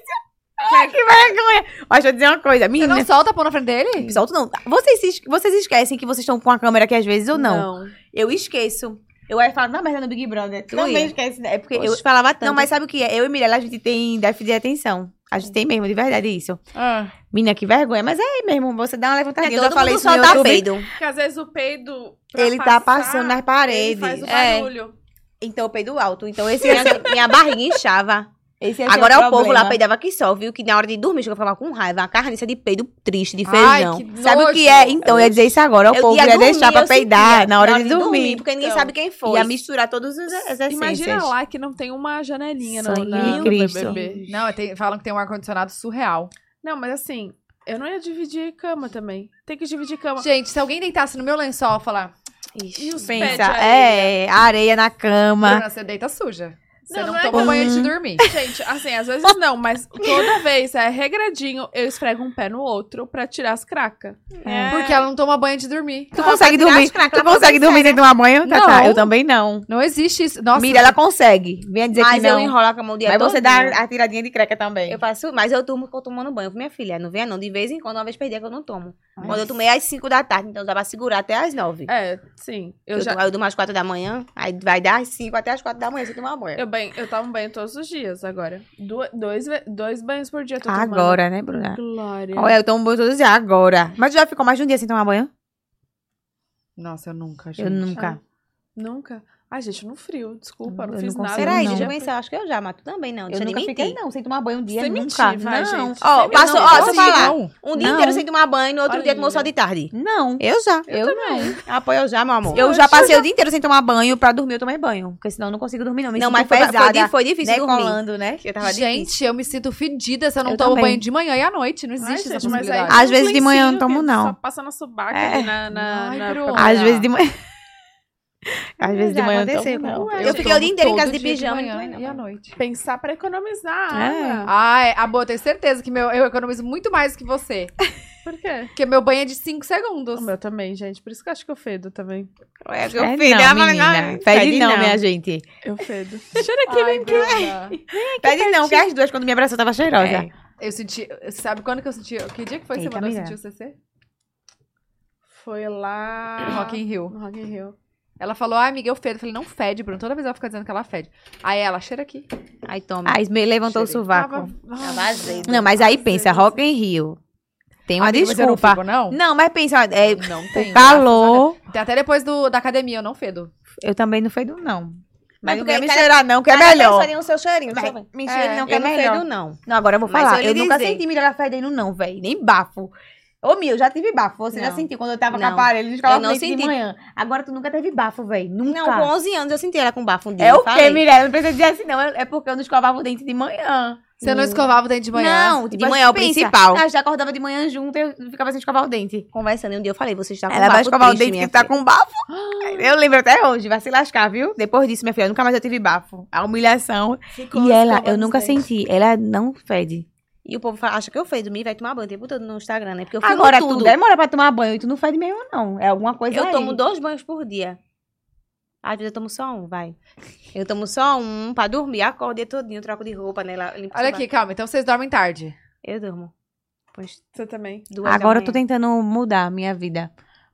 [SPEAKER 6] Ai, que vergonha. Ó, deixa eu dizer uma coisa.
[SPEAKER 1] Você
[SPEAKER 6] Menina,
[SPEAKER 1] não solta a pão na frente dele?
[SPEAKER 6] solto não. Vocês, se es- vocês esquecem que vocês estão com a câmera aqui às vezes ou não? Eu esqueço. Eu ia falar, não, mas é no Big Brother. Tu
[SPEAKER 5] Também
[SPEAKER 6] esquece, né? É porque
[SPEAKER 5] eu
[SPEAKER 6] falava tanto. Não, mas sabe o que é? Eu e Mirella, a gente tem déficit de atenção. A gente tem mesmo, de verdade, isso.
[SPEAKER 1] Ah.
[SPEAKER 6] Menina, que vergonha. Mas é mesmo, você dá uma levantadinha. eu já
[SPEAKER 4] todo
[SPEAKER 6] falei
[SPEAKER 4] mundo
[SPEAKER 6] isso no
[SPEAKER 4] solta
[SPEAKER 6] YouTube.
[SPEAKER 4] peido.
[SPEAKER 2] Porque às vezes o peido. pra
[SPEAKER 6] Ele tá
[SPEAKER 2] passar,
[SPEAKER 6] passando nas
[SPEAKER 2] Ele
[SPEAKER 6] paredes.
[SPEAKER 2] faz o
[SPEAKER 6] É.
[SPEAKER 2] barulho.
[SPEAKER 6] Então eu peido alto. Então esse ia
[SPEAKER 4] *laughs*
[SPEAKER 6] ser- minha barriga inchava. Agora é
[SPEAKER 4] é
[SPEAKER 6] o povo lá peidava que só, viu? Que na hora de dormir, chegou a falar com raiva. Uma carniça de peido triste, de
[SPEAKER 1] Ai,
[SPEAKER 6] feijão.
[SPEAKER 1] que
[SPEAKER 6] sabe o
[SPEAKER 1] nojo.
[SPEAKER 6] que é? Então eu ia dizer isso agora. O povo ia, deixar pra peidar na hora de dormir.
[SPEAKER 4] porque ninguém
[SPEAKER 6] Então,
[SPEAKER 4] sabe quem foi.
[SPEAKER 6] Ia misturar todas as, as essências.
[SPEAKER 2] Imagina lá que não tem uma janelinha no,
[SPEAKER 6] Sangue
[SPEAKER 2] na,
[SPEAKER 6] de
[SPEAKER 2] no
[SPEAKER 6] Cristo.
[SPEAKER 2] BBB.
[SPEAKER 1] Não, tem- falam que tem um ar-condicionado surreal.
[SPEAKER 2] Não, mas assim, eu não ia dividir cama também. Tem que dividir cama.
[SPEAKER 1] Gente, se alguém deitasse no meu lençol e falar,
[SPEAKER 2] E os pés de
[SPEAKER 6] Pensa,
[SPEAKER 2] areia?
[SPEAKER 6] é, areia na cama.
[SPEAKER 1] Bruna, você deita suja. Você
[SPEAKER 2] Não,
[SPEAKER 1] não,
[SPEAKER 2] não é
[SPEAKER 1] toma
[SPEAKER 2] que-
[SPEAKER 1] banho antes
[SPEAKER 6] Hum.
[SPEAKER 1] de dormir.
[SPEAKER 2] Gente, assim, às vezes não, mas toda vez é regradinho, eu esfrego um pé no outro pra tirar as cracas. É.
[SPEAKER 1] Porque ela não toma banho antes de dormir.
[SPEAKER 6] Tu consegue dormir? Tu consegue dormir sem tomar banho? Tá, tá.
[SPEAKER 1] Não.
[SPEAKER 6] Eu também não.
[SPEAKER 1] Não existe isso. Nossa,
[SPEAKER 6] Mira, ela consegue. Venha dizer
[SPEAKER 4] Mas
[SPEAKER 6] que
[SPEAKER 4] eu
[SPEAKER 6] não.
[SPEAKER 4] enrolo a cama o dia
[SPEAKER 6] Mas você dá
[SPEAKER 4] todinho.
[SPEAKER 6] a tiradinha de creca também.
[SPEAKER 4] Eu faço, mas eu durmo tomando banho com minha filha. Não venha não. De vez em quando, uma vez per dia que eu não tomo. Quando eu tomei às 5 da tarde, então dá pra segurar até às 9.
[SPEAKER 2] É, sim. Eu,
[SPEAKER 4] Eu,
[SPEAKER 2] já.
[SPEAKER 4] tomo- aí eu durmo às 4 da manhã, aí vai dar às 5 até às 4 da manhã sem tomar banho.
[SPEAKER 2] Eu, banho, eu tomo banho todos os dias agora. Du- dois, ve- dois banhos por dia eu tô tomando.
[SPEAKER 6] Agora, né, Bruna?
[SPEAKER 2] Glória.
[SPEAKER 6] Olha, eu tomo banho todos os dias agora. Mas tu já ficou mais de um dia sem tomar banho?
[SPEAKER 1] Nossa, eu nunca, gente.
[SPEAKER 6] Eu nunca.
[SPEAKER 2] Nunca. Ai, gente, no frio, desculpa, não
[SPEAKER 6] Eu
[SPEAKER 2] fiz
[SPEAKER 6] não
[SPEAKER 2] nada.
[SPEAKER 6] consigo,
[SPEAKER 4] Peraí,
[SPEAKER 6] não.
[SPEAKER 4] deixa eu
[SPEAKER 2] Você
[SPEAKER 4] pensar. Acho que eu já, mas tu também não.
[SPEAKER 6] Eu
[SPEAKER 4] Deixa eu
[SPEAKER 6] nunca
[SPEAKER 4] nem
[SPEAKER 6] fiquei,
[SPEAKER 4] mentir.
[SPEAKER 6] não, sem tomar banho um dia,
[SPEAKER 2] mentir,
[SPEAKER 6] nunca.
[SPEAKER 2] vai,
[SPEAKER 6] não.
[SPEAKER 2] gente.
[SPEAKER 4] é Ó,
[SPEAKER 2] Você mentir.
[SPEAKER 4] passou, ó,
[SPEAKER 2] Não
[SPEAKER 4] deixa eu falar.
[SPEAKER 1] Não.
[SPEAKER 4] Um dia
[SPEAKER 6] Não.
[SPEAKER 4] inteiro sem tomar banho, no outro
[SPEAKER 2] Olha,
[SPEAKER 4] dia tomou só
[SPEAKER 2] Lívia.
[SPEAKER 4] de tarde.
[SPEAKER 6] Não.
[SPEAKER 4] Eu já.
[SPEAKER 2] Eu também.
[SPEAKER 4] Apoio eu já, meu amor.
[SPEAKER 6] Eu já passei o dia inteiro sem tomar banho. Pra dormir, eu tomei banho. Porque senão eu não consigo dormir, não. Me
[SPEAKER 4] Não,
[SPEAKER 6] sinto
[SPEAKER 4] mas foi,
[SPEAKER 6] pesada,
[SPEAKER 4] foi, di- foi difícil
[SPEAKER 6] né,
[SPEAKER 4] dormir.
[SPEAKER 6] colando, né?
[SPEAKER 4] Eu tava
[SPEAKER 1] gente,
[SPEAKER 4] difícil.
[SPEAKER 1] eu me sinto fedida se eu não
[SPEAKER 6] Eu
[SPEAKER 1] tomo
[SPEAKER 6] também.
[SPEAKER 1] banho de manhã e à noite. Não
[SPEAKER 2] Ai,
[SPEAKER 1] existe essa
[SPEAKER 2] gente, mas aí
[SPEAKER 1] possibilidade.
[SPEAKER 2] tem
[SPEAKER 6] Às
[SPEAKER 2] um
[SPEAKER 6] vezes de manhã eu não
[SPEAKER 2] lencinho
[SPEAKER 6] tomo,
[SPEAKER 2] que
[SPEAKER 6] não.
[SPEAKER 2] Só passa na sobaca
[SPEAKER 6] É.
[SPEAKER 2] ali na. na,
[SPEAKER 1] Ai,
[SPEAKER 2] na
[SPEAKER 1] Bruna.
[SPEAKER 2] pra-
[SPEAKER 6] Às vezes de *laughs* manhã. Às vezes de
[SPEAKER 4] Já
[SPEAKER 6] manhã eu
[SPEAKER 4] aconteceu, meu
[SPEAKER 6] tomo, não.
[SPEAKER 4] amor.
[SPEAKER 2] Eu
[SPEAKER 4] Eu fiquei o dia inteiro em casa de pijama.
[SPEAKER 1] e,
[SPEAKER 4] não tomei, não.
[SPEAKER 1] e à noite.
[SPEAKER 2] Pensar pra economizar.
[SPEAKER 6] É.
[SPEAKER 2] água.
[SPEAKER 1] Ah, é, amor, eu tenho certeza que meu, eu economizo muito mais que você.
[SPEAKER 2] Por quê?
[SPEAKER 1] Porque meu banho é de 5 segundos.
[SPEAKER 2] O meu também, gente. Por isso que eu acho que eu fedo também.
[SPEAKER 4] É, que eu
[SPEAKER 6] É,
[SPEAKER 4] fiz, né?
[SPEAKER 6] não,
[SPEAKER 4] Mas,
[SPEAKER 6] menina.
[SPEAKER 4] ah,
[SPEAKER 6] Pede não, minha gente.
[SPEAKER 2] Eu fedo. *laughs*
[SPEAKER 1] Ai, Bruna.
[SPEAKER 6] Pede não, que as duas, quando me abraçou, tava cheirosa.
[SPEAKER 4] É.
[SPEAKER 1] Eu senti. Sabe quando que eu senti? Que dia que foi que você
[SPEAKER 5] Eita,
[SPEAKER 1] mandou eu
[SPEAKER 5] amiga.
[SPEAKER 1] sentir o CC?
[SPEAKER 2] Foi lá.
[SPEAKER 1] Rock in Rio.
[SPEAKER 2] No Rock in Rio.
[SPEAKER 1] Ela falou, ai, Miguel, eu fedo. Eu falei, não fede, Bruno. Toda vez ela fica dizendo que ela fede. Aí ela, cheira aqui.
[SPEAKER 8] Aí toma.
[SPEAKER 5] Aí me levantou o sovaco.
[SPEAKER 2] Tava-
[SPEAKER 6] Tá vazio.
[SPEAKER 5] Não, mas aí pensa, Rock in Rio. Tem uma
[SPEAKER 1] Amigo, você
[SPEAKER 5] desculpa.
[SPEAKER 1] Não,
[SPEAKER 5] Não, mas pensa, é,
[SPEAKER 1] fico, não? não
[SPEAKER 5] o
[SPEAKER 1] tem. graças a
[SPEAKER 5] calor.
[SPEAKER 1] Deus. Até depois do, da academia, eu não fedo.
[SPEAKER 5] Eu também não feio, não. Mas
[SPEAKER 6] Mas
[SPEAKER 5] não
[SPEAKER 6] porque tá-
[SPEAKER 5] quer me
[SPEAKER 6] cada-
[SPEAKER 5] cheirar, não, que é
[SPEAKER 6] Cada
[SPEAKER 5] melhor.
[SPEAKER 6] pensaria no seu cheirinho.
[SPEAKER 5] Mas-
[SPEAKER 6] deixa eu ver.
[SPEAKER 5] Me cheire,
[SPEAKER 1] É,
[SPEAKER 5] não, que é
[SPEAKER 6] Eu não
[SPEAKER 5] melhor.
[SPEAKER 6] cedo, não.
[SPEAKER 5] Não, agora eu vou
[SPEAKER 6] Mas
[SPEAKER 5] falar.
[SPEAKER 6] eu
[SPEAKER 5] Eu,
[SPEAKER 6] lhe
[SPEAKER 5] nunca
[SPEAKER 6] dizer.
[SPEAKER 5] senti Mirella fedendo, não, velho. Nem bafo. um- Ô, Mia, eu já tive bafo. Você já
[SPEAKER 6] Não.
[SPEAKER 5] sentiu quando eu tava com
[SPEAKER 6] Não.
[SPEAKER 5] aparelho de
[SPEAKER 6] Eu não
[SPEAKER 5] escola de
[SPEAKER 6] senti.
[SPEAKER 5] manhã. Agora tu nunca teve bafo, velho. Nunca.
[SPEAKER 6] Não, com 11 anos eu senti ela com bafo um dia.
[SPEAKER 5] ah. é
[SPEAKER 6] eu
[SPEAKER 5] o quê,
[SPEAKER 6] falei.
[SPEAKER 5] Mirella? Não precisa dizer assim, não. É porque eu não escovava o dente de manhã.
[SPEAKER 1] Você não escovava o dente de manhã?
[SPEAKER 5] Não, tipo,
[SPEAKER 6] De
[SPEAKER 5] aí
[SPEAKER 6] manhã
[SPEAKER 5] tu
[SPEAKER 6] é o
[SPEAKER 5] pensa,
[SPEAKER 6] principal.
[SPEAKER 5] Ah, já acordava de manhã junto e eu ficava sem escovar o dente.
[SPEAKER 6] Conversando, e um dia eu falei, você está com
[SPEAKER 5] Ela
[SPEAKER 6] bafo
[SPEAKER 5] vai escovar o
[SPEAKER 6] triste,
[SPEAKER 5] dente
[SPEAKER 6] minha
[SPEAKER 5] que tá
[SPEAKER 6] filha.
[SPEAKER 5] com bafo. Eu lembro até hoje, vai se lascar, viu? Depois disso, minha filha, eu nunca mais eu tive bafo. A humilhação.
[SPEAKER 2] Ficou
[SPEAKER 5] e ela, eu
[SPEAKER 2] escovando
[SPEAKER 5] nunca
[SPEAKER 2] os dentes.
[SPEAKER 5] senti. Ela não fede.
[SPEAKER 6] E o povo fala, acha que eu feio, dormir vai tomar banho o tempo todo no Instagram, né? Porque eu filmo
[SPEAKER 5] Agora,
[SPEAKER 6] tudo.
[SPEAKER 5] tudo. demora pra tomar banho e tu não fede mesmo, não. É alguma coisa
[SPEAKER 6] Eu
[SPEAKER 5] aí.
[SPEAKER 6] tomo dois banhos por dia. Às vezes eu tomo só um, vai. Eu tomo só um pra dormir, acordo o dia todinho, troco de roupa, né? lá, limpo o
[SPEAKER 1] Olha
[SPEAKER 6] celular.
[SPEAKER 1] aqui, calma. Então vocês dormem tarde.
[SPEAKER 6] Eu durmo. Pois
[SPEAKER 2] Você também.
[SPEAKER 6] duas da
[SPEAKER 5] Agora eu tô
[SPEAKER 6] manhã.
[SPEAKER 5] tentando mudar a minha vida.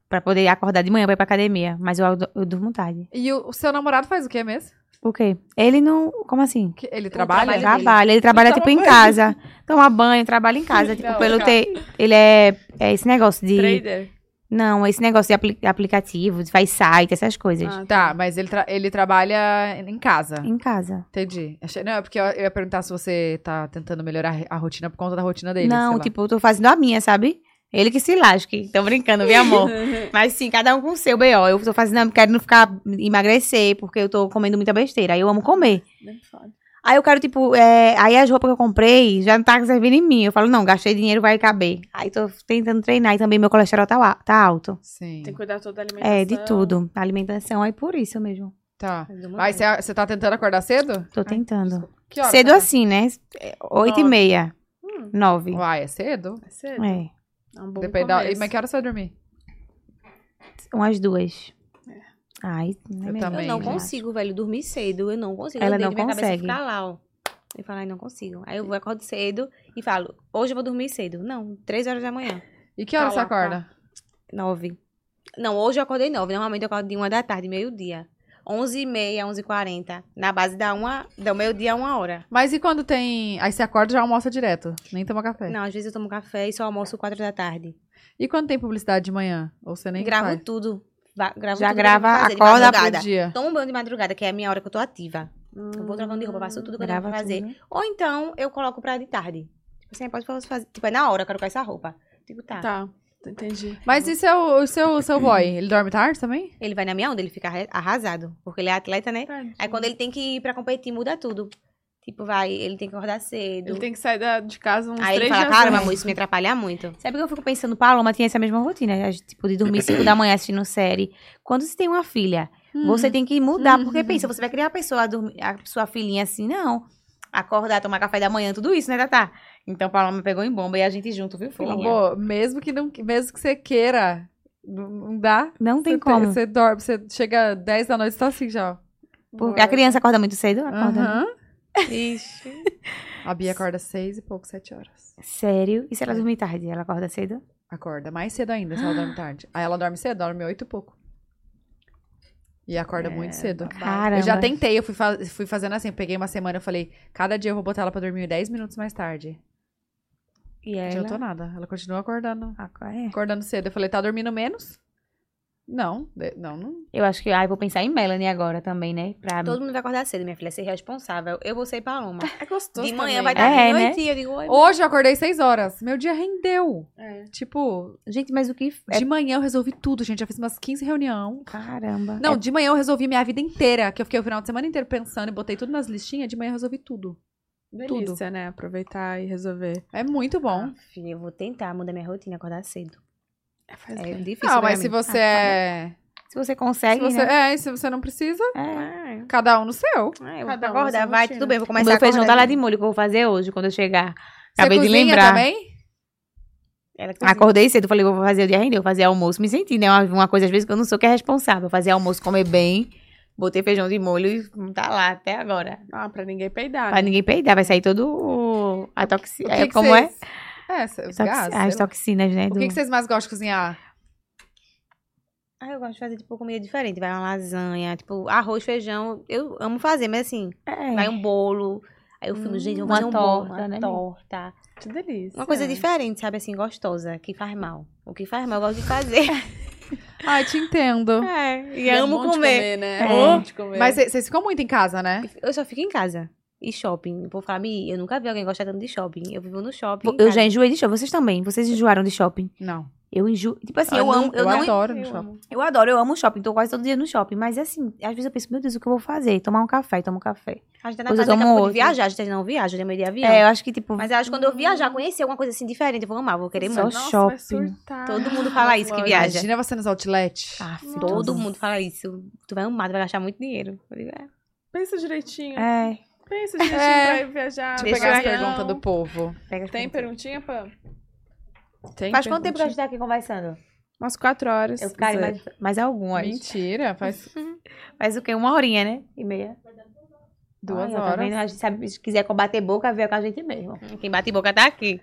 [SPEAKER 5] Pra poder acordar de manhã pra ir pra academia. Mas eu, eu durmo tarde.
[SPEAKER 1] E o, o seu namorado faz o quê mesmo?
[SPEAKER 5] Por quê? Ele não. Como assim?
[SPEAKER 1] Que- ele trabalha?
[SPEAKER 6] trabalho dele.
[SPEAKER 1] assim,
[SPEAKER 5] Trabalha, ele trabalha
[SPEAKER 2] Toma
[SPEAKER 5] tipo em
[SPEAKER 2] banho.
[SPEAKER 5] casa. Toma banho, trabalha em casa. Tipo,
[SPEAKER 2] Não,
[SPEAKER 5] pelo
[SPEAKER 2] calma.
[SPEAKER 5] ter. Ele é, é esse negócio de.
[SPEAKER 2] Trader.
[SPEAKER 5] Não, esse negócio de apli- aplicativo, de faz site, essas coisas.
[SPEAKER 2] Ah,
[SPEAKER 1] Tá, mas ele, tra- ele trabalha em casa.
[SPEAKER 5] Em casa.
[SPEAKER 1] Entendi. Achei- Não, é porque eu eu ia perguntar se você tá tentando melhorar a rotina por conta da rotina dele. sei
[SPEAKER 5] não,
[SPEAKER 1] lá.
[SPEAKER 5] tipo, eu tô fazendo a minha, sabe? Ele que se lasque. Tô brincando,
[SPEAKER 1] *laughs*
[SPEAKER 5] viu, amor? Mas sim, cada um com o seu B.O. Eu tô fazendo, eu quero não ficar emagrecer, porque eu tô comendo muita besteira. Aí eu amo comer.
[SPEAKER 2] *laughs* Nem fala.
[SPEAKER 5] Aí eu quero, tipo, é, aí as roupas que eu comprei já não tá servindo em mim. Eu falo, não, gastei dinheiro, vai caber. Aí tô tentando treinar e também meu colesterol tá, lá- tá alto.
[SPEAKER 1] Sim.
[SPEAKER 2] Tem que cuidar toda a alimentação.
[SPEAKER 5] É, de tudo. Alimentação,
[SPEAKER 6] é
[SPEAKER 5] aí por isso mesmo.
[SPEAKER 1] Tá.
[SPEAKER 6] Eu durmo
[SPEAKER 1] Mas
[SPEAKER 6] bem.
[SPEAKER 1] você você tá tentando acordar cedo?
[SPEAKER 5] Tô tentando.
[SPEAKER 1] Que hora?
[SPEAKER 5] Cedo assim, né?
[SPEAKER 6] É,
[SPEAKER 5] Oito e
[SPEAKER 2] Nove.
[SPEAKER 5] meia.
[SPEAKER 2] Hum.
[SPEAKER 5] Nove.
[SPEAKER 4] assim.
[SPEAKER 1] Uai, é cedo?
[SPEAKER 2] É cedo.
[SPEAKER 5] É.
[SPEAKER 2] É um bom
[SPEAKER 1] Depende da... E,
[SPEAKER 2] começo.
[SPEAKER 1] mas que hora você vai dormir?
[SPEAKER 5] Umas É. duas. Ai, não é
[SPEAKER 1] Eu
[SPEAKER 5] melhor.
[SPEAKER 6] É. Eu
[SPEAKER 1] também,
[SPEAKER 6] não
[SPEAKER 1] né?
[SPEAKER 6] consigo, velho, dormir cedo. Eu não consigo.
[SPEAKER 5] Ela
[SPEAKER 6] eu
[SPEAKER 5] não
[SPEAKER 6] deito, minha
[SPEAKER 5] consegue.
[SPEAKER 6] cabeça fica lá, ó. Eu falo, ai, não consigo. Aí eu vou, acordo cedo e falo, hoje eu vou dormir cedo. Não, três horas da manhã.
[SPEAKER 1] E que hora
[SPEAKER 2] Tá
[SPEAKER 1] você
[SPEAKER 2] lá,
[SPEAKER 1] acorda?
[SPEAKER 6] Nove. Não, hoje eu acordei nove. Normalmente eu acordo de uma da tarde, meio-dia. Onze e meia, onze e quarenta. Na base da uma, do meio-dia a uma hora.
[SPEAKER 1] Mas e quando tem... Aí você acorda e já almoça direto. Nem toma
[SPEAKER 5] É.
[SPEAKER 1] café.
[SPEAKER 6] Não, às vezes eu tomo café e só almoço quatro da tarde.
[SPEAKER 1] E quando tem publicidade de manhã? Ou você nem
[SPEAKER 6] gravo
[SPEAKER 1] faz?
[SPEAKER 6] tudo. Va- gravo
[SPEAKER 5] Já
[SPEAKER 6] tudo que eu
[SPEAKER 5] grava,
[SPEAKER 6] tenho que fazer de
[SPEAKER 5] acorda,
[SPEAKER 6] madrugada.
[SPEAKER 1] Todo dia.
[SPEAKER 6] Tomo banho de madrugada, que é a minha hora que eu tô ativa. Eu vou trocando de roupa, faço tudo que eu tenho pra fazer. Ou então eu coloco pra de tarde. Tipo assim, pode fazer. Tipo, é na hora, eu quero com essa roupa. Digo, tá.
[SPEAKER 2] Tá, entendi.
[SPEAKER 1] Mas e seu, o seu, seu boy? Ele dorme tarde também?
[SPEAKER 6] Ele vai na minha onda, ele fica arra- arrasado. Porque ele é atleta, né?
[SPEAKER 5] Tá.
[SPEAKER 2] Tadinho.
[SPEAKER 6] Aí
[SPEAKER 5] Uhum.
[SPEAKER 6] quando ele tem que ir pra competir, muda tudo. Tipo, vai, ele tem que acordar cedo.
[SPEAKER 2] Ele tem que sair da- de casa uns
[SPEAKER 6] Aí ele
[SPEAKER 2] três
[SPEAKER 6] fala,
[SPEAKER 2] dias
[SPEAKER 6] caramba,
[SPEAKER 2] antes.
[SPEAKER 6] amor, isso me atrapalha muito.
[SPEAKER 5] Sabe que eu fico pensando, Paloma tinha essa mesma rotina, né? tipo, de
[SPEAKER 6] *clears throat*
[SPEAKER 5] dormir cinco da manhã assistindo série. Quando você tem uma filha, Hum,
[SPEAKER 6] Uhum.
[SPEAKER 5] você tem que mudar, porque pensa, você vai criar a pessoa, a, dormir- a sua filhinha assim, não. Acordar, tomar café da manhã, tudo isso, né, Tatá? Então, Paloma pegou em bomba e a gente junto, viu, filhinha?
[SPEAKER 1] Amor, mesmo que, não, mesmo que você queira, não- não dá.
[SPEAKER 5] Não tem
[SPEAKER 1] Você te-
[SPEAKER 5] como.
[SPEAKER 1] Você dorme, você chega 10 da noite, você tá assim já. ó.
[SPEAKER 5] Porque a criança acorda muito cedo, acorda. né?
[SPEAKER 1] Aham.
[SPEAKER 2] Ixi.
[SPEAKER 1] A Bia acorda 6 e pouco, 7 horas.
[SPEAKER 5] Sério? E se ela dormir tarde, ela acorda cedo?
[SPEAKER 1] Acorda mais cedo ainda, se ela dorme tarde. Aí ela dorme cedo, dorme 8 e pouco. E acorda muito cedo.
[SPEAKER 5] Caramba.
[SPEAKER 1] Eu já tentei, eu fui, fa- fui fazendo assim, peguei uma semana, eu falei, cada dia eu vou botar ela pra dormir 10 minutos mais tarde.
[SPEAKER 5] E
[SPEAKER 1] Não
[SPEAKER 5] ela...
[SPEAKER 1] adiantou nada, ela continua acordando.
[SPEAKER 5] Acorda- é.
[SPEAKER 1] Acordando cedo. Eu falei, tá dormindo menos? Não, de- não, não.
[SPEAKER 5] Eu acho que, ai, vou pensar em Melanie agora também, né? Pra
[SPEAKER 6] Todo mundo vai acordar cedo, minha filha, ser responsável. Eu vou ser Paloma.
[SPEAKER 2] É gostoso
[SPEAKER 6] De manhã vai
[SPEAKER 2] também.
[SPEAKER 6] dar
[SPEAKER 5] É,
[SPEAKER 6] noite e eu digo, oi.
[SPEAKER 1] Hoje eu acordei 6 horas, meu dia rendeu.
[SPEAKER 2] É.
[SPEAKER 1] Tipo,
[SPEAKER 5] Gente, mas o que. É...
[SPEAKER 1] de manhã eu resolvi tudo, gente, já fiz umas 15 reunião.
[SPEAKER 5] Caramba.
[SPEAKER 1] Não, de manhã eu resolvi minha vida inteira, que eu fiquei o final de semana inteiro pensando e botei tudo nas listinhas, de manhã eu resolvi tudo.
[SPEAKER 2] Delícia, né? Aproveitar e resolver.
[SPEAKER 1] É muito bom.
[SPEAKER 6] Ah, filha, eu vou tentar mudar minha rotina, acordar cedo.
[SPEAKER 2] É, faz
[SPEAKER 6] É
[SPEAKER 2] bem.
[SPEAKER 6] difícil.
[SPEAKER 1] Não,
[SPEAKER 6] pra
[SPEAKER 1] mas
[SPEAKER 6] mim.
[SPEAKER 1] se você é.
[SPEAKER 5] Se você
[SPEAKER 1] Se
[SPEAKER 5] consegue.
[SPEAKER 1] você,
[SPEAKER 5] né?
[SPEAKER 1] é, e se você não precisa,
[SPEAKER 2] Ah,
[SPEAKER 1] cada um no seu.
[SPEAKER 6] Ah, eu vou
[SPEAKER 2] Cada um na
[SPEAKER 6] acordar,
[SPEAKER 2] sua
[SPEAKER 6] vai,
[SPEAKER 2] rotina.
[SPEAKER 6] tudo bem, vou
[SPEAKER 5] O
[SPEAKER 6] começar
[SPEAKER 5] meu
[SPEAKER 6] a
[SPEAKER 5] feijão tá
[SPEAKER 6] acordar.
[SPEAKER 5] lá de molho que eu vou fazer hoje, quando eu chegar.
[SPEAKER 1] Você
[SPEAKER 5] Acabei de
[SPEAKER 1] cozinha
[SPEAKER 5] lembrar.
[SPEAKER 1] também?
[SPEAKER 6] Ela
[SPEAKER 1] assim.
[SPEAKER 6] cozinha.
[SPEAKER 5] Acordei cedo, falei, vou fazer o dia render, vou fazer almoço. Me senti, né? Uma, uma coisa, às vezes, que eu não sou que é responsável. Fazer almoço, comer bem. Botei feijão de molho e não tá lá até agora.
[SPEAKER 2] Ah, pra ninguém peidar.
[SPEAKER 5] Pra ninguém peidar, vai sair todo o- a toxina.
[SPEAKER 1] que que
[SPEAKER 5] como é?
[SPEAKER 1] vocês- É, os
[SPEAKER 5] Toxi-
[SPEAKER 1] gases,
[SPEAKER 5] As
[SPEAKER 1] sei lá.
[SPEAKER 5] toxinas, né?
[SPEAKER 1] O
[SPEAKER 5] do-
[SPEAKER 1] que, que vocês mais gostam de cozinhar?
[SPEAKER 6] Ah, eu gosto de fazer, tipo, comida diferente. Vai uma lasanha, tipo, arroz, feijão. Eu amo fazer, mas assim,
[SPEAKER 5] É. Hum,
[SPEAKER 6] vai um bolo. Aí eu fico, gente, eu vou
[SPEAKER 5] uma
[SPEAKER 6] fazer um
[SPEAKER 5] torta,
[SPEAKER 6] bolo, uma
[SPEAKER 5] né? É.
[SPEAKER 6] torta.
[SPEAKER 2] Que delícia.
[SPEAKER 6] Uma coisa diferente, sabe, assim, gostosa, que faz mal. O que faz mal, eu gosto
[SPEAKER 5] *laughs*
[SPEAKER 6] de fazer.
[SPEAKER 1] Ai, te entendo.
[SPEAKER 6] É, e
[SPEAKER 2] E é
[SPEAKER 6] amo
[SPEAKER 2] bom de
[SPEAKER 6] comer.
[SPEAKER 2] né?
[SPEAKER 5] É.
[SPEAKER 2] Bom de comer.
[SPEAKER 1] Mas vocês ficam muito em casa, né?
[SPEAKER 6] Eu só fico em casa. E shopping. O povo fala, "Mi, eu nunca vi alguém gostar tanto de shopping. Eu vivo no shopping. em
[SPEAKER 5] Eu
[SPEAKER 6] casa."
[SPEAKER 5] já enjoei de shopping. Vocês também. Vocês enjoaram de shopping.
[SPEAKER 1] Não.
[SPEAKER 5] Eu enjoo. Tipo assim, eu,
[SPEAKER 1] não-
[SPEAKER 5] amo. Eu, não,
[SPEAKER 1] adoro no shopping.
[SPEAKER 5] eu adoro, eu amo shopping. Tô quase todo dia no shopping. Mas assim, às vezes eu penso, meu Deus, o que eu vou fazer? Tomar um café, tomar um café.
[SPEAKER 6] A gente tá na
[SPEAKER 5] Pois eu
[SPEAKER 6] fase daqui a
[SPEAKER 5] tomo
[SPEAKER 6] pouco de
[SPEAKER 5] outro.
[SPEAKER 6] viajar. A gente não viaja, eu meio de avião.
[SPEAKER 5] É, eu acho que, tipo,
[SPEAKER 6] Mas eu acho que quando eu viajar, conhecer alguma coisa assim diferente, eu vou amar, vou querer
[SPEAKER 5] Só
[SPEAKER 6] muito.
[SPEAKER 2] Nossa,
[SPEAKER 5] shopping.
[SPEAKER 2] vai surtar.
[SPEAKER 6] Todo mundo fala isso que viaja.
[SPEAKER 1] Imagina você nos outlet.
[SPEAKER 5] Ah, filho,
[SPEAKER 6] Todo
[SPEAKER 5] tô-
[SPEAKER 6] mundo fala isso. Tu vai amar, tu vai gastar muito dinheiro. Eu digo, é.
[SPEAKER 2] Pensa direitinho.
[SPEAKER 5] É.
[SPEAKER 2] Pensa direitinho
[SPEAKER 1] É.
[SPEAKER 2] pra viajar.
[SPEAKER 1] Deixa eu
[SPEAKER 2] pegar
[SPEAKER 1] pegar as
[SPEAKER 2] avião.
[SPEAKER 1] perguntas do povo.
[SPEAKER 5] Pega as
[SPEAKER 2] Tem
[SPEAKER 5] perguntas.
[SPEAKER 2] perguntinha, Pam? Tem
[SPEAKER 6] Faz quanto tempo que a
[SPEAKER 2] perguntinha?
[SPEAKER 6] gente tá aqui conversando?
[SPEAKER 2] Umas quatro horas.
[SPEAKER 5] Eu ficaria mais, é. mais algumas.
[SPEAKER 1] Mentira, faz
[SPEAKER 5] Mas o quê? Uma horinha, né? E meia.
[SPEAKER 1] duas
[SPEAKER 5] Ai, eu tô
[SPEAKER 1] horas.
[SPEAKER 5] tá vendo, a gente sabe, se quiser combater boca, vê com a gente mesmo.
[SPEAKER 6] Quem bate boca tá aqui.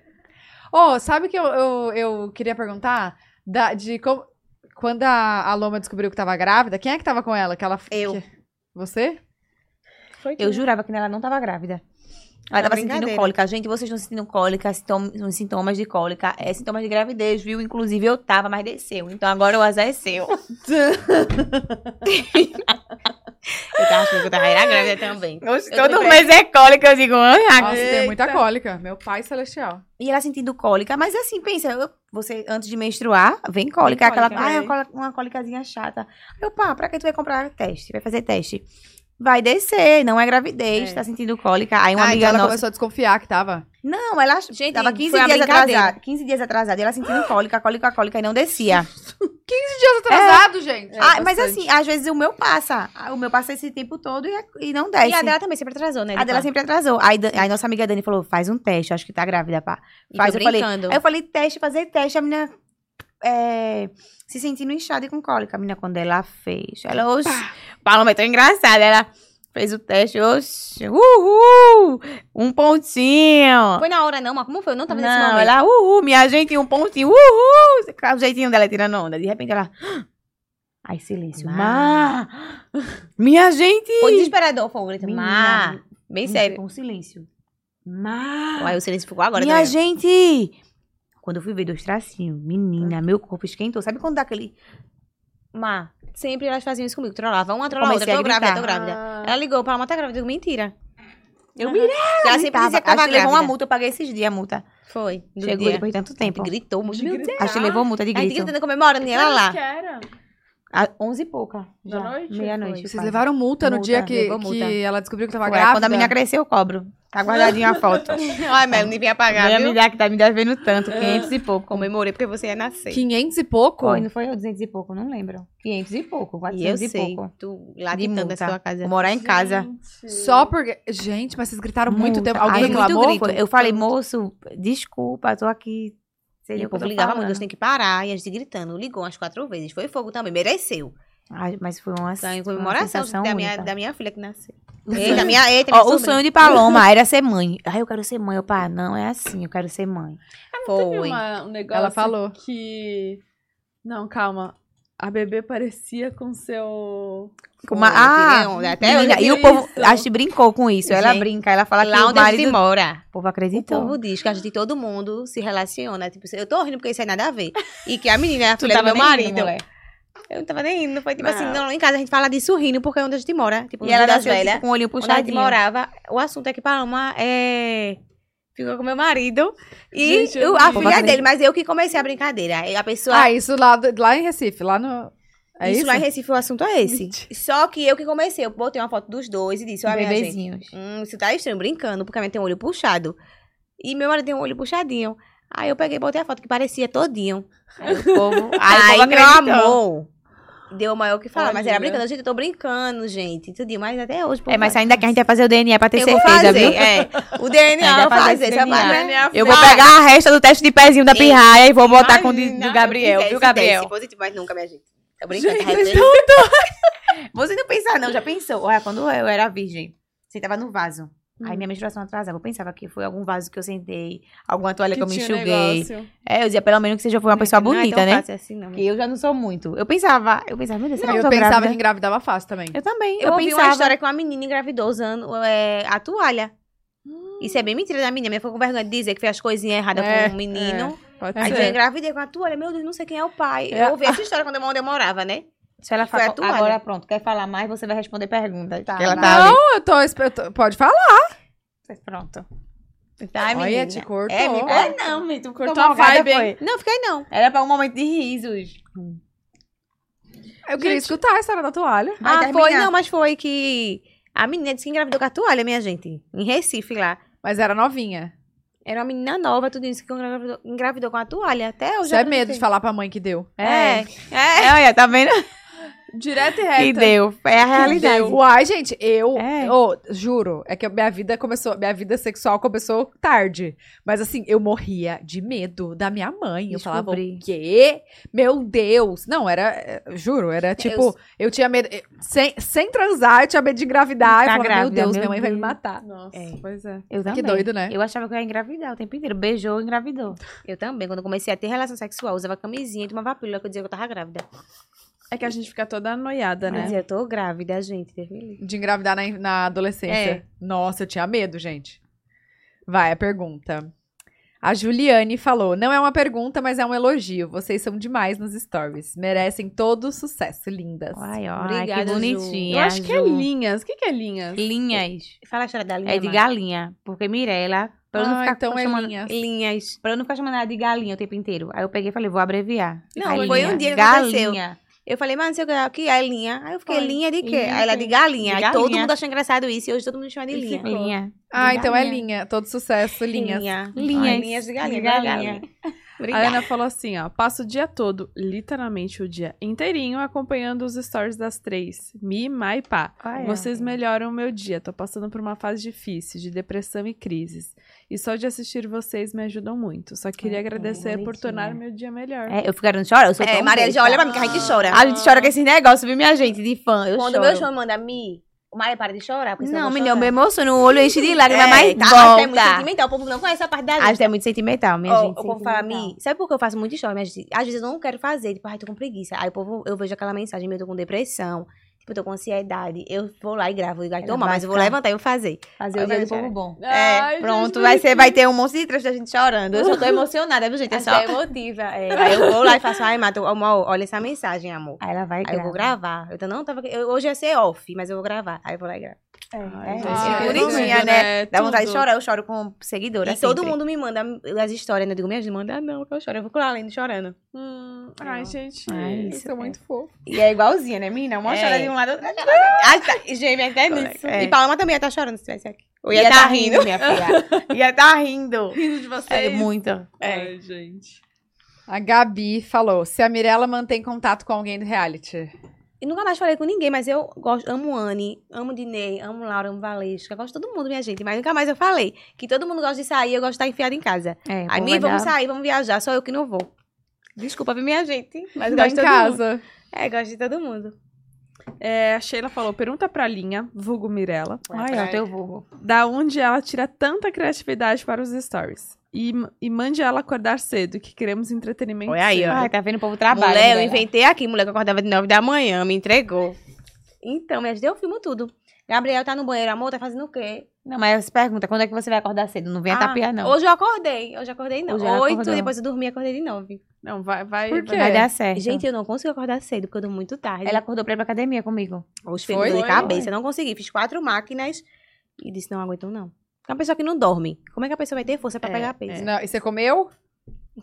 [SPEAKER 1] Ô, sabe o que eu, eu, eu queria perguntar? Da- de como. Quando a, a Loma descobriu que tava grávida, quem é que tava com ela? Que ela
[SPEAKER 6] Eu.
[SPEAKER 1] que- você?
[SPEAKER 2] Foi
[SPEAKER 5] Eu jurava que ela não tava grávida. Ela
[SPEAKER 6] Tá
[SPEAKER 5] tava sentindo
[SPEAKER 6] brincadeira.
[SPEAKER 5] cólica. Gente, vocês estão sentindo cólica, sintom- uns sintomas de cólica. É sintomas de gravidez, viu? Inclusive eu tava, mas desceu. Então agora o azar é seu.
[SPEAKER 6] Eu tava achando que eu tava era grávida também.
[SPEAKER 5] Todo mês é cólica, eu digo.
[SPEAKER 1] Nossa, tem muita cólica. Meu pai celestial.
[SPEAKER 5] E ela sentindo cólica. Mas assim, pensa, eu- você antes de menstruar, vem cólica. aquela,
[SPEAKER 2] cólica,
[SPEAKER 5] ah, é
[SPEAKER 2] é.
[SPEAKER 5] uma cólica- uma cólicazinha chata. Eu, pá, pra que tu vai comprar teste? Vai fazer teste. Vai descer, não é gravidez, tá sentindo cólica. Aí uma
[SPEAKER 1] ah,
[SPEAKER 5] amiga
[SPEAKER 1] então ela
[SPEAKER 5] nossa.
[SPEAKER 1] começou a desconfiar que tava.
[SPEAKER 5] Não, ela
[SPEAKER 6] Gente,
[SPEAKER 5] tava
[SPEAKER 6] foi
[SPEAKER 5] 15
[SPEAKER 6] uma
[SPEAKER 5] dias
[SPEAKER 6] brincadeira.
[SPEAKER 5] atrasada. 15 dias atrasada. E ela sentindo cólica, cólica, cólica e não descia.
[SPEAKER 1] Dias atrasado, gente.
[SPEAKER 5] ah, mas assim, às vezes o meu passa. Ah, O meu passa esse tempo todo e, é, e não desce.
[SPEAKER 6] E a dela também sempre atrasou, né?
[SPEAKER 5] assim. A dela sempre atrasou. Aí, Dan- aí nossa amiga Dani falou: faz um teste, acho que tá grávida, pá. Faz, eu falei.
[SPEAKER 6] brincando.
[SPEAKER 5] Aí eu falei, teste, fazer teste. A menina é, se sentindo inchada e com cólica. A menina, quando ela fez, ela, oxe, Paloma, é tão engraçada. Ela fez o teste, oxe, uhul! Um pontinho.
[SPEAKER 6] Foi na hora, não, mas como foi? Eu não tava nesse
[SPEAKER 5] Não,
[SPEAKER 6] momento.
[SPEAKER 5] ela, uhul, minha gente, um pontinho, uhul! O jeitinho dela tirando onda. De repente ela. *gasps* Ai, silêncio. Má. *gasps* Minha gente!
[SPEAKER 6] Foi desesperador, foi um grito.
[SPEAKER 5] Menina.
[SPEAKER 6] Má. Bem sério.
[SPEAKER 5] Um silêncio. Má.
[SPEAKER 6] Aí o silêncio ficou agora.
[SPEAKER 5] Minha
[SPEAKER 6] né?
[SPEAKER 5] gente! Quando eu fui ver dois tracinhos, menina, meu corpo esquentou. Sabe quando dá aquele.
[SPEAKER 6] Má. Sempre elas faziam isso comigo. Trollava uma, trollava outra.
[SPEAKER 5] Comecei
[SPEAKER 6] Tô
[SPEAKER 5] a gritar. Ah.
[SPEAKER 6] grávida, tô grávida. Ela ligou pra ela, tá grávida. Eu digo, mentira.
[SPEAKER 5] Eu
[SPEAKER 6] mirei. Ela sempre dizia que tava
[SPEAKER 5] Acho que levou
[SPEAKER 6] grávida.
[SPEAKER 5] uma multa, eu paguei esses dias a multa.
[SPEAKER 6] Foi. do
[SPEAKER 5] Chegou
[SPEAKER 6] dia.
[SPEAKER 5] depois de tanto tempo.
[SPEAKER 6] Gritou muito. Meu Deus.
[SPEAKER 5] Acho que levou multa de
[SPEAKER 6] A gente
[SPEAKER 5] grito.
[SPEAKER 6] gritando, comemorando, e ela lá.
[SPEAKER 2] Que era?
[SPEAKER 5] A 11 e pouca.
[SPEAKER 2] Da
[SPEAKER 5] já,
[SPEAKER 2] noite?
[SPEAKER 5] Meia-noite.
[SPEAKER 1] Vocês
[SPEAKER 5] quase.
[SPEAKER 1] levaram multa no
[SPEAKER 5] Multa,
[SPEAKER 1] dia que,
[SPEAKER 5] levou multa.
[SPEAKER 1] que ela descobriu que tava
[SPEAKER 5] Ué,
[SPEAKER 1] grávida.
[SPEAKER 5] Quando a menina crescer, eu cobro. Tá guardadinha a *laughs* foto.
[SPEAKER 6] Ai, Mel, nem vem apagar,
[SPEAKER 5] Minha
[SPEAKER 6] viu?
[SPEAKER 5] amiga que tá me devendo tanto, 500 e pouco. Como
[SPEAKER 6] Comemorei porque você ia nascer.
[SPEAKER 1] 500 e pouco?
[SPEAKER 5] foi? Não foi eu 200 e pouco, não lembro. 500 e pouco,
[SPEAKER 6] E eu
[SPEAKER 5] 400 e,
[SPEAKER 6] sei,
[SPEAKER 5] pouco.
[SPEAKER 6] tu
[SPEAKER 5] De
[SPEAKER 6] latitando
[SPEAKER 5] multa.
[SPEAKER 6] na sua casa.
[SPEAKER 5] Vou morar em casa.
[SPEAKER 1] Só porque. Gente, mas vocês gritaram muito
[SPEAKER 5] Multa.
[SPEAKER 1] tempo. Alguém
[SPEAKER 5] Aí, muito
[SPEAKER 1] reclamou?
[SPEAKER 5] grito. Eu falei, moço, desculpa, tô aqui. Sei
[SPEAKER 6] E
[SPEAKER 5] lá
[SPEAKER 6] o
[SPEAKER 5] o que eu
[SPEAKER 6] povo
[SPEAKER 5] tô
[SPEAKER 6] ligava
[SPEAKER 5] falando.
[SPEAKER 6] muito, você tem que parar. E a gente gritando, ligou umas quatro vezes. Foi fogo também, mereceu.
[SPEAKER 5] Ai, mas foi Tá, uma,
[SPEAKER 6] Então, em
[SPEAKER 5] foi uma
[SPEAKER 6] comemoração
[SPEAKER 5] sensação
[SPEAKER 6] da minha,
[SPEAKER 5] única.
[SPEAKER 6] da minha filha que nasceu.
[SPEAKER 5] *laughs* O
[SPEAKER 6] Eita,
[SPEAKER 5] sonho-
[SPEAKER 6] minha, eita, minha
[SPEAKER 5] Ó, o
[SPEAKER 6] sobrinha.
[SPEAKER 5] sonho de
[SPEAKER 6] *laughs*
[SPEAKER 5] Paloma era ser mãe. Ai, eu quero ser mãe. Eu, pá, não, é assim, eu quero ser mãe.
[SPEAKER 2] Teve
[SPEAKER 6] Foi.
[SPEAKER 2] uma- um negócio
[SPEAKER 1] Ela falou.
[SPEAKER 2] que... Não, calma. A bebê parecia com seu...
[SPEAKER 5] Com uma-
[SPEAKER 6] Foi,
[SPEAKER 5] ah,
[SPEAKER 6] entendeu? um, até hoje.
[SPEAKER 5] Menina, e
[SPEAKER 2] eu
[SPEAKER 5] o povo,
[SPEAKER 2] isso.
[SPEAKER 5] acho que brincou com isso. Ela
[SPEAKER 6] Gente,
[SPEAKER 5] brinca, ela fala que
[SPEAKER 6] Lá
[SPEAKER 5] o
[SPEAKER 6] onde a gente
[SPEAKER 5] marido...
[SPEAKER 6] mora.
[SPEAKER 5] O povo
[SPEAKER 6] Então, O
[SPEAKER 5] acreditou.
[SPEAKER 6] povo diz que a gente, todo mundo se relaciona. Tipo, eu tô rindo porque isso aí nada a ver. E que a menina é a
[SPEAKER 5] Tu
[SPEAKER 6] filha do
[SPEAKER 5] tava
[SPEAKER 6] meu
[SPEAKER 5] nem
[SPEAKER 6] marido.
[SPEAKER 5] indo, mulher.
[SPEAKER 6] eu não tava nem indo. Foi tipo assim, não, em casa a gente fala disso rindo porque é onde a gente mora. Tipo,
[SPEAKER 5] E ela
[SPEAKER 6] das
[SPEAKER 5] nasceu tipo,
[SPEAKER 6] velhas.
[SPEAKER 5] com o olhinho
[SPEAKER 6] Onde a gente
[SPEAKER 5] puxadinho.
[SPEAKER 6] morava, o assunto é que Paloma é... ficou com meu marido e
[SPEAKER 2] Gente, eu
[SPEAKER 6] o- a
[SPEAKER 2] vi.
[SPEAKER 6] filha dele, mas eu que comecei a brincadeira. Aí A pessoa.
[SPEAKER 1] Ah, isso lá, do- lá em Recife, lá no. É isso?
[SPEAKER 6] isso, lá em Recife, o assunto é esse. Só que eu que comecei, eu botei uma foto dos dois e disse: Olha, minha gente,
[SPEAKER 5] Bebezinhos.
[SPEAKER 6] hum, isso tá estranho, brincando, porque a minha tem um olho puxado. E meu marido tem um olho puxadinho. Aí eu peguei e botei a foto que parecia todinho.
[SPEAKER 5] *laughs* Aí o povo...
[SPEAKER 6] Aí,
[SPEAKER 5] Ai,
[SPEAKER 6] meu amor. Deu o maior que falar,
[SPEAKER 2] Olha.
[SPEAKER 6] mas era brincando. Gente, eu tô brincando, gente. Tudinho, mas até hoje. o povo
[SPEAKER 5] É, mas
[SPEAKER 6] fala.
[SPEAKER 5] ainda que a gente vai fazer o DNA pra ter
[SPEAKER 6] eu
[SPEAKER 5] certeza,
[SPEAKER 6] vou fazer,
[SPEAKER 5] viu?
[SPEAKER 6] É. O DNA
[SPEAKER 5] Ainda
[SPEAKER 6] eu vou
[SPEAKER 5] fazer
[SPEAKER 6] fazer,
[SPEAKER 5] esse
[SPEAKER 6] sabe?
[SPEAKER 5] DNA.
[SPEAKER 6] Né?
[SPEAKER 2] Minha
[SPEAKER 5] Eu vou
[SPEAKER 6] Vai.
[SPEAKER 5] pegar a resta do teste de pezinho da
[SPEAKER 6] Ei,
[SPEAKER 5] pirraia e vou botar com o de-
[SPEAKER 6] Imagina,
[SPEAKER 5] do Gabriel,
[SPEAKER 6] eu
[SPEAKER 5] viu,
[SPEAKER 6] fizesse,
[SPEAKER 5] Gabriel?
[SPEAKER 6] positivo, mas nunca, minha é gente. Tô brincando.
[SPEAKER 2] Gente,
[SPEAKER 6] tá
[SPEAKER 2] vocês
[SPEAKER 6] revelando.
[SPEAKER 5] Você não pensar, não, já pensou. Olha, quando eu era virgem, sentava no vaso. Aí minha menstruação atrasava. Eu pensava que foi algum vaso que eu sentei, alguma toalha que, eu me
[SPEAKER 2] tinha um
[SPEAKER 5] enxuguei.
[SPEAKER 2] negócio.
[SPEAKER 5] É, eu dizia, pelo menos que você já foi uma pessoa
[SPEAKER 6] Não é
[SPEAKER 5] bonita,
[SPEAKER 6] tão
[SPEAKER 5] né?
[SPEAKER 6] fácil assim, não.
[SPEAKER 5] Que eu já não sou muito. Eu pensava, eu pensava, meu Deus, será que eu
[SPEAKER 1] eu
[SPEAKER 5] sou
[SPEAKER 1] pensava
[SPEAKER 5] grávida?
[SPEAKER 1] que engravidava fácil também.
[SPEAKER 5] Eu também.
[SPEAKER 6] Eu,
[SPEAKER 5] Eu,
[SPEAKER 6] ouvi uma
[SPEAKER 5] pensava.
[SPEAKER 6] história que uma menina engravidou usando é, a toalha. Hum.
[SPEAKER 5] Isso é bem mentira da menina. Minha foi com vergonha de dizer que fez as coisinhas erradas
[SPEAKER 1] É,
[SPEAKER 5] com o menino.
[SPEAKER 2] Pode
[SPEAKER 5] Aí
[SPEAKER 6] É.
[SPEAKER 2] ser.
[SPEAKER 5] eu engravidei com a toalha. Meu Deus, não sei quem é o pai.
[SPEAKER 2] É.
[SPEAKER 5] Eu ouvi essa história quando eu onde eu morava, né?
[SPEAKER 6] Se ela
[SPEAKER 5] Foi
[SPEAKER 6] falar
[SPEAKER 5] a toalha.
[SPEAKER 6] agora, pronto, quer falar mais, você vai responder perguntas.
[SPEAKER 5] Tá,
[SPEAKER 6] Que ela
[SPEAKER 5] vai.
[SPEAKER 6] tá ali.
[SPEAKER 1] Não, eu tô, esp- eu tô- Pode falar.
[SPEAKER 6] Pronto.
[SPEAKER 5] Tá,
[SPEAKER 1] Olha, te cortou.
[SPEAKER 5] É, me
[SPEAKER 1] Olha,
[SPEAKER 5] cortou. não, me tu ficou
[SPEAKER 2] Cortou a
[SPEAKER 5] malvada,
[SPEAKER 2] vibe, hein?
[SPEAKER 5] foi. Não, fiquei não. Era pra um momento de risos.
[SPEAKER 1] eu queria escutar a história da toalha.
[SPEAKER 5] Ah,
[SPEAKER 6] Vai
[SPEAKER 5] foi,
[SPEAKER 6] terminar.
[SPEAKER 5] não, mas foi que a menina disse que engravidou com a toalha, minha gente. Em Recife, lá.
[SPEAKER 1] Mas era novinha.
[SPEAKER 5] Era uma menina nova, tudo isso, que engravidou, engravidou com a toalha. Até hoje.
[SPEAKER 1] Isso é medo de falar pra mãe que deu.
[SPEAKER 5] É. É, olha, tá vendo?
[SPEAKER 2] Direto e
[SPEAKER 5] E
[SPEAKER 2] reto.
[SPEAKER 5] deu. É a realidade.
[SPEAKER 1] Uai, gente, eu
[SPEAKER 5] É.
[SPEAKER 1] ô, juro, é que a minha vida começou, minha vida sexual começou tarde. Mas assim, eu morria de medo da minha mãe. Eu falava, o
[SPEAKER 5] Descobri.
[SPEAKER 1] quê? Meu Deus! Não, era, é, juro, era tipo, eu, tinha medo, é, sem, sem transar, eu tinha medo de engravidar. Eu
[SPEAKER 5] Tá
[SPEAKER 1] falava, meu
[SPEAKER 5] grávida,
[SPEAKER 1] Deus,
[SPEAKER 5] meu
[SPEAKER 1] minha mãe vai me
[SPEAKER 5] Deus."
[SPEAKER 1] matar.
[SPEAKER 2] Nossa,
[SPEAKER 5] É.
[SPEAKER 2] pois é.
[SPEAKER 5] Eu também.
[SPEAKER 1] Que doido, né?
[SPEAKER 5] Eu achava que eu ia engravidar o tempo inteiro. Beijou, engravidou. Eu também. Quando eu comecei a ter relação sexual, eu usava camisinha e tomava pílula, que eu dizia que eu tava grávida.
[SPEAKER 2] É que a gente fica toda noiada,
[SPEAKER 5] Eu
[SPEAKER 2] né?
[SPEAKER 5] dizia, eu tô grávida, gente. Deus me livre.
[SPEAKER 1] De engravidar na, na adolescência.
[SPEAKER 5] É.
[SPEAKER 1] Nossa, eu tinha medo, gente. Vai, a pergunta. A Juliane falou: não é uma pergunta, mas é um elogio. Vocês são demais nos stories. Merecem todo o sucesso. Lindas.
[SPEAKER 5] Ai, ó,
[SPEAKER 6] Obrigada,
[SPEAKER 5] que
[SPEAKER 6] Ju.
[SPEAKER 5] bonitinha.
[SPEAKER 2] Eu acho que é
[SPEAKER 5] Ju.
[SPEAKER 2] linhas. O que, que é linhas?
[SPEAKER 5] Linhas.
[SPEAKER 6] Fala a história da linha.
[SPEAKER 5] É de
[SPEAKER 6] Mar.
[SPEAKER 5] galinha. Porque Mirella. Pra eu não
[SPEAKER 1] Ah,
[SPEAKER 5] ficar
[SPEAKER 1] então é
[SPEAKER 5] chamando...
[SPEAKER 1] linhas.
[SPEAKER 5] linhas. Pra eu não ficar chamando ela de galinha o tempo inteiro. Aí eu peguei e falei, vou abreviar.
[SPEAKER 6] Não,
[SPEAKER 5] Aí,
[SPEAKER 6] foi
[SPEAKER 5] linha.
[SPEAKER 6] um dia que
[SPEAKER 5] galinha.
[SPEAKER 6] Eu falei, mas não sei o que, é, o que é linha. Aí eu fiquei,
[SPEAKER 2] Foi.
[SPEAKER 6] linha de quê?
[SPEAKER 2] Linha de
[SPEAKER 6] Aí ela,
[SPEAKER 2] quê?
[SPEAKER 6] de galinha.
[SPEAKER 5] De
[SPEAKER 6] Aí todo
[SPEAKER 5] galinha.
[SPEAKER 6] mundo achou engraçado isso. E hoje todo mundo chama de
[SPEAKER 2] E
[SPEAKER 6] linha.
[SPEAKER 2] ficou.
[SPEAKER 5] Linha.
[SPEAKER 1] Ah, então é
[SPEAKER 5] galinha.
[SPEAKER 1] linha. Todo sucesso, linhas.
[SPEAKER 6] Linha.
[SPEAKER 5] Linhas.
[SPEAKER 6] Ai, linhas de galinha.
[SPEAKER 5] De
[SPEAKER 6] não é
[SPEAKER 5] galinha.
[SPEAKER 6] galinha.
[SPEAKER 2] A
[SPEAKER 6] Obrigada.
[SPEAKER 2] Ana falou assim, ó. Passo o dia todo, literalmente o dia inteirinho, acompanhando os stories das três. Mi, Ma e Pá.
[SPEAKER 4] Ah, é.
[SPEAKER 2] Vocês melhoram o meu dia. Tô passando por uma fase difícil, de depressão e crises. E só de assistir vocês me ajudam muito. Só queria
[SPEAKER 5] Ai, que
[SPEAKER 2] agradecer por
[SPEAKER 5] bonitinha.
[SPEAKER 2] tornar meu dia melhor.
[SPEAKER 5] É, eu fico querendo chorar, eu sou
[SPEAKER 6] É,
[SPEAKER 5] tão
[SPEAKER 6] Maria,
[SPEAKER 5] besta.
[SPEAKER 6] já olha pra mim, que a gente chora.
[SPEAKER 5] A gente chora com esse negócio, viu, minha gente, de fã. Eu
[SPEAKER 6] Quando
[SPEAKER 5] choro.
[SPEAKER 6] meu chão manda me, Maria, para de chorar. porque senão eu
[SPEAKER 5] Não,
[SPEAKER 6] vou
[SPEAKER 5] menina, eu
[SPEAKER 6] chorar.
[SPEAKER 5] me emociono, o olho enche de lágrimas,
[SPEAKER 6] É,
[SPEAKER 5] mas
[SPEAKER 6] tá,
[SPEAKER 5] volta.
[SPEAKER 6] Acho que é muito sentimental. O povo não conhece essa parte da
[SPEAKER 5] A
[SPEAKER 6] gente.
[SPEAKER 5] gente é muito sentimental, minha
[SPEAKER 6] Ó,
[SPEAKER 5] gente.
[SPEAKER 6] o povo fala,
[SPEAKER 5] sentimental.
[SPEAKER 6] Mi, sabe por que eu faço muito story? Minha gente? Às vezes eu não quero fazer, tipo, ai, tô com preguiça. Aí o povo, eu vejo aquela mensagem, meu, eu tô com depressão, tipo, eu tô com ansiedade. Eu vou lá e gravo, e
[SPEAKER 5] Ela
[SPEAKER 6] tomar,
[SPEAKER 5] vai
[SPEAKER 6] mas eu vou
[SPEAKER 5] ficar-
[SPEAKER 6] levantar e eu fazer.
[SPEAKER 5] Tá. Fazer
[SPEAKER 6] Ai,
[SPEAKER 5] o dia do
[SPEAKER 6] vai
[SPEAKER 5] povo
[SPEAKER 6] chorar.
[SPEAKER 5] bom.
[SPEAKER 2] Ai, gente,
[SPEAKER 5] é, pronto, vai, ser,
[SPEAKER 2] bonitinho.
[SPEAKER 5] vai ter um monte de trecho da gente chorando. Eu já tô
[SPEAKER 6] *laughs*
[SPEAKER 5] emocionada, viu, gente? É
[SPEAKER 6] Acho
[SPEAKER 5] só...
[SPEAKER 6] que é emotiva. é. Aí eu vou lá e faço, ai, Mato, amor, olha essa mensagem, amor.
[SPEAKER 5] Aí ela vai
[SPEAKER 6] Aí eu vou gravar. Eu tô- não tava. eu- hoje ia ser off, mas eu vou gravar. Aí eu vou lá e gravo.
[SPEAKER 2] Ai,
[SPEAKER 5] é,
[SPEAKER 2] gente,
[SPEAKER 5] é
[SPEAKER 2] que
[SPEAKER 5] bonitinha,
[SPEAKER 2] tudo,
[SPEAKER 5] né? Dá vontade de
[SPEAKER 2] Tudo.
[SPEAKER 5] chorar, eu choro com seguidora.
[SPEAKER 6] e todo
[SPEAKER 5] sempre.
[SPEAKER 6] mundo me manda as histórias, né? Eu digo, minha gente, manda não, que eu choro. Eu vou lá lendo, chorando.
[SPEAKER 2] Hum, ai, gente.
[SPEAKER 5] Ai,
[SPEAKER 2] Vocês
[SPEAKER 5] isso
[SPEAKER 2] são
[SPEAKER 5] é.
[SPEAKER 2] muito fofos.
[SPEAKER 5] E é igualzinha, né, menina? Uma
[SPEAKER 6] É.
[SPEAKER 5] chora de um lado,
[SPEAKER 6] *laughs*
[SPEAKER 5] outra
[SPEAKER 6] Ah, tá. Gêmea até nisso.
[SPEAKER 5] É.
[SPEAKER 6] E Paloma também ia estar chorando se tivesse aqui.
[SPEAKER 5] Eu ia tá rindo, minha filha. Ia tá rindo.
[SPEAKER 2] Rindo de vocês.
[SPEAKER 5] É, muito.
[SPEAKER 2] Ai, gente.
[SPEAKER 1] A Gabi falou: se a Mirella mantém contato com alguém do reality.
[SPEAKER 6] E nunca mais falei com ninguém, mas eu gosto, amo Anne, amo Dinei, amo Laura, amo Valesca, gosto de todo mundo, minha gente. Mas nunca mais eu falei que todo mundo gosta de sair, eu gosto de estar enfiada em casa.
[SPEAKER 5] É,
[SPEAKER 6] Aí, mim, vamos sair, vamos viajar, só eu que não vou. Desculpa, viu, minha gente? Mas eu
[SPEAKER 1] Tá
[SPEAKER 6] gosto
[SPEAKER 1] em
[SPEAKER 6] de todo mundo.
[SPEAKER 1] casa.
[SPEAKER 6] É, gosto de todo mundo.
[SPEAKER 2] É, a Sheila falou, pergunta pra Linha, vulgo Mirella,
[SPEAKER 5] Ai, ó, teu vulgo.
[SPEAKER 2] da onde ela tira tanta criatividade para os stories. E, e mande ela acordar cedo, que queremos entretenimento
[SPEAKER 5] Olha aí, ó.
[SPEAKER 2] cedo.
[SPEAKER 5] Ai, tá vendo o povo trabalha.
[SPEAKER 6] Mulher, eu
[SPEAKER 5] né?
[SPEAKER 6] inventei aqui, mulher que acordava de 9 da manhã, me entregou. Então, minha gente, eu filmo tudo. Gabriel tá no banheiro, amor, tá fazendo o quê?
[SPEAKER 5] Não, mas pergunta, quando é que você vai acordar cedo? Não venha
[SPEAKER 6] Ah,
[SPEAKER 5] tapiar, não.
[SPEAKER 6] Hoje eu acordei, hoje eu acordei não.
[SPEAKER 5] Hoje ela
[SPEAKER 6] Oito,
[SPEAKER 5] acordou.
[SPEAKER 6] depois eu dormi, acordei de nove.
[SPEAKER 2] Não, vai, vai.
[SPEAKER 1] Por
[SPEAKER 2] vai-
[SPEAKER 1] quê?
[SPEAKER 5] Vai dar certo.
[SPEAKER 6] Gente, eu não consigo acordar cedo, porque eu durmo muito tarde.
[SPEAKER 5] é. ela acordou pra ir pra academia comigo.
[SPEAKER 6] Os
[SPEAKER 1] Foi?
[SPEAKER 6] feridos de
[SPEAKER 2] Foi,
[SPEAKER 6] cabeça. Não consegui. Fiz quatro máquinas e disse, não aguento não. É uma pessoa que não dorme. Como é que a pessoa vai ter força pra
[SPEAKER 2] É,
[SPEAKER 6] pegar peso?
[SPEAKER 1] Não, e você comeu?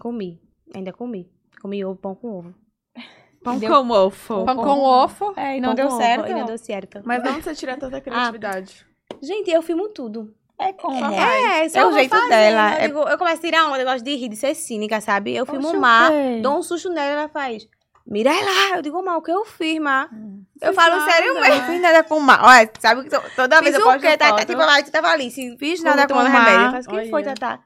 [SPEAKER 6] Comi. Ainda comi. Comi ovo, pão com ovo.
[SPEAKER 2] Pão
[SPEAKER 5] Deu-
[SPEAKER 2] com ovo.
[SPEAKER 1] Pão com ovo.
[SPEAKER 5] É, e
[SPEAKER 6] Pão com ovo, E não deu certo.
[SPEAKER 2] Mas de onde você tira tanta criatividade?
[SPEAKER 6] Gente, eu filmo tudo.
[SPEAKER 5] É como?
[SPEAKER 2] Só
[SPEAKER 5] É.
[SPEAKER 2] vai.
[SPEAKER 6] É,
[SPEAKER 5] É
[SPEAKER 6] eu
[SPEAKER 5] o
[SPEAKER 6] vou
[SPEAKER 5] jeito dela,
[SPEAKER 6] Eu,
[SPEAKER 5] é-
[SPEAKER 6] digo, eu começo a tirar onda, eu gosto de rir, de ser cínica, sabe? Eu filmo
[SPEAKER 5] Oxe,
[SPEAKER 6] o
[SPEAKER 2] ah,
[SPEAKER 6] mar,
[SPEAKER 5] ok.
[SPEAKER 6] dou um susto nela, ela faz... Mirela, eu digo, mal, o que eu fiz, Má? Eu
[SPEAKER 2] Fiz
[SPEAKER 6] falo
[SPEAKER 2] nada.
[SPEAKER 6] sério
[SPEAKER 5] Eu não fiz nada com mal. Olha, sabe que to- toda vez
[SPEAKER 6] Fiz
[SPEAKER 5] eu
[SPEAKER 6] o
[SPEAKER 5] posto
[SPEAKER 6] quê? Tá, tá,
[SPEAKER 5] foto.
[SPEAKER 6] tipo, a tu tava ali, se fiz
[SPEAKER 5] Como
[SPEAKER 6] nada com o
[SPEAKER 5] tomar
[SPEAKER 6] remédio. Eu
[SPEAKER 5] remédio.
[SPEAKER 6] faço, o que
[SPEAKER 2] Olha.
[SPEAKER 6] foi, Tatá?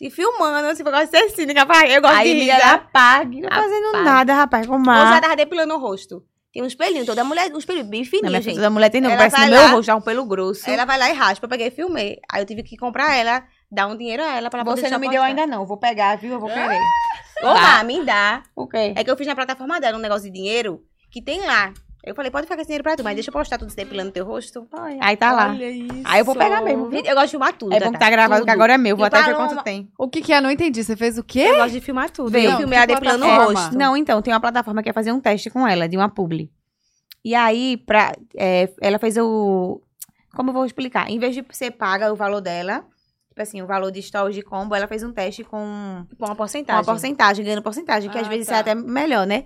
[SPEAKER 6] E filmando, se eu gosto de ser cínica, vai, eu gosto
[SPEAKER 5] Aí
[SPEAKER 6] de rir.
[SPEAKER 5] me
[SPEAKER 6] tá?
[SPEAKER 5] apague. Não tô
[SPEAKER 6] Rapaz.
[SPEAKER 5] fazendo nada, rapaz, com
[SPEAKER 4] Ah.
[SPEAKER 6] Ou se
[SPEAKER 5] mal.
[SPEAKER 6] ela tava depilando o rosto. Tem um espelhinho, toda mulher, um espelho bem
[SPEAKER 5] Na
[SPEAKER 6] fininho,
[SPEAKER 5] minha
[SPEAKER 6] gente.
[SPEAKER 5] frente da mulher tem não,
[SPEAKER 6] Ela
[SPEAKER 5] parece
[SPEAKER 6] vai
[SPEAKER 5] no meu
[SPEAKER 6] lá-
[SPEAKER 5] rosto, já um pelo grosso.
[SPEAKER 4] assim.
[SPEAKER 6] Ela vai lá e raspa, eu peguei e filmei. Aí eu tive que comprar ela, dar um dinheiro a ela pra ela poder
[SPEAKER 4] Você não me deu ainda não, vou pegar, viu? Eu
[SPEAKER 6] Ah,
[SPEAKER 4] vou querer.
[SPEAKER 5] É
[SPEAKER 6] Ô, Má, me dá.
[SPEAKER 4] O quê?
[SPEAKER 6] É que eu fiz na plataforma dela um negócio de dinheiro que tem lá. Eu falei, pode ficar com esse dinheiro pra tu, mas deixa eu postar tudo isso daí pilando teu rosto.
[SPEAKER 5] Aí tá lá.
[SPEAKER 7] isso.
[SPEAKER 5] *laughs* Aí eu vou pegar mesmo.
[SPEAKER 6] Gente, Eu gosto de filmar tudo.
[SPEAKER 5] É bom
[SPEAKER 6] Tatá,
[SPEAKER 5] que tá gravado,
[SPEAKER 6] tudo.
[SPEAKER 5] que agora é meu. Vou
[SPEAKER 6] E
[SPEAKER 5] até ver
[SPEAKER 6] Paloma-
[SPEAKER 5] quanto tem.
[SPEAKER 1] O que que é? Não entendi. Você fez o quê? tipo
[SPEAKER 6] Eu gosto de filmar tudo.
[SPEAKER 5] Vem.
[SPEAKER 6] Eu filmei ela depilando o
[SPEAKER 7] plataforma?
[SPEAKER 6] rosto.
[SPEAKER 5] Não, então, tem uma plataforma que quer fazer um teste com ela, de uma publi. E aí, pra, é, ela fez o. Como eu vou explicar? Em vez de você paga o valor dela, tipo assim, o valor de stories de combo, ela fez um teste com
[SPEAKER 6] Com uma
[SPEAKER 5] com uma
[SPEAKER 6] porcentagem.
[SPEAKER 5] porcentagem, ganhando porcentagem, que às
[SPEAKER 7] Ah,
[SPEAKER 5] vezes
[SPEAKER 7] tá.
[SPEAKER 5] é até melhor, né?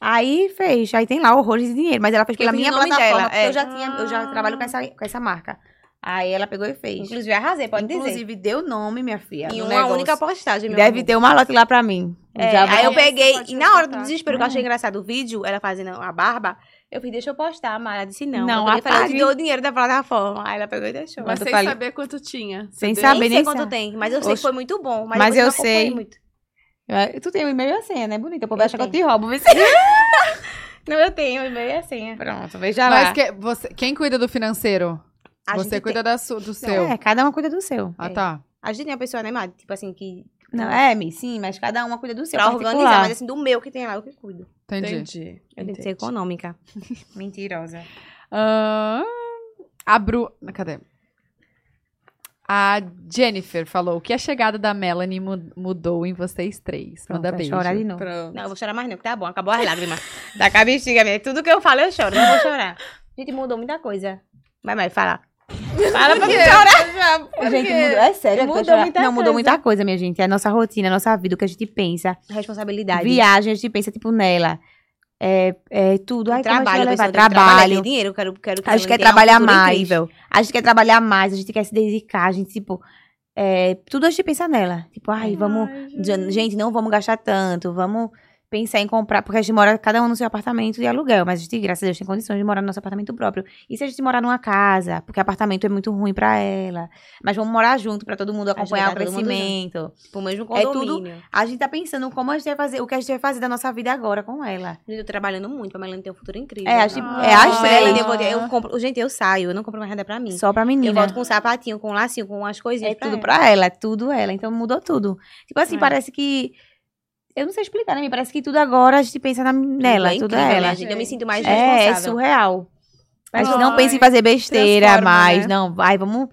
[SPEAKER 5] Aí fez, aí tem lá horrores de dinheiro, mas ela fez
[SPEAKER 6] Porque
[SPEAKER 5] pela
[SPEAKER 6] eu fiz
[SPEAKER 5] minha
[SPEAKER 6] o nome
[SPEAKER 5] plataforma,
[SPEAKER 6] dela,
[SPEAKER 5] porque
[SPEAKER 6] é.
[SPEAKER 5] eu já tinha, eu já trabalho com essa, com essa marca. Aí ela pegou e fez.
[SPEAKER 6] Inclusive, eu arrasei, pode dizer.
[SPEAKER 5] Inclusive, deu nome, minha filha.
[SPEAKER 6] Em
[SPEAKER 5] no
[SPEAKER 6] uma
[SPEAKER 5] negócio.
[SPEAKER 6] única postagem, meu
[SPEAKER 5] Deve
[SPEAKER 6] amor.
[SPEAKER 5] ter uma lote lá pra mim.
[SPEAKER 6] É,
[SPEAKER 5] Já vou-
[SPEAKER 6] aí eu
[SPEAKER 7] Essa
[SPEAKER 6] peguei,
[SPEAKER 7] pode
[SPEAKER 6] e na hora do
[SPEAKER 7] resgatar.
[SPEAKER 6] desespero, que eu
[SPEAKER 5] Uhum.
[SPEAKER 6] achei engraçado o vídeo, ela fazendo a barba, eu fiz, deixa eu postar, mas ela disse não.
[SPEAKER 5] Não,
[SPEAKER 6] eu peguei e falei, "Tá eu te
[SPEAKER 5] apague.
[SPEAKER 6] dou o dinheiro da plataforma. Aí ela pegou e deixou.
[SPEAKER 7] Mas
[SPEAKER 5] Quando
[SPEAKER 7] sem
[SPEAKER 5] eu falei-
[SPEAKER 7] saber quanto tinha.
[SPEAKER 5] Sem
[SPEAKER 7] Você
[SPEAKER 6] nem
[SPEAKER 5] saber,
[SPEAKER 6] sei
[SPEAKER 5] nem
[SPEAKER 6] quanto
[SPEAKER 5] sabe.
[SPEAKER 6] tem, mas eu sei que
[SPEAKER 5] Oxe.
[SPEAKER 6] foi muito bom. Mas,
[SPEAKER 5] Mas
[SPEAKER 6] depois
[SPEAKER 5] eu
[SPEAKER 6] não acompanhei
[SPEAKER 5] sei.
[SPEAKER 6] muito.
[SPEAKER 5] Eu- Tu tem o e-mail e a senha, né? Bonita. O povo
[SPEAKER 6] Eu
[SPEAKER 5] acha que eu te roubo. vê se-
[SPEAKER 6] Não, eu tenho, e
[SPEAKER 5] é
[SPEAKER 6] meio assim.
[SPEAKER 5] *laughs* Pronto, veja
[SPEAKER 1] Tá, Mas
[SPEAKER 5] lá.
[SPEAKER 1] que- você- quem cuida do financeiro?
[SPEAKER 6] A
[SPEAKER 1] você
[SPEAKER 6] gente
[SPEAKER 1] cuida da su- do seu.
[SPEAKER 5] É, cada uma cuida do seu.
[SPEAKER 1] Ah, tá.
[SPEAKER 6] A gente tem uma pessoa animada, tipo assim, que. é
[SPEAKER 5] Não, é, Mi, sim, mas cada uma cuida do seu.
[SPEAKER 6] Pra
[SPEAKER 5] particular.
[SPEAKER 6] organizar, mas assim, do meu que tem lá, eu que cuido.
[SPEAKER 1] Entendi.
[SPEAKER 7] Entendi.
[SPEAKER 6] Eu tenho que
[SPEAKER 7] Entendi.
[SPEAKER 6] ser econômica.
[SPEAKER 5] Mentirosa.
[SPEAKER 1] Ah, a Bru... Cadê? A Jennifer falou, o que a chegada da Melanie mu- mudou em vocês três?
[SPEAKER 5] Pronto,
[SPEAKER 1] Manda
[SPEAKER 5] vai
[SPEAKER 1] beijo.
[SPEAKER 5] chorar de novo.
[SPEAKER 7] Pronto.
[SPEAKER 6] Não, eu vou chorar mais não, que tá bom, acabou as
[SPEAKER 5] *laughs*
[SPEAKER 6] lágrimas. Tá com a bexiga minha. Tudo que eu falo, eu choro. Não vou chorar. Gente, mudou muita coisa. Vai, vai, fala. Fala pra mim chorar.
[SPEAKER 5] Gente, mudou, é sério.
[SPEAKER 6] Mudou
[SPEAKER 5] eu tô chorando.
[SPEAKER 6] muita
[SPEAKER 5] Não, mudou muita coisa, minha gente. É a nossa rotina, a nossa vida, o que a gente pensa.
[SPEAKER 6] Responsabilidade.
[SPEAKER 5] Viagem, a gente pensa, tipo, nela. É, é tudo. Ai, como a gente vai levar?
[SPEAKER 6] trabalho, pessoal, trabalho.
[SPEAKER 5] Trabalho.
[SPEAKER 6] Tem dinheiro, eu quero, quero que
[SPEAKER 5] A gente
[SPEAKER 6] ela
[SPEAKER 5] quer
[SPEAKER 6] tenha um
[SPEAKER 5] trabalhar
[SPEAKER 6] futuro
[SPEAKER 5] mais.
[SPEAKER 6] incrível.
[SPEAKER 5] A gente quer trabalhar mais, a gente quer se dedicar, a gente, tipo, é, tudo a gente pensa nela. Tipo, ai, vamos. Gente. não vamos gastar tanto, vamos pensar em comprar, porque a gente mora cada um no seu apartamento de aluguel, mas a gente, graças a Deus, tem condições de morar no nosso apartamento próprio. E se a gente morar numa casa, porque apartamento é muito ruim pra ela, mas vamos morar junto pra todo mundo acompanhar o
[SPEAKER 6] Ajudar todo mundo
[SPEAKER 5] crescimento.
[SPEAKER 6] Pro Tipo, mesmo
[SPEAKER 5] É tudo-
[SPEAKER 6] condomínio.
[SPEAKER 5] A gente tá pensando como a gente vai fazer, o que a gente vai fazer da nossa vida agora com ela.
[SPEAKER 6] Gente, eu tô trabalhando muito pra Melanie ter um futuro incrível.
[SPEAKER 5] É, a gente,
[SPEAKER 7] Ah.
[SPEAKER 5] é
[SPEAKER 6] Ah,
[SPEAKER 5] a
[SPEAKER 6] pra ela,
[SPEAKER 5] gente,
[SPEAKER 6] eu, vou, eu compro, gente, eu saio, eu não compro mais nada pra mim.
[SPEAKER 5] só pra
[SPEAKER 6] eu
[SPEAKER 5] menina.
[SPEAKER 6] volto com um sapatinho, com um lacinho, com umas
[SPEAKER 5] É
[SPEAKER 6] coisinhas.
[SPEAKER 5] tudo pra ela, é tudo ela. Então mudou tudo. Tipo assim,
[SPEAKER 7] É.
[SPEAKER 5] parece que. Eu não sei explicar, né? Mi? Parece que tudo agora a gente pensa na- nela,
[SPEAKER 6] é
[SPEAKER 5] tudo
[SPEAKER 6] incrível,
[SPEAKER 5] é
[SPEAKER 6] né,
[SPEAKER 5] ela.
[SPEAKER 6] gente? Eu me sinto mais
[SPEAKER 5] É, é
[SPEAKER 6] responsável.
[SPEAKER 5] surreal. A gente
[SPEAKER 7] Ai,
[SPEAKER 5] não pensa em fazer besteira
[SPEAKER 7] transforma, né?
[SPEAKER 5] mais, não. Ai, vamos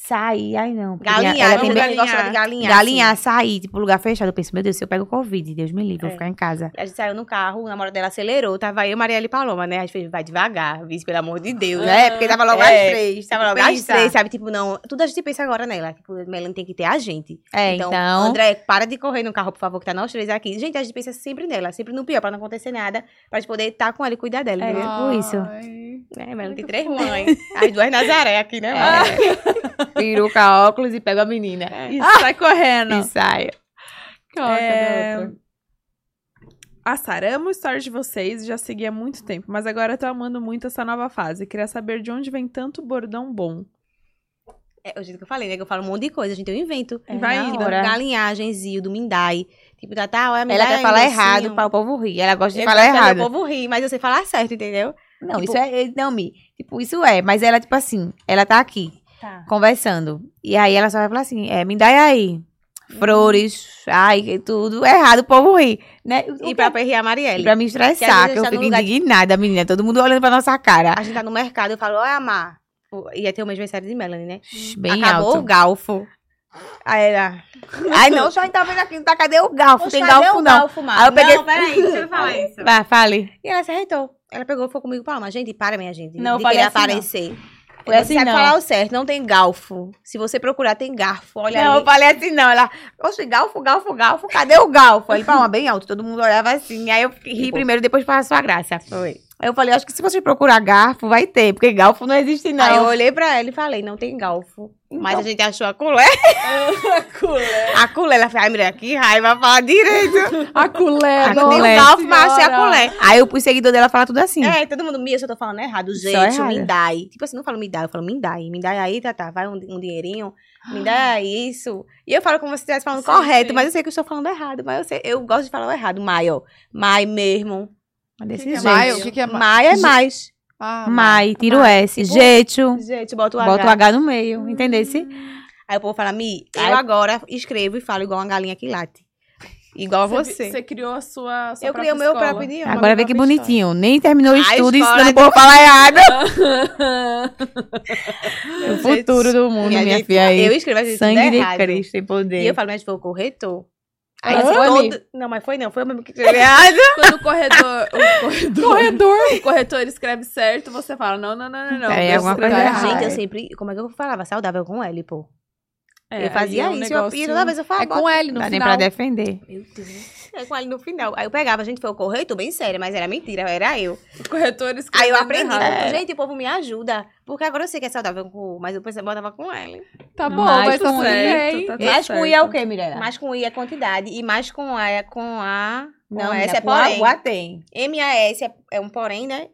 [SPEAKER 5] sair. Ai, não. porque
[SPEAKER 6] galinhar,
[SPEAKER 5] ela é
[SPEAKER 6] eu
[SPEAKER 5] tem
[SPEAKER 6] gosto
[SPEAKER 5] be-
[SPEAKER 7] galinhar,
[SPEAKER 6] de galinhar.
[SPEAKER 5] galinhar, sair, tipo, lugar fechado. Eu penso, meu Deus, se eu pego Covid, Deus me livre,
[SPEAKER 6] É.
[SPEAKER 5] vou ficar em casa.
[SPEAKER 6] assim. A gente saiu no carro, o namorado dela acelerou, tava eu, Marielle e Paloma, né? A gente fez, vai devagar, vice, pelo amor de Deus.
[SPEAKER 5] É, porque tava logo
[SPEAKER 6] É.
[SPEAKER 5] às três.
[SPEAKER 6] Tava
[SPEAKER 5] tipo,
[SPEAKER 6] logo às
[SPEAKER 5] pensa.
[SPEAKER 6] três, sabe? Tipo, não, tudo a gente pensa agora nela. Tipo, Melanie tem que ter a gente.
[SPEAKER 5] É, então.
[SPEAKER 6] André, para de correr no carro, por favor, que tá nós três aqui. Gente, a gente pensa sempre nela, sempre no pior, pra não acontecer nada, pra gente poder estar com ela e cuidar dela,
[SPEAKER 5] É,
[SPEAKER 6] entendeu?
[SPEAKER 1] Ah,
[SPEAKER 5] tipo isso.
[SPEAKER 6] É, mas não tem três mães. As duas Nazaré aqui, né? mãe?
[SPEAKER 5] Peruca, óculos e pego a menina.
[SPEAKER 7] Isso, É, sai correndo.
[SPEAKER 5] é. E saio.
[SPEAKER 7] É, A Sara, amo o story de vocês, já segui há muito tempo, mas agora tô amando muito essa nova fase. Queria saber de onde vem tanto bordão bom.
[SPEAKER 6] É, o jeito que eu falei, né? Que eu falo um monte de coisa, gente. Eu invento.
[SPEAKER 7] E vai
[SPEAKER 5] É, na
[SPEAKER 7] indo.
[SPEAKER 5] hora.
[SPEAKER 6] Galinhagenzinho, do Mindai. Tipo, tá, tá, olha,
[SPEAKER 5] Ela quer falar
[SPEAKER 6] assim,
[SPEAKER 5] errado pra o povo rir. Ela gosta de falar errado.
[SPEAKER 6] O povo ri, mas eu sei falar certo, entendeu?
[SPEAKER 5] Não,
[SPEAKER 6] Tipo-
[SPEAKER 5] isso é. é- Não, Mi. Tipo, isso é. Mas ela, tipo assim, ela tá aqui,
[SPEAKER 6] Tá.
[SPEAKER 5] conversando. E aí ela só vai falar assim: é, me dá aí. Flores, ai, que tudo errado, o povo ri. Né?
[SPEAKER 6] E pra perrear a Marielle.
[SPEAKER 5] e pra me
[SPEAKER 6] Que às
[SPEAKER 5] estressar,
[SPEAKER 6] vezes
[SPEAKER 5] que, eu
[SPEAKER 6] eu tô num
[SPEAKER 5] fico
[SPEAKER 6] lugar de-
[SPEAKER 5] indignada, menina. Todo mundo olhando pra nossa cara.
[SPEAKER 6] A gente tá no mercado, eu falo, olha, Mar. Pô, Ia ter o mesmo aniversário de Melanie, né?
[SPEAKER 5] Shhh, Bem
[SPEAKER 6] Acabou o
[SPEAKER 5] alto.
[SPEAKER 6] galfo. Aí ela.
[SPEAKER 5] Ai, não, só então vendo aqui, tá, cadê o galfo?
[SPEAKER 6] "Oxe,
[SPEAKER 5] Tem
[SPEAKER 6] cadê
[SPEAKER 5] galfo,
[SPEAKER 6] o
[SPEAKER 5] não.
[SPEAKER 6] Galfo, Mar?
[SPEAKER 5] Aí eu peguei-
[SPEAKER 6] Não, peraí, deixa eu falar isso.
[SPEAKER 5] Vai, fale.
[SPEAKER 6] E ela se arretou. Ela pegou e foi comigo pra uma gente, para, minha gente.
[SPEAKER 5] Não, eu
[SPEAKER 6] de
[SPEAKER 5] falei
[SPEAKER 6] querer
[SPEAKER 5] assim, não.
[SPEAKER 6] aparecer.
[SPEAKER 5] Foi
[SPEAKER 6] Você
[SPEAKER 5] assim,
[SPEAKER 6] sabe
[SPEAKER 5] não.
[SPEAKER 6] falar o certo, não tem galfo. Se você procurar, tem garfo. Olha
[SPEAKER 5] Não,
[SPEAKER 6] ali.
[SPEAKER 5] eu falei assim, não. Ela, oxe, galfo, galfo, galfo, cadê o galfo? Aí ele palma bem alto, todo mundo olhava assim. Aí eu ri primeiro, depois fala a sua graça.
[SPEAKER 6] Foi.
[SPEAKER 5] Aí eu falei, acho que se você procurar garfo, vai ter, porque galfo não existe, não. Então.
[SPEAKER 6] Aí eu olhei pra ela e falei, não tem galfo. Mas a gente achou a culé. a culé. Ela falou, ai, mulher, que raiva, fala direito.
[SPEAKER 1] A culé,
[SPEAKER 5] A
[SPEAKER 1] nossa
[SPEAKER 5] culé.
[SPEAKER 6] Galfo, mas achei é a
[SPEAKER 1] senhora.
[SPEAKER 6] culé.
[SPEAKER 5] Aí o seguidor dela fala tudo assim.
[SPEAKER 6] É, todo mundo, Mia, se eu tô falando errado, gente,
[SPEAKER 5] errada.
[SPEAKER 6] mindai. Tipo assim, não falo mindai, eu falo mindai. Mindai aí, tá, tá, vai um, um dinheirinho. Mindai aí, isso. E eu falo como se estivesse falando
[SPEAKER 7] Sim,
[SPEAKER 6] correto,
[SPEAKER 7] sim.
[SPEAKER 6] mas eu sei que eu estou falando errado. Mas eu sei, eu gosto de falar o errado, Mai, ó. Mai mesmo.
[SPEAKER 5] Mas desse jeito.
[SPEAKER 1] Maio? O que, que é maio?
[SPEAKER 5] Mai é mais.
[SPEAKER 1] Ah,
[SPEAKER 5] Mai, tira o S. Jeito.
[SPEAKER 6] Gente, bota o
[SPEAKER 5] Bota o
[SPEAKER 6] H.
[SPEAKER 5] H no
[SPEAKER 6] Hum,
[SPEAKER 5] meio. Entendesse?
[SPEAKER 6] é Aí o povo fala, Mi, eu agora escrevo e falo igual uma galinha que late. Igual a você.
[SPEAKER 2] Você criou a sua, sua
[SPEAKER 6] eu criei o meu próprio idioma.
[SPEAKER 5] Agora vê
[SPEAKER 6] minha
[SPEAKER 5] que
[SPEAKER 6] própria
[SPEAKER 5] bonitinho. Nem terminou o
[SPEAKER 6] A
[SPEAKER 5] estudo
[SPEAKER 6] escola
[SPEAKER 5] ensinando o
[SPEAKER 6] é
[SPEAKER 5] povo a falar errado.
[SPEAKER 6] *laughs*
[SPEAKER 2] idioma.
[SPEAKER 5] O futuro do mundo,
[SPEAKER 6] Minha
[SPEAKER 5] minha,
[SPEAKER 6] gente-
[SPEAKER 5] filha. Aí.
[SPEAKER 6] história. Eu escrevo, a gente
[SPEAKER 5] Sangue
[SPEAKER 6] tudo
[SPEAKER 5] de
[SPEAKER 6] errado.
[SPEAKER 5] Cristo e poder.
[SPEAKER 6] E eu falo, mas foi o corretor.
[SPEAKER 1] É
[SPEAKER 6] Aí
[SPEAKER 2] Ah,
[SPEAKER 6] assim,
[SPEAKER 2] foi,
[SPEAKER 6] todo-
[SPEAKER 2] amigo?
[SPEAKER 6] Não, mas foi não, foi o mesmo que escreveu errado.
[SPEAKER 2] *laughs* Quando o corredor,
[SPEAKER 7] *laughs*
[SPEAKER 2] o corredor, corredor, o corretor escreve certo, você fala, não, não, não, não, não.
[SPEAKER 5] É,
[SPEAKER 2] eu
[SPEAKER 5] alguma
[SPEAKER 2] escrevi
[SPEAKER 5] coisa
[SPEAKER 2] errado.
[SPEAKER 6] Gente,
[SPEAKER 5] errada.
[SPEAKER 6] eu sempre. Como é que eu falava? Saudável com L, pô.
[SPEAKER 2] É,
[SPEAKER 6] eu fazia
[SPEAKER 2] aí é um
[SPEAKER 6] isso.
[SPEAKER 2] negócio-
[SPEAKER 6] E toda vez eu falava.
[SPEAKER 1] É com L no
[SPEAKER 5] Não dá nem
[SPEAKER 1] final.
[SPEAKER 5] pra defender.
[SPEAKER 6] É com L no final. Aí eu pegava, gente, foi o corretor, bem sério, mas era mentira, era eu.
[SPEAKER 2] o corretor escreve
[SPEAKER 6] Aí eu aprendi.
[SPEAKER 2] errado.
[SPEAKER 6] né? Gente, o povo me ajuda. Porque agora eu sei que é saudável com U, mas eu pensei, botava com L.
[SPEAKER 1] Tá bom,
[SPEAKER 2] Mas
[SPEAKER 1] mas tá
[SPEAKER 2] tudo
[SPEAKER 1] tudo
[SPEAKER 2] certo,
[SPEAKER 1] bem.
[SPEAKER 2] tá tudo
[SPEAKER 5] Mas
[SPEAKER 2] certo.
[SPEAKER 5] com I é o quê, Mirella?
[SPEAKER 6] Mais com I é quantidade. E mais com A é com A. Com
[SPEAKER 5] Não,
[SPEAKER 6] S é
[SPEAKER 5] com a-
[SPEAKER 6] porém.
[SPEAKER 5] o A tem.
[SPEAKER 6] M-A-S é, é um porém, né?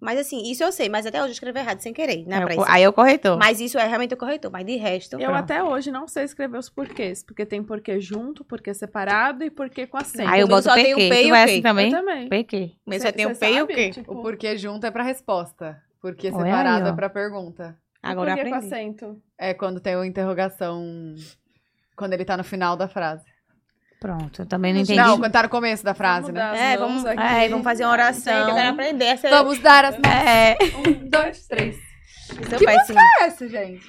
[SPEAKER 6] Mas assim, isso eu sei, mas até hoje eu escrevo errado sem querer, na
[SPEAKER 5] É o co-
[SPEAKER 6] pressa.
[SPEAKER 5] Aí é o corretor.
[SPEAKER 6] Mas isso é realmente o corretor, mas de resto.
[SPEAKER 2] Eu até hoje não sei escrever os porquês, porque tem porquê junto, porquê separado e porquê com acento.
[SPEAKER 5] Aí eu boto
[SPEAKER 6] Comigo só tem o
[SPEAKER 5] PQ.
[SPEAKER 6] P e
[SPEAKER 5] Tu
[SPEAKER 6] o
[SPEAKER 5] vai
[SPEAKER 6] Q.
[SPEAKER 5] assim também?
[SPEAKER 2] Eu também.
[SPEAKER 5] PQ.
[SPEAKER 6] Mas
[SPEAKER 2] Cê-
[SPEAKER 6] só tem o
[SPEAKER 2] cê
[SPEAKER 6] P e o
[SPEAKER 2] sabe?
[SPEAKER 6] Q.
[SPEAKER 2] Tipo,
[SPEAKER 1] O porquê junto é pra resposta. Porque
[SPEAKER 5] Olha aí,
[SPEAKER 1] separado é
[SPEAKER 5] ó.
[SPEAKER 1] pra pergunta.
[SPEAKER 6] Agora
[SPEAKER 2] porquê
[SPEAKER 6] eu
[SPEAKER 2] com
[SPEAKER 6] aprendi.
[SPEAKER 2] acento.
[SPEAKER 1] É quando tem uma interrogação. Quando ele tá no final da frase.
[SPEAKER 5] Pronto, eu também não entendi.
[SPEAKER 1] Não, quando tá no começo da frase, né?
[SPEAKER 2] Vamos
[SPEAKER 6] É,
[SPEAKER 2] dar as mãos
[SPEAKER 6] vamos-
[SPEAKER 2] aqui.
[SPEAKER 5] é,
[SPEAKER 6] Vamos fazer uma oração.
[SPEAKER 1] Gente, eu quero
[SPEAKER 6] aprender essa.
[SPEAKER 1] Vamos dar as mãos.
[SPEAKER 5] É,
[SPEAKER 2] *laughs*
[SPEAKER 1] Um, dois, três.
[SPEAKER 6] que péssimo.
[SPEAKER 1] É essa, gente.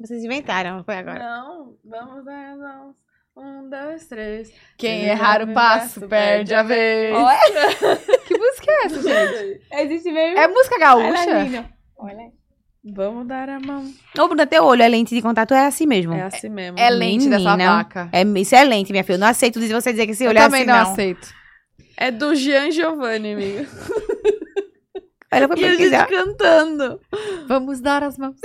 [SPEAKER 6] Vocês inventaram, foi agora.
[SPEAKER 2] Não, vamos dar as mãos. Um, dois, três.
[SPEAKER 1] Quem errar o passo, perde a vez. *laughs* Que música é essa, gente?
[SPEAKER 5] existe mesmo.
[SPEAKER 1] É música gaúcha?
[SPEAKER 2] Vamos dar a mão.
[SPEAKER 5] Ô, Bruna, teu olho é lente de contato, é assim mesmo.
[SPEAKER 2] É
[SPEAKER 5] É,
[SPEAKER 2] assim mesmo.
[SPEAKER 1] É lente dessa
[SPEAKER 5] Menina.
[SPEAKER 1] vaca.
[SPEAKER 5] isso é lente, minha filha. Eu não aceito dizer- você dizer que esse
[SPEAKER 1] Eu
[SPEAKER 5] olho é
[SPEAKER 1] também
[SPEAKER 5] assim,
[SPEAKER 1] não,
[SPEAKER 5] não.
[SPEAKER 1] aceito.
[SPEAKER 2] É do Jean Giovanni, amigo.
[SPEAKER 5] Ela foi
[SPEAKER 2] E a gente
[SPEAKER 5] pesquisar.
[SPEAKER 2] cantando.
[SPEAKER 1] Vamos dar as mãos.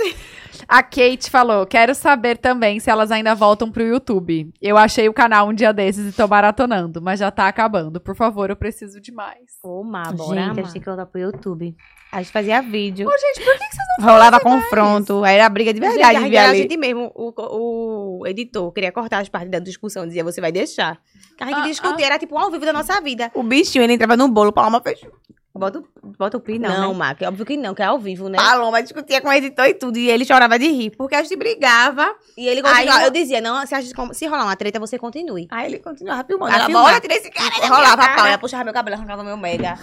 [SPEAKER 1] A Kate falou: quero saber também se elas ainda voltam pro YouTube. Eu achei o canal um dia desses e tô maratonando, mas já tá acabando. Por favor, eu preciso de mais.
[SPEAKER 6] Ô, Má, bora,
[SPEAKER 5] Gente, a
[SPEAKER 6] Má.
[SPEAKER 5] gente tem que voltar pro YouTube. A gente fazia vídeo.
[SPEAKER 1] Ô, gente, por que, que vocês não.
[SPEAKER 5] Rolava confronto. Aí era briga de
[SPEAKER 6] Gente,
[SPEAKER 5] verdade,
[SPEAKER 6] é a gente
[SPEAKER 5] via
[SPEAKER 6] era a
[SPEAKER 5] ali.
[SPEAKER 6] gente mesmo, o, o editor queria cortar as partes da discussão, dizia, você vai deixar. A gente
[SPEAKER 2] Ah,
[SPEAKER 6] discutia, era tipo ao vivo da nossa vida.
[SPEAKER 5] O bichinho, ele entrava no bolo, Paloma fechou.
[SPEAKER 6] Bota, o- bota o pi,
[SPEAKER 5] não,
[SPEAKER 6] Não,
[SPEAKER 5] né? Ah,
[SPEAKER 6] Má, que óbvio que não, que é ao vivo, né?
[SPEAKER 5] Paloma discutia com o editor e tudo. E ele chorava de rir, porque a gente brigava.
[SPEAKER 6] E ele continuava,
[SPEAKER 5] Aí-
[SPEAKER 6] eu dizia, não, se, a gente com- se rolar uma treta, você continue.
[SPEAKER 5] Aí ele continuava filmando.
[SPEAKER 6] A
[SPEAKER 5] Ela,
[SPEAKER 6] filmar.
[SPEAKER 5] bora tirar esse cara da minha
[SPEAKER 6] rolava a
[SPEAKER 5] cara."
[SPEAKER 6] pau, ela puxava meu cabelo, arrancava meu mega.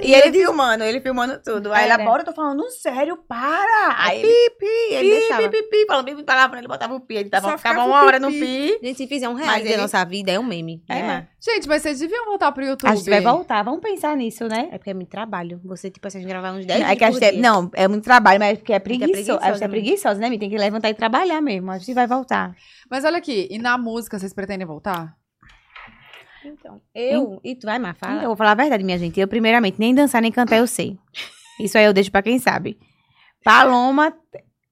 [SPEAKER 5] E ele filmando, ele filmando tudo. Aí ela,
[SPEAKER 6] Era.
[SPEAKER 5] bora, eu tô falando sério, para. Aí ele,
[SPEAKER 6] Pi, pi, ele deixava.
[SPEAKER 5] pi, pi, pi, falando pi, pi, palavra, ele botava o pi, ele tava,
[SPEAKER 2] Só
[SPEAKER 5] ficava
[SPEAKER 2] ficava
[SPEAKER 5] uma
[SPEAKER 2] o
[SPEAKER 5] hora no
[SPEAKER 2] pi,
[SPEAKER 5] pi.
[SPEAKER 6] Gente, se fizer um
[SPEAKER 5] Mas
[SPEAKER 6] real da
[SPEAKER 5] ele-
[SPEAKER 6] nossa vida, é um meme. né,
[SPEAKER 5] É.
[SPEAKER 6] Má?
[SPEAKER 1] Gente, mas vocês deviam voltar pro YouTube.
[SPEAKER 5] A gente vai voltar, vamos pensar nisso, né?
[SPEAKER 6] É porque é muito trabalho. Você, tipo assim, a gente gravar uns 10
[SPEAKER 5] É que a
[SPEAKER 6] vídeos
[SPEAKER 5] gente é-
[SPEAKER 6] por dia.
[SPEAKER 5] não, é muito trabalho, mas é porque é
[SPEAKER 6] Porque é
[SPEAKER 5] preguiçoso. A gente
[SPEAKER 6] preguiçosa
[SPEAKER 5] é preguiçosa, né? Mi? Tem que levantar e trabalhar mesmo. A gente vai voltar.
[SPEAKER 1] Mas olha aqui, e na música, vocês pretendem voltar?
[SPEAKER 6] Então, eu... E tu vai, Má, fala.
[SPEAKER 5] Então, eu vou falar a verdade, minha gente. Eu, primeiramente, nem dançar nem cantar eu sei. Isso aí eu deixo pra quem sabe. Paloma,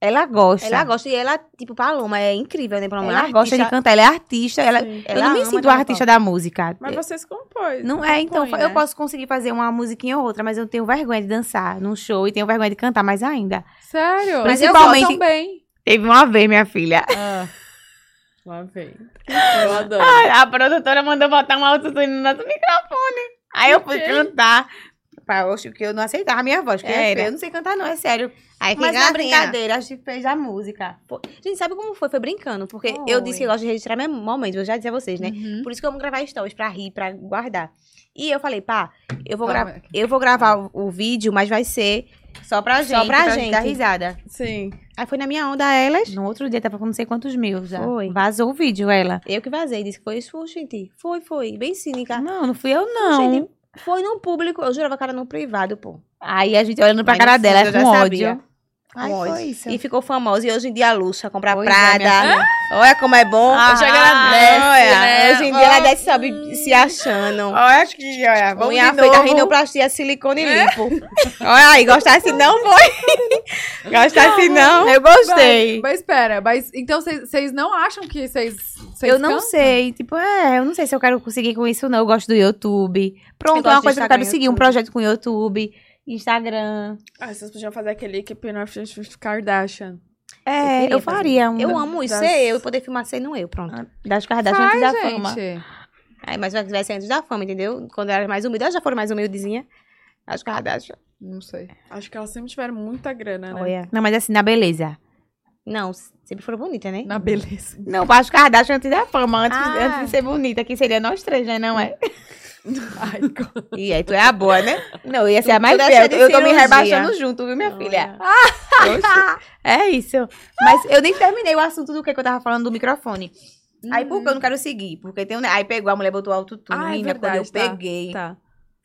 [SPEAKER 5] ela gosta.
[SPEAKER 6] Ela gosta e ela, tipo, Paloma, é incrível, né? Paloma
[SPEAKER 5] Ela
[SPEAKER 6] é uma
[SPEAKER 5] gosta de
[SPEAKER 6] artista-
[SPEAKER 5] cantar, ela é artista. Ela,
[SPEAKER 2] Sim.
[SPEAKER 5] eu não me
[SPEAKER 6] ama
[SPEAKER 5] sinto
[SPEAKER 6] dar um
[SPEAKER 5] artista da música.
[SPEAKER 2] Mas vocês compõem.
[SPEAKER 5] É. Não é, então,
[SPEAKER 2] compõem,
[SPEAKER 5] eu
[SPEAKER 2] né?
[SPEAKER 5] posso conseguir fazer uma musiquinha ou outra, mas eu tenho vergonha de dançar num show e tenho vergonha de cantar mais ainda.
[SPEAKER 1] Sério?
[SPEAKER 5] Mas Principalmente-
[SPEAKER 1] Vocês voltam bem.
[SPEAKER 5] Teve uma vez, minha filha,
[SPEAKER 2] Lá vem. Eu adoro.
[SPEAKER 5] a produtora mandou botar um autotune no nosso microfone. Aí eu fui
[SPEAKER 2] Ok.
[SPEAKER 5] cantar. Pá, eu acho que eu não aceitava a minha voz, porque
[SPEAKER 6] Era.
[SPEAKER 5] eu não sei cantar não, é sério.
[SPEAKER 6] Aí
[SPEAKER 5] Mas
[SPEAKER 6] fica
[SPEAKER 5] na
[SPEAKER 6] a
[SPEAKER 5] brincadeira, a gente fez a música.
[SPEAKER 6] Gente, sabe como foi? Foi brincando. Porque eu disse que eu gosto de registrar meus momentos. Eu já disse a vocês, né?
[SPEAKER 1] Uhum.
[SPEAKER 6] Por isso que eu amo gravar stories, pra rir, pra guardar. E eu falei, pá, eu
[SPEAKER 5] Tá.
[SPEAKER 6] vou,
[SPEAKER 1] Vamos
[SPEAKER 6] gra-
[SPEAKER 1] aqui.
[SPEAKER 6] eu vou gravar o, o vídeo, mas vai ser só pra gente. Só pra, gente.
[SPEAKER 5] dar risada.
[SPEAKER 2] Sim.
[SPEAKER 6] Aí foi na minha onda elas.
[SPEAKER 5] No outro dia tava com não sei quantos mil já.
[SPEAKER 6] Foi.
[SPEAKER 5] Vazou o vídeo, ela.
[SPEAKER 6] Eu que vazei, disse que foi isso, gente. Foi, foi. Bem cínica.
[SPEAKER 5] Não, não fui eu não.
[SPEAKER 6] Gente, foi no público. Eu jurava que era no privado, pô.
[SPEAKER 5] Aí a gente olhando pra
[SPEAKER 6] Mas no
[SPEAKER 5] cara
[SPEAKER 6] fundo
[SPEAKER 5] dela, é
[SPEAKER 6] eu já
[SPEAKER 5] com
[SPEAKER 6] sabia.
[SPEAKER 5] ódio. Ai,
[SPEAKER 6] Com ódio.
[SPEAKER 5] foi isso.
[SPEAKER 6] E ficou famosa. E hoje em dia a Luxa compra
[SPEAKER 5] Pois é,
[SPEAKER 6] Prada.
[SPEAKER 5] minha
[SPEAKER 6] olha como é bom.
[SPEAKER 5] Ah,
[SPEAKER 6] já agradece, olha.
[SPEAKER 2] né?
[SPEAKER 6] É, Hoje em dia ela desce, sabe, se achando.
[SPEAKER 5] Olha aqui, olha.
[SPEAKER 6] Unha feita, rinoplastia, silicone limpo. Olha aí, gostar assim não foi. gostar assim não.
[SPEAKER 5] Eu gostei.
[SPEAKER 1] Mas espera, mas então vocês vocês não acham que vocês. vocês
[SPEAKER 5] Eu não
[SPEAKER 1] cantam?
[SPEAKER 5] sei, tipo, é, eu não sei se eu quero conseguir com isso, não. Eu gosto do YouTube.
[SPEAKER 6] Eu
[SPEAKER 5] Pronto, é
[SPEAKER 6] gosto
[SPEAKER 5] uma coisa
[SPEAKER 6] de
[SPEAKER 5] que eu
[SPEAKER 6] Instagram
[SPEAKER 5] quero
[SPEAKER 6] e
[SPEAKER 5] seguir, um
[SPEAKER 6] YouTube.
[SPEAKER 5] projeto com o YouTube, Instagram.
[SPEAKER 2] Ah, vocês podiam fazer aquele que Pinoff Kardashian.
[SPEAKER 5] É, eu,
[SPEAKER 6] queria fazer.
[SPEAKER 5] faria um.
[SPEAKER 6] Eu amo isso,
[SPEAKER 2] Das-
[SPEAKER 6] ser eu e poder filmar sendo eu, pronto.
[SPEAKER 5] Das Kardashian antes da
[SPEAKER 1] Faz,
[SPEAKER 5] fama.
[SPEAKER 1] gente.
[SPEAKER 6] Aí, mas vai tivesse antes da fama, entendeu? Quando eu era mais humilde, elas já foram mais humildezinha. As Kardashian.
[SPEAKER 1] Não sei.
[SPEAKER 7] Acho que elas sempre tiveram muita grana, né?
[SPEAKER 6] Olha.
[SPEAKER 5] Não, mas assim, na beleza.
[SPEAKER 6] Não, sempre foram bonitas, né?
[SPEAKER 7] Na beleza.
[SPEAKER 5] Não, acho que Kardashian antes da fama, antes, antes de ser bonita, que seria nós três, né? Não *laughs* é?
[SPEAKER 7] Ai, co-
[SPEAKER 5] E aí tu é a boa, né? Não, eu ia ser a mais
[SPEAKER 6] Toda
[SPEAKER 5] feia.
[SPEAKER 6] cheia de
[SPEAKER 5] Eu tô me
[SPEAKER 6] cirurgia.
[SPEAKER 5] rebaixando junto, viu, minha filha? Ah, Oxe, é isso. Mas eu nem terminei o assunto do que, que eu tava falando do microfone. Aí, porque eu não quero seguir? Porque tem um. Aí pegou, a mulher botou alto tudo.
[SPEAKER 7] Ah, é
[SPEAKER 5] Menina, quando eu
[SPEAKER 7] verdade, tá.
[SPEAKER 5] peguei.
[SPEAKER 7] Tá.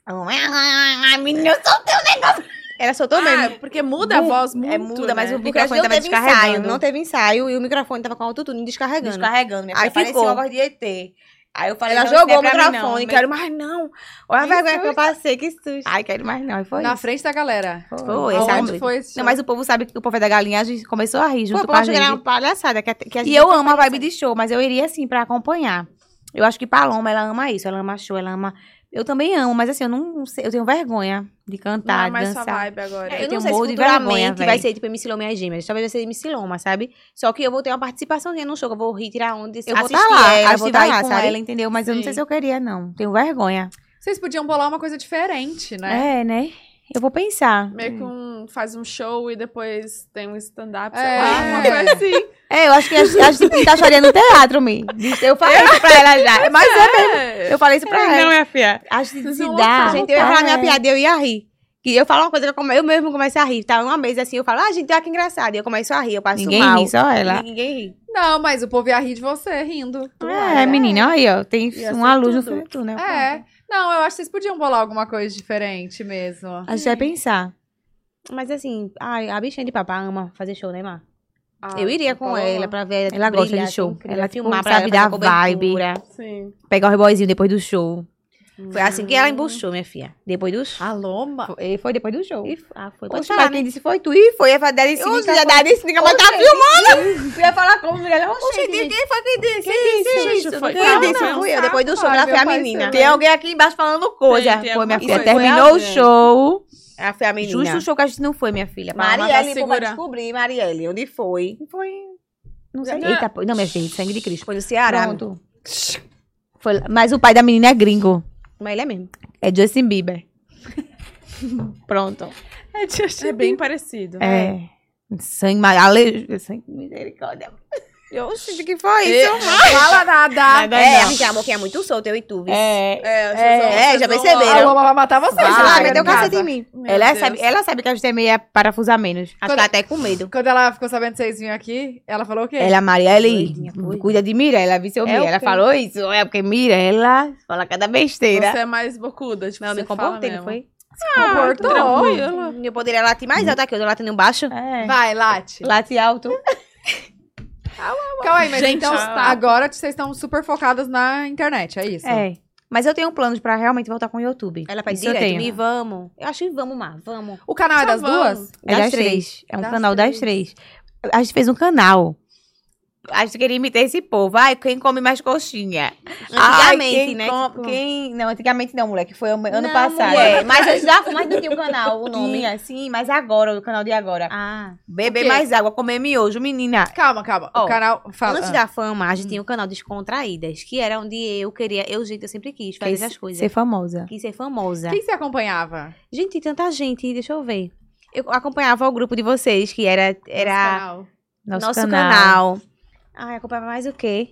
[SPEAKER 5] Ai, Menina, eu soltei o negócio. Ela soltou mesmo.
[SPEAKER 7] Ah, porque muda a
[SPEAKER 5] Mu-
[SPEAKER 7] voz muito,
[SPEAKER 5] É muda, mas
[SPEAKER 7] né?
[SPEAKER 5] o
[SPEAKER 6] Porque
[SPEAKER 5] microfone
[SPEAKER 6] não
[SPEAKER 5] tava
[SPEAKER 6] teve ensaio,
[SPEAKER 5] descarregando.
[SPEAKER 6] não teve ensaio e o microfone tava com autotune descarregando.
[SPEAKER 5] Descarregando, minha
[SPEAKER 6] Aí
[SPEAKER 5] filha. Parecia
[SPEAKER 6] ficou.
[SPEAKER 5] uma voz de ET. Aí eu falei,
[SPEAKER 6] Ela
[SPEAKER 5] não,
[SPEAKER 6] jogou o
[SPEAKER 5] isso não é pra mim,
[SPEAKER 6] microfone,
[SPEAKER 5] não.
[SPEAKER 6] quero mais não. Olha a
[SPEAKER 5] Que
[SPEAKER 6] vergonha que eu passei, que susto.
[SPEAKER 5] Ai, quero mais não. Aí foi
[SPEAKER 1] Na
[SPEAKER 5] isso.
[SPEAKER 1] frente da galera.
[SPEAKER 5] Foi,
[SPEAKER 1] Aonde
[SPEAKER 5] sabe?
[SPEAKER 1] foi esse
[SPEAKER 5] Não, mas o povo sabe que o povo é da galinha, a gente começou a rir junto
[SPEAKER 6] Pô,
[SPEAKER 5] com a
[SPEAKER 6] pode
[SPEAKER 5] gente.
[SPEAKER 6] chegar uma palhaçada que a, que a
[SPEAKER 5] E
[SPEAKER 6] gente
[SPEAKER 5] eu amo a tá vibe de show, mas eu iria assim pra acompanhar. Eu acho que Paloma, ela ama isso, ela ama show, ela ama. Eu também amo, mas assim, eu não sei, eu tenho vergonha de
[SPEAKER 7] Não
[SPEAKER 5] cantar,
[SPEAKER 7] é mais
[SPEAKER 5] dançar.
[SPEAKER 7] sua vibe agora.
[SPEAKER 5] É,
[SPEAKER 6] Eu
[SPEAKER 5] tenho
[SPEAKER 6] não sei se
[SPEAKER 5] morro de vergonha,
[SPEAKER 6] futuramente vai
[SPEAKER 5] véi.
[SPEAKER 6] ser tipo MC Loma e as Gêmeas. Talvez vai ser MC Loma, sabe? Só que eu vou ter uma participaçãozinha no show. que Eu vou rir, tirar onda.
[SPEAKER 5] Eu vou
[SPEAKER 6] assistir
[SPEAKER 5] estar lá,
[SPEAKER 6] ela,
[SPEAKER 5] ela,
[SPEAKER 6] eu vou
[SPEAKER 5] vou
[SPEAKER 6] estar
[SPEAKER 5] vai
[SPEAKER 6] lá,
[SPEAKER 5] com
[SPEAKER 6] sabe?
[SPEAKER 5] ela, entendeu? Mas eu não sei
[SPEAKER 7] Sim.
[SPEAKER 5] se eu queria, não. Tenho vergonha.
[SPEAKER 1] Vocês podiam bolar uma coisa diferente, né?
[SPEAKER 5] É, né? Eu vou pensar.
[SPEAKER 7] Meio que um, faz um show e depois tem um stand-up, sei
[SPEAKER 1] É.
[SPEAKER 7] lá, uma coisa assim.
[SPEAKER 5] É, eu acho que a gente- a gente tá chorando no teatro, Mi. Eu falei isso pra ela já. Mas é mesmo.
[SPEAKER 7] É.
[SPEAKER 5] Eu falei isso pra ela.
[SPEAKER 6] é fia.
[SPEAKER 5] Acho que
[SPEAKER 7] Vocês
[SPEAKER 5] se
[SPEAKER 7] vão
[SPEAKER 5] dá.
[SPEAKER 7] lotar,
[SPEAKER 6] Gente, eu ia falar minha
[SPEAKER 5] É.
[SPEAKER 6] piada e eu ia rir. Que eu falo uma coisa que eu, come... eu mesmo começo a rir. Tá uma mesa assim, eu falo, ah, gente, olha que engraçado. E eu começo a rir, eu passo
[SPEAKER 5] Ninguém
[SPEAKER 6] mal.
[SPEAKER 5] ri, só ela.
[SPEAKER 6] Ninguém ri.
[SPEAKER 1] Não, mas o povo ia rir de você rindo.
[SPEAKER 5] É, menina, aí, ó. Tem
[SPEAKER 7] Ia
[SPEAKER 5] uma
[SPEAKER 7] ser
[SPEAKER 5] luz no
[SPEAKER 7] tudo.
[SPEAKER 5] fim do túnel.
[SPEAKER 1] É. Não, eu acho que vocês podiam bolar alguma coisa diferente mesmo.
[SPEAKER 5] A gente vai pensar.
[SPEAKER 6] Mas assim, ai, a bichinha de papá ama fazer show, né, Mar?
[SPEAKER 7] Ah,
[SPEAKER 6] eu iria com
[SPEAKER 7] Paloma.
[SPEAKER 6] ela pra ver.
[SPEAKER 5] Ela gosta de
[SPEAKER 6] brilhar,
[SPEAKER 5] show.
[SPEAKER 6] assim,
[SPEAKER 5] Ela, tipo,
[SPEAKER 6] filmar pra
[SPEAKER 5] sabe
[SPEAKER 6] ela,
[SPEAKER 5] da
[SPEAKER 6] fazer a cobertura.
[SPEAKER 7] Sim.
[SPEAKER 5] Pegar o reboizinho depois do show.
[SPEAKER 6] Foi assim que ela embuchou, minha filha. Depois do show.
[SPEAKER 1] A loma?
[SPEAKER 5] E foi depois do show.
[SPEAKER 6] E f- ah, foi.
[SPEAKER 5] Oxe, mas quem disse foi tu. E foi, a Darice.
[SPEAKER 6] Eu
[SPEAKER 5] Nica
[SPEAKER 6] já
[SPEAKER 5] foi-
[SPEAKER 6] daria esse nigga, mas tá filmando.
[SPEAKER 5] *laughs* Eu ia falar como, mulher.
[SPEAKER 6] Oxe, quem foi que disse? Quem
[SPEAKER 7] disse? Foi-
[SPEAKER 6] Quem
[SPEAKER 7] Não,
[SPEAKER 6] disse?
[SPEAKER 7] não,
[SPEAKER 6] Fui eu. Depois do show,
[SPEAKER 1] sabe,
[SPEAKER 6] ela foi a
[SPEAKER 1] meu pai
[SPEAKER 6] menina.
[SPEAKER 5] Tem alguém aqui embaixo falando coisa.
[SPEAKER 7] Tem, tem
[SPEAKER 5] foi, minha
[SPEAKER 7] alguma
[SPEAKER 5] filha.
[SPEAKER 7] coisa.
[SPEAKER 5] Terminou o
[SPEAKER 7] Foi a
[SPEAKER 5] show.
[SPEAKER 6] Ela foi a menina.
[SPEAKER 5] Justo o show que a gente não foi, minha filha.
[SPEAKER 7] Mas-
[SPEAKER 6] Marielle,
[SPEAKER 7] Mamada
[SPEAKER 6] pô, vai
[SPEAKER 7] segura.
[SPEAKER 6] descobrir, Marielle, onde foi?
[SPEAKER 5] Foi. Não sei.
[SPEAKER 7] Não.
[SPEAKER 5] Eita, pô. não, minha gente, sangue de Cristo.
[SPEAKER 6] Foi no Ceará.
[SPEAKER 5] Pronto. Foi- Mas o pai da menina é gringo.
[SPEAKER 6] Mas ele é mesmo.
[SPEAKER 5] É Justin Bieber.
[SPEAKER 6] Pronto.
[SPEAKER 7] É bem parecido.
[SPEAKER 5] É. Sangue, ma- ale... sangue misericórdia. Eu sei que foi isso.
[SPEAKER 1] Fala nada!
[SPEAKER 6] É, a gente amou que é muito solto, eu e tu. viu?
[SPEAKER 5] É.
[SPEAKER 7] É,
[SPEAKER 6] É, já
[SPEAKER 1] A
[SPEAKER 6] perceberam.
[SPEAKER 1] loma vai matar vocês. né?
[SPEAKER 5] Vai, um
[SPEAKER 1] se
[SPEAKER 6] Ela
[SPEAKER 1] chegar
[SPEAKER 6] meteu
[SPEAKER 1] em
[SPEAKER 6] o
[SPEAKER 1] casa.
[SPEAKER 6] cacete em mim.
[SPEAKER 5] Ela sabe, ela sabe que a gente é meia parafusar menos.
[SPEAKER 6] Acho que ela até com medo.
[SPEAKER 1] Quando ela ficou sabendo que vocês vinham aqui, ela falou o quê?
[SPEAKER 5] Ela, é Marielle,
[SPEAKER 6] Doidinha, doida.
[SPEAKER 5] cuida de Mirella, viu seu
[SPEAKER 6] É
[SPEAKER 5] Mirella?
[SPEAKER 6] o
[SPEAKER 5] Ela
[SPEAKER 6] quê?
[SPEAKER 5] falou isso, é porque Mirella fala cada besteira.
[SPEAKER 7] Você é mais bocuda, tipo,
[SPEAKER 6] Não, eu
[SPEAKER 7] você
[SPEAKER 6] me
[SPEAKER 5] um
[SPEAKER 7] fala
[SPEAKER 6] comportei,
[SPEAKER 7] mesmo.
[SPEAKER 6] não foi?
[SPEAKER 1] comportou.
[SPEAKER 7] Tranquila.
[SPEAKER 6] Eu poderia latir mais alto aqui, eu tô latindo baixo.
[SPEAKER 5] É.
[SPEAKER 1] Vai, Lati.
[SPEAKER 5] Late alto.
[SPEAKER 1] Calma aí, mas
[SPEAKER 7] Gente,
[SPEAKER 1] então
[SPEAKER 7] tá.
[SPEAKER 1] agora vocês estão super focadas na internet, é isso?
[SPEAKER 5] É. Mas eu tenho planos pra realmente voltar com o YouTube.
[SPEAKER 6] Ela pede
[SPEAKER 5] Isso eu
[SPEAKER 6] direto,
[SPEAKER 5] tenho.
[SPEAKER 6] me vamos. Eu acho que vamos, Mar, vamos.
[SPEAKER 1] O canal é
[SPEAKER 7] Tá
[SPEAKER 1] das
[SPEAKER 7] bom.
[SPEAKER 1] duas?
[SPEAKER 5] É das, três.
[SPEAKER 6] Das três.
[SPEAKER 5] É um
[SPEAKER 1] Das
[SPEAKER 5] canal das três. A gente fez um canal. A gente queria imitar esse povo. Ai, quem come mais coxinha?
[SPEAKER 6] Antigamente,
[SPEAKER 5] Ai, quem
[SPEAKER 6] né?
[SPEAKER 5] com-
[SPEAKER 6] Tipo-
[SPEAKER 5] quem... Não, antigamente não, moleque. Foi ano ano
[SPEAKER 6] Não,
[SPEAKER 5] passado.
[SPEAKER 6] mulher, É, mas eu já mas não tinha o
[SPEAKER 5] *laughs*
[SPEAKER 6] canal, o nome.
[SPEAKER 5] Tinha, sim, assim, mas agora, o canal de agora.
[SPEAKER 6] Ah.
[SPEAKER 5] Beber
[SPEAKER 1] quê?
[SPEAKER 5] mais água, comer miojo, menina.
[SPEAKER 1] Calma, calma. o
[SPEAKER 6] Ó,
[SPEAKER 1] canal. Fala.
[SPEAKER 6] Antes
[SPEAKER 1] Ah.
[SPEAKER 6] da fama, a
[SPEAKER 5] Hum.
[SPEAKER 6] gente tinha o canal Descontraídas, que era onde eu queria, eu, gente, eu sempre quis fazer
[SPEAKER 5] Quis
[SPEAKER 6] essas coisas.
[SPEAKER 5] Ser famosa.
[SPEAKER 6] Quis ser famosa.
[SPEAKER 1] Ah, Quem se acompanhava?
[SPEAKER 6] Gente, tem tanta gente, deixa eu ver. Eu acompanhava o grupo de vocês, que era, era
[SPEAKER 1] Canal.
[SPEAKER 5] Nosso,
[SPEAKER 6] nosso
[SPEAKER 5] canal.
[SPEAKER 6] canal. Ai, acompanhava mais o quê?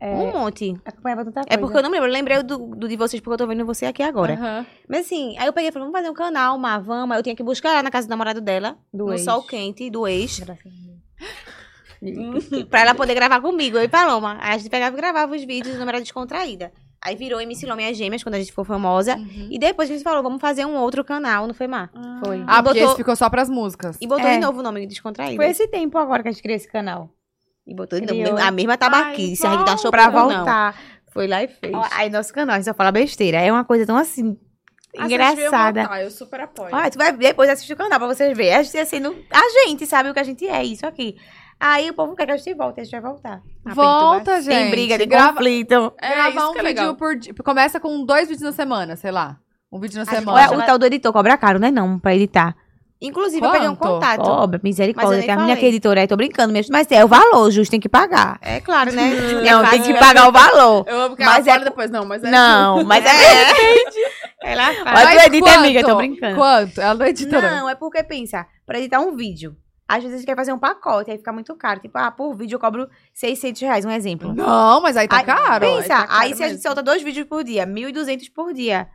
[SPEAKER 6] Um monte.
[SPEAKER 5] É, Acompanhava tanta
[SPEAKER 6] É porque eu não me lembro, eu lembrei do, do de vocês, porque eu tô vendo você aqui agora.
[SPEAKER 1] Aham.
[SPEAKER 6] Mas assim, aí eu peguei e falei, vamos fazer um canal, uma vamos. Aí Eu tinha que buscar ela na casa do namorado dela,
[SPEAKER 5] Do
[SPEAKER 6] no
[SPEAKER 5] ex.
[SPEAKER 6] sol quente, do ex. Hum, pra ela poder gravar comigo, eu e Paloma. Aí a gente pegava e gravava os vídeos, não era descontraída. Aí virou MC Loma e as Gêmeas, quando a gente ficou famosa.
[SPEAKER 1] Uhum.
[SPEAKER 6] E depois a gente falou, vamos fazer um outro canal, não foi má?
[SPEAKER 5] Foi.
[SPEAKER 1] Ah,
[SPEAKER 6] E
[SPEAKER 1] porque
[SPEAKER 6] botou-
[SPEAKER 1] esse ficou só pras músicas.
[SPEAKER 6] E botou
[SPEAKER 5] É.
[SPEAKER 6] de novo o nome de Descontraída.
[SPEAKER 5] Foi esse tempo agora que a gente criou esse canal.
[SPEAKER 6] E botou de
[SPEAKER 5] Criou.
[SPEAKER 6] novo, a mesma tabaquice, a gente um achou
[SPEAKER 5] pra
[SPEAKER 6] pouco,
[SPEAKER 5] voltar.
[SPEAKER 6] Foi lá e fez.
[SPEAKER 5] Ó, Aí nosso canal, a gente só fala besteira. É uma coisa tão assim.
[SPEAKER 7] Ah, se eles viram
[SPEAKER 5] engraçada.
[SPEAKER 7] voltar, Eu super apoio.
[SPEAKER 5] Ah, tu vai depois assistir o canal pra vocês verem. A gente
[SPEAKER 6] Assim,
[SPEAKER 5] é sendo a gente, sabe o que a gente é, isso aqui. Aí o povo quer que a gente volte, a gente vai voltar.
[SPEAKER 1] Volta, gente.
[SPEAKER 5] Tem briga, tem
[SPEAKER 1] grava,
[SPEAKER 5] conflito.
[SPEAKER 7] É,
[SPEAKER 1] gravar
[SPEAKER 7] isso
[SPEAKER 1] um
[SPEAKER 7] que é
[SPEAKER 1] vídeo
[SPEAKER 7] legal.
[SPEAKER 1] por dia. Começa com dois vídeos na semana, sei lá. Um vídeo na
[SPEAKER 6] gente
[SPEAKER 1] semana.
[SPEAKER 5] Olha,
[SPEAKER 6] Nossa,
[SPEAKER 5] é o
[SPEAKER 6] mas-
[SPEAKER 5] tal do editor cobra caro, né? Não, né? pra editar.
[SPEAKER 6] Inclusive, eu peguei um
[SPEAKER 1] Quanto?
[SPEAKER 6] contato.
[SPEAKER 5] Cobra,
[SPEAKER 6] Mas eu
[SPEAKER 5] misericórdia.
[SPEAKER 6] nem
[SPEAKER 5] Termina
[SPEAKER 6] falei.
[SPEAKER 5] aqui, é editora. Aí tô brincando mesmo. Mas é o valor, justo, tem que pagar.
[SPEAKER 6] É claro, né?
[SPEAKER 5] *laughs* Não, tem que pagar o
[SPEAKER 6] *laughs*
[SPEAKER 5] valor.
[SPEAKER 7] Eu amo que
[SPEAKER 5] Mas
[SPEAKER 7] ela fala
[SPEAKER 5] é-
[SPEAKER 7] depois, não, mas é.
[SPEAKER 5] Não, mas é.
[SPEAKER 6] Ela faz.
[SPEAKER 5] Mas tu
[SPEAKER 1] Mas
[SPEAKER 5] edita, amiga, tô
[SPEAKER 1] quanto?
[SPEAKER 5] brincando.
[SPEAKER 1] Quanto? Ela não edita, não.
[SPEAKER 6] Não, é porque pensa, pra editar um vídeo, às vezes a gente quer fazer um pacote, aí fica muito caro. Tipo, ah, por vídeo eu cobro 600 reais, um exemplo.
[SPEAKER 1] Não, mas aí tá
[SPEAKER 6] Aí,
[SPEAKER 1] caro.
[SPEAKER 6] Pensa,
[SPEAKER 7] tá
[SPEAKER 6] aí,
[SPEAKER 7] caro
[SPEAKER 6] se a gente
[SPEAKER 7] mesmo.
[SPEAKER 6] solta dois vídeos por dia, 1.200 por dia.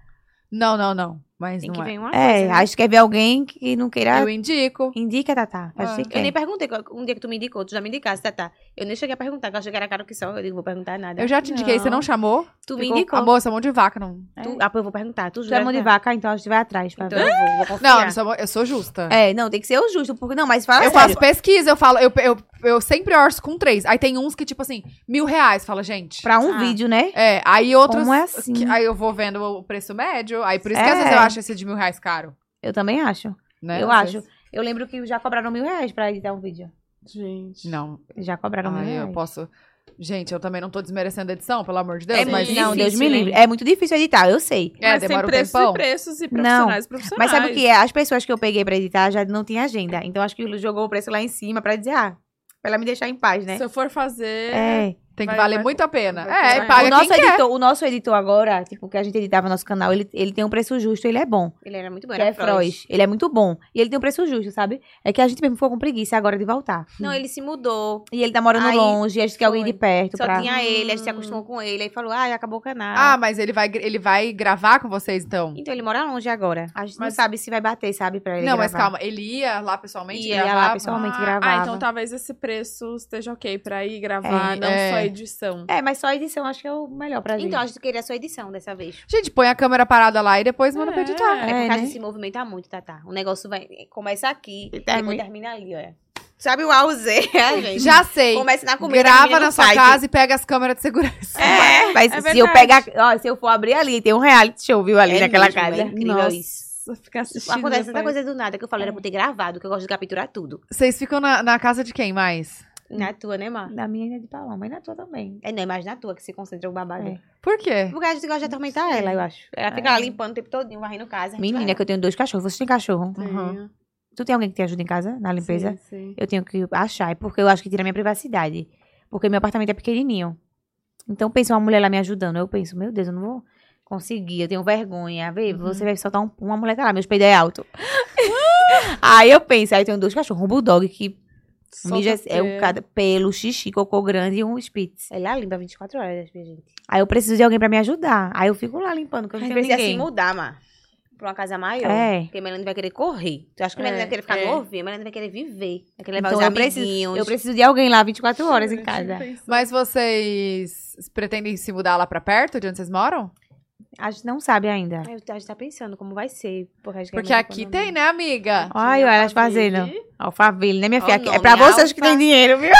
[SPEAKER 1] Não, não, não. Mas
[SPEAKER 7] Tem
[SPEAKER 1] não
[SPEAKER 7] que
[SPEAKER 1] é.
[SPEAKER 7] vir uma coisa,
[SPEAKER 5] É,
[SPEAKER 7] né?
[SPEAKER 5] acho que quer ver alguém que não queira.
[SPEAKER 1] Eu indico.
[SPEAKER 5] Indica, Tatá. Acho que
[SPEAKER 6] Ah. Eu nem
[SPEAKER 5] quer.
[SPEAKER 6] perguntei, qual- um dia que tu me indicou, tu já me indicaste, tá, tá. Eu nem cheguei a perguntar, que eu achei que era caro que só, eu digo, vou perguntar nada.
[SPEAKER 1] Eu já te indiquei, você não chamou?
[SPEAKER 6] tu me
[SPEAKER 1] Ficou-
[SPEAKER 6] indicou.
[SPEAKER 1] A moça, mão de vaca. Não,
[SPEAKER 6] Tu- ah, pô, eu vou perguntar, tu
[SPEAKER 5] Tu é
[SPEAKER 6] jura?
[SPEAKER 5] mão de
[SPEAKER 6] tá?
[SPEAKER 5] vaca, então a gente vai atrás pra
[SPEAKER 6] Então
[SPEAKER 5] ver.
[SPEAKER 6] eu vou, vou confiar.
[SPEAKER 1] não, eu sou, eu sou justa.
[SPEAKER 5] É, não, tem que ser o justo, porque não, mas fala
[SPEAKER 1] eu
[SPEAKER 5] sério.
[SPEAKER 1] faço pesquisa, eu falo, eu, eu, eu sempre orço com três. Aí tem uns que, tipo assim, mil reais, fala, gente.
[SPEAKER 5] Pra um vídeo, né?
[SPEAKER 1] É, aí outros.
[SPEAKER 5] Como é assim?
[SPEAKER 1] que- aí eu vou vendo o preço médio. Aí por isso que às
[SPEAKER 5] É.
[SPEAKER 1] vezes eu acho esse de mil reais caro.
[SPEAKER 5] Eu também acho.
[SPEAKER 1] Né?
[SPEAKER 6] Eu
[SPEAKER 1] Às
[SPEAKER 6] acho.
[SPEAKER 1] vezes.
[SPEAKER 6] Eu lembro que já cobraram mil reais pra editar um vídeo.
[SPEAKER 7] Gente.
[SPEAKER 1] Não,
[SPEAKER 5] Já cobraram
[SPEAKER 1] aí
[SPEAKER 5] mil
[SPEAKER 1] Ah, eu
[SPEAKER 5] reais.
[SPEAKER 1] posso. Gente, eu também não tô desmerecendo a edição, pelo amor de Deus,
[SPEAKER 7] É
[SPEAKER 1] mas.
[SPEAKER 7] muito
[SPEAKER 5] Não, Deus me
[SPEAKER 7] difícil,
[SPEAKER 5] livre. É muito difícil editar, eu sei.
[SPEAKER 1] É,
[SPEAKER 7] mas
[SPEAKER 1] demora
[SPEAKER 7] tem
[SPEAKER 1] um
[SPEAKER 7] preços
[SPEAKER 1] tempão.
[SPEAKER 7] e preços e
[SPEAKER 5] Não.
[SPEAKER 7] profissionais e profissionais.
[SPEAKER 5] Mas sabe o que é? As pessoas que eu peguei pra editar já não tinha agenda. Então acho que ele jogou o preço lá em cima pra dizer, ah, pra ela me deixar em paz, né?
[SPEAKER 7] Se eu for fazer.
[SPEAKER 5] É.
[SPEAKER 1] Tem que
[SPEAKER 7] Vai-
[SPEAKER 1] valer
[SPEAKER 7] vai-
[SPEAKER 1] muito a pena.
[SPEAKER 7] vai-
[SPEAKER 1] É,
[SPEAKER 7] vai-
[SPEAKER 1] paga
[SPEAKER 5] o,
[SPEAKER 1] quem
[SPEAKER 5] nosso
[SPEAKER 1] quer.
[SPEAKER 5] editor, o nosso editor agora, tipo, que a gente editava no nosso canal, ele, ele tem um preço justo, ele é bom.
[SPEAKER 6] Ele era muito bom,
[SPEAKER 5] Que
[SPEAKER 6] era
[SPEAKER 5] é Frois. Ele é muito bom. E ele tem um preço justo, sabe? É que a gente mesmo ficou com preguiça agora de voltar.
[SPEAKER 6] Não, ele se mudou.
[SPEAKER 5] E ele tá morando
[SPEAKER 6] Aí,
[SPEAKER 5] longe, a gente quer alguém
[SPEAKER 6] foi.
[SPEAKER 5] de perto
[SPEAKER 6] Só
[SPEAKER 5] pra.
[SPEAKER 6] tinha ele, a gente se acostumou com ele, aí falou, ah, acabou o canal.
[SPEAKER 1] Ah, mas ele vai, ele vai gravar com vocês, então?
[SPEAKER 6] Então ele mora longe agora.
[SPEAKER 5] A gente
[SPEAKER 7] Mas-
[SPEAKER 5] não sabe se vai bater, sabe? Pra ele
[SPEAKER 1] Não, mas
[SPEAKER 5] gravar.
[SPEAKER 1] calma, ele ia lá pessoalmente
[SPEAKER 6] Ia lá
[SPEAKER 1] gravava?
[SPEAKER 5] pessoalmente
[SPEAKER 7] Ah,
[SPEAKER 5] gravava.
[SPEAKER 7] então talvez esse preço esteja ok pra ir gravar,
[SPEAKER 1] É,
[SPEAKER 7] não
[SPEAKER 1] é.
[SPEAKER 7] só edição.
[SPEAKER 5] É, mas só a edição acho que é o melhor pra gente.
[SPEAKER 6] Então, a gente queria só edição dessa vez.
[SPEAKER 1] Gente, põe a câmera parada lá e depois manda pra
[SPEAKER 7] É.
[SPEAKER 1] editar.
[SPEAKER 6] É,
[SPEAKER 5] É,
[SPEAKER 6] porque a
[SPEAKER 5] né?
[SPEAKER 6] gente se movimenta muito, Tatá. O negócio vai, começa aqui e
[SPEAKER 5] termina-
[SPEAKER 6] depois termina ali, olha. Sabe o A ou Z, né, gente?
[SPEAKER 1] Já sei.
[SPEAKER 6] Começa na comida,
[SPEAKER 1] Grava
[SPEAKER 6] termina
[SPEAKER 1] na
[SPEAKER 6] no
[SPEAKER 1] sua
[SPEAKER 6] site.
[SPEAKER 1] casa e pega as câmeras de segurança.
[SPEAKER 5] É, mas
[SPEAKER 7] é
[SPEAKER 5] se eu pegar.
[SPEAKER 7] verdade.
[SPEAKER 5] Ó, se eu for abrir ali, tem um reality show, viu? Ali
[SPEAKER 6] É
[SPEAKER 5] naquela
[SPEAKER 6] mesmo,
[SPEAKER 5] casa.
[SPEAKER 6] é incrível
[SPEAKER 7] Nossa,
[SPEAKER 6] isso.
[SPEAKER 7] Ficar assistindo.
[SPEAKER 6] Acontece tanta
[SPEAKER 7] depois.
[SPEAKER 6] coisa do nada que eu falo, era pra eu ter gravado, que eu gosto de capturar tudo.
[SPEAKER 1] Vocês ficam na, na casa de quem mais?
[SPEAKER 5] É.
[SPEAKER 6] Na tua, né, Mar?
[SPEAKER 5] Na minha é de Paloma, e na tua também.
[SPEAKER 6] É, não, é mais na tua que se concentra o babado.
[SPEAKER 5] É.
[SPEAKER 1] Por quê?
[SPEAKER 6] Porque a gente gosta de atormentar ela, eu acho. Ela fica lá limpando o tempo todo, varrendo casa.
[SPEAKER 5] Menina, que eu tenho dois cachorros. Você tem cachorro?
[SPEAKER 7] Sim,
[SPEAKER 1] Uhum.
[SPEAKER 5] Tu tem alguém que te ajuda em casa, na limpeza?
[SPEAKER 7] sim, sim.
[SPEAKER 5] Eu tenho que achar. É porque eu acho que tira a minha privacidade. Porque meu apartamento é pequenininho. Então, pensa uma mulher lá me ajudando. Eu penso, meu Deus, eu não vou conseguir. Eu tenho vergonha. Vê, você vai soltar um- uma mulher tá lá. Meu peido é alto. aí eu penso, aí eu tenho dois cachorros. Um bulldog que
[SPEAKER 7] Solta
[SPEAKER 5] mija, é
[SPEAKER 7] pelo.
[SPEAKER 5] um cada pelo, xixi, cocô grande e um spitz.
[SPEAKER 6] Ela limpa 24 horas, minha gente.
[SPEAKER 5] Aí eu preciso de alguém pra me ajudar. Aí eu fico lá limpando, porque eu
[SPEAKER 6] A
[SPEAKER 5] não
[SPEAKER 6] gente
[SPEAKER 5] tenho
[SPEAKER 6] precisa se
[SPEAKER 5] ninguém.
[SPEAKER 6] mudar, Mar. Pra uma casa maior.
[SPEAKER 5] assim É.
[SPEAKER 6] Porque Melanie vai querer correr. Tu acha que Melanie
[SPEAKER 7] É,
[SPEAKER 6] vai querer ficar
[SPEAKER 7] é.
[SPEAKER 6] novinha? Melanie vai querer viver. Vai querer levar
[SPEAKER 5] Então
[SPEAKER 6] os
[SPEAKER 5] eu preciso-
[SPEAKER 6] amiguinhos.
[SPEAKER 5] Eu preciso de alguém lá 24 horas em casa.
[SPEAKER 1] Mas vocês pretendem se mudar lá pra perto, de onde vocês moram?
[SPEAKER 5] A gente não sabe ainda.
[SPEAKER 6] Ai, eu- A gente tá pensando como vai ser. Porque, a gente quer
[SPEAKER 1] Porque
[SPEAKER 6] mudar
[SPEAKER 1] aqui
[SPEAKER 6] pra
[SPEAKER 1] tem, né, amiga?
[SPEAKER 5] Olha, olha elas fazendo. Alfaville, né, minha filha?
[SPEAKER 6] Ó o
[SPEAKER 5] Aqui- é
[SPEAKER 6] nome,
[SPEAKER 5] pra vocês que
[SPEAKER 6] alfa.
[SPEAKER 5] têm dinheiro, viu?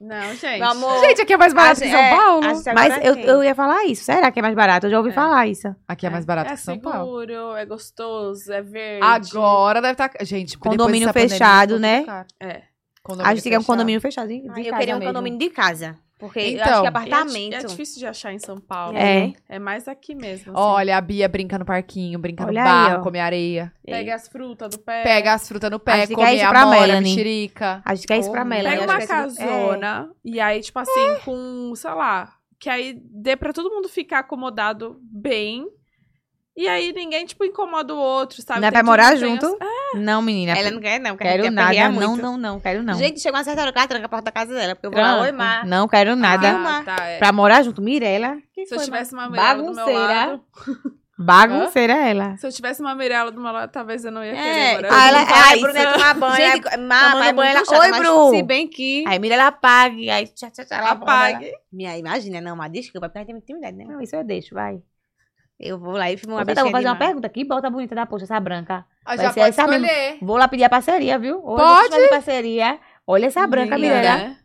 [SPEAKER 7] Não, gente.
[SPEAKER 6] Meu amor.
[SPEAKER 1] Gente, aqui é mais barato
[SPEAKER 6] A
[SPEAKER 1] que
[SPEAKER 6] gente-
[SPEAKER 1] São
[SPEAKER 6] é,
[SPEAKER 1] Paulo.
[SPEAKER 6] a gente agora
[SPEAKER 5] Mas eu,
[SPEAKER 6] tem.
[SPEAKER 5] eu ia falar isso. Será que é mais barato? Eu já ouvi
[SPEAKER 7] É.
[SPEAKER 5] falar isso.
[SPEAKER 1] Aqui é mais barato
[SPEAKER 7] é
[SPEAKER 1] que São
[SPEAKER 7] seguro,
[SPEAKER 1] Paulo.
[SPEAKER 7] É gostoso, é verde.
[SPEAKER 1] Agora deve estar. Gente, depois
[SPEAKER 5] Condomínio
[SPEAKER 1] dessa pandemia,
[SPEAKER 5] fechado,
[SPEAKER 1] ficou
[SPEAKER 5] né?
[SPEAKER 1] tudo caro.
[SPEAKER 7] É.
[SPEAKER 1] Condomínio
[SPEAKER 5] A gente tem um
[SPEAKER 1] fechado.
[SPEAKER 5] condomínio fechado. hein? De
[SPEAKER 6] Ai, eu
[SPEAKER 5] casa
[SPEAKER 6] queria um
[SPEAKER 5] mesmo.
[SPEAKER 6] condomínio de casa. Porque eu acho
[SPEAKER 1] Então,
[SPEAKER 6] que
[SPEAKER 7] E é di-
[SPEAKER 6] apartamento.
[SPEAKER 7] É, difícil de achar em São Paulo.
[SPEAKER 5] É.
[SPEAKER 7] É mais aqui mesmo. assim.
[SPEAKER 1] Olha, a Bia brinca no parquinho, brinca
[SPEAKER 5] Olha
[SPEAKER 1] no bar,
[SPEAKER 5] aí, ó.
[SPEAKER 1] come areia.
[SPEAKER 7] Pega as frutas do pé.
[SPEAKER 1] Pega as frutas no pé,
[SPEAKER 5] Acho que é
[SPEAKER 1] come
[SPEAKER 5] isso
[SPEAKER 1] a
[SPEAKER 5] pra
[SPEAKER 1] mora,
[SPEAKER 5] Melanie.
[SPEAKER 1] mexerica.
[SPEAKER 5] A gente quer isso pra
[SPEAKER 6] Oh,
[SPEAKER 5] Melanie.
[SPEAKER 7] Pega
[SPEAKER 6] Ela
[SPEAKER 5] acho
[SPEAKER 7] uma
[SPEAKER 5] que é-
[SPEAKER 7] casona. E aí, tipo assim, com, sei lá, que aí dê pra todo mundo ficar acomodado bem. E aí ninguém, tipo, incomoda o outro, sabe?
[SPEAKER 5] Não é
[SPEAKER 7] Tem
[SPEAKER 5] pra
[SPEAKER 7] todo
[SPEAKER 5] morar
[SPEAKER 7] mundo tem
[SPEAKER 5] junto?
[SPEAKER 7] as-
[SPEAKER 5] Não, menina.
[SPEAKER 6] Ela não quer, não. Quer
[SPEAKER 5] quero
[SPEAKER 6] quer
[SPEAKER 5] nada.
[SPEAKER 6] perrear
[SPEAKER 5] Não,
[SPEAKER 6] muito.
[SPEAKER 5] não, não. Quero não.
[SPEAKER 6] Gente, chegou uma certa hora que ela tranca a porta da casa dela. Porque eu vou lá,
[SPEAKER 5] Tranco.
[SPEAKER 6] oi, Mar.
[SPEAKER 5] Não quero nada.
[SPEAKER 7] Ah, tá, é.
[SPEAKER 5] Pra morar junto, Mirella. Que
[SPEAKER 7] Se eu
[SPEAKER 5] foi,
[SPEAKER 7] tivesse uma
[SPEAKER 5] Mar?
[SPEAKER 7] Mirella do meu
[SPEAKER 5] Bagunceira.
[SPEAKER 7] lado.
[SPEAKER 5] Bagunceira ela.
[SPEAKER 7] Se eu tivesse uma Mirella do meu lado, talvez eu não ia
[SPEAKER 6] É,
[SPEAKER 7] querer morar.
[SPEAKER 5] Ah, ela-
[SPEAKER 7] junto.
[SPEAKER 5] ai,
[SPEAKER 6] Bruno é tomar banho.
[SPEAKER 5] Gente,
[SPEAKER 6] é, Mar,
[SPEAKER 5] tomando
[SPEAKER 6] mas é
[SPEAKER 5] banho,
[SPEAKER 6] muito
[SPEAKER 5] ela,
[SPEAKER 6] chata,
[SPEAKER 5] "Oi,
[SPEAKER 6] mas
[SPEAKER 5] Bru."
[SPEAKER 6] Se bem que.
[SPEAKER 5] Aí Mirella apague. Aí tchá, tá, tá, ela apague.
[SPEAKER 7] Apague.
[SPEAKER 6] Minha, imagina, não, mas desculpa, porque a gente tem muita intimidade, né?
[SPEAKER 5] Não, isso eu deixo, vai.
[SPEAKER 6] Eu vou lá e filmo uma
[SPEAKER 5] Vou tentar- vou
[SPEAKER 6] bichinha
[SPEAKER 5] fazer
[SPEAKER 6] de
[SPEAKER 5] uma
[SPEAKER 6] Mar.
[SPEAKER 5] pergunta. Que bota bonita da poxa, essa branca.
[SPEAKER 1] Ah,
[SPEAKER 5] Vai
[SPEAKER 1] já
[SPEAKER 5] ser
[SPEAKER 1] pode
[SPEAKER 5] essa mesmo.
[SPEAKER 1] escolher.
[SPEAKER 5] Vou lá pedir a parceria, viu?
[SPEAKER 1] Pode.
[SPEAKER 5] Hoje eu preciso fazer parceria. Olha essa branca,
[SPEAKER 7] Linda,
[SPEAKER 5] Mirella.
[SPEAKER 7] né?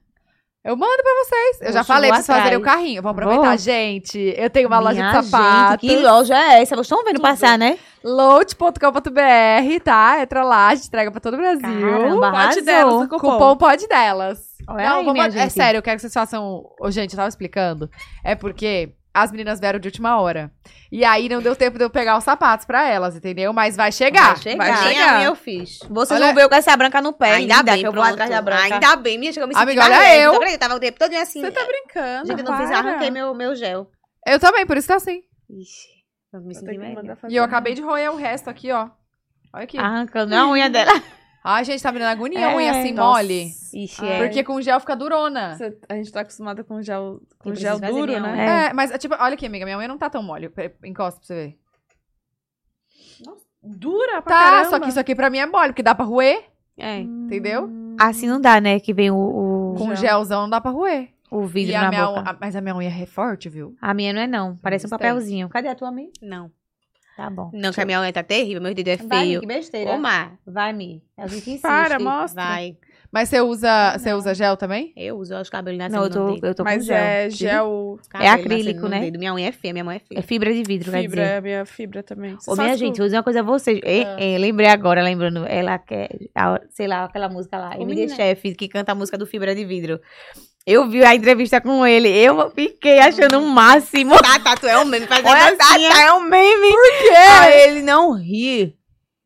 [SPEAKER 1] Eu mando pra vocês. Eu
[SPEAKER 5] Eu
[SPEAKER 1] já
[SPEAKER 5] chego
[SPEAKER 1] falei pra vocês
[SPEAKER 5] atrás.
[SPEAKER 1] fazerem o carrinho. Vou aproveitar,
[SPEAKER 5] Vou.
[SPEAKER 1] gente. Eu tenho uma loja
[SPEAKER 5] Minha
[SPEAKER 1] de
[SPEAKER 5] gente,
[SPEAKER 1] sapatos.
[SPEAKER 5] que loja é essa? Vocês estão vendo passar, né?
[SPEAKER 1] Load.com.br, tá? Entra lá, a gente entrega pra todo o Brasil.
[SPEAKER 5] Caramba,
[SPEAKER 7] Pode
[SPEAKER 5] arrasou.
[SPEAKER 7] delas, o
[SPEAKER 1] Cupom.
[SPEAKER 7] cupom.
[SPEAKER 1] pode delas.
[SPEAKER 5] Olha
[SPEAKER 1] Não,
[SPEAKER 5] aí,
[SPEAKER 1] vamos-
[SPEAKER 5] minha
[SPEAKER 1] É
[SPEAKER 5] gente.
[SPEAKER 1] sério, eu quero que vocês façam. Ô, gente, eu tava explicando. É porque as meninas vieram de última hora. E aí não deu tempo de eu pegar os sapatos pra elas, entendeu? Mas vai chegar.
[SPEAKER 4] Vai chegar.
[SPEAKER 1] Vai
[SPEAKER 4] Nem
[SPEAKER 1] chegar.
[SPEAKER 4] a minha eu fiz.
[SPEAKER 6] Vocês
[SPEAKER 1] Olha-
[SPEAKER 6] vão ver eu com essa branca no pé. Ainda, bem que eu vou
[SPEAKER 4] pronto.
[SPEAKER 6] atrás da branca.
[SPEAKER 4] Ainda bem, minha, chega, eu me
[SPEAKER 1] Amiga,
[SPEAKER 4] senti
[SPEAKER 1] olha
[SPEAKER 4] mais leve,
[SPEAKER 1] eu.
[SPEAKER 4] tu acredita? tava o tempo todo assim.
[SPEAKER 2] Você tá brincando.
[SPEAKER 5] é
[SPEAKER 4] Gente, eu não fiz,
[SPEAKER 2] para.
[SPEAKER 4] arranquei meu, meu gel.
[SPEAKER 1] Eu também, por isso tá assim.
[SPEAKER 4] Ixi, eu me
[SPEAKER 2] Vou ter
[SPEAKER 4] senti
[SPEAKER 2] que
[SPEAKER 4] melhor.
[SPEAKER 2] mandar fazer
[SPEAKER 1] E eu
[SPEAKER 2] um-
[SPEAKER 1] acabei de roer o resto aqui, ó. Olha aqui.
[SPEAKER 6] Arrancando a unha dela.
[SPEAKER 1] *laughs* Ai, gente, tá me dando agonia a unha assim
[SPEAKER 2] Nossa.
[SPEAKER 1] mole.
[SPEAKER 4] Ixi,
[SPEAKER 2] Ai.
[SPEAKER 4] é.
[SPEAKER 1] Porque com gel fica durona.
[SPEAKER 2] Você- a gente tá acostumada com gel, com
[SPEAKER 4] Eu
[SPEAKER 2] gel
[SPEAKER 4] preciso fazer
[SPEAKER 2] duro,
[SPEAKER 4] minha
[SPEAKER 2] né?
[SPEAKER 4] unha.
[SPEAKER 1] É. mas, tipo, olha aqui, amiga, minha unha não tá tão mole. Pe- Encosta pra você ver.
[SPEAKER 2] Dura pra
[SPEAKER 1] Tá,
[SPEAKER 2] caramba.
[SPEAKER 1] só que isso aqui pra mim é mole, porque dá pra roer,
[SPEAKER 4] É.
[SPEAKER 1] entendeu?
[SPEAKER 5] Assim não dá, né? Que vem o, o,
[SPEAKER 1] Com
[SPEAKER 2] Hum. Gel.
[SPEAKER 1] gelzão não dá pra roer.
[SPEAKER 5] o vidro
[SPEAKER 1] E a
[SPEAKER 5] na
[SPEAKER 1] minha
[SPEAKER 5] boca.
[SPEAKER 1] unha- a- mas a minha unha é forte, viu?
[SPEAKER 5] A minha não é
[SPEAKER 2] Ah,
[SPEAKER 5] não. Parece um
[SPEAKER 1] Gostei.
[SPEAKER 5] papelzinho.
[SPEAKER 4] Cadê a tua mãe? Não.
[SPEAKER 5] Tá bom.
[SPEAKER 4] Não, que a minha unha tá terrível, meu dedo é
[SPEAKER 6] Vai, Mi,
[SPEAKER 4] feio.
[SPEAKER 6] que besteira.
[SPEAKER 4] Ô, Mar, vai, Mi. É a gente que insiste.
[SPEAKER 2] Para, mostra.
[SPEAKER 4] Vai.
[SPEAKER 1] Mas você usa,
[SPEAKER 2] Ah,
[SPEAKER 1] você usa gel também?
[SPEAKER 4] Eu uso os cabelos nascendo
[SPEAKER 5] Não, eu
[SPEAKER 4] no
[SPEAKER 5] tô,
[SPEAKER 4] dedo.
[SPEAKER 5] eu tô com
[SPEAKER 2] Mas
[SPEAKER 5] gel.
[SPEAKER 2] é
[SPEAKER 5] De-
[SPEAKER 2] gel,
[SPEAKER 4] Cabelo nascendo
[SPEAKER 5] acrílico,
[SPEAKER 4] no
[SPEAKER 5] né?
[SPEAKER 4] dedo. Minha unha é feia, minha mão é feia.
[SPEAKER 5] É fibra de vidro, quer
[SPEAKER 2] fibra,
[SPEAKER 5] dizer.
[SPEAKER 2] é a minha fibra também.
[SPEAKER 5] Ô,
[SPEAKER 2] Só
[SPEAKER 5] minha
[SPEAKER 2] se tu-
[SPEAKER 5] gente, vou dizer uma coisa a vocês. É, é, lembrei agora, lembrando. Ela quer, a- sei lá, aquela música lá, MD
[SPEAKER 4] menina.
[SPEAKER 5] Chef, que canta a música do Fibra de Vidro. Eu vi a entrevista com ele, eu fiquei achando o máximo.
[SPEAKER 4] Tá, tá, tu é um meme, faz a
[SPEAKER 5] Olha,
[SPEAKER 4] dancinha.
[SPEAKER 5] Tata, é um meme. Por quê? ele não ri.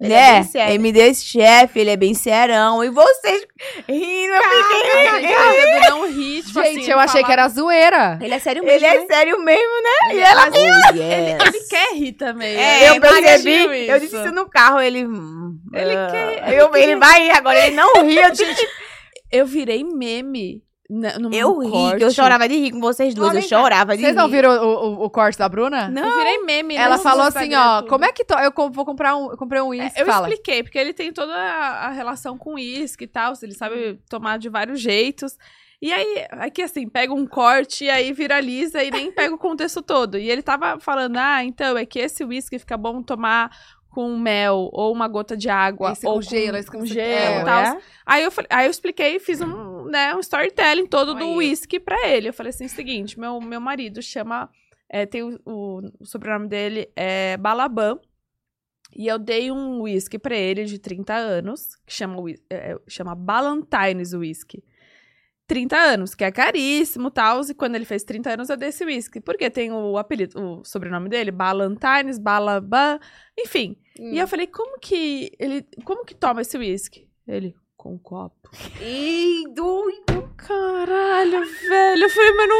[SPEAKER 4] Ele é
[SPEAKER 5] né?
[SPEAKER 4] bem sério.
[SPEAKER 5] *laughs* MD Chef, ele é bem serão. E vocês rindo, eu fiquei.
[SPEAKER 2] Ai, gente, o dedo dá um ritmo,
[SPEAKER 1] Gente,
[SPEAKER 2] assim,
[SPEAKER 1] eu achei
[SPEAKER 2] falar-
[SPEAKER 1] que era zoeira.
[SPEAKER 4] Ele é sério
[SPEAKER 5] Ele
[SPEAKER 4] mesmo,
[SPEAKER 5] é
[SPEAKER 4] né?
[SPEAKER 5] sério mesmo, né? E ela
[SPEAKER 2] Ele quer rir também. né?
[SPEAKER 4] É,
[SPEAKER 5] eu percebi,
[SPEAKER 2] imagino
[SPEAKER 5] eu
[SPEAKER 2] isso.
[SPEAKER 5] disse isso no carro, ele. hum,
[SPEAKER 2] Ele
[SPEAKER 5] ah,
[SPEAKER 2] quer-
[SPEAKER 5] eu- ele vai rir agora, ele não ri. Eu, tive-
[SPEAKER 2] Eu virei meme. na- num
[SPEAKER 5] eu ri,
[SPEAKER 2] corte.
[SPEAKER 5] que eu chorava de rir com vocês duas, eu
[SPEAKER 1] vem cá.
[SPEAKER 5] chorava de
[SPEAKER 1] Vocês não
[SPEAKER 5] rir.
[SPEAKER 1] viram o, o- o corte da Bruna?
[SPEAKER 2] Eu virei meme.
[SPEAKER 1] Ela
[SPEAKER 2] no
[SPEAKER 1] falou assim,
[SPEAKER 2] Instagram,
[SPEAKER 1] ó,
[SPEAKER 2] tudo.
[SPEAKER 1] como é que tô? Eu co- vou comprar um, eu comprei um uísque,
[SPEAKER 2] É, eu
[SPEAKER 1] fala.
[SPEAKER 2] expliquei, porque ele tem toda a a relação com uísque e tal, ele sabe
[SPEAKER 1] Uhum.
[SPEAKER 2] tomar de vários jeitos. E aí, aqui assim, pega um corte e aí viraliza e
[SPEAKER 1] *laughs*
[SPEAKER 2] nem pega o contexto todo. E ele tava falando, ah, então, é que esse uísque fica bom tomar com mel, ou uma gota de água,
[SPEAKER 1] Esse com
[SPEAKER 2] ou
[SPEAKER 1] gelo, esse
[SPEAKER 2] com,
[SPEAKER 1] com-
[SPEAKER 2] gelo
[SPEAKER 1] é.
[SPEAKER 2] e tal. Aí eu, falei- aí eu expliquei e fiz um, né, um storytelling todo do
[SPEAKER 1] Aí.
[SPEAKER 2] uísque pra ele. Eu falei assim, seguinte, meu, meu marido chama, é, tem o, o- o sobrenome dele é Balaban, e eu dei um uísque pra ele de 30 anos, que chama, uí- é, é, chama Ballantines Whisky. 30 anos, que é caríssimo e tal. E quando ele fez 30 anos, eu dei esse uísque. Porque tem o apelido, o sobrenome dele, Ballantines, Balaban, enfim.
[SPEAKER 4] Hum.
[SPEAKER 2] E eu falei, como que ele. Como que toma esse uísque? Ele, com um copo.
[SPEAKER 4] Ih, doido.
[SPEAKER 2] Caralho, velho. Eu falei, mas não.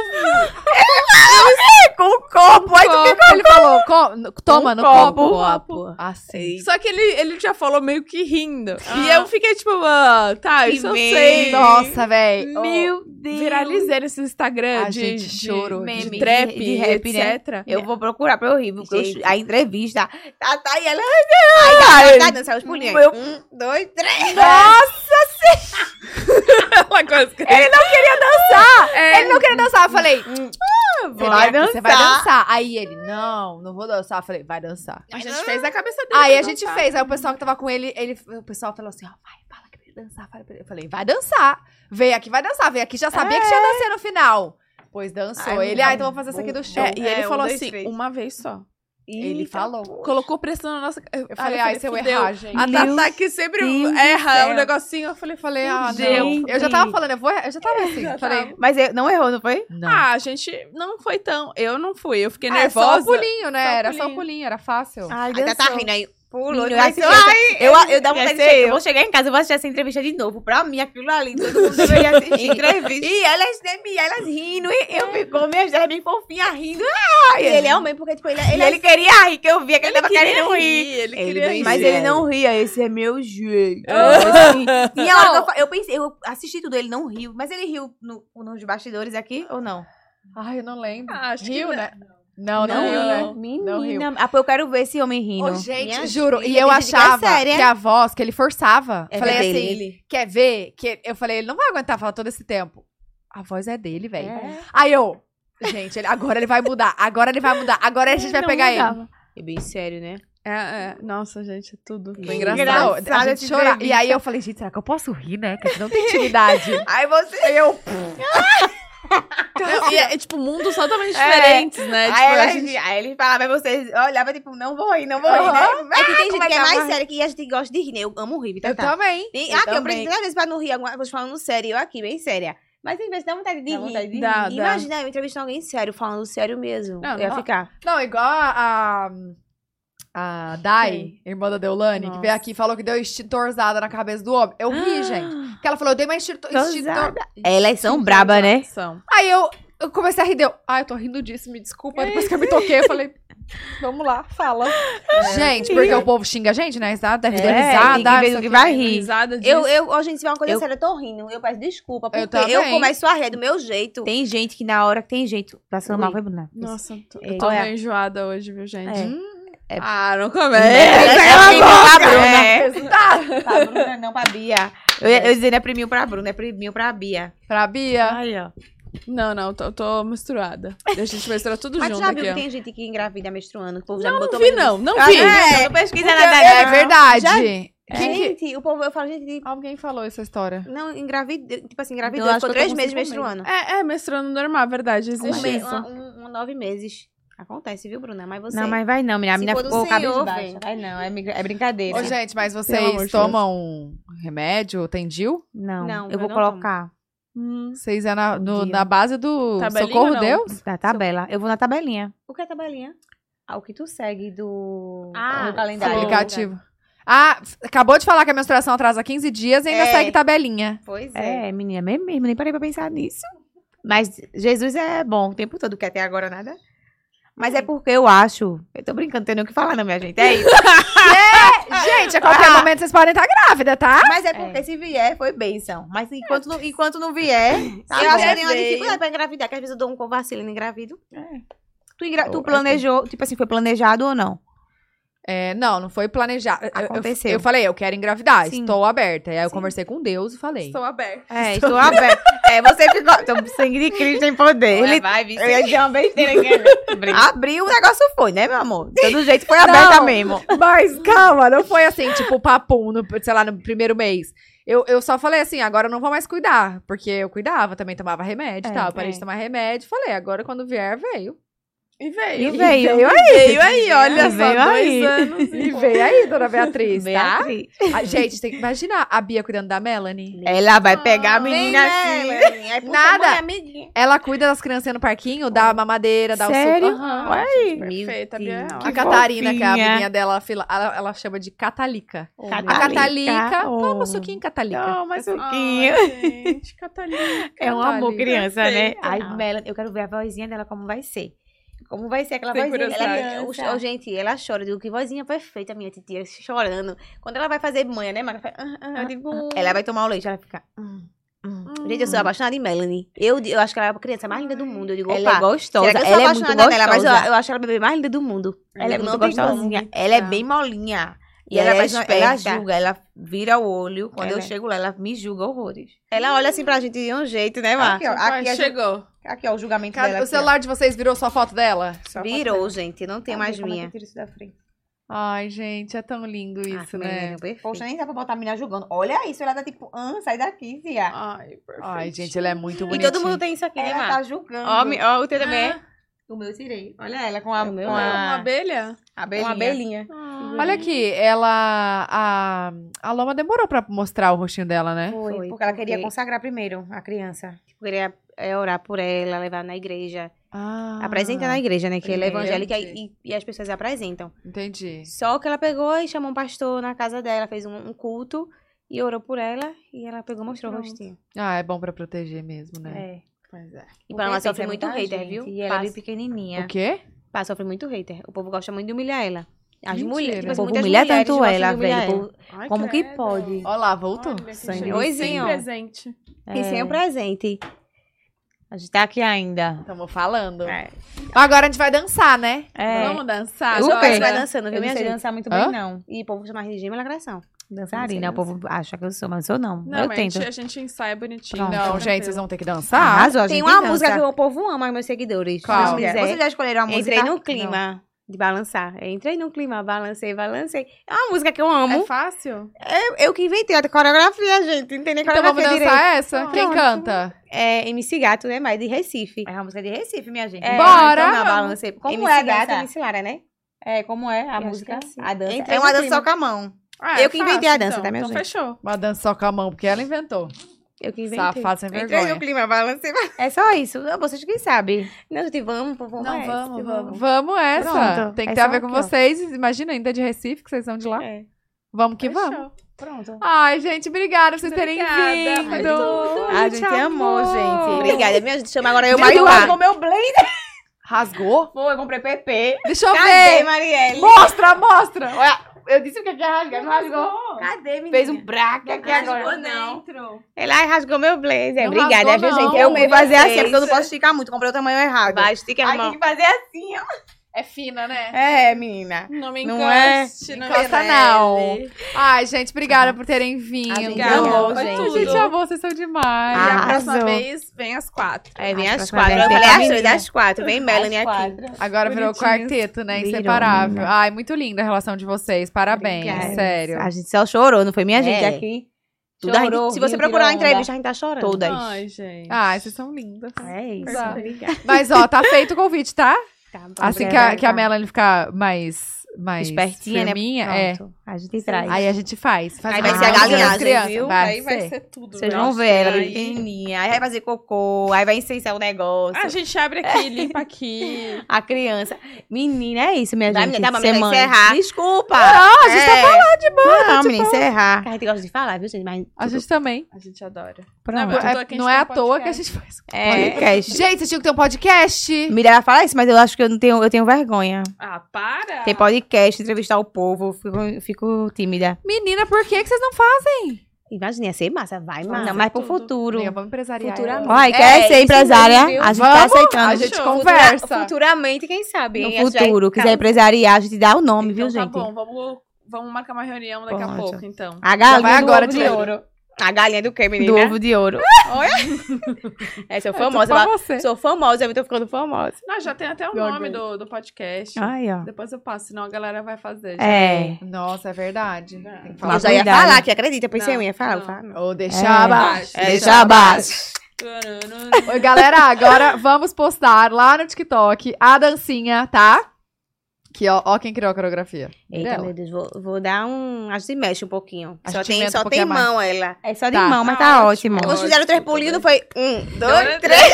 [SPEAKER 5] Com o copo, aí tu
[SPEAKER 1] Copo, ele falou, co- toma
[SPEAKER 2] Um
[SPEAKER 1] no
[SPEAKER 2] copo.
[SPEAKER 1] copo.
[SPEAKER 2] Copo.
[SPEAKER 1] Assim.
[SPEAKER 2] Só que ele, ele já falou meio que rindo. E eu fiquei tipo, ah, tá,
[SPEAKER 4] Que
[SPEAKER 2] isso eu
[SPEAKER 4] medo.
[SPEAKER 2] sei.
[SPEAKER 1] Nossa, véi. ó,
[SPEAKER 2] Meu Deus. Viralizei nesse Instagram
[SPEAKER 1] A
[SPEAKER 2] de,
[SPEAKER 1] gente
[SPEAKER 2] de
[SPEAKER 1] chorou de
[SPEAKER 2] meme,
[SPEAKER 5] rir.
[SPEAKER 2] trap,
[SPEAKER 5] De rap, né?
[SPEAKER 2] etc.
[SPEAKER 5] Eu vou procurar pra eu rir, porque eu-
[SPEAKER 4] Gente.
[SPEAKER 5] a entrevista. Tata e ela.
[SPEAKER 4] Tá dançando os pulinhos. aí.
[SPEAKER 5] Meu-
[SPEAKER 4] Um, dois, três.
[SPEAKER 2] Aquela coisa que- É,
[SPEAKER 1] Ele não queria dançar. Eu falei, você
[SPEAKER 5] vai
[SPEAKER 1] vai, você vai
[SPEAKER 5] dançar.
[SPEAKER 1] dançar. Aí ele, não, não vou dançar. Eu falei, vai dançar.
[SPEAKER 2] A gente fez a cabeça dele. né?
[SPEAKER 1] Aí a
[SPEAKER 2] pra
[SPEAKER 1] gente
[SPEAKER 2] dançar.
[SPEAKER 1] fez, aí o pessoal que tava com ele, ele o pessoal falou assim, ó, vai, fala que vai dançar. fala pra ele. Eu falei, vai dançar. Veio aqui, vai dançar. Veio aqui, já sabia que tinha dançar no final. Pois dançou.
[SPEAKER 4] Ai,
[SPEAKER 1] ele, ah, então vou fazer essa aqui do show.
[SPEAKER 2] É, e ele
[SPEAKER 4] É, um,
[SPEAKER 2] falou
[SPEAKER 4] dois,
[SPEAKER 2] assim,
[SPEAKER 4] três.
[SPEAKER 2] uma vez só.
[SPEAKER 1] ele
[SPEAKER 4] Eita,
[SPEAKER 1] falou.
[SPEAKER 2] Colocou pressão na nossa. Eu "Ah,
[SPEAKER 1] Eu falei, ai, se eu
[SPEAKER 2] fudeu.
[SPEAKER 1] errar, gente.
[SPEAKER 2] A Tata que sempre é, erra o
[SPEAKER 5] céu.
[SPEAKER 2] negocinho. Eu falei,
[SPEAKER 1] um Falei, ah, não.
[SPEAKER 5] Gente.
[SPEAKER 1] Eu já tava falando, eu, vou, eu já tava assim.
[SPEAKER 2] Já
[SPEAKER 1] falei,
[SPEAKER 2] tava.
[SPEAKER 5] Mas eu- não errou, não foi?
[SPEAKER 1] não.
[SPEAKER 2] ah, a gente não foi tão. Eu não fui, eu fiquei
[SPEAKER 1] Ah, é só
[SPEAKER 2] nervosa.
[SPEAKER 1] o pulinho, né?
[SPEAKER 2] Só o
[SPEAKER 1] era só o
[SPEAKER 2] pulinho.
[SPEAKER 1] pulinho, era fácil.
[SPEAKER 5] Ai,
[SPEAKER 4] Aí tá, tá rindo aí. Pulou.
[SPEAKER 5] Menino,
[SPEAKER 4] Ele
[SPEAKER 5] eu
[SPEAKER 4] vai
[SPEAKER 5] assisti
[SPEAKER 4] ser- Ai,
[SPEAKER 5] Eu, eu dava
[SPEAKER 4] Ia
[SPEAKER 5] vontade
[SPEAKER 4] ser
[SPEAKER 5] de chegar. Eu.
[SPEAKER 4] eu.
[SPEAKER 5] vou chegar em casa, eu vou assistir essa entrevista de novo. Pra mim, aquilo ali, todo mundo deveria
[SPEAKER 4] *laughs*
[SPEAKER 5] assistir.
[SPEAKER 4] Entrevista.
[SPEAKER 5] E elas, né, me- elas rindo, e eu ficou, minhas elas bem fofinhas rindo. Ai,
[SPEAKER 4] E ele é homem, porque, tipo, ele é...
[SPEAKER 5] E
[SPEAKER 4] Ele
[SPEAKER 5] ele,
[SPEAKER 4] é-
[SPEAKER 5] queria rir, que eu via que ele, tava
[SPEAKER 2] queria
[SPEAKER 5] querendo rir.
[SPEAKER 2] rir, Ele
[SPEAKER 4] Ele
[SPEAKER 2] queria
[SPEAKER 4] não
[SPEAKER 2] rir.
[SPEAKER 5] Mas
[SPEAKER 4] jeito.
[SPEAKER 5] ele não ria, esse é meu jeito. Assim, E a hora que eu, fa- eu pensei, eu assisti tudo, ele não riu. Mas ele riu no, nos bastidores aqui ou não?
[SPEAKER 1] Ai, eu não lembro.
[SPEAKER 2] Ah, acho que
[SPEAKER 1] Riu,
[SPEAKER 2] não.
[SPEAKER 1] né? Não, não, riu, né? Não riu.
[SPEAKER 5] Menina, ah, pô, eu quero ver esse homem rindo.
[SPEAKER 1] Ô, gente,
[SPEAKER 4] Minha
[SPEAKER 1] juro. E
[SPEAKER 4] filha,
[SPEAKER 1] eu
[SPEAKER 4] tem gente que é
[SPEAKER 1] achava
[SPEAKER 4] séria.
[SPEAKER 1] que a voz, que ele forçava.
[SPEAKER 4] É
[SPEAKER 1] falei
[SPEAKER 4] dele.
[SPEAKER 1] assim, quer ver? Que... Eu falei, ele não vai aguentar falar todo esse tempo. A voz é dele, velho. Aí eu, gente, ele- agora ele vai mudar. Agora ele vai mudar. Agora a gente vai pegar ele.
[SPEAKER 4] É bem sério, né?
[SPEAKER 2] É, é. Nossa, gente, é tudo.
[SPEAKER 1] Foi
[SPEAKER 5] Engraçado
[SPEAKER 1] engraçado. a gente
[SPEAKER 5] essa
[SPEAKER 1] chorar. E
[SPEAKER 5] entrevista.
[SPEAKER 1] aí eu falei, gente, será que eu posso rir, né? Que não tem intimidade.
[SPEAKER 5] Aí você.
[SPEAKER 1] Então, assim,
[SPEAKER 2] Não, e é, é, tipo mundos totalmente
[SPEAKER 1] É,
[SPEAKER 2] diferentes, né? Tipo,
[SPEAKER 5] aí,
[SPEAKER 2] a
[SPEAKER 5] ela-
[SPEAKER 2] gente-
[SPEAKER 5] aí ele falava, aí vocês olhavam, tipo, não vou rir, não vou rir, né?
[SPEAKER 4] É que tem gente
[SPEAKER 5] como
[SPEAKER 4] que
[SPEAKER 5] é
[SPEAKER 4] é
[SPEAKER 5] que
[SPEAKER 4] mais
[SPEAKER 5] ela-
[SPEAKER 4] séria que a gente gosta de rir, né? Eu amo rir, tá?
[SPEAKER 1] eu
[SPEAKER 4] tá.
[SPEAKER 1] também.
[SPEAKER 4] Tem,
[SPEAKER 5] Eu
[SPEAKER 4] ah, que eu
[SPEAKER 5] também.
[SPEAKER 4] aprendi várias vezes pra não rir, alguma coisa falando sério, eu aqui, bem séria.
[SPEAKER 6] Mas em vez de dar vontade de
[SPEAKER 2] Dá
[SPEAKER 6] rir.
[SPEAKER 2] vontade de rir.
[SPEAKER 6] Dá,
[SPEAKER 2] Dá, dá.
[SPEAKER 6] Imagina eu entrevistando alguém sério, falando sério mesmo.
[SPEAKER 2] Não,
[SPEAKER 6] eu ia
[SPEAKER 2] não.
[SPEAKER 6] ficar.
[SPEAKER 1] Não, igual a. A a Dai, irmã da Deolane, que veio
[SPEAKER 2] Nossa.
[SPEAKER 1] aqui e falou que deu extintorzada na cabeça do homem. Eu
[SPEAKER 5] Ah.
[SPEAKER 1] ri, gente. Porque ela falou, eu dei uma extintor. extintor...
[SPEAKER 6] Tosada.
[SPEAKER 5] Elas são braba, né?
[SPEAKER 2] São.
[SPEAKER 1] Aí eu, eu comecei a rir, deu. Ah, eu tô rindo disso, me desculpa. Depois que eu me toquei, eu falei, vamos lá, fala. Gente, porque o povo xinga a gente, né? Risada, deve dar
[SPEAKER 5] É,
[SPEAKER 1] risada.
[SPEAKER 5] ninguém vê
[SPEAKER 1] isso
[SPEAKER 5] o que
[SPEAKER 1] aqui.
[SPEAKER 5] vai rir.
[SPEAKER 2] Risada disso.
[SPEAKER 6] Eu, eu, ó, gente, se tiver uma coisa
[SPEAKER 5] Eu-
[SPEAKER 6] séria, eu tô rindo. Eu peço desculpa, porque eu,
[SPEAKER 1] também.
[SPEAKER 6] começo a rir do meu jeito.
[SPEAKER 5] Tem gente que na hora que tem gente passando
[SPEAKER 6] Ui.
[SPEAKER 5] mal vai Bruna.
[SPEAKER 2] Nossa, eu tô, eu
[SPEAKER 5] É.
[SPEAKER 2] tô
[SPEAKER 5] Olha.
[SPEAKER 2] meio enjoada hoje, viu, gente?
[SPEAKER 5] É.
[SPEAKER 2] Ah, não começa.
[SPEAKER 5] é prêmio pra Bruna.
[SPEAKER 6] Pra Bruna, não pra Bia.
[SPEAKER 5] Eu, ia- eu ia dizer, não é priminho pra Bruna, é priminho pra Bia.
[SPEAKER 1] Pra Bia.
[SPEAKER 2] Não, não, tô, tô menstruada. A gente menstrua *laughs* tudo
[SPEAKER 6] Mas
[SPEAKER 2] junto
[SPEAKER 6] já viu
[SPEAKER 2] aqui.
[SPEAKER 6] que
[SPEAKER 2] ó.
[SPEAKER 6] tem gente que engravida menstruando. O povo já me
[SPEAKER 2] Não
[SPEAKER 6] botou
[SPEAKER 2] vi,
[SPEAKER 6] medo.
[SPEAKER 2] não, não
[SPEAKER 5] Ah,
[SPEAKER 2] vi.
[SPEAKER 5] é, não pesquisa nada.
[SPEAKER 1] É verdade.
[SPEAKER 6] Já-
[SPEAKER 1] Quem que-
[SPEAKER 6] Gente, o povo, eu falo, gente,
[SPEAKER 1] Alguém falou essa história.
[SPEAKER 6] não, engravidei. Tipo assim, engravidou.
[SPEAKER 5] Eu Então, acho
[SPEAKER 6] ficou
[SPEAKER 5] que eu tô
[SPEAKER 6] três
[SPEAKER 5] com
[SPEAKER 6] meses
[SPEAKER 5] cinco
[SPEAKER 6] menstruando.
[SPEAKER 2] É, é, menstruando normal, verdade, existe
[SPEAKER 6] Um, mês,
[SPEAKER 2] isso.
[SPEAKER 6] um, um- um nove meses. Acontece, viu, Bruna? Mas você.
[SPEAKER 5] Não, mas vai não, menina. A
[SPEAKER 6] Se
[SPEAKER 5] menina
[SPEAKER 6] for do
[SPEAKER 5] ficou
[SPEAKER 6] senhor,
[SPEAKER 5] cabisbaixa.
[SPEAKER 6] vem.
[SPEAKER 5] Vai não, é, migra- é brincadeira.
[SPEAKER 1] Ô, gente, mas
[SPEAKER 2] Pelo amor
[SPEAKER 1] vocês
[SPEAKER 2] de
[SPEAKER 1] tomam remédio? Tem DIL?
[SPEAKER 5] Não,
[SPEAKER 6] Não,
[SPEAKER 5] eu
[SPEAKER 6] eu
[SPEAKER 5] vou
[SPEAKER 6] não
[SPEAKER 5] colocar
[SPEAKER 2] Hum,
[SPEAKER 1] Vocês é na, no-
[SPEAKER 5] DIU.
[SPEAKER 1] na base do
[SPEAKER 2] Tabelinha ou
[SPEAKER 1] Socorro
[SPEAKER 2] não?
[SPEAKER 1] Deus?
[SPEAKER 5] na tabela. Eu vou na tabelinha.
[SPEAKER 6] O que é tabelinha?
[SPEAKER 4] Ah, o que tu segue do,
[SPEAKER 6] Ah,
[SPEAKER 4] do calendário.
[SPEAKER 1] Aplicativo. Ah, f- acabou de falar que a menstruação atrasa 15 dias e ainda
[SPEAKER 6] É.
[SPEAKER 1] segue tabelinha.
[SPEAKER 6] Pois é.
[SPEAKER 5] É, menina, mesmo, mesmo, nem parei pra pensar nisso. Mas Jesus é bom o tempo todo, que até agora nada. Mas é porque eu acho. Eu tô brincando, não tenho nem o que falar, não, minha gente. É isso.
[SPEAKER 1] Gente, a qualquer momento vocês podem estar grávida, tá?
[SPEAKER 5] Mas é porque se vier, foi bênção. Mas enquanto não, enquanto não vier, tá
[SPEAKER 6] eu
[SPEAKER 5] bom.
[SPEAKER 6] acho que eu tenho uma
[SPEAKER 2] Sei.
[SPEAKER 6] dificuldade pra engravidar, que às vezes eu dou um vacilo e não engravido.
[SPEAKER 5] Tu, engra- tu planejou, tipo assim, foi planejado ou não?
[SPEAKER 1] É, não, não foi planejado. Eu- eu-
[SPEAKER 5] Aconteceu.
[SPEAKER 1] Eu, falei, eu quero engravidar,
[SPEAKER 5] Sim.
[SPEAKER 1] estou aberta. E aí eu conversei com Deus e falei.
[SPEAKER 2] Estou aberta.
[SPEAKER 5] É, estou aberta. É, você ficou. Então, sangue de Cristo tem poder. Ele
[SPEAKER 4] vai, vice.
[SPEAKER 5] Eu ia dizer uma besteira aqui. Abriu, o negócio foi, né, meu amor?
[SPEAKER 4] É.
[SPEAKER 5] *laughs* Todo jeito foi aberta
[SPEAKER 1] Não.
[SPEAKER 5] mesmo.
[SPEAKER 1] Mas calma, não foi assim, tipo, papum, no, sei lá, no primeiro mês. Eu, eu só falei assim, agora eu não vou mais cuidar. Porque eu cuidava, também tomava remédio e
[SPEAKER 5] É,
[SPEAKER 1] tal. Eu Parei
[SPEAKER 5] é.
[SPEAKER 1] de tomar remédio. Falei, agora quando vier, veio.
[SPEAKER 2] E
[SPEAKER 5] E,
[SPEAKER 2] veio.
[SPEAKER 5] veio,
[SPEAKER 1] veio
[SPEAKER 5] aí.
[SPEAKER 1] *laughs*
[SPEAKER 2] Veio aí, olha
[SPEAKER 5] E
[SPEAKER 2] só,
[SPEAKER 5] veio
[SPEAKER 2] dois
[SPEAKER 5] aí.
[SPEAKER 2] anos.
[SPEAKER 1] E veio aí, dona Beatriz, tá?
[SPEAKER 5] Beatriz.
[SPEAKER 1] A gente tem que imaginar a Bia cuidando da Melanie.
[SPEAKER 5] Ela vai pegar a
[SPEAKER 6] Vem,
[SPEAKER 5] menina assim.
[SPEAKER 6] Melanie. Aí, puxa,
[SPEAKER 1] Nada.
[SPEAKER 6] mãe, amiguinha.
[SPEAKER 1] Ela cuida das criancinhas no parquinho, dá a mamadeira, dá o
[SPEAKER 5] Sério?
[SPEAKER 1] suco. Aham.
[SPEAKER 5] Olha aí.
[SPEAKER 2] Perfeita,
[SPEAKER 5] Meu
[SPEAKER 2] Bia.
[SPEAKER 5] Deus.
[SPEAKER 1] A
[SPEAKER 5] Que
[SPEAKER 1] Catarina, que é a
[SPEAKER 5] fofinha.
[SPEAKER 1] amiguinha dela, ela fila- ela, ela chama de Catalica. A
[SPEAKER 5] Catalica.
[SPEAKER 1] Catalica, toma um
[SPEAKER 5] Oh.
[SPEAKER 1] suquinho Catalica.
[SPEAKER 5] Toma,
[SPEAKER 2] Ai,
[SPEAKER 5] suquinho.
[SPEAKER 2] gente, Catalina.
[SPEAKER 5] É um amor,
[SPEAKER 1] Catalica.
[SPEAKER 5] criança, né?
[SPEAKER 2] Perfeita.
[SPEAKER 5] Ai, Melanie, eu quero ver a vozinha dela como vai ser. Como vai ser aquela
[SPEAKER 2] Tem
[SPEAKER 5] vozinha? é
[SPEAKER 2] curiosidade.
[SPEAKER 6] Ela, o- o- gente, ela chora. Eu digo, que vozinha perfeita, minha titia, chorando. Quando ela vai fazer manha, né, Magra? Ela faz, "Ah, ah", Eu digo...
[SPEAKER 5] Ela vai tomar o leite, ela fica.
[SPEAKER 6] Gente, eu sou apaixonada em Melanie. Eu, eu acho que ela é a criança mais linda do mundo. Eu digo,
[SPEAKER 5] Ela é
[SPEAKER 6] opa,
[SPEAKER 5] gostosa.
[SPEAKER 6] será que eu sou
[SPEAKER 5] Ela é muito
[SPEAKER 6] apaixonada nela? Mas eu,
[SPEAKER 5] gostosa.
[SPEAKER 6] eu acho ela a bebê mais linda do mundo.
[SPEAKER 5] Ela é
[SPEAKER 6] Eu digo,
[SPEAKER 5] muito
[SPEAKER 6] não tem como.
[SPEAKER 5] gostosinha. Ela é bem molinha. E, ela,
[SPEAKER 6] vai
[SPEAKER 5] é jo- ela
[SPEAKER 6] esperta.
[SPEAKER 5] julga, ela vira o olho. Quando eu
[SPEAKER 6] Ela é.
[SPEAKER 5] chego lá, ela me julga horrores.
[SPEAKER 6] Ela olha assim pra gente de um jeito, né, Mar?
[SPEAKER 5] Aqui, ó, aqui, a ju-
[SPEAKER 2] chegou.
[SPEAKER 5] aqui, ó, o julgamento
[SPEAKER 1] Cara,
[SPEAKER 5] dela.
[SPEAKER 1] o celular de vocês virou só foto dela?
[SPEAKER 6] Virou, gente. Não
[SPEAKER 5] Tá
[SPEAKER 6] tem mais
[SPEAKER 2] é
[SPEAKER 6] minha.
[SPEAKER 5] tiro isso da frente.
[SPEAKER 1] Ai, gente, é tão lindo isso, né?
[SPEAKER 5] Poxa, nem dá pra botar a menina julgando. Olha isso, ela tá tipo, ah, sai daqui, Zia.
[SPEAKER 2] Ai, perfeito.
[SPEAKER 1] Ai, gente, ela é muito
[SPEAKER 6] E
[SPEAKER 1] bonita.
[SPEAKER 6] todo mundo tem isso aqui, né,
[SPEAKER 5] Ela
[SPEAKER 6] Mar?
[SPEAKER 5] tá julgando.
[SPEAKER 4] Ó, mi- ó, o teu
[SPEAKER 5] é?
[SPEAKER 4] também.
[SPEAKER 2] Ah,
[SPEAKER 5] O meu eu tirei. Olha ela com a,
[SPEAKER 4] O meu
[SPEAKER 6] Ah.
[SPEAKER 5] com
[SPEAKER 2] uma
[SPEAKER 4] não.
[SPEAKER 5] é. a
[SPEAKER 2] abelha?
[SPEAKER 5] abelhinha.
[SPEAKER 4] Uma abelhinha.
[SPEAKER 1] é Olha aqui, ela. A, a Loma demorou pra mostrar o rostinho dela, né?
[SPEAKER 5] Foi,
[SPEAKER 6] Foi,
[SPEAKER 5] porque ela queria
[SPEAKER 6] porque-
[SPEAKER 5] consagrar primeiro a criança.
[SPEAKER 6] Eu queria é, orar por ela, levar na igreja.
[SPEAKER 1] Ah,
[SPEAKER 6] Apresenta na igreja, né? Que ela é
[SPEAKER 2] entendi.
[SPEAKER 6] evangélica e, e as pessoas apresentam.
[SPEAKER 1] Entendi.
[SPEAKER 6] Só que ela pegou e chamou um pastor na casa dela, fez um, um culto e orou por ela. E ela pegou e mostrou
[SPEAKER 2] Pronto.
[SPEAKER 6] o rostinho.
[SPEAKER 1] Ah, é bom pra proteger mesmo, né?
[SPEAKER 5] É.
[SPEAKER 2] Pois é.
[SPEAKER 6] E pra ela sofre muito hater, viu?
[SPEAKER 5] E ela é bem
[SPEAKER 6] Passa,
[SPEAKER 5] pequenininha.
[SPEAKER 1] O quê?
[SPEAKER 6] passa, sofre muito hater. O povo gosta muito de humilhar ela. As
[SPEAKER 1] Mentira.
[SPEAKER 6] mulheres. Tipo,
[SPEAKER 1] O
[SPEAKER 6] assim,
[SPEAKER 5] povo
[SPEAKER 6] muitas
[SPEAKER 5] humilha
[SPEAKER 6] mulheres
[SPEAKER 5] tanto
[SPEAKER 6] gostam de
[SPEAKER 5] ela,
[SPEAKER 6] humilhar
[SPEAKER 5] velho.
[SPEAKER 6] ela.
[SPEAKER 2] Ai,
[SPEAKER 5] Como que
[SPEAKER 2] credo.
[SPEAKER 5] pode?
[SPEAKER 1] Olha lá, voltou?
[SPEAKER 2] Olha, que
[SPEAKER 5] Sangue.
[SPEAKER 2] chegou
[SPEAKER 6] Oizinho.
[SPEAKER 2] sem presente.
[SPEAKER 6] E sem o presente.
[SPEAKER 5] A gente tá aqui ainda.
[SPEAKER 1] Tamo falando. Então
[SPEAKER 5] É.
[SPEAKER 1] Agora a gente vai dançar, né?
[SPEAKER 5] É.
[SPEAKER 2] Vamos dançar?
[SPEAKER 5] Eu
[SPEAKER 6] Só
[SPEAKER 5] Super.
[SPEAKER 6] que
[SPEAKER 2] Bora.
[SPEAKER 6] você vai dançando, viu,
[SPEAKER 5] Eu não
[SPEAKER 6] minha
[SPEAKER 5] sei
[SPEAKER 6] gente?
[SPEAKER 5] dançar muito
[SPEAKER 1] Hã?
[SPEAKER 5] bem, não.
[SPEAKER 6] E o povo chama de gema lagração.
[SPEAKER 5] Dançarina, o povo acha que eu sou, mas eu sou não.
[SPEAKER 2] Não,
[SPEAKER 5] eu
[SPEAKER 2] mas
[SPEAKER 5] tento.
[SPEAKER 2] A gente, a gente ensaia bonitinho.
[SPEAKER 5] Pronto.
[SPEAKER 1] Não,
[SPEAKER 2] Tá
[SPEAKER 1] gente, vocês
[SPEAKER 2] tranquilo.
[SPEAKER 1] vão ter que dançar.
[SPEAKER 5] Arrasou, a gente então,
[SPEAKER 6] Tem uma
[SPEAKER 5] dança.
[SPEAKER 6] música que o povo ama, meus seguidores.
[SPEAKER 1] Qual?
[SPEAKER 6] Se Deus quiser.
[SPEAKER 5] Vocês já escolheram a música?
[SPEAKER 6] Entrei num
[SPEAKER 5] Não.
[SPEAKER 6] clima de balançar. Entrei num clima, balancei, balancei. É uma música que eu amo.
[SPEAKER 2] É fácil?
[SPEAKER 6] Eu, É, eu que inventei a coreografia, gente. Não tem nem
[SPEAKER 1] Então vamos
[SPEAKER 6] coreografia
[SPEAKER 1] dançar
[SPEAKER 6] direito.
[SPEAKER 1] essa? Quem canta?
[SPEAKER 6] É MC Gato, né? Mas de Recife.
[SPEAKER 5] É uma música de Recife, minha gente.
[SPEAKER 6] É,
[SPEAKER 1] Bora!
[SPEAKER 5] Então, não, balancei. Como
[SPEAKER 6] MC
[SPEAKER 5] é a
[SPEAKER 6] Gato,
[SPEAKER 5] dança?
[SPEAKER 6] MC Lara, né?
[SPEAKER 5] É, como é a
[SPEAKER 6] acho
[SPEAKER 5] música?
[SPEAKER 6] que é assim.
[SPEAKER 5] A dança.
[SPEAKER 6] Entrei
[SPEAKER 5] é uma
[SPEAKER 6] no
[SPEAKER 5] dança
[SPEAKER 6] clima.
[SPEAKER 5] só com a mão.
[SPEAKER 2] Ah, é
[SPEAKER 6] Eu que inventei
[SPEAKER 2] fácil,
[SPEAKER 6] a dança,
[SPEAKER 2] então.
[SPEAKER 6] tá, minha
[SPEAKER 2] Então
[SPEAKER 6] gente?
[SPEAKER 2] fechou.
[SPEAKER 1] Uma dança só com a mão, porque ela inventou.
[SPEAKER 6] Eu que inventei.
[SPEAKER 1] Safado né? sem
[SPEAKER 6] Entrei
[SPEAKER 1] vergonha.
[SPEAKER 6] no clima, balancei.
[SPEAKER 5] É só isso. Vocês quem sabe.
[SPEAKER 6] Não, gente, vamos, vamos.
[SPEAKER 2] Não,
[SPEAKER 6] é,
[SPEAKER 2] vamos, vamos.
[SPEAKER 1] Vamos essa.
[SPEAKER 5] Pronto.
[SPEAKER 1] Tem que
[SPEAKER 5] É
[SPEAKER 1] ter a
[SPEAKER 5] só
[SPEAKER 1] ver com
[SPEAKER 5] aqui, ó.
[SPEAKER 1] vocês. Imagina, ainda de Recife, que vocês são de lá.
[SPEAKER 6] É.
[SPEAKER 1] Vamos que
[SPEAKER 2] Fechou.
[SPEAKER 1] vamos.
[SPEAKER 5] Pronto.
[SPEAKER 1] Ai, gente, obrigada por vocês terem
[SPEAKER 2] Obrigada, foi
[SPEAKER 1] vindo.
[SPEAKER 5] A gente amou, gente.
[SPEAKER 6] Obrigada, minha gente. Chama agora eu,
[SPEAKER 5] Eu
[SPEAKER 6] Marilu.
[SPEAKER 5] mais com meu blend.
[SPEAKER 1] Rasgou?
[SPEAKER 6] Pô, eu comprei PP.
[SPEAKER 1] Deixa eu
[SPEAKER 6] Cadê,
[SPEAKER 1] ver.
[SPEAKER 6] Marielle?
[SPEAKER 1] Mostra, mostra.
[SPEAKER 6] Eu disse o que é que ia rasgar, não rasgou. Cadê, menina? Fez um braque aqui agora. Não. Ela rasgou meu blazer.
[SPEAKER 1] Não
[SPEAKER 6] é, Obrigada,
[SPEAKER 1] rasgou,
[SPEAKER 6] viu,
[SPEAKER 1] não.
[SPEAKER 6] gente?
[SPEAKER 1] Eu
[SPEAKER 6] Eu
[SPEAKER 1] vou
[SPEAKER 6] vou fazer assim,
[SPEAKER 5] é
[SPEAKER 6] porque eu não posso esticar muito. Comprei o tamanho errado.
[SPEAKER 4] Vai, estica a
[SPEAKER 6] Aí
[SPEAKER 4] mão.
[SPEAKER 6] tem que fazer assim, ó.
[SPEAKER 1] É fina, né?
[SPEAKER 6] É, menina.
[SPEAKER 2] Não me
[SPEAKER 6] Não é?
[SPEAKER 2] encoste, não, me
[SPEAKER 1] Encosta não. Ai, gente, obrigada por terem vindo.
[SPEAKER 5] A gente
[SPEAKER 2] amou,
[SPEAKER 1] Ai,
[SPEAKER 2] gente.
[SPEAKER 1] gente amou, vocês são demais.
[SPEAKER 2] E
[SPEAKER 6] Ah,
[SPEAKER 2] a
[SPEAKER 5] Arrasou.
[SPEAKER 2] próxima vez, vem às quatro.
[SPEAKER 6] Aí vem
[SPEAKER 5] Acho
[SPEAKER 6] as
[SPEAKER 5] que vai
[SPEAKER 6] É, quatro.
[SPEAKER 5] dar
[SPEAKER 6] Eu falei
[SPEAKER 5] certo.
[SPEAKER 6] as três, das quatro. Vem Melanie aqui.
[SPEAKER 1] Agora virou
[SPEAKER 2] Bonitinhos.
[SPEAKER 1] quarteto, né?
[SPEAKER 5] Virou,
[SPEAKER 1] Inseparável.
[SPEAKER 5] menina.
[SPEAKER 1] Ai, muito linda a relação de vocês. Parabéns,
[SPEAKER 5] Obrigada.
[SPEAKER 1] sério.
[SPEAKER 5] A gente só chorou, não foi minha gente
[SPEAKER 6] É.
[SPEAKER 5] aqui.
[SPEAKER 6] Tudo a gente-
[SPEAKER 5] Chorou,
[SPEAKER 6] se você
[SPEAKER 5] riu,
[SPEAKER 6] procurar
[SPEAKER 5] tirou
[SPEAKER 6] a
[SPEAKER 5] onda.
[SPEAKER 6] entrevista, a gente tá chorando.
[SPEAKER 5] Todas.
[SPEAKER 2] Ai, gente.
[SPEAKER 1] Ai, vocês são lindas.
[SPEAKER 5] É isso.
[SPEAKER 1] Tá. Mas, ó, tá feito o convite, tá? assim que
[SPEAKER 6] né?
[SPEAKER 1] a, que
[SPEAKER 6] Tá.
[SPEAKER 1] a Melanie ficar mais, mais
[SPEAKER 5] Espertinha, né?
[SPEAKER 1] firminha, é.
[SPEAKER 5] Pronto. A gente traz.
[SPEAKER 1] Aí a gente faz. faz
[SPEAKER 6] Aí
[SPEAKER 1] uma
[SPEAKER 6] vai ser a
[SPEAKER 1] aula das
[SPEAKER 6] galinhagem,
[SPEAKER 1] crianças,
[SPEAKER 6] viu?
[SPEAKER 1] Vai
[SPEAKER 2] Aí vai
[SPEAKER 1] ser.
[SPEAKER 2] ser tudo.
[SPEAKER 5] Vocês
[SPEAKER 2] né?
[SPEAKER 5] vão ver ela
[SPEAKER 2] Aí-
[SPEAKER 5] pequenininha.
[SPEAKER 6] Aí vai fazer cocô, aí vai incensar o negócio.
[SPEAKER 2] A gente abre *laughs* aqui, limpa aqui.
[SPEAKER 5] A criança. Menina, é isso, minha
[SPEAKER 6] Vai,
[SPEAKER 5] gente.
[SPEAKER 6] menina, dá pra
[SPEAKER 5] Ser
[SPEAKER 6] menina
[SPEAKER 5] mãe.
[SPEAKER 6] encerrar.
[SPEAKER 5] Desculpa. É.
[SPEAKER 1] Não, a gente tá
[SPEAKER 6] falando.
[SPEAKER 5] não, menina, encerrar.
[SPEAKER 6] Ah, A gente gosta de falar, viu, gente? Mas
[SPEAKER 1] A gente também.
[SPEAKER 2] A gente adora.
[SPEAKER 1] Não, é-
[SPEAKER 2] Pronto. Tô aqui, a gente
[SPEAKER 1] não é
[SPEAKER 2] tem
[SPEAKER 1] à
[SPEAKER 2] um
[SPEAKER 1] toa
[SPEAKER 2] podcast.
[SPEAKER 1] que a gente faz.
[SPEAKER 5] É. Podcast.
[SPEAKER 1] Gente, vocês tinham que ter um podcast.
[SPEAKER 5] Mirella fala isso, mas eu acho que eu não tenho, eu tenho vergonha.
[SPEAKER 2] Ah, para!
[SPEAKER 5] Tem podcast, entrevistar o povo, fico, fico tímida.
[SPEAKER 1] Menina, por que, que vocês não fazem?
[SPEAKER 6] imagina, ia ser massa. Vai, massa.
[SPEAKER 5] Não, mas pro
[SPEAKER 2] tudo.
[SPEAKER 5] futuro.
[SPEAKER 1] Amiga, vamos empresariar.
[SPEAKER 6] Futuramente.
[SPEAKER 1] ela.
[SPEAKER 5] Ai,
[SPEAKER 6] É,
[SPEAKER 5] quer ser
[SPEAKER 6] isso
[SPEAKER 5] empresária?
[SPEAKER 6] mesmo, viu?
[SPEAKER 5] a gente tá
[SPEAKER 1] Vamos,
[SPEAKER 5] aceitando.
[SPEAKER 1] A gente
[SPEAKER 2] Show.
[SPEAKER 1] conversa.
[SPEAKER 6] Futura- futuramente, quem sabe? hein? A
[SPEAKER 5] no
[SPEAKER 6] gente vai-
[SPEAKER 5] futuro, quiser empresariar, a gente dá o nome,
[SPEAKER 2] Então
[SPEAKER 5] viu,
[SPEAKER 2] tá
[SPEAKER 5] gente?
[SPEAKER 2] bom, vamos, vamos marcar uma reunião daqui a
[SPEAKER 5] Pronto.
[SPEAKER 2] pouco, então.
[SPEAKER 5] A
[SPEAKER 1] Já
[SPEAKER 5] galinha
[SPEAKER 1] vai
[SPEAKER 5] do
[SPEAKER 1] agora
[SPEAKER 5] ovo
[SPEAKER 1] de
[SPEAKER 5] de ouro.
[SPEAKER 1] ouro.
[SPEAKER 6] A galinha do quê,
[SPEAKER 5] Do
[SPEAKER 6] menina?
[SPEAKER 5] ovo de ouro.
[SPEAKER 1] *laughs*
[SPEAKER 6] É, sou
[SPEAKER 1] Tô
[SPEAKER 6] famosa.
[SPEAKER 1] pra
[SPEAKER 6] eu
[SPEAKER 1] você.
[SPEAKER 6] Sou famosa, eu tô ficando famosa.
[SPEAKER 2] Não, já tem até o
[SPEAKER 6] Meu
[SPEAKER 2] nome do, do podcast.
[SPEAKER 5] Ai, ó.
[SPEAKER 2] Depois eu passo, senão a galera vai fazer. já.
[SPEAKER 5] É.
[SPEAKER 1] Nossa, é verdade.
[SPEAKER 2] Não.
[SPEAKER 1] Tem que
[SPEAKER 5] Fala
[SPEAKER 1] falar.
[SPEAKER 6] eu já ia
[SPEAKER 5] cuidado.
[SPEAKER 6] falar, que acredita, eu pensei,
[SPEAKER 2] Não,
[SPEAKER 6] eu ia falar,
[SPEAKER 2] não.
[SPEAKER 6] eu falar, não.
[SPEAKER 1] Ou deixar
[SPEAKER 5] É.
[SPEAKER 1] abaixo.
[SPEAKER 2] É,
[SPEAKER 5] Deixa abaixo.
[SPEAKER 1] Oi, galera, agora vamos postar lá no TikTok a dancinha, tá? Que ó, ó quem criou a coreografia.
[SPEAKER 6] Eita,
[SPEAKER 1] Dela.
[SPEAKER 6] meu Deus, vou, vou dar um. Acho que mexe um pouquinho.
[SPEAKER 1] Acho
[SPEAKER 6] Só
[SPEAKER 1] que
[SPEAKER 6] tem,
[SPEAKER 1] inventa um
[SPEAKER 6] só tem
[SPEAKER 1] pouquinho a mais.
[SPEAKER 6] mão ela.
[SPEAKER 5] É só de
[SPEAKER 1] Tá.
[SPEAKER 5] mão, mas
[SPEAKER 2] Ah,
[SPEAKER 5] tá
[SPEAKER 2] ótimo.
[SPEAKER 5] ótimo.
[SPEAKER 6] Quando fizeram o três pulinhos, não foi um,
[SPEAKER 2] Dois,
[SPEAKER 6] dois, três.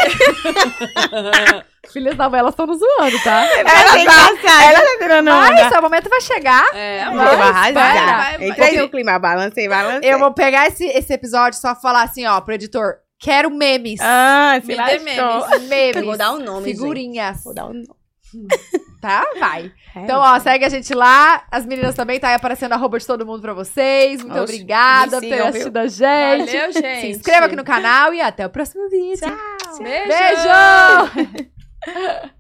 [SPEAKER 1] Filhas da vela estão nos zoando, tá?
[SPEAKER 5] Ela tá, ela tá tirando
[SPEAKER 1] Mas
[SPEAKER 5] onda.
[SPEAKER 1] seu momento vai chegar.
[SPEAKER 2] É, vai,
[SPEAKER 6] Eu vou arrasar.
[SPEAKER 2] vai, vai.
[SPEAKER 6] Entrei no clima, balancei, balancei.
[SPEAKER 1] Eu vou pegar esse, esse episódio e só falar assim, ó, pro editor. Quero memes.
[SPEAKER 5] Ah,
[SPEAKER 2] Me
[SPEAKER 5] se
[SPEAKER 2] dê
[SPEAKER 5] lascou.
[SPEAKER 2] memes.
[SPEAKER 1] Memes.
[SPEAKER 6] Eu *laughs* vou dar um nome,
[SPEAKER 1] Figurinhas.
[SPEAKER 6] Vou dar um nome.
[SPEAKER 1] *laughs* Tá? Vai.
[SPEAKER 5] É.
[SPEAKER 1] Então, ó, segue a gente lá. As meninas também tá aí aparecendo arroba de todo mundo pra vocês. Muito
[SPEAKER 6] Oxe,
[SPEAKER 1] obrigada por
[SPEAKER 6] me
[SPEAKER 1] ter
[SPEAKER 6] sigam,
[SPEAKER 1] assistido a gente.
[SPEAKER 2] Valeu, gente.
[SPEAKER 1] Se inscreva aqui no canal e até o próximo vídeo.
[SPEAKER 2] Beijo!
[SPEAKER 1] Beijo!